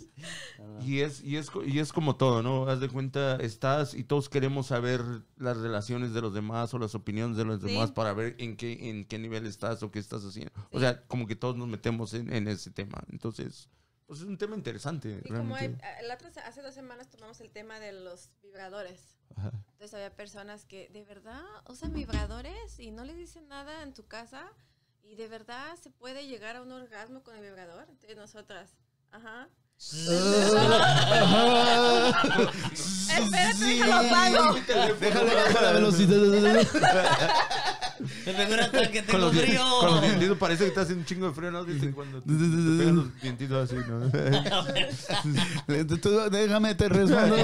Speaker 3: Y es, y, es, co- y es como todo, ¿no? Haz de cuenta, estás y todos queremos saber las relaciones de los demás o las opiniones de los
Speaker 7: Sí.
Speaker 3: demás para ver en qué, en qué nivel estás o qué estás haciendo. O sea, como que todos nos metemos en, en ese tema. Entonces, pues es un tema interesante,
Speaker 7: Y como
Speaker 3: realmente.
Speaker 7: hay- el otro, hace dos semanas tomamos el tema de los vibradores.
Speaker 3: Ajá.
Speaker 7: Entonces había personas que de verdad usan vibradores y no les dicen nada en tu casa y de verdad se puede llegar a un orgasmo con el vibrador. Entonces nosotras, ajá. Espérate, déjalo pago.
Speaker 3: Déjale,
Speaker 8: La velocidad.
Speaker 1: Te pegó un ataque,
Speaker 3: Con
Speaker 1: tengo
Speaker 3: los, dien-
Speaker 1: frío.
Speaker 3: con los dientitos parece que estás haciendo un chingo de frío, ¿no? Dicen cuando te, te pegan los dientitos así, ¿no?
Speaker 2: Tú déjame, te respondo.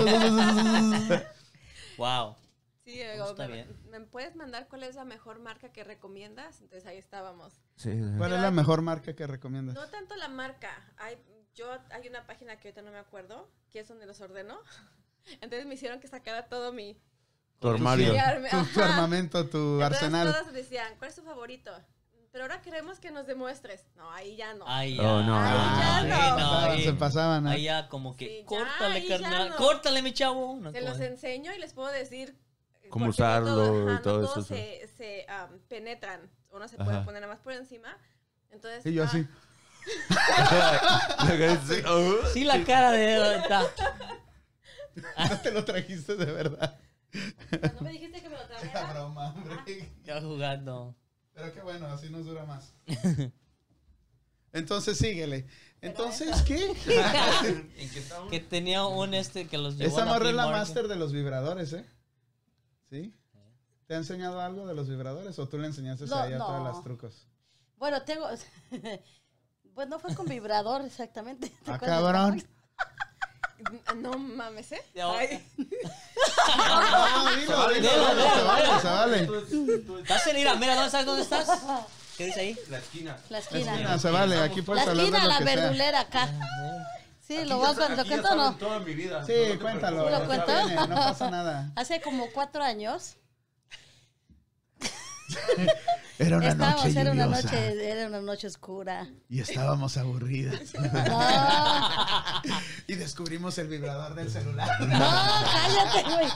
Speaker 1: wow.
Speaker 7: Sí,
Speaker 3: Pues
Speaker 7: digo,
Speaker 1: está
Speaker 7: me,
Speaker 1: bien.
Speaker 7: ¿me puedes mandar cuál es la mejor marca que recomiendas? Entonces ahí estábamos.
Speaker 3: Sí,
Speaker 2: ¿Cuál es la mejor marca que recomiendas?
Speaker 7: No tanto la marca. Hay, yo, hay una página que ahorita no me acuerdo, que es donde los ordeno. Entonces me hicieron que sacara todo mi...
Speaker 3: tu armario.
Speaker 7: mi arme-
Speaker 2: Tu, tu
Speaker 7: ajá.
Speaker 2: armamento, tu
Speaker 7: Entonces,
Speaker 2: arsenal.
Speaker 7: todas decían, ¿cuál es tu favorito? Pero ahora queremos que nos demuestres. No, ahí ya no.
Speaker 1: Ay, ya.
Speaker 3: Oh, no.
Speaker 7: Ah,
Speaker 1: Sí,
Speaker 7: ya no.
Speaker 2: Pasaban,
Speaker 1: ahí-
Speaker 2: se pasaban. ¿eh? ¿no?
Speaker 1: Ahí ya como que,
Speaker 7: Sí, ya,
Speaker 1: córtale,
Speaker 7: ahí ya
Speaker 1: carnal.
Speaker 7: no.
Speaker 1: Córtale, mi chavo. No,
Speaker 7: Se los
Speaker 1: como-
Speaker 7: enseño y les puedo decir eh,
Speaker 3: Cómo
Speaker 7: porque no
Speaker 3: usarlo
Speaker 7: todo-
Speaker 3: y
Speaker 7: ajá, no
Speaker 3: todo
Speaker 7: todos
Speaker 3: eso,
Speaker 7: se, se, um, penetran. Uno se puede
Speaker 3: Ajá.
Speaker 7: poner nada más por encima. Entonces,
Speaker 2: Y yo
Speaker 7: ah,
Speaker 2: así.
Speaker 3: Sí, oh.
Speaker 1: Sí, la cara de... ahorita.
Speaker 7: Ah.
Speaker 2: No te lo trajiste de verdad.
Speaker 7: no me dijiste que me lo
Speaker 2: Era
Speaker 7: trajeras.
Speaker 2: broma, hombre.
Speaker 1: Ya jugando.
Speaker 2: Pero qué bueno, así nos dura más. Entonces síguele. Entonces, ¿qué?
Speaker 1: Que tenía un este que los llevó
Speaker 2: Esa
Speaker 1: a la
Speaker 2: morra es
Speaker 1: flea
Speaker 2: la
Speaker 1: market.
Speaker 2: máster de los vibradores, ¿eh? ¿Sí? ¿Te ha enseñado algo de los vibradores o tú le enseñaste
Speaker 6: No,
Speaker 2: a ella todos
Speaker 6: no.
Speaker 2: los trucos?
Speaker 6: Bueno, tengo. Pues no fue con vibrador exactamente. ¿Te
Speaker 2: Ah,
Speaker 6: acuerdas,
Speaker 2: cabrón.
Speaker 6: Max?
Speaker 7: Ah, No mames, ¿eh?
Speaker 1: Ya,
Speaker 7: Ay,
Speaker 2: Ah, dilo, dilo,
Speaker 1: dilo,
Speaker 2: dilo, se vale, se vale.
Speaker 1: Vas a mira, mira, ¿dónde estás? ¿Dónde estás? ¿Qué dice ahí?
Speaker 3: La esquina.
Speaker 6: La
Speaker 2: La
Speaker 6: esquina.
Speaker 2: esquina, se vale, aquí
Speaker 6: La
Speaker 2: puedes hablar de
Speaker 6: esquina,
Speaker 2: lo
Speaker 6: la
Speaker 2: que sea.
Speaker 6: verdulera acá. Sí,
Speaker 3: Aquí
Speaker 6: lo
Speaker 3: ya
Speaker 6: voy a
Speaker 3: está-
Speaker 6: contar.
Speaker 3: aquí ya
Speaker 6: ¿Lo cuento o
Speaker 3: saben
Speaker 6: no?
Speaker 3: toda mi vida. No
Speaker 2: Sí,
Speaker 3: te
Speaker 2: cuéntalo.
Speaker 6: ¿Lo
Speaker 2: ya
Speaker 3: preocupes.
Speaker 6: cuento?
Speaker 2: viene, No pasa nada.
Speaker 6: Hace como cuatro años.
Speaker 8: Era una
Speaker 6: estábamos,
Speaker 8: noche
Speaker 6: era una
Speaker 8: lluviosa
Speaker 6: noche, era una noche oscura.
Speaker 8: y estábamos aburridas.
Speaker 6: No,
Speaker 2: Y descubrimos el vibrador del celular.
Speaker 6: no, cállate, güey.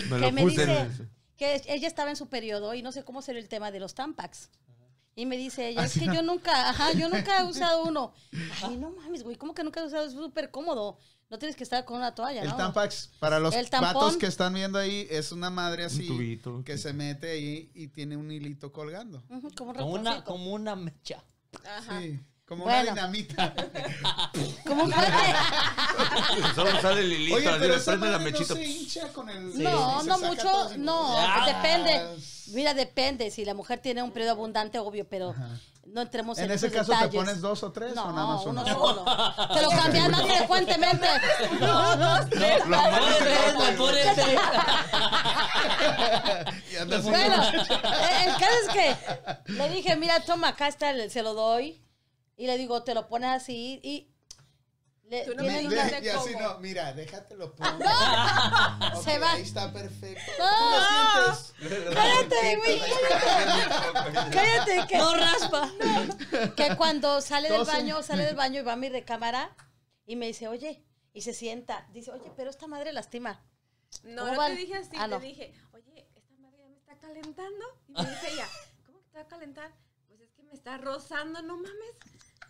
Speaker 3: Me
Speaker 6: que
Speaker 3: lo
Speaker 6: me
Speaker 3: puse.
Speaker 6: dice que ella estaba en su periodo y no sé cómo sería el tema de los Tampax. Y me dice ella, es que yo nunca, ajá, yo nunca he usado uno. Ay, no mames, güey, ¿cómo que nunca he usado? Es súper cómodo. No tienes que estar con una toalla, ¿no?
Speaker 2: El Tampax, para los
Speaker 6: El tampón.
Speaker 2: vatos que están viendo ahí, es una madre así
Speaker 3: tubito.
Speaker 2: que se mete ahí y tiene un hilito colgando.
Speaker 6: Ujú, Como un
Speaker 1: Como una,
Speaker 6: ratoncito.
Speaker 1: como una mecha.
Speaker 7: Ajá.
Speaker 2: Sí, como
Speaker 6: Bueno.
Speaker 2: una dinamita.
Speaker 6: Como un cohete.
Speaker 3: Solo sale Lilita,
Speaker 2: Oye,
Speaker 3: así
Speaker 2: pero
Speaker 3: le
Speaker 2: esa
Speaker 3: prende la
Speaker 2: madre
Speaker 3: mechita.
Speaker 2: no se hincha con el...
Speaker 6: No,
Speaker 2: se
Speaker 6: no
Speaker 2: saca
Speaker 6: mucho,
Speaker 2: todo así.
Speaker 6: no, pues,
Speaker 1: Ah.
Speaker 6: depende. Mira, depende. Si la mujer tiene un periodo abundante, obvio, pero no entremos en,
Speaker 2: En ese
Speaker 6: esos
Speaker 2: caso, ¿te
Speaker 6: detalles.
Speaker 2: pones dos o tres
Speaker 6: no,
Speaker 2: o nada más uno?
Speaker 6: uno solo. Te lo cambias más frecuentemente. No, dos, tres.
Speaker 1: Ponete, ponete.
Speaker 2: Y andas así.
Speaker 6: Bueno, eh, el caso es que le dije, mira, toma, acá está, el- se lo doy. Y le digo, te lo pones así y le,
Speaker 7: Tú no
Speaker 6: tiene
Speaker 7: me
Speaker 2: Y
Speaker 6: una-
Speaker 7: digas.
Speaker 2: de- y así
Speaker 7: cómo.
Speaker 2: no, mira, déjatelo pongo. Ok,
Speaker 6: se va.
Speaker 2: Ahí está perfecto.
Speaker 6: No.
Speaker 2: ¿Tú lo sientes?
Speaker 6: Cállate, güey,
Speaker 2: pues,
Speaker 6: cállate. Cállate, que. No raspa. Que cuando sale del
Speaker 2: Todo sin-
Speaker 6: baño, sale del baño y va a mi recámara y me dice, oye, y se sienta. Dice, oye, pero esta madre lastima.
Speaker 7: No,
Speaker 6: ¿Cómo
Speaker 7: no
Speaker 6: van?
Speaker 7: te dije así,
Speaker 6: Ah,
Speaker 7: te
Speaker 6: no.
Speaker 7: dije, oye, esta madre ya me está calentando. Y me dice ella, ¿cómo que te va a calentar? Pues es que me está rozando, no mames.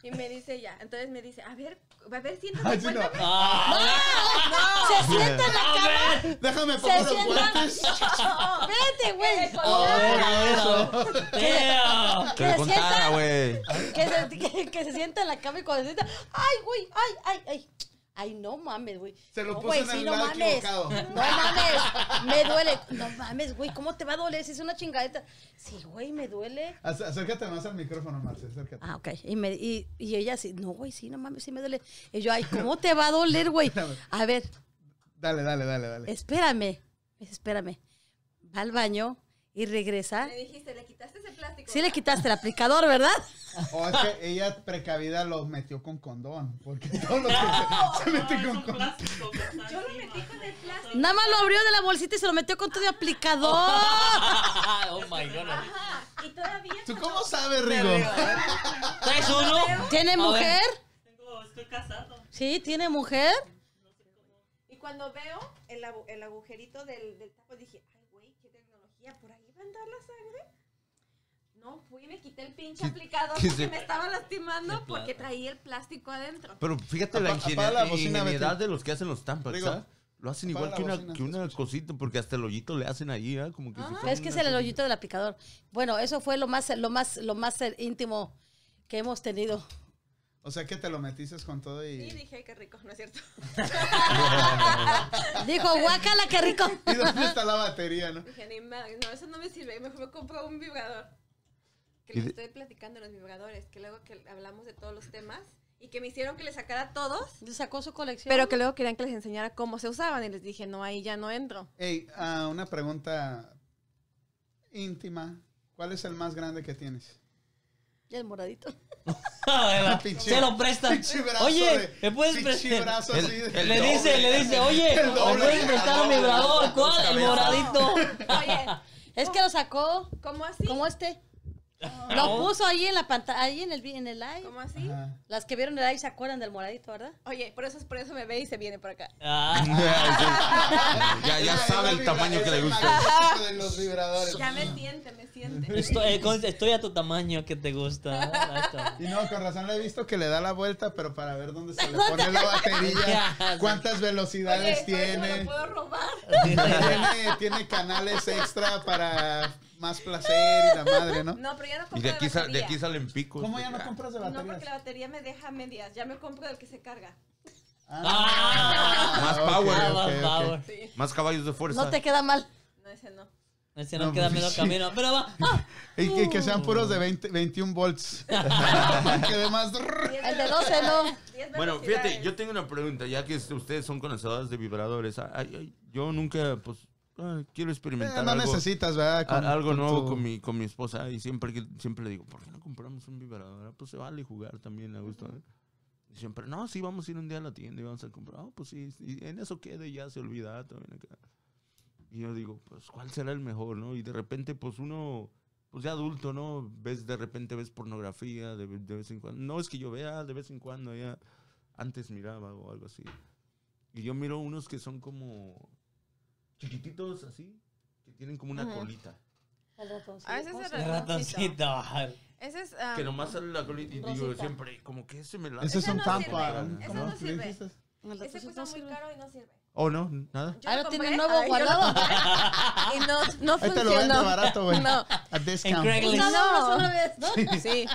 Speaker 7: Y me dice ella, entonces me dice, a ver, a ver, siéntate,
Speaker 2: Ay, sí, no.
Speaker 7: cuéntame.
Speaker 1: Ah,
Speaker 6: Se sienta en la cama.
Speaker 2: Déjame
Speaker 6: Se
Speaker 2: poner los
Speaker 6: sienta.
Speaker 2: guantes.
Speaker 6: Espérate, güey.
Speaker 1: Oh, damn.
Speaker 3: Que le
Speaker 6: se
Speaker 3: contara,
Speaker 6: sienta-
Speaker 3: güey.
Speaker 6: que, se, que, que se sienta en la cama y cuando se sienta, ay, güey, ay, ay, ay. Ay, no mames, güey.
Speaker 2: Se lo
Speaker 6: no,
Speaker 2: puso
Speaker 6: güey,
Speaker 2: en el lado equivocado.
Speaker 6: No mames, me duele. No mames, güey, ¿cómo te va a doler si es una chingadeta? Sí, güey, me duele.
Speaker 2: Ac- Acércate más al micrófono, Marce, acércate.
Speaker 6: Ah, ok. Y, me, y, y ella así, no, güey, sí, no mames, sí me duele. Y yo, ay, ¿cómo te va a doler, güey? A ver,
Speaker 2: Dale, dale, dale, dale.
Speaker 6: Pues, espérame. Me dice, Espérame. Va al baño y regresa.
Speaker 7: Me dijiste, le quitaste ese plástico.
Speaker 6: Sí le quitaste el aplicador, ¿verdad?
Speaker 2: O es que ella precavida lo metió con condón, porque todos los que se, se
Speaker 5: Ah,
Speaker 2: meten con condón.
Speaker 5: plástico que está
Speaker 7: Yo lo
Speaker 5: encima.
Speaker 7: metí con el plástico.
Speaker 6: Nada más lo abrió de la bolsita y se lo metió con todo de aplicador.
Speaker 1: Oh my god.
Speaker 7: Ajá. Y todavía.
Speaker 2: ¿Tú
Speaker 7: cuando-
Speaker 2: cómo sabes, Rigo?
Speaker 1: ¿Traes uno?
Speaker 6: ¿Tiene
Speaker 1: A
Speaker 6: mujer?
Speaker 5: Tengo, estoy casado.
Speaker 6: Sí, tiene mujer.
Speaker 7: Y cuando veo el, agu- el agujerito del, del tapo, dije, ay, güey, qué tecnología, por ahí va a andar la sangre. No, fui y me quité el pinche aplicador
Speaker 3: qué
Speaker 7: porque
Speaker 3: se-
Speaker 7: me estaba lastimando
Speaker 1: Qué
Speaker 7: porque
Speaker 1: plata.
Speaker 7: traía el plástico adentro.
Speaker 3: Pero fíjate la,
Speaker 2: Apa-
Speaker 3: ingenie-
Speaker 2: apaga la bocina,
Speaker 3: ingenieridad
Speaker 2: Betty.
Speaker 3: de los que hacen los tampas,
Speaker 2: Rigo,
Speaker 3: ¿sabes? Lo hacen
Speaker 2: apaga
Speaker 3: igual que
Speaker 2: la
Speaker 3: una,
Speaker 2: bocina,
Speaker 3: que
Speaker 2: se
Speaker 3: una cosita, porque hasta el hoyito le hacen ahí, ¿eh? Como que si fuera
Speaker 6: Es que es
Speaker 3: una
Speaker 6: el
Speaker 3: cosa-
Speaker 6: hoyito del aplicador. Bueno, eso fue lo más, lo más, lo más eh, íntimo que hemos tenido.
Speaker 2: O sea que te lo metiste con todo
Speaker 7: Y
Speaker 2: y.
Speaker 7: dije, qué rico, ¿no es cierto?
Speaker 6: Dijo, guácala, qué rico.
Speaker 2: ¿Y dónde está la batería, no?
Speaker 7: Dije, ni madre, no, eso no me sirve, mejor me compro un vibrador. Que
Speaker 3: Y
Speaker 7: les
Speaker 3: de-
Speaker 7: estoy platicando los vibradores, que luego que hablamos de todos los temas y que me hicieron que les sacara todos.
Speaker 6: Sacó su colección.
Speaker 7: Pero que luego querían que les enseñara cómo se usaban y les dije, no, ahí ya no entro.
Speaker 2: Ey, ah, una pregunta íntima. ¿Cuál es el más grande que tienes?
Speaker 6: Y el moradito.
Speaker 2: Pinche-
Speaker 1: Se lo prestan.
Speaker 2: pinche brazo
Speaker 1: Oye,
Speaker 2: de-
Speaker 1: ¿me puedes
Speaker 2: pinche
Speaker 1: prestar?
Speaker 2: brazo así de-
Speaker 3: el
Speaker 1: Le
Speaker 3: doble.
Speaker 1: dice, le dice, oye,
Speaker 2: El
Speaker 1: ¿me
Speaker 2: doble.
Speaker 1: puedes prestar un vibrador? ¿Cuál? El
Speaker 3: Cabeza.
Speaker 1: moradito.
Speaker 7: Oye,
Speaker 6: Es que lo sacó
Speaker 7: ¿cómo así?
Speaker 6: como este. Lo puso ahí en la pantalla, ahí en el, vi- en el live.
Speaker 7: ¿Cómo así?
Speaker 3: Ah.
Speaker 2: Ajá.
Speaker 6: Las que vieron el live se acuerdan del moradito, ¿verdad?
Speaker 7: Oye, por eso, por eso me ve y se viene por acá.
Speaker 1: Ah,
Speaker 3: ya, ya sabe el tamaño que le gusta.
Speaker 2: magnífico de los vibradores.
Speaker 7: Ya me siente, me siente.
Speaker 1: estoy, eh, con- estoy a tu tamaño que te gusta. Ah. Ahí está.
Speaker 2: Y no, con razón le he visto que le da la vuelta, pero para ver dónde se le pone la batería,
Speaker 1: Ya,
Speaker 2: cuántas velocidades
Speaker 7: por eso me
Speaker 2: tiene.
Speaker 7: lo puedo robar.
Speaker 2: tiene, tiene canales extra para más placer y la madre, ¿no?
Speaker 7: No, pero ya no compro
Speaker 3: Y de aquí,
Speaker 7: de
Speaker 3: sal- de
Speaker 7: batería.
Speaker 3: aquí salen picos.
Speaker 2: ¿Cómo ya no compras de
Speaker 7: No, porque la
Speaker 2: baterías?
Speaker 7: batería me deja a medias. Ya me compro el que se carga.
Speaker 1: Ah.
Speaker 2: ok,
Speaker 3: Más power.
Speaker 1: Ah,
Speaker 2: ok,
Speaker 1: más
Speaker 2: ok.
Speaker 1: power.
Speaker 7: Sí.
Speaker 3: Más caballos de fuerza.
Speaker 6: No te queda mal.
Speaker 7: No, ese no.
Speaker 1: Ese no,
Speaker 2: No,
Speaker 1: queda
Speaker 2: pues,
Speaker 1: medio
Speaker 2: sí.
Speaker 1: camino. Pero va. Ah,
Speaker 2: Y que, que sean puros
Speaker 3: Mm.
Speaker 2: de 20 21 volts. que de más. eh,
Speaker 6: El de 12 no.
Speaker 7: Diez
Speaker 3: Bueno,
Speaker 7: velocidades.
Speaker 3: fíjate, yo tengo una pregunta, ya que este, ustedes son conocedores de vibradores. Ay, ay, yo nunca, pues, ah, quiero
Speaker 2: Eh,
Speaker 3: experimentar
Speaker 2: no
Speaker 3: algo,
Speaker 2: necesitas, ¿verdad? Con-
Speaker 3: a- Ah, algo
Speaker 2: con
Speaker 3: nuevo
Speaker 2: tu-
Speaker 3: con mi, con mi esposa y siempre, que- siempre le digo, ¿por qué no compramos un vibrador? Ah, Pues se vale jugar también a gusto. ¿eh?". Y siempre, no, sí, vamos a ir un día a la tienda y vamos a comprar. Ah, pues sí, y en eso queda y ya se olvida también acá. Y yo digo, pues, ¿cuál será el mejor, no? Y de repente, pues, uno... Pues ya adulto, ¿no? Ves, de repente ves pornografía de, de vez en cuando. No es que yo vea de vez en cuando, ya antes miraba o algo así. Y yo miro unos que son como chiquititos así, que tienen como una
Speaker 7: Ajá.
Speaker 3: colita.
Speaker 6: El ratoncito.
Speaker 7: A veces
Speaker 6: ¿cómo
Speaker 7: Ah, el
Speaker 6: se
Speaker 1: el
Speaker 6: llama?
Speaker 7: ratoncito.
Speaker 1: ratoncito.
Speaker 7: Ese es. ah,
Speaker 3: Que nomás sale la colita y digo
Speaker 6: Rosita.
Speaker 3: siempre, como que se me la...
Speaker 2: Ese es
Speaker 7: Esa
Speaker 2: un
Speaker 7: no
Speaker 2: tampa.
Speaker 7: sirve.
Speaker 2: un-
Speaker 7: Esa
Speaker 2: ¿cómo
Speaker 7: no
Speaker 2: le
Speaker 7: sirve.
Speaker 2: dijiste?
Speaker 7: Ese cuesta muy caro y no sirve.
Speaker 3: ¿O no? ¿Nada?
Speaker 7: Yo
Speaker 9: Ah,
Speaker 7: lo
Speaker 9: lo
Speaker 7: compré,
Speaker 9: tiene nuevo
Speaker 7: ah, yo lo
Speaker 9: guardado.
Speaker 7: compré Y no, no
Speaker 2: Ahí te lo venden
Speaker 7: funcionó.
Speaker 2: barato, güey.
Speaker 7: No,
Speaker 2: A discount.
Speaker 1: Craigslist.
Speaker 6: No,
Speaker 7: No.
Speaker 6: una vez, ¿no?
Speaker 7: sí.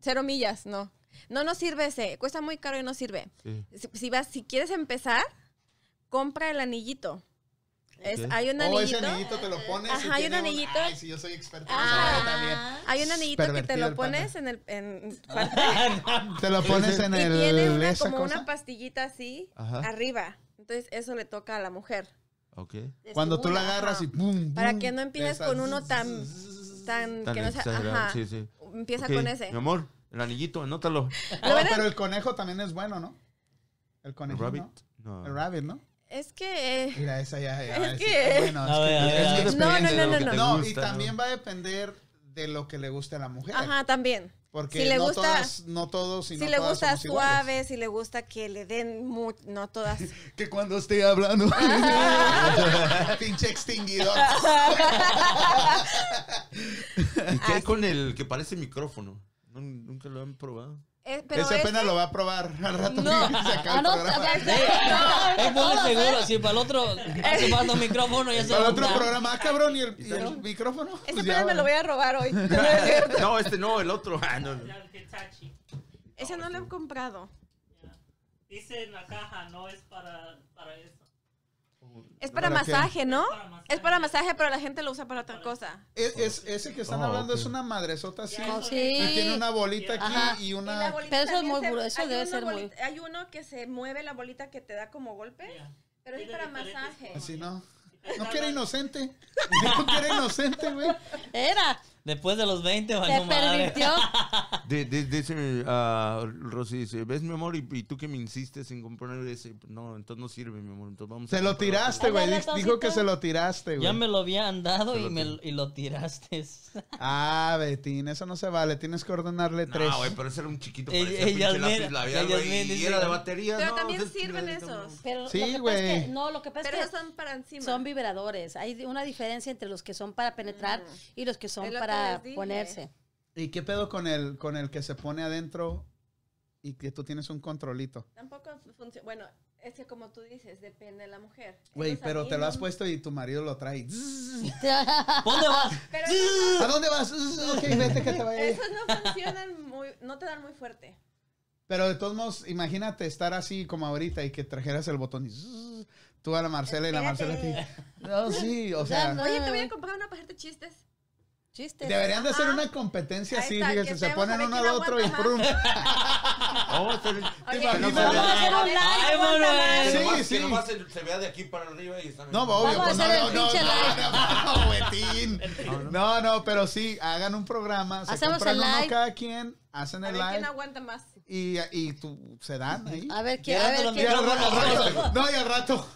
Speaker 7: Cero millas, no. No, no sirve ese. Cuesta muy caro y no sirve.
Speaker 3: Sí.
Speaker 7: Si, si vas, si quieres empezar, compra el anillito. Es-
Speaker 3: Ok.
Speaker 7: hay un
Speaker 2: Oh, ese
Speaker 7: anillito.
Speaker 2: anillito te lo pones. y
Speaker 7: Ajá, hay un
Speaker 2: tiene
Speaker 7: anillito.
Speaker 2: Ay, sí, yo soy experto.
Speaker 9: Ah,
Speaker 7: Hay un anillito que te
Speaker 2: Pervertido el pata.
Speaker 7: lo pones en el. En, cuarto
Speaker 2: Te lo pones Ah, en
Speaker 7: y
Speaker 2: el.
Speaker 7: tiene una,
Speaker 2: esa
Speaker 7: como
Speaker 2: cosa.
Speaker 7: una pastillita así
Speaker 3: Ajá.
Speaker 7: arriba. Entonces, eso le toca a la mujer.
Speaker 3: Ok.
Speaker 2: Cuando tú la
Speaker 7: Ajá.
Speaker 2: agarras y pum.
Speaker 7: Para
Speaker 2: pum,
Speaker 7: que no empieces
Speaker 2: esa-
Speaker 7: con uno tan- Tan,
Speaker 3: Tan
Speaker 7: que no sea.
Speaker 3: exagerado,
Speaker 7: Ajá.
Speaker 3: sí, sí.
Speaker 7: Empieza
Speaker 3: Ok,
Speaker 7: con ese.
Speaker 3: Mi amor, el anillito, anótalo.
Speaker 2: No,
Speaker 7: verdad-
Speaker 2: Oh, pero el conejo también es bueno, ¿no? El
Speaker 3: ¿El
Speaker 2: conejo.
Speaker 3: rabbit?
Speaker 2: ¿no?
Speaker 3: No.
Speaker 2: El rabbit, ¿no?
Speaker 7: Es que. eh,
Speaker 2: Mira, esa ya. ya
Speaker 7: Es
Speaker 2: sí,
Speaker 7: que-
Speaker 2: es bueno, es
Speaker 1: A
Speaker 2: que-
Speaker 1: ver, a ver, a ver.
Speaker 2: es que-
Speaker 7: No, no, no,
Speaker 3: lo que
Speaker 7: no,
Speaker 3: te
Speaker 7: no.
Speaker 2: No, y
Speaker 3: gusta,
Speaker 2: también va a depender de lo que le guste a la mujer.
Speaker 7: Ajá, también.
Speaker 2: Porque
Speaker 7: Si le
Speaker 2: no,
Speaker 7: gusta-
Speaker 2: todas, no todos y
Speaker 7: Si
Speaker 2: no
Speaker 7: le
Speaker 2: todas
Speaker 7: gusta
Speaker 2: somos iguales.
Speaker 7: suave, si le gusta que le den mu- no todas.
Speaker 8: Que cuando esté hablando.
Speaker 7: Ah.
Speaker 2: Pinche extinguidor.
Speaker 3: ¿Y qué hay
Speaker 7: Así.
Speaker 3: con el que parece micrófono? No, nunca lo han probado.
Speaker 7: Eh, pero
Speaker 2: Ese apenas
Speaker 7: ese-
Speaker 2: lo va a probar al rato.
Speaker 7: No.
Speaker 2: que se acabe el
Speaker 9: Ah, no,
Speaker 2: programa.
Speaker 9: ya está.
Speaker 1: Es muy seguro, si para el otro se manda un micrófono ya se
Speaker 2: Para
Speaker 1: va a
Speaker 2: el otro
Speaker 1: juntar.
Speaker 2: programa, ah, cabrón, y el, y el micrófono.
Speaker 7: ese
Speaker 2: Pues
Speaker 7: apenas
Speaker 2: ya,
Speaker 7: me lo voy a robar hoy.
Speaker 3: No, este no, el otro. Ah, no.
Speaker 5: Ya, el Hitachi.
Speaker 7: ese no lo he comprado.
Speaker 5: Dice en la caja, no es para, para eso.
Speaker 7: Es para
Speaker 2: ¿Para qué?
Speaker 7: masaje, ¿no?
Speaker 5: Para masaje.
Speaker 7: Es para masaje, pero la gente lo usa para otra cosa.
Speaker 2: Es, E, es- ese que están
Speaker 3: Oh,
Speaker 2: hablando
Speaker 3: ok.
Speaker 2: es una madresota así.
Speaker 5: Ya,
Speaker 9: sí.
Speaker 2: Y Ah, tiene una bolita aquí
Speaker 9: Ajá.
Speaker 2: y
Speaker 7: Y la
Speaker 2: una.
Speaker 7: bolita
Speaker 9: Pero eso es
Speaker 7: también
Speaker 9: muy
Speaker 7: se-
Speaker 9: grueso, eso
Speaker 7: hay
Speaker 9: debe
Speaker 7: una
Speaker 9: ser muy-
Speaker 7: bolita- Hay uno que se mueve la bolita que te da como golpe,
Speaker 5: Ya.
Speaker 7: pero es
Speaker 5: Tiene
Speaker 7: para
Speaker 5: diferentes
Speaker 7: masaje.
Speaker 5: formas.
Speaker 2: Así no. No quiere inocente. No quiere inocente, güey.
Speaker 9: Era.
Speaker 1: Después de los 20,
Speaker 9: Se
Speaker 1: valió madre.
Speaker 9: pervirtió.
Speaker 3: De- de- dice ah, Rosy, dice, ¿ves mi amor? Y, y tú que me insistes en comprar ese. No, entonces no sirve, mi amor. Entonces vamos a
Speaker 2: Se lo
Speaker 3: comprar
Speaker 2: tiraste,
Speaker 3: otro".
Speaker 2: güey.
Speaker 9: Ándale,
Speaker 2: Dijo que
Speaker 9: Toncito.
Speaker 2: se lo tiraste,
Speaker 1: Ya
Speaker 2: güey.
Speaker 1: me lo había andado
Speaker 3: Se
Speaker 1: y,
Speaker 3: lo
Speaker 1: me,
Speaker 3: tiré.
Speaker 1: y lo tiraste.
Speaker 2: Ah, Betín, eso no se vale. Tienes que ordenarle tres.
Speaker 3: No, güey, pues. pero ese era un chiquito.
Speaker 1: Ey,
Speaker 3: Parecía
Speaker 1: ey,
Speaker 3: pinche
Speaker 1: Yasmín,
Speaker 3: lápiz
Speaker 1: ey,
Speaker 3: labial, güey,
Speaker 1: Yasmín,
Speaker 3: Y
Speaker 1: dice-
Speaker 3: era de batería.
Speaker 7: Pero
Speaker 3: no,
Speaker 7: también
Speaker 3: entonces,
Speaker 7: sirven
Speaker 3: chingadito, no.
Speaker 7: esos.
Speaker 9: Pero
Speaker 2: Sí,
Speaker 9: lo que pasa es
Speaker 2: güey.
Speaker 9: que, no, lo que pasa
Speaker 7: Pero
Speaker 9: es
Speaker 7: esos
Speaker 9: que
Speaker 7: son para encima.
Speaker 9: son vibradores. Hay una diferencia entre los que son para penetrar y los que son
Speaker 7: Es lo que
Speaker 9: para
Speaker 7: les dije.
Speaker 9: ponerse.
Speaker 2: ¿Y qué pedo con el, con el que se pone adentro y que tú tienes un controlito?
Speaker 7: Tampoco funciona. Bueno, es que como tú dices, depende de la mujer.
Speaker 2: Güey,
Speaker 7: Esos a
Speaker 2: pero
Speaker 7: mí
Speaker 2: te lo
Speaker 7: no-
Speaker 2: has puesto y tu marido lo trae. Zzz.
Speaker 1: ¿Dónde vas?
Speaker 7: Pero
Speaker 2: ¿A dónde vas? Zzz. Ok, vete que te vaya.
Speaker 7: esos no funcionan muy, no te dan muy fuerte.
Speaker 2: Pero de todos modos, imagínate estar así como ahorita y que trajeras el botón y zzz, tú a la Marcela y la Marcela a ti. No, sí, o sea.
Speaker 9: no.
Speaker 7: Oye, te voy a comprar una pajita de chistes.
Speaker 9: Chistes.
Speaker 2: Deberían de hacer
Speaker 7: Ajá.
Speaker 2: una competencia
Speaker 7: Ahí
Speaker 2: así,
Speaker 7: está,
Speaker 2: fíjense,
Speaker 7: que
Speaker 2: se
Speaker 7: vemos a
Speaker 2: ponen
Speaker 7: ver
Speaker 2: uno
Speaker 7: quién
Speaker 2: al otro y
Speaker 7: aguanta
Speaker 2: prum.
Speaker 3: Vamos a hacer-
Speaker 7: Oye,
Speaker 3: que no se
Speaker 2: imagínate.
Speaker 3: vea.
Speaker 9: hacer un live,
Speaker 1: Ay, eh.
Speaker 9: aguanta
Speaker 1: Manuel.
Speaker 3: Que
Speaker 2: Sí,
Speaker 3: nomás-
Speaker 2: sí.
Speaker 3: Que nomás se, se vea de aquí para arriba y están...
Speaker 2: No,
Speaker 9: a
Speaker 2: obvio. pues,
Speaker 9: hacer el
Speaker 2: no, no,
Speaker 9: pinche
Speaker 2: no, no, no, Betín. No, no, pero sí, hagan un programa. Se
Speaker 9: Hacemos
Speaker 2: compran
Speaker 9: el
Speaker 2: uno
Speaker 9: live.
Speaker 2: cada quien, hacen
Speaker 7: A
Speaker 2: el
Speaker 7: ver quién
Speaker 2: live
Speaker 7: aguanta más.
Speaker 2: y, y tú, se dan ahí.
Speaker 9: A ver, ¿qué? A
Speaker 1: Llegando
Speaker 9: ver,
Speaker 1: los
Speaker 2: Y al
Speaker 9: ¿qué?
Speaker 1: micrófonos.
Speaker 2: rato, al rato- no, y al rato.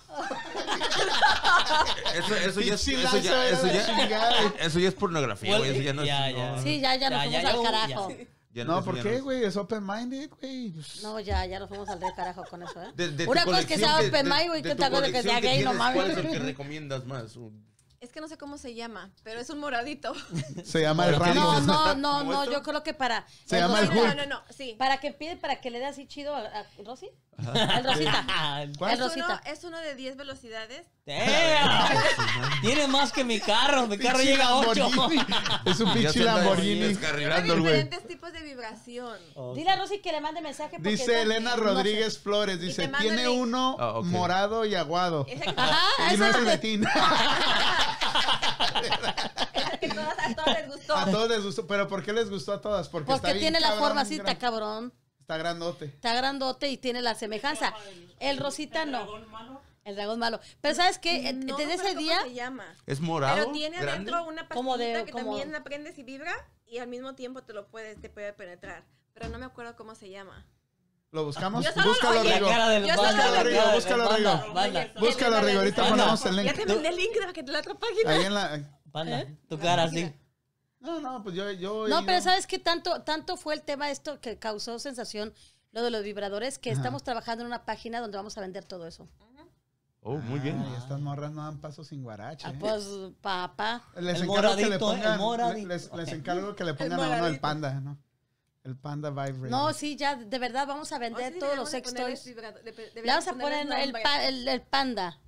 Speaker 3: Eso, eso ya es...
Speaker 2: Pinche
Speaker 3: Eso
Speaker 2: lazo
Speaker 3: ya,
Speaker 2: era
Speaker 3: eso
Speaker 2: la
Speaker 3: ya,
Speaker 2: chingada.
Speaker 3: eso ya es pornografía, güey. Eso ya no es...
Speaker 1: Ya,
Speaker 3: no,
Speaker 1: ya.
Speaker 9: Sí, ya, ya nos
Speaker 1: Ya, ya,
Speaker 9: fuimos
Speaker 1: ya.
Speaker 9: al carajo.
Speaker 3: ya
Speaker 2: No,
Speaker 3: eso
Speaker 2: ¿por
Speaker 3: ya
Speaker 2: qué,
Speaker 3: es.
Speaker 2: güey? Es open-minded, güey.
Speaker 9: No, ya, ya nos fuimos al re carajo con eso, ¿eh?
Speaker 3: De- de tu
Speaker 9: Una cosa es que
Speaker 3: colección
Speaker 9: sea
Speaker 3: de-
Speaker 9: open
Speaker 3: de-
Speaker 9: mind, güey,
Speaker 3: de
Speaker 9: que
Speaker 3: tu
Speaker 9: otra cosa que
Speaker 3: colección
Speaker 9: sea gay, no
Speaker 3: tienes, ¿Cuál es
Speaker 9: mames.
Speaker 3: el que recomiendas más? Un-
Speaker 7: Es que no sé cómo se llama, pero es un moradito.
Speaker 2: Se llama el
Speaker 3: Pero ¿qué
Speaker 2: Rambo.
Speaker 9: No,
Speaker 3: dices?
Speaker 9: no,
Speaker 3: ¿Está
Speaker 9: no,
Speaker 3: como
Speaker 9: no,
Speaker 3: esto?
Speaker 9: yo creo que para.
Speaker 2: Se llama el
Speaker 7: No,
Speaker 2: Hulk.
Speaker 7: no, no, sí.
Speaker 9: Para que pide, para que le dé así chido a, a Rosy. Al Rosita.
Speaker 2: ¿Cuál?
Speaker 9: Al
Speaker 7: Es uno,
Speaker 9: Rosita.
Speaker 7: es uno de 10 velocidades.
Speaker 1: Damn. Tiene más que mi carro. Mi carro llega a 8.
Speaker 2: Lamborghini. Es un
Speaker 3: Ya se
Speaker 2: pinche
Speaker 3: anda
Speaker 2: Lamborghini.
Speaker 3: Descarrilando
Speaker 7: Tiene
Speaker 3: el güey.
Speaker 7: diferentes tipos de vibración.
Speaker 6: Oh.
Speaker 9: Dile a Rosy que le mande mensaje. porque no-
Speaker 2: Dice Elena
Speaker 9: no sé.
Speaker 2: Rodríguez Flores,
Speaker 7: te
Speaker 2: dice,
Speaker 7: mando
Speaker 2: tiene
Speaker 7: el link".
Speaker 2: uno
Speaker 3: Ah, ok.
Speaker 2: morado y aguado.
Speaker 7: Esa que,
Speaker 9: Ajá,
Speaker 2: ah, Y no
Speaker 9: esa
Speaker 2: es
Speaker 9: Ah, es
Speaker 2: el Betín.
Speaker 7: esa que todas, a todas les gustó.
Speaker 2: A todos les gustó. ¿Pero por qué les gustó a todas? Porque, está
Speaker 9: Porque
Speaker 2: bien
Speaker 9: tiene la
Speaker 2: cabrón,
Speaker 9: forma así,
Speaker 2: gran-
Speaker 9: está cabrón.
Speaker 2: Está grandote.
Speaker 9: Está grandote y tiene la semejanza. El Rosita no.
Speaker 5: Dragón malo.
Speaker 9: El dragón malo. Pero ¿sabes qué?
Speaker 7: No
Speaker 9: Desde
Speaker 7: me acuerdo
Speaker 9: ese
Speaker 7: cómo
Speaker 9: día,
Speaker 7: se llama.
Speaker 3: ¿Es morado?
Speaker 7: Pero tiene
Speaker 3: ¿Grande?
Speaker 7: adentro una
Speaker 9: Como de-
Speaker 7: pastillita que
Speaker 9: como-
Speaker 7: también la prendes y vibra y al mismo tiempo te lo puedes, te puede penetrar. Pero no me acuerdo cómo se llama.
Speaker 2: ¿Lo buscamos?
Speaker 7: Yo solo-
Speaker 2: Búscalo,
Speaker 7: oye,
Speaker 1: La
Speaker 2: Rigo.
Speaker 1: cara del
Speaker 7: Yo
Speaker 1: banda,
Speaker 7: solo-
Speaker 1: la cara del
Speaker 2: Búscalo,
Speaker 1: banda,
Speaker 2: Rigo.
Speaker 1: banda,
Speaker 2: Búscalo, Rigo. Ahorita
Speaker 1: Bueno,
Speaker 2: ponemos el
Speaker 7: Ya
Speaker 2: link.
Speaker 7: te mandé el link de la otra página.
Speaker 2: Ahí en la...
Speaker 1: banda.
Speaker 9: ¿Eh?
Speaker 1: Tu cara así.
Speaker 2: No, no, pues yo... yo
Speaker 9: No,
Speaker 2: yo-
Speaker 9: pero ¿sabes qué? Tanto, tanto fue el tema esto que causó sensación, lo de los vibradores, que
Speaker 2: Ajá.
Speaker 9: estamos trabajando en una página donde vamos a vender todo eso.
Speaker 3: Oh, muy bien.
Speaker 2: Ay, estas morras no dan paso sin guarache.
Speaker 6: Ah,
Speaker 2: ¿eh?
Speaker 6: pues, papá.
Speaker 2: Les
Speaker 1: El
Speaker 2: encargo que le
Speaker 1: moradito, ¿eh? El
Speaker 2: pongan,
Speaker 1: moradito.
Speaker 2: les, les
Speaker 1: Ok.
Speaker 2: encargo que le pongan a uno el
Speaker 7: moradito.
Speaker 2: panda, ¿no? El panda vibrator.
Speaker 6: No, sí, ya, de verdad, vamos a vender todos los sex toys. Le vamos a poner el, pa- el, el panda.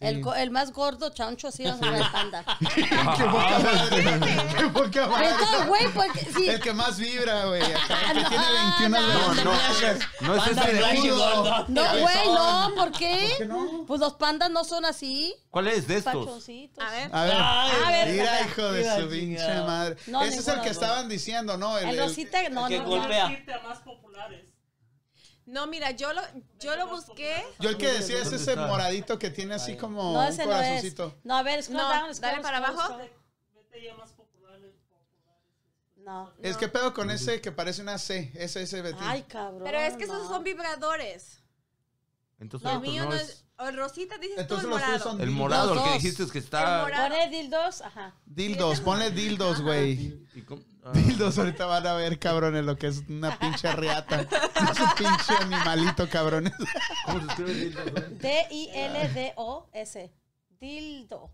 Speaker 6: El, co- el más gordo, chancho, así vamos a poner el panda.
Speaker 2: ¡Qué poca madre! ¡Qué poca madre!
Speaker 6: Entonces, güey, porque sí.
Speaker 2: El que más vibra, güey. acá, El que tiene 21
Speaker 3: No,
Speaker 2: de
Speaker 3: no. No es
Speaker 1: Panda
Speaker 3: ese de
Speaker 1: Flash y
Speaker 3: escudo.
Speaker 1: Gordo.
Speaker 6: No,
Speaker 2: ¿Qué
Speaker 6: güey, no,
Speaker 2: son?
Speaker 6: ¿por qué?
Speaker 2: ¿Por qué no?
Speaker 6: Pues los pandas no son así,
Speaker 3: ¿Cuál es de estos?
Speaker 6: pachoncitos.
Speaker 7: A ver.
Speaker 2: A ver.
Speaker 1: Ay,
Speaker 6: ver,
Speaker 2: Mira, hijo de
Speaker 1: mira,
Speaker 2: su pinche
Speaker 1: chingado.
Speaker 2: madre.
Speaker 6: No,
Speaker 2: Ese es el
Speaker 6: ninguno,
Speaker 2: que
Speaker 6: no.
Speaker 2: estaban diciendo, ¿no? El,
Speaker 6: El
Speaker 2: el-
Speaker 6: rosita, no,
Speaker 1: que
Speaker 6: no,
Speaker 1: golpea.
Speaker 6: no.
Speaker 5: Más irte a más populares.
Speaker 7: No, mira, yo lo, yo lo busqué.
Speaker 2: yo el que decía es
Speaker 3: ¿Dónde
Speaker 2: ese
Speaker 3: está?
Speaker 2: moradito que tiene así como
Speaker 6: No,
Speaker 2: un
Speaker 6: ese no es.
Speaker 2: corazoncito.
Speaker 6: No, a ver, scroll
Speaker 7: No,
Speaker 6: down, scroll,
Speaker 7: dale para
Speaker 6: scroll,
Speaker 7: abajo.
Speaker 6: scroll.
Speaker 5: Vete ya más populares. populares.
Speaker 6: No.
Speaker 2: Es
Speaker 7: No.
Speaker 2: que pedo con ese que parece una C, ese, ese Betín.
Speaker 6: Ay, cabrón.
Speaker 7: Pero es que esos
Speaker 6: no.
Speaker 7: son vibradores.
Speaker 3: Entonces,
Speaker 7: Lo
Speaker 3: el otro
Speaker 7: mío
Speaker 3: no
Speaker 7: no
Speaker 3: es-
Speaker 7: es. O el rosita dices tú el
Speaker 2: Entonces los tuyos
Speaker 7: morado.
Speaker 2: son
Speaker 3: El
Speaker 2: dildos.
Speaker 3: morado, el que
Speaker 6: dos.
Speaker 3: dijiste es que
Speaker 7: El
Speaker 3: está.
Speaker 7: morado.
Speaker 6: Pone dildos, ajá.
Speaker 2: Dildos, ponle dildos, güey.
Speaker 3: ¿Y cómo? Ah.
Speaker 2: Dildos, ahorita van a ver, cabrones, lo que es una pinche riata. Es un pinche animalito, cabrones.
Speaker 3: ¿Cómo se escribe dildo, güey?
Speaker 6: D-I-L-D-O-S. Dildo.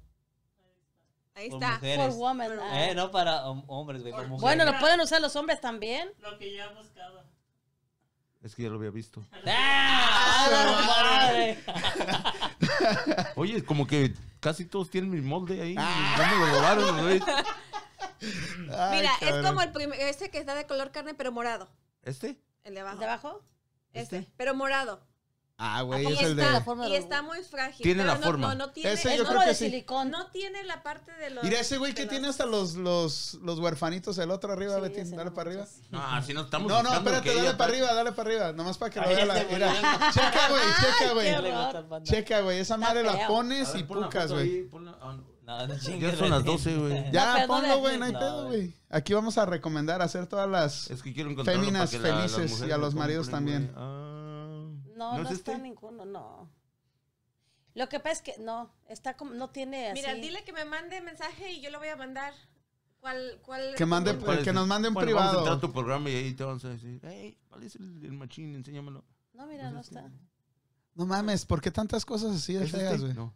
Speaker 7: Ahí
Speaker 1: Por
Speaker 7: está.
Speaker 6: For
Speaker 1: mujeres.
Speaker 6: woman. ah.
Speaker 1: Eh, no para hom- hombres, güey, por mujeres.
Speaker 6: Bueno, lo pueden usar los hombres también.
Speaker 5: Lo que ya buscaba.
Speaker 3: Es que ya lo había visto.
Speaker 1: ¡Ah! ¡Ah, la madre!
Speaker 3: Oye, como que casi todos tienen mi molde ahí. Ya me lo robaron, güey.
Speaker 2: Ay,
Speaker 7: Mira, es
Speaker 2: cabrón.
Speaker 7: como el primer, ese que está de color carne, pero morado.
Speaker 3: ¿Este?
Speaker 7: El de abajo.
Speaker 6: ¿De abajo?
Speaker 7: Este.
Speaker 3: ¿Este?
Speaker 7: Pero morado.
Speaker 2: Ah, güey,
Speaker 7: Y
Speaker 2: es el de...
Speaker 7: está,
Speaker 6: forma de
Speaker 7: y
Speaker 6: los-
Speaker 7: está muy frágil.
Speaker 3: Tiene
Speaker 7: pero
Speaker 3: la
Speaker 7: no-
Speaker 3: forma.
Speaker 7: No, no tiene,
Speaker 2: Ese
Speaker 7: es-
Speaker 2: yo
Speaker 6: es
Speaker 2: creo
Speaker 6: oro
Speaker 2: que
Speaker 6: de
Speaker 2: sí.
Speaker 6: silicón.
Speaker 7: no tiene la parte de los.
Speaker 2: Mira ese güey
Speaker 7: de
Speaker 2: que
Speaker 7: los-
Speaker 2: tiene hasta los, los, los huerfanitos el otro arriba,
Speaker 6: Sí,
Speaker 2: Betín.
Speaker 6: ese
Speaker 2: Dale
Speaker 6: no
Speaker 2: para arriba.
Speaker 6: manches.
Speaker 3: No, si no estamos
Speaker 2: No, no,
Speaker 3: buscando lo que
Speaker 2: espérate, dale
Speaker 3: ella-
Speaker 2: para arriba, dale para arriba. Nomás para que lo
Speaker 1: Ahí
Speaker 2: vea la.
Speaker 1: está,
Speaker 2: Mira,
Speaker 1: güey.
Speaker 2: checa, güey, checa,
Speaker 1: ¿Qué le
Speaker 2: güey.
Speaker 1: gusta al panda?
Speaker 2: Checa, güey. Esa madre la
Speaker 6: feo.
Speaker 2: pones
Speaker 3: A ver,
Speaker 2: y
Speaker 3: pon la
Speaker 2: pucas,
Speaker 3: foto
Speaker 2: güey.
Speaker 3: ahí, ponla- ah, no.
Speaker 1: No, no chingues,
Speaker 3: Ya son las
Speaker 1: Betín.
Speaker 3: 12, güey.
Speaker 6: No,
Speaker 2: Ya,
Speaker 6: pero no
Speaker 2: ponlo,
Speaker 6: le-
Speaker 2: güey, no hay
Speaker 1: no,
Speaker 2: pedo,
Speaker 1: güey.
Speaker 2: güey. Aquí vamos a recomendar hacer todas las.
Speaker 3: Es que quiero encontrar
Speaker 2: Féminas felices y a los maridos también.
Speaker 6: No, no,
Speaker 3: es
Speaker 6: está
Speaker 3: este?
Speaker 6: ninguno, no. Lo que pasa es que no, está como, no tiene así.
Speaker 7: Mira, dile que me mande mensaje y yo lo voy a mandar. ¿Cuál? cuál
Speaker 2: Que mande,
Speaker 3: ¿Cuál es
Speaker 2: que
Speaker 3: el-
Speaker 2: nos mande en
Speaker 3: Bueno, Vamos a entrar a
Speaker 2: privado.
Speaker 3: tu programa y ahí te vamos a decir, hey, ¿cuál es el, el machín? Enséñamelo. este?
Speaker 6: No, mira, no está.
Speaker 2: este? No mames, ¿por qué tantas cosas así de
Speaker 3: ¿Es
Speaker 2: feas,
Speaker 3: este?
Speaker 2: güey?
Speaker 3: No.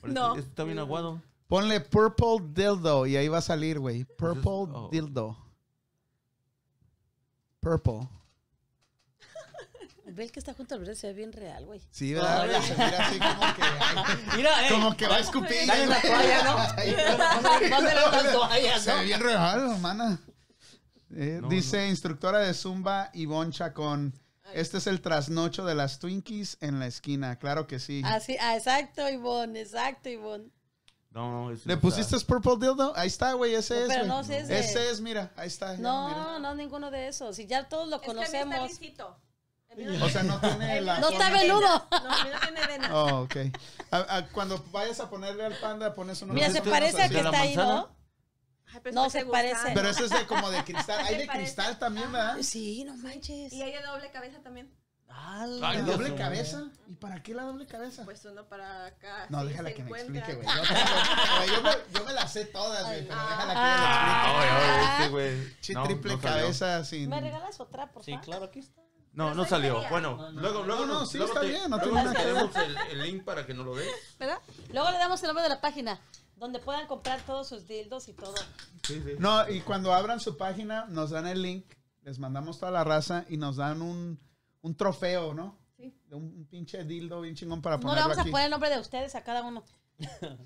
Speaker 3: Pero
Speaker 7: No.
Speaker 3: Este, este está bien aguado.
Speaker 2: Ponle Purple Dildo y ahí va a salir, güey. Purple
Speaker 3: oh.
Speaker 2: Dildo. Purple.
Speaker 6: Ve el que está junto al verde, se ve bien real, güey.
Speaker 2: Sí, ¿verdad? güey? Se mira así como que.
Speaker 1: Mira, eh.
Speaker 2: Como que va a escupir.
Speaker 1: Dale la toalla, ¿no? Mándale la toalla,
Speaker 2: Se ve
Speaker 1: ¿no?
Speaker 2: bien real, hermana. Eh,
Speaker 3: No,
Speaker 2: dice instructora de Zumba Ivonne Chacón. Este es el trasnocho de las Twinkies en la esquina. Claro que sí.
Speaker 6: Así, ah, exacto, Ivonne, exacto, Ivonne.
Speaker 3: No, no, ese
Speaker 2: ¿Le
Speaker 3: no
Speaker 2: pusiste
Speaker 3: está.
Speaker 2: Purple Dildo? Ahí está, güey. Ese
Speaker 6: No,
Speaker 2: es.
Speaker 6: pero
Speaker 2: güey.
Speaker 6: no es ese.
Speaker 2: Ese es, mira. Ahí está.
Speaker 6: No,
Speaker 2: mira.
Speaker 6: no, ninguno de esos. Si ya todos lo
Speaker 7: Es que a mí está
Speaker 6: conocemos.
Speaker 7: lisito. A mí no-
Speaker 2: O sea, no tiene la.
Speaker 6: No está
Speaker 2: forma.
Speaker 6: veludo.
Speaker 7: No, a mí no tiene venas.
Speaker 2: Oh, ok. A- a- cuando vayas a ponerle al panda, pones uno
Speaker 6: Mira,
Speaker 2: de
Speaker 6: se
Speaker 2: estos
Speaker 6: parece al
Speaker 2: así.
Speaker 6: que
Speaker 3: ¿De la
Speaker 6: está ahí, ¿no?
Speaker 3: manzana?
Speaker 7: Ay, pero
Speaker 6: No,
Speaker 7: está
Speaker 6: se
Speaker 7: gustando.
Speaker 6: parece.
Speaker 2: Pero ese es de como de cristal. Hay
Speaker 7: Se
Speaker 2: de
Speaker 7: parece.
Speaker 2: cristal también, ¿verdad?
Speaker 6: Sí, no manches.
Speaker 7: Y hay de doble cabeza también.
Speaker 1: Ala.
Speaker 3: Ay,
Speaker 2: ¿La
Speaker 3: Dios
Speaker 2: doble
Speaker 3: mío.
Speaker 2: cabeza? ¿Y para qué la doble cabeza?
Speaker 7: Pues uno para acá.
Speaker 2: No,
Speaker 7: sí,
Speaker 2: déjala
Speaker 7: se
Speaker 2: que me
Speaker 7: encuentra.
Speaker 2: explique, güey. Yo, tengo- güey, yo me, yo me las sé todas, güey, pero déjala que me
Speaker 3: Ah,
Speaker 2: explique.
Speaker 3: oye, oye, este, güey.
Speaker 2: Chi
Speaker 3: No,
Speaker 2: triple
Speaker 3: no salió.
Speaker 2: cabeza sin...
Speaker 6: ¿Me regalas otra, por
Speaker 1: Sí,
Speaker 6: favor?
Speaker 1: claro, aquí está.
Speaker 3: No, no salió. Bueno, luego, luego.
Speaker 2: No, no,
Speaker 3: nos-
Speaker 2: sí,
Speaker 3: luego
Speaker 2: está
Speaker 3: te-
Speaker 2: bien, no
Speaker 3: luego
Speaker 2: tiene
Speaker 3: te
Speaker 2: nada que
Speaker 3: tenemos el, el link para que no lo veas.
Speaker 6: ¿Verdad? Luego le damos el nombre de la página, donde puedan comprar todos sus dildos y todo.
Speaker 3: Sí, sí.
Speaker 2: No, y cuando abran su página, nos dan el link, les mandamos toda la raza y nos dan un, un trofeo, ¿no?
Speaker 7: Sí.
Speaker 2: De Un, un pinche dildo bien chingón para
Speaker 6: No le
Speaker 2: ponerlo
Speaker 6: vamos a
Speaker 2: aquí.
Speaker 6: poner el nombre de ustedes a cada uno.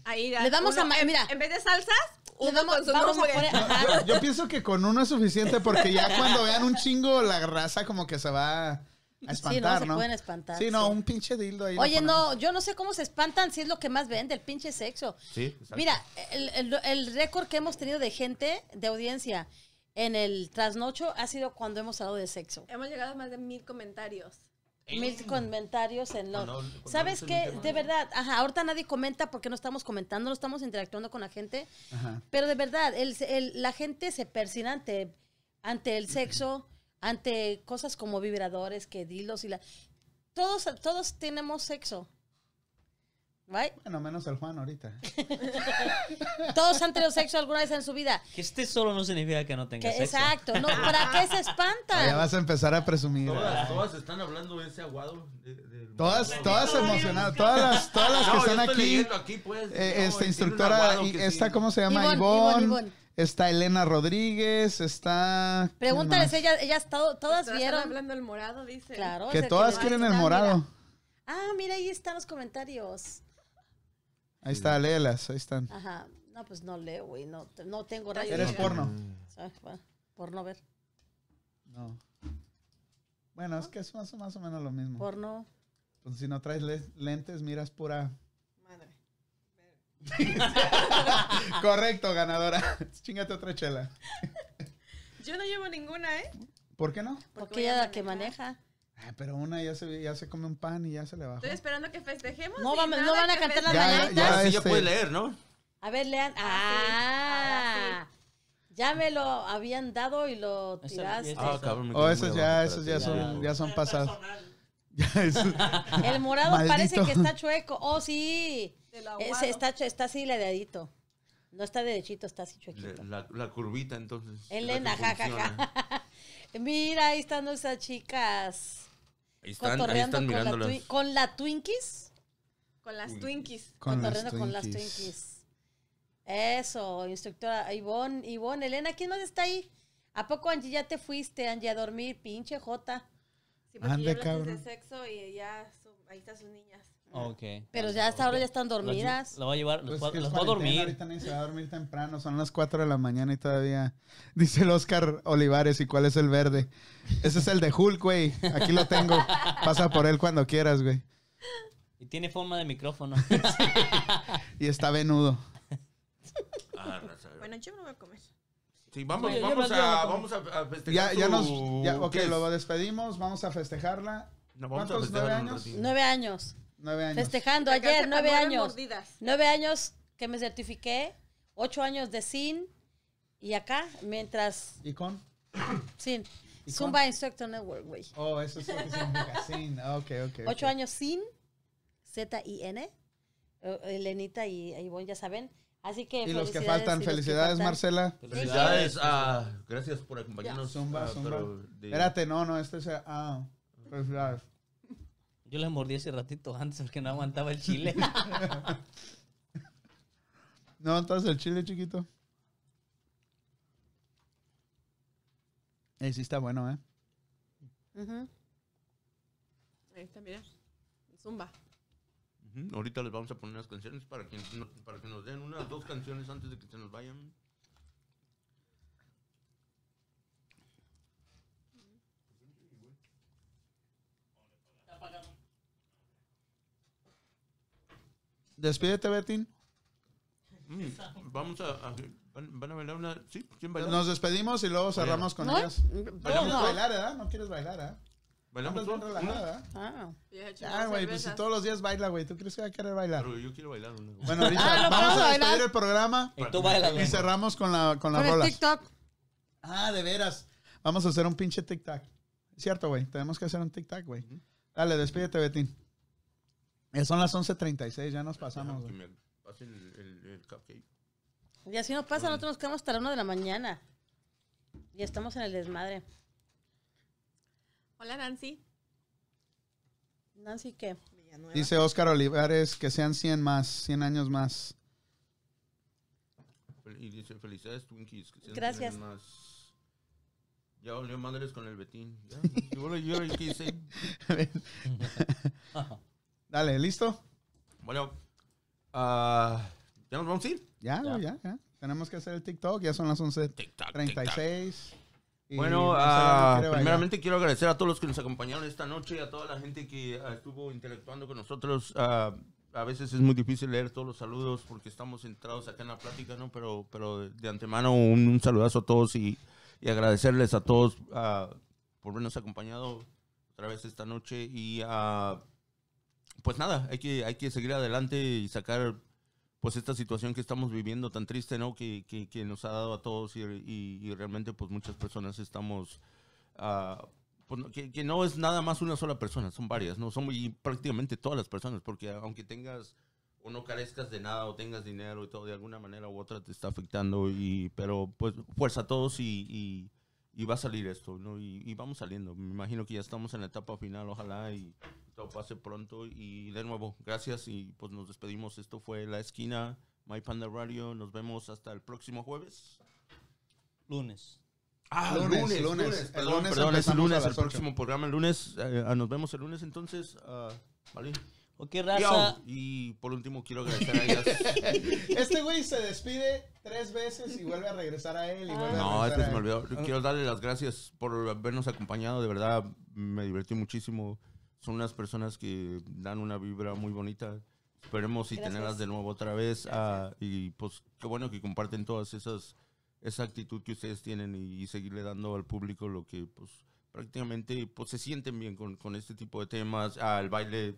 Speaker 7: Ahí, mira,
Speaker 6: Le damos a
Speaker 7: uno-
Speaker 6: ma-
Speaker 7: en-
Speaker 6: mira.
Speaker 7: En vez de salsas,
Speaker 6: Le
Speaker 7: uno
Speaker 6: vamos,
Speaker 7: con su
Speaker 6: vamos a
Speaker 7: nombre.
Speaker 6: poner. ajá.
Speaker 2: Yo, yo pienso que con uno es suficiente porque ya cuando vean un chingo, la raza como que se va a espantar,
Speaker 6: se
Speaker 2: ¿no?
Speaker 6: pueden espantar,
Speaker 2: Sí, no,
Speaker 6: sí.
Speaker 2: un pinche dildo ahí. lo
Speaker 6: Oye,
Speaker 2: ponemos.
Speaker 6: no, yo no sé cómo se espantan si es lo que más vende, el pinche sexo.
Speaker 3: Sí, exacto.
Speaker 6: Mira, el, el- el récord que hemos tenido de gente, de audiencia, en el trasnocho ha sido cuando hemos hablado de sexo.
Speaker 7: Hemos llegado a más de mil comentarios.
Speaker 1: Eh,
Speaker 6: Mil comentarios en lo...
Speaker 3: Cuando- cuando
Speaker 6: ¿Sabes
Speaker 3: hacen
Speaker 6: qué?
Speaker 3: un tema,
Speaker 6: De
Speaker 3: pues ¿no?
Speaker 6: verdad, ajá, ahorita nadie comenta porque no estamos comentando, no estamos interactuando con la gente,
Speaker 2: Ajá.
Speaker 6: pero de verdad, el- el- la gente se persina ante, ante el sexo, ante cosas como vibradores, que dilos y la... Todos, todos tenemos sexo. Right?
Speaker 2: Bueno, menos el Juan ahorita.
Speaker 6: Todos han tenido sexo alguna vez en su vida.
Speaker 1: Que estés solo no significa que no
Speaker 6: Que-
Speaker 1: tengas sexo.
Speaker 6: exacto. No, ¿Para qué se
Speaker 2: Ya
Speaker 6: espantan?
Speaker 2: vas a empezar a presumir.
Speaker 3: Todas, todas están hablando de ese aguado. de- del-
Speaker 2: Todas, todas emocionadas. Todas las, todas las que
Speaker 3: No, yo
Speaker 2: están
Speaker 3: estoy
Speaker 2: aquí.
Speaker 3: leyendo aquí, pues,
Speaker 2: Eh,
Speaker 3: no,
Speaker 2: esta
Speaker 3: tiene un
Speaker 2: instructora,
Speaker 3: aguado
Speaker 2: y-
Speaker 3: que
Speaker 2: esta,
Speaker 3: sí.
Speaker 2: ¿cómo se llama?
Speaker 6: Ivonne,
Speaker 2: Ivonne.
Speaker 6: Ivonne, Ivonne.
Speaker 2: Está Elena Rodríguez, está...
Speaker 6: Pregúntales,
Speaker 2: ¿quién más?
Speaker 6: ellas, ellas
Speaker 7: Pues
Speaker 6: to- todas
Speaker 7: Están
Speaker 6: vieron.
Speaker 7: hablando el morado, dice.
Speaker 6: Claro. es
Speaker 2: Que
Speaker 6: el
Speaker 2: todas
Speaker 6: les-
Speaker 2: quieren
Speaker 6: Ah,
Speaker 2: el
Speaker 6: mira.
Speaker 2: morado.
Speaker 6: Ah, mira, ahí están los comentarios.
Speaker 2: Ahí está, léelas, ahí están.
Speaker 6: Ajá. No, pues no leo, güey. No, te- no tengo
Speaker 7: Estás
Speaker 6: rayos.
Speaker 2: ¿Eres
Speaker 6: Mira.
Speaker 2: porno?
Speaker 6: Ah, bueno, Por no ver.
Speaker 2: No. Bueno, es que es más, más o menos lo mismo.
Speaker 6: Porno.
Speaker 2: Pues si no traes le- lentes, miras pura...
Speaker 7: Madre.
Speaker 2: Correcto, ganadora. Chingate otra chela.
Speaker 7: Yo no llevo ninguna, ¿eh?
Speaker 2: ¿Por qué no?
Speaker 6: Porque
Speaker 7: voy a
Speaker 6: ella es la que
Speaker 7: manejar.
Speaker 6: maneja.
Speaker 2: Ah, pero una ya se, ya se come un pan y ya se le bajó.
Speaker 7: Estoy esperando que festejemos.
Speaker 6: No,
Speaker 7: y
Speaker 6: vamos-
Speaker 7: nada
Speaker 6: no van a
Speaker 7: que
Speaker 6: cantar las
Speaker 7: festejar.
Speaker 2: Ya,
Speaker 6: mañanitas.
Speaker 3: Ahora sí ya
Speaker 2: este-
Speaker 3: puedes leer, ¿no?
Speaker 6: A ver, lean. Ah,
Speaker 7: Ah,
Speaker 6: ya me lo habían dado y lo
Speaker 1: Esa-
Speaker 6: tiraste.
Speaker 1: esa-
Speaker 3: me
Speaker 2: Oh,
Speaker 3: quedé
Speaker 2: esos
Speaker 3: muy
Speaker 2: ya,
Speaker 3: abajo,
Speaker 2: esos ya
Speaker 3: espérate,
Speaker 2: son, ya son
Speaker 5: Es
Speaker 2: pasados.
Speaker 5: personal.
Speaker 2: Ya, esos-
Speaker 6: El morado parece
Speaker 2: Maldito.
Speaker 6: que está chueco. Oh, sí.
Speaker 7: Del
Speaker 6: Ese
Speaker 7: aguado.
Speaker 6: está, chu- está así ladeadito. No está derechito, está así chuequito.
Speaker 3: Le- La, la curvita, entonces. es la
Speaker 6: Elena,
Speaker 3: que
Speaker 6: ja, ja,
Speaker 3: funciona.
Speaker 6: ja. Mira, ahí están nuestras chicas.
Speaker 3: Ahí están, ahí
Speaker 6: cotorreando
Speaker 3: están
Speaker 6: con, la
Speaker 3: mirándolas.
Speaker 6: twi- con la Twinkies.
Speaker 7: Con las Twinkies.
Speaker 2: Con las
Speaker 6: cotorreando con las
Speaker 2: Twinkies.
Speaker 6: Twinkies. Eso, instructora Ivonne, Ivonne, Elena, ¿quién más está ahí? ¿A poco Angie ya te fuiste, Angie, a dormir? Pinche Jota.
Speaker 7: Sí, porque
Speaker 2: Ande,
Speaker 7: ya hablaste
Speaker 2: cabrón.
Speaker 7: de sexo y ya su- ahí están sus niñas.
Speaker 1: Ok.
Speaker 6: Pero ya hasta ahora ya están
Speaker 1: Las-
Speaker 6: dormidas.
Speaker 1: La voy a llevar, las
Speaker 2: Pues
Speaker 1: voy
Speaker 2: que
Speaker 1: a-
Speaker 2: es
Speaker 1: las voy a
Speaker 2: cuarentena,
Speaker 1: dormir.
Speaker 2: Ahorita nadie se va a dormir temprano, son las 4 de la mañana y todavía. Dice el Oscar Olivares, ¿y cuál es el verde? Ese es el de Hulk, güey. Aquí lo tengo. Pasa por él cuando quieras, güey.
Speaker 1: Y tiene forma de micrófono.
Speaker 2: Y está venudo.
Speaker 3: Ah, raza, a ver.
Speaker 7: Bueno, yo no voy a comer.
Speaker 3: Sí, vamos,
Speaker 1: Oye, yo
Speaker 3: vamos,
Speaker 1: las llevo,
Speaker 3: a,
Speaker 1: ¿cómo?
Speaker 3: vamos a, a festejar.
Speaker 2: Ya, ya
Speaker 3: su-
Speaker 2: nos. Ya, ok,
Speaker 3: ¿qué es?
Speaker 2: lo despedimos, vamos a festejarla.
Speaker 3: No, vamos a
Speaker 2: ¿Cuántos?
Speaker 3: festejar
Speaker 2: ¿Nueve
Speaker 3: un
Speaker 2: años?
Speaker 3: ratito.
Speaker 6: Nueve años.
Speaker 2: Nueve años.
Speaker 6: Festejando
Speaker 7: Te
Speaker 6: ayer,
Speaker 7: alcanza para
Speaker 6: nueve
Speaker 7: nueve
Speaker 6: años.
Speaker 7: mordidas.
Speaker 6: Nueve años que me certifiqué, ocho años de SIN y acá, mientras
Speaker 2: ¿Y con?
Speaker 6: SIN.
Speaker 2: ¿Y
Speaker 6: Zumba Instructor Network, güey.
Speaker 2: Oh, eso es lo que significa. Sí, ok, ok.
Speaker 6: Ocho
Speaker 2: ok.
Speaker 6: años SIN, Z-I-N. Eh, Elenita y y Ivonne ya saben. Así que.
Speaker 2: Y los que
Speaker 6: felicidades,
Speaker 2: faltan,
Speaker 6: y los que
Speaker 2: felicidades,
Speaker 6: faltan.
Speaker 2: Marcela.
Speaker 3: Felicidades, ah, gracias por acompañarnos.
Speaker 2: Zumba,
Speaker 3: ah,
Speaker 2: zumba.
Speaker 3: pero de-
Speaker 2: Espérate, no, no, este es. Ah, felicidades.
Speaker 1: Yo les mordí ese ratito antes porque no aguantaba el chile.
Speaker 2: No, entonces el chile chiquito. Eh, sí está bueno, ¿eh?
Speaker 6: Ujú.
Speaker 7: Ahí está, mira. Zumba.
Speaker 3: Ujú, Ahorita les vamos a poner unas canciones para que, no- para que nos den unas dos canciones antes de que se nos vayan.
Speaker 2: Despídete, Betín.
Speaker 3: Mm, vamos a, a- van, van a bailar una. Sí, ¿quién baila?
Speaker 2: Nos despedimos y luego cerramos con
Speaker 6: ¿No?
Speaker 2: ellas.
Speaker 6: No,
Speaker 2: ¿Quieres
Speaker 6: no.
Speaker 2: bailar, ¿verdad? No quieres bailar, ¿verdad?
Speaker 3: Bailamos
Speaker 2: Andas bien
Speaker 3: todos.
Speaker 2: relajada, ¿verdad?
Speaker 6: Ah.
Speaker 7: Ya he hecho
Speaker 2: Ya,
Speaker 7: unas
Speaker 2: güey, pues si
Speaker 7: cervezas.
Speaker 2: todos los días baila, güey. ¿Tú crees que va a querer bailar?
Speaker 3: Pero yo quiero bailar una.
Speaker 2: Bueno, ahorita
Speaker 6: Ah, ¿lo
Speaker 2: vamos
Speaker 6: podemos
Speaker 2: a
Speaker 6: bailar?
Speaker 2: despedir el programa
Speaker 1: y tú bailas.
Speaker 2: y cerramos con la con las
Speaker 6: Con el
Speaker 2: rolas.
Speaker 6: TikTok.
Speaker 2: Ah, de veras. Vamos a hacer un pinche tic-tac. Cierto, güey. Tenemos que hacer un tic-tac, güey. Dale, despídete, Betín. Eh, Son las 11.36, ya nos pasamos,
Speaker 3: Pasamos.
Speaker 2: güey.
Speaker 3: Que me pasen el, el, el cupcake.
Speaker 6: Y así nos pasa, nosotros nos quedamos hasta la una de la mañana. Y estamos en el desmadre.
Speaker 7: Hola, Nancy.
Speaker 6: Nancy, ¿qué?
Speaker 7: Villanueva.
Speaker 2: Dice Óscar Olivares que sean 100 más, 100 años más.
Speaker 3: Fel- Y dice, felicidades Twinkies. que sean
Speaker 6: Gracias.
Speaker 3: tener Más. Ya olió madres con el Betín. Ya, yo lo yo lo quise.
Speaker 2: Dale, ¿listo?
Speaker 3: Bueno, ah, ¿ya nos vamos a ir?
Speaker 2: Ya, güey, ya, ya. Tenemos que hacer el TikTok, ya son las
Speaker 3: Tic tac, tic tac.
Speaker 2: 11.36. y
Speaker 3: Bueno,
Speaker 2: Marcela
Speaker 3: ah,
Speaker 2: no quiere bailar.
Speaker 3: primeramente quiero agradecer a todos los que nos acompañaron esta noche y a toda la gente que ah, estuvo interactuando con nosotros. Ah, a veces es muy difícil leer todos los saludos porque estamos centrados acá en la plática, ¿no? Pero, pero de antemano un, un saludazo a todos y, y agradecerles a todos ah, por habernos acompañado otra vez esta noche. Y ah, pues nada, hay que, hay que seguir adelante y sacar pues esta situación que estamos viviendo tan triste, ¿no? Que, que, que nos ha dado a todos y, y- y realmente pues muchas personas estamos... ah, pues, no- que, que no es nada más una sola persona, son varias, ¿no? Son y prácticamente todas las personas, porque aunque tengas o no carezcas de nada o tengas dinero y todo, de alguna manera u otra te está afectando. Y, pero pues fuerza a todos y, y- y va a salir esto, ¿no? Y, y vamos saliendo. Me imagino que ya estamos en la etapa final, ojalá y todo pase pronto. Y de nuevo, gracias y pues nos despedimos. Esto fue La Esquina, My Panda Radio. Nos vemos hasta el próximo jueves.
Speaker 1: Lunes.
Speaker 3: Ah,
Speaker 2: Lunes,
Speaker 3: lunes, lunes,
Speaker 2: lunes. El
Speaker 3: Perdón,
Speaker 2: lunes
Speaker 3: perdón, es
Speaker 2: empezamos
Speaker 3: el
Speaker 2: a
Speaker 3: lunes,
Speaker 2: las
Speaker 3: el
Speaker 2: ocho.
Speaker 3: próximo programa el lunes. Eh, ah, nos vemos el lunes entonces. ah, vale.
Speaker 1: Ok, raza.
Speaker 3: Yo, Y por último quiero agradecer a ellas.
Speaker 2: Este güey se despide tres veces y vuelve a regresar a él. Y vuelve
Speaker 3: No,
Speaker 2: a regresar
Speaker 3: este se me
Speaker 2: a él.
Speaker 3: olvidó. Quiero darle las gracias por habernos acompañado. De verdad, me divertí muchísimo. Son unas personas que dan una vibra muy bonita. Esperemos y
Speaker 7: Gracias.
Speaker 3: tenerlas de nuevo otra vez. Ah, y pues qué bueno que comparten todas esas esa actitud que ustedes tienen y, y seguirle dando al público lo que pues prácticamente pues se sienten bien con, con este tipo de temas. Ah, el baile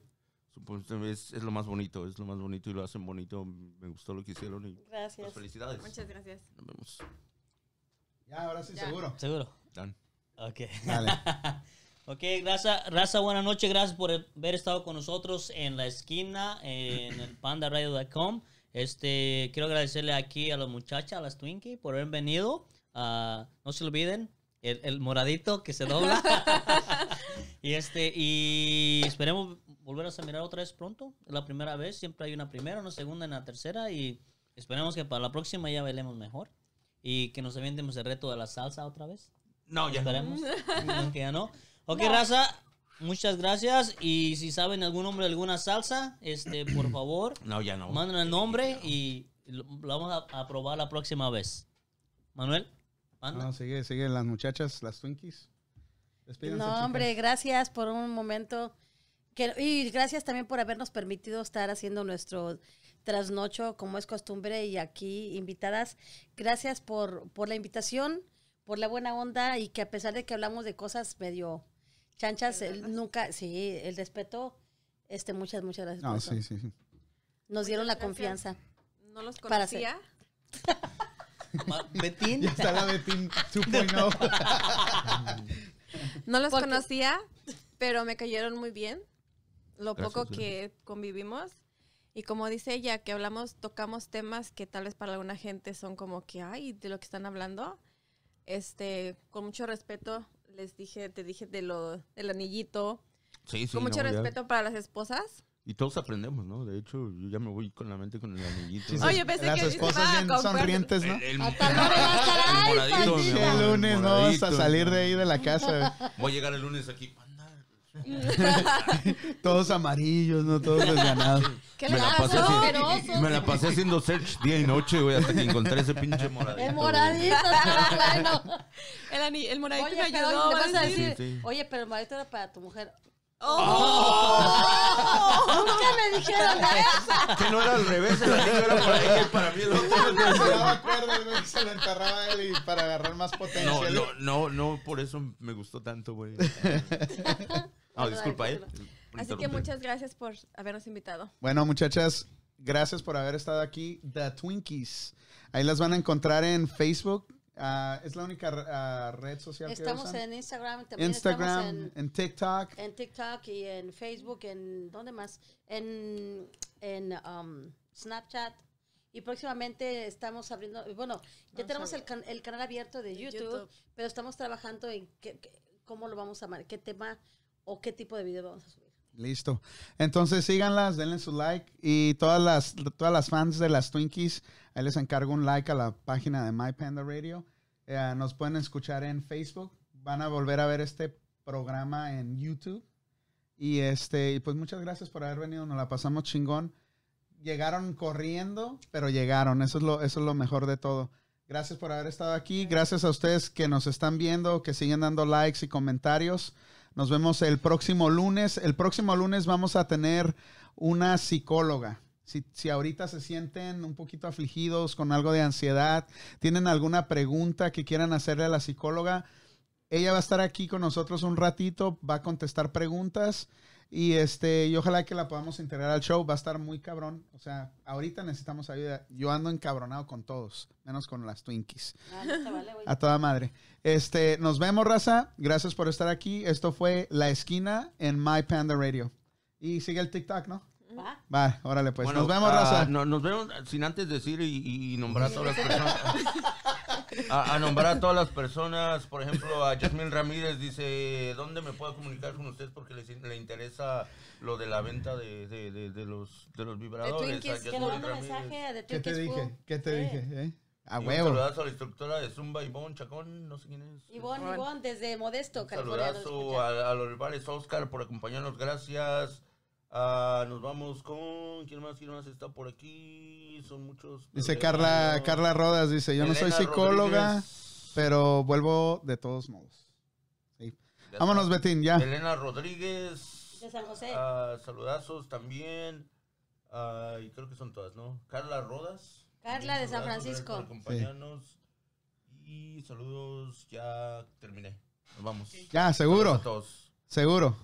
Speaker 3: supuestamente es, es lo más bonito, es lo más bonito y lo hacen bonito. Me gustó lo que hicieron y pues,
Speaker 6: Gracias.
Speaker 3: felicidades.
Speaker 7: Muchas gracias.
Speaker 3: Nos vemos.
Speaker 2: Ya, ahora sí,
Speaker 7: Ya.
Speaker 2: seguro.
Speaker 1: Seguro.
Speaker 3: Dan.
Speaker 1: Ok.
Speaker 2: Dale.
Speaker 1: Ok, raza, raza, buenas noches. Gracias por haber estado con nosotros en la esquina, en el pandaradio.com. Este, quiero agradecerle aquí a las muchachas, a las Twinkie, por haber venido. Ah, no se olviden, el, el moradito que se dobla. y este, y esperemos volvernos a mirar otra vez pronto. Es la primera vez, siempre hay una primera, una segunda, una tercera. Y esperemos que para la próxima ya bailemos mejor. Y que nos aventemos el reto de la salsa otra vez.
Speaker 3: No, ya.
Speaker 1: Esperemos. No, que ya no. Ok, raza, muchas gracias. Y si saben algún nombre de alguna salsa, este, por favor,
Speaker 3: No, ya no.
Speaker 1: manden el nombre y lo, lo vamos a, a probar la próxima vez. Manuel, manda.
Speaker 2: No, sigue, sigue las muchachas, las Twinkies. Despídense,
Speaker 9: No,
Speaker 2: chicas.
Speaker 9: hombre, gracias por un momento. Que, y gracias también por habernos permitido estar haciendo nuestro trasnocho como es costumbre y aquí invitadas. Gracias por, por la invitación, por la buena onda y que a pesar de que hablamos de cosas medio chanchas, el- nunca, sí, el respeto, este, muchas, muchas gracias. por
Speaker 2: No,
Speaker 9: eso.
Speaker 2: sí, sí, sí.
Speaker 9: Nos dieron la
Speaker 7: Muchas gracias.
Speaker 9: confianza.
Speaker 7: No los
Speaker 9: Para hacer-
Speaker 7: conocía.
Speaker 1: Ma- Betín.
Speaker 2: Ya está la de Team 2.0.
Speaker 7: No los conocía, pero me cayeron muy bien. Lo
Speaker 3: Gracias,
Speaker 7: poco
Speaker 3: gracias.
Speaker 7: que convivimos. Y como dice ella, que hablamos, tocamos temas que tal vez para alguna gente son como que, ay, de lo que están hablando. Este, con mucho respeto, les dije, te dije de lo, del anillito.
Speaker 3: Sí, sí,
Speaker 7: con mucho
Speaker 3: no, ya.
Speaker 7: respeto para las esposas.
Speaker 3: Y todos aprendemos, ¿no? De hecho, yo ya me voy con la mente con el anillito.
Speaker 7: Oye, yo pensé
Speaker 2: Las
Speaker 7: que
Speaker 2: esposas
Speaker 7: iba a
Speaker 2: bien
Speaker 7: comprar-
Speaker 2: sonrientes, ¿no?
Speaker 3: el, el-
Speaker 9: Hasta luego, hasta
Speaker 3: el
Speaker 9: la- ay,
Speaker 3: moradito, mi
Speaker 9: pandita.
Speaker 3: amor,
Speaker 2: El lunes no vas
Speaker 3: moradito.
Speaker 2: a salir de ahí de la casa. güey.
Speaker 3: Voy a llegar el lunes aquí. panda.
Speaker 2: Todos amarillos, no todos desganados.
Speaker 7: ¿Qué
Speaker 3: Me
Speaker 7: les
Speaker 3: la, pasé
Speaker 7: pasó?
Speaker 3: haci-
Speaker 9: asqueroso.
Speaker 3: me la pasé haciendo search día y noche, güey, hasta que encontré ese pinche moradito. güey.
Speaker 9: El moradito, está bueno.
Speaker 7: El, ani- el moradito
Speaker 9: Oye,
Speaker 7: me
Speaker 9: pero
Speaker 7: ayudó.
Speaker 9: le
Speaker 7: ¿va a
Speaker 9: vas a
Speaker 7: decir?
Speaker 9: decir,
Speaker 3: Sí, sí.
Speaker 9: oye, pero el maestro era para tu mujer.
Speaker 7: ¡Oh!
Speaker 9: Nunca me dijeron eso.
Speaker 3: Que no era al revés, el anillo era para ella y para mí el otro.
Speaker 2: Se daba cuerda, el güey, se lo enterraba él y para agarrar más potencia.
Speaker 3: No,
Speaker 2: güey.
Speaker 3: no, no, no, por eso me gustó tanto, güey. Ah, disculpa, ¿eh?
Speaker 7: Así que muchas gracias por habernos invitado.
Speaker 2: Bueno, muchachas, gracias por haber estado aquí. The Twinkies. Ahí las van a encontrar en Facebook. Ah, es la única ah, red social que
Speaker 9: Estamos
Speaker 2: usan.
Speaker 9: en Instagram, también
Speaker 2: Instagram,
Speaker 9: estamos en,
Speaker 2: en TikTok.
Speaker 9: en TikTok y en Facebook, en ¿dónde más? En, en um, Snapchat. Y próximamente estamos abriendo, bueno, ya
Speaker 7: Vamos
Speaker 9: tenemos
Speaker 7: a-
Speaker 9: el, can- el canal abierto de
Speaker 7: De
Speaker 9: YouTube,
Speaker 7: YouTube.
Speaker 9: pero estamos trabajando en qué- qué- cómo lo vamos a amar, qué tema o qué tipo de video vamos a subir.
Speaker 2: Listo. Entonces síganlas, denle su like y todas las, todas las fans de las Twinkies, ahí les encargo un like a la página de My Panda Radio. Eh, nos pueden escuchar en Facebook. Van a volver a ver este programa en YouTube. Y este, y pues muchas gracias por haber venido. Nos la pasamos chingón. Llegaron corriendo, pero llegaron. Eso es lo, eso es lo mejor de todo. Gracias por haber estado aquí. Gracias a ustedes que nos están viendo, que siguen dando likes y comentarios. Nos vemos el próximo lunes. El próximo lunes vamos a tener una psicóloga. Si, si ahorita se sienten un poquito afligidos con algo de ansiedad, tienen alguna pregunta que quieran hacerle a la psicóloga, ella va a estar aquí con nosotros un ratito, va a contestar preguntas y este y ojalá que la podamos integrar al show. Va a estar muy cabrón. O sea, ahorita necesitamos ayuda. Yo ando encabronado con todos, menos con las Twinkies.
Speaker 9: Ah, no te vale, güey.
Speaker 2: A toda madre. Este, nos vemos, raza. Gracias por estar aquí. Esto fue La Esquina en My Panda Radio. Y sigue el TikTok, ¿no?
Speaker 6: ¿va?
Speaker 2: Va, órale, pues.
Speaker 3: Bueno,
Speaker 2: Nos vemos,
Speaker 3: ah,
Speaker 2: raza.
Speaker 3: no- nos vemos ah, sin antes decir y, y nombrar a todas las personas. A, a nombrar a todas las personas, por ejemplo, a Yasmín Ramírez dice, ¿dónde me puedo comunicar con ustedes? Porque les- le interesa lo de la venta de, de- de- de los, de los vibradores.
Speaker 7: Twinkies,
Speaker 3: A
Speaker 6: Que
Speaker 7: que
Speaker 3: Yasmín
Speaker 6: nos manda
Speaker 3: Ramírez.
Speaker 6: mensaje a The
Speaker 2: ¿Qué te
Speaker 6: Twinkies Pool.
Speaker 2: dije? ¿Qué te
Speaker 6: Sí.
Speaker 2: dije? eh? A
Speaker 3: Y un
Speaker 2: huevo.
Speaker 3: saludazo a la instructora de Zumba, Ivonne Chacón, no sé quién es.
Speaker 6: Ivonne, Ivonne, desde Modesto, California. nos
Speaker 3: Saludazo
Speaker 6: escucha.
Speaker 3: a, a los rivales Oscar por acompañarnos, gracias. Ah, nos vamos con. ¿Quién más? ¿Quién más está por aquí? Son muchos.
Speaker 2: Dice
Speaker 3: Elena,
Speaker 2: Carla, Carla Rodas, dice, yo no soy
Speaker 3: eh, Elena
Speaker 2: psicóloga,
Speaker 3: Rodríguez.
Speaker 2: pero vuelvo de todos modos. Sí.
Speaker 3: Ya
Speaker 2: Vámonos,
Speaker 3: está.
Speaker 2: Betín, ya.
Speaker 3: Elena Rodríguez.
Speaker 6: De San José.
Speaker 3: Ah, saludazos también. Ah, y creo que son todas, ¿no? Carla Rodas.
Speaker 6: Carla de San
Speaker 3: Saludazos,
Speaker 6: Francisco.
Speaker 3: gracias por acompañarnos. Y saludos, ya terminé. Nos vamos.
Speaker 2: Ya,
Speaker 3: Saludos
Speaker 2: seguro,
Speaker 3: a todos.
Speaker 2: seguro.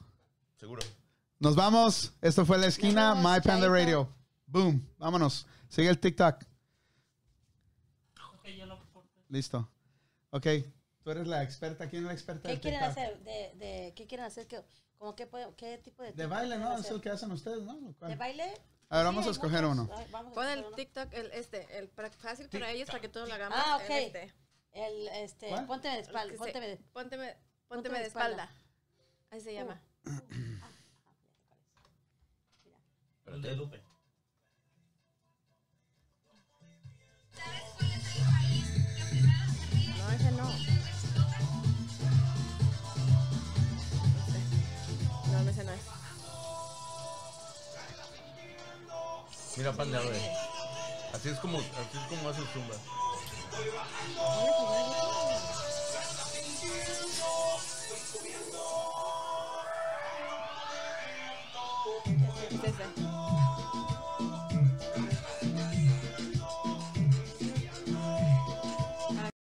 Speaker 3: Seguro.
Speaker 2: Nos vamos. Esto fue La Esquina,
Speaker 6: Nos vemos,
Speaker 2: My Panda
Speaker 6: chaito.
Speaker 2: Radio. Boom. Vámonos. Sigue el TikTok.
Speaker 5: Ok, yo lo corté.
Speaker 2: Listo. Ok. Tú eres la experta. ¿Quién es la experta
Speaker 6: ¿Qué
Speaker 2: del
Speaker 6: quieren
Speaker 2: TikTok?
Speaker 6: hacer? De, de, ¿Qué quieren hacer? ¿Qué, como qué, puede- ¿Qué tipo de
Speaker 2: De
Speaker 6: TikTok
Speaker 2: baile,
Speaker 6: quieren
Speaker 2: ¿no? Es
Speaker 6: hacer?
Speaker 2: el que hacen ustedes, ¿no?
Speaker 6: ¿De baile?
Speaker 2: A ver,
Speaker 6: Sí,
Speaker 2: vamos a
Speaker 6: hay
Speaker 2: escoger
Speaker 6: muchos.
Speaker 2: uno.
Speaker 6: Ay, vamos a
Speaker 7: Pon
Speaker 6: escoger
Speaker 7: el
Speaker 6: uno.
Speaker 7: TikTok, el este, el pra- fácil para ellos para que todos lo hagamos.
Speaker 6: Ah,
Speaker 7: el
Speaker 6: ok.
Speaker 7: este.
Speaker 6: El, este,
Speaker 2: ¿Cuál?
Speaker 6: pónteme de
Speaker 7: El
Speaker 6: espalda,
Speaker 7: que
Speaker 6: pónteme de...
Speaker 7: Pónteme,
Speaker 6: Pónteme
Speaker 7: pónteme de
Speaker 6: de espalda.
Speaker 7: espalda. Ahí se llama.
Speaker 5: El de Lupe.
Speaker 7: No, ese no. Este. No, no, ese no es.
Speaker 3: Mira, panda, güey. Así es como, así es como hace Zumba.
Speaker 7: Ponle primero.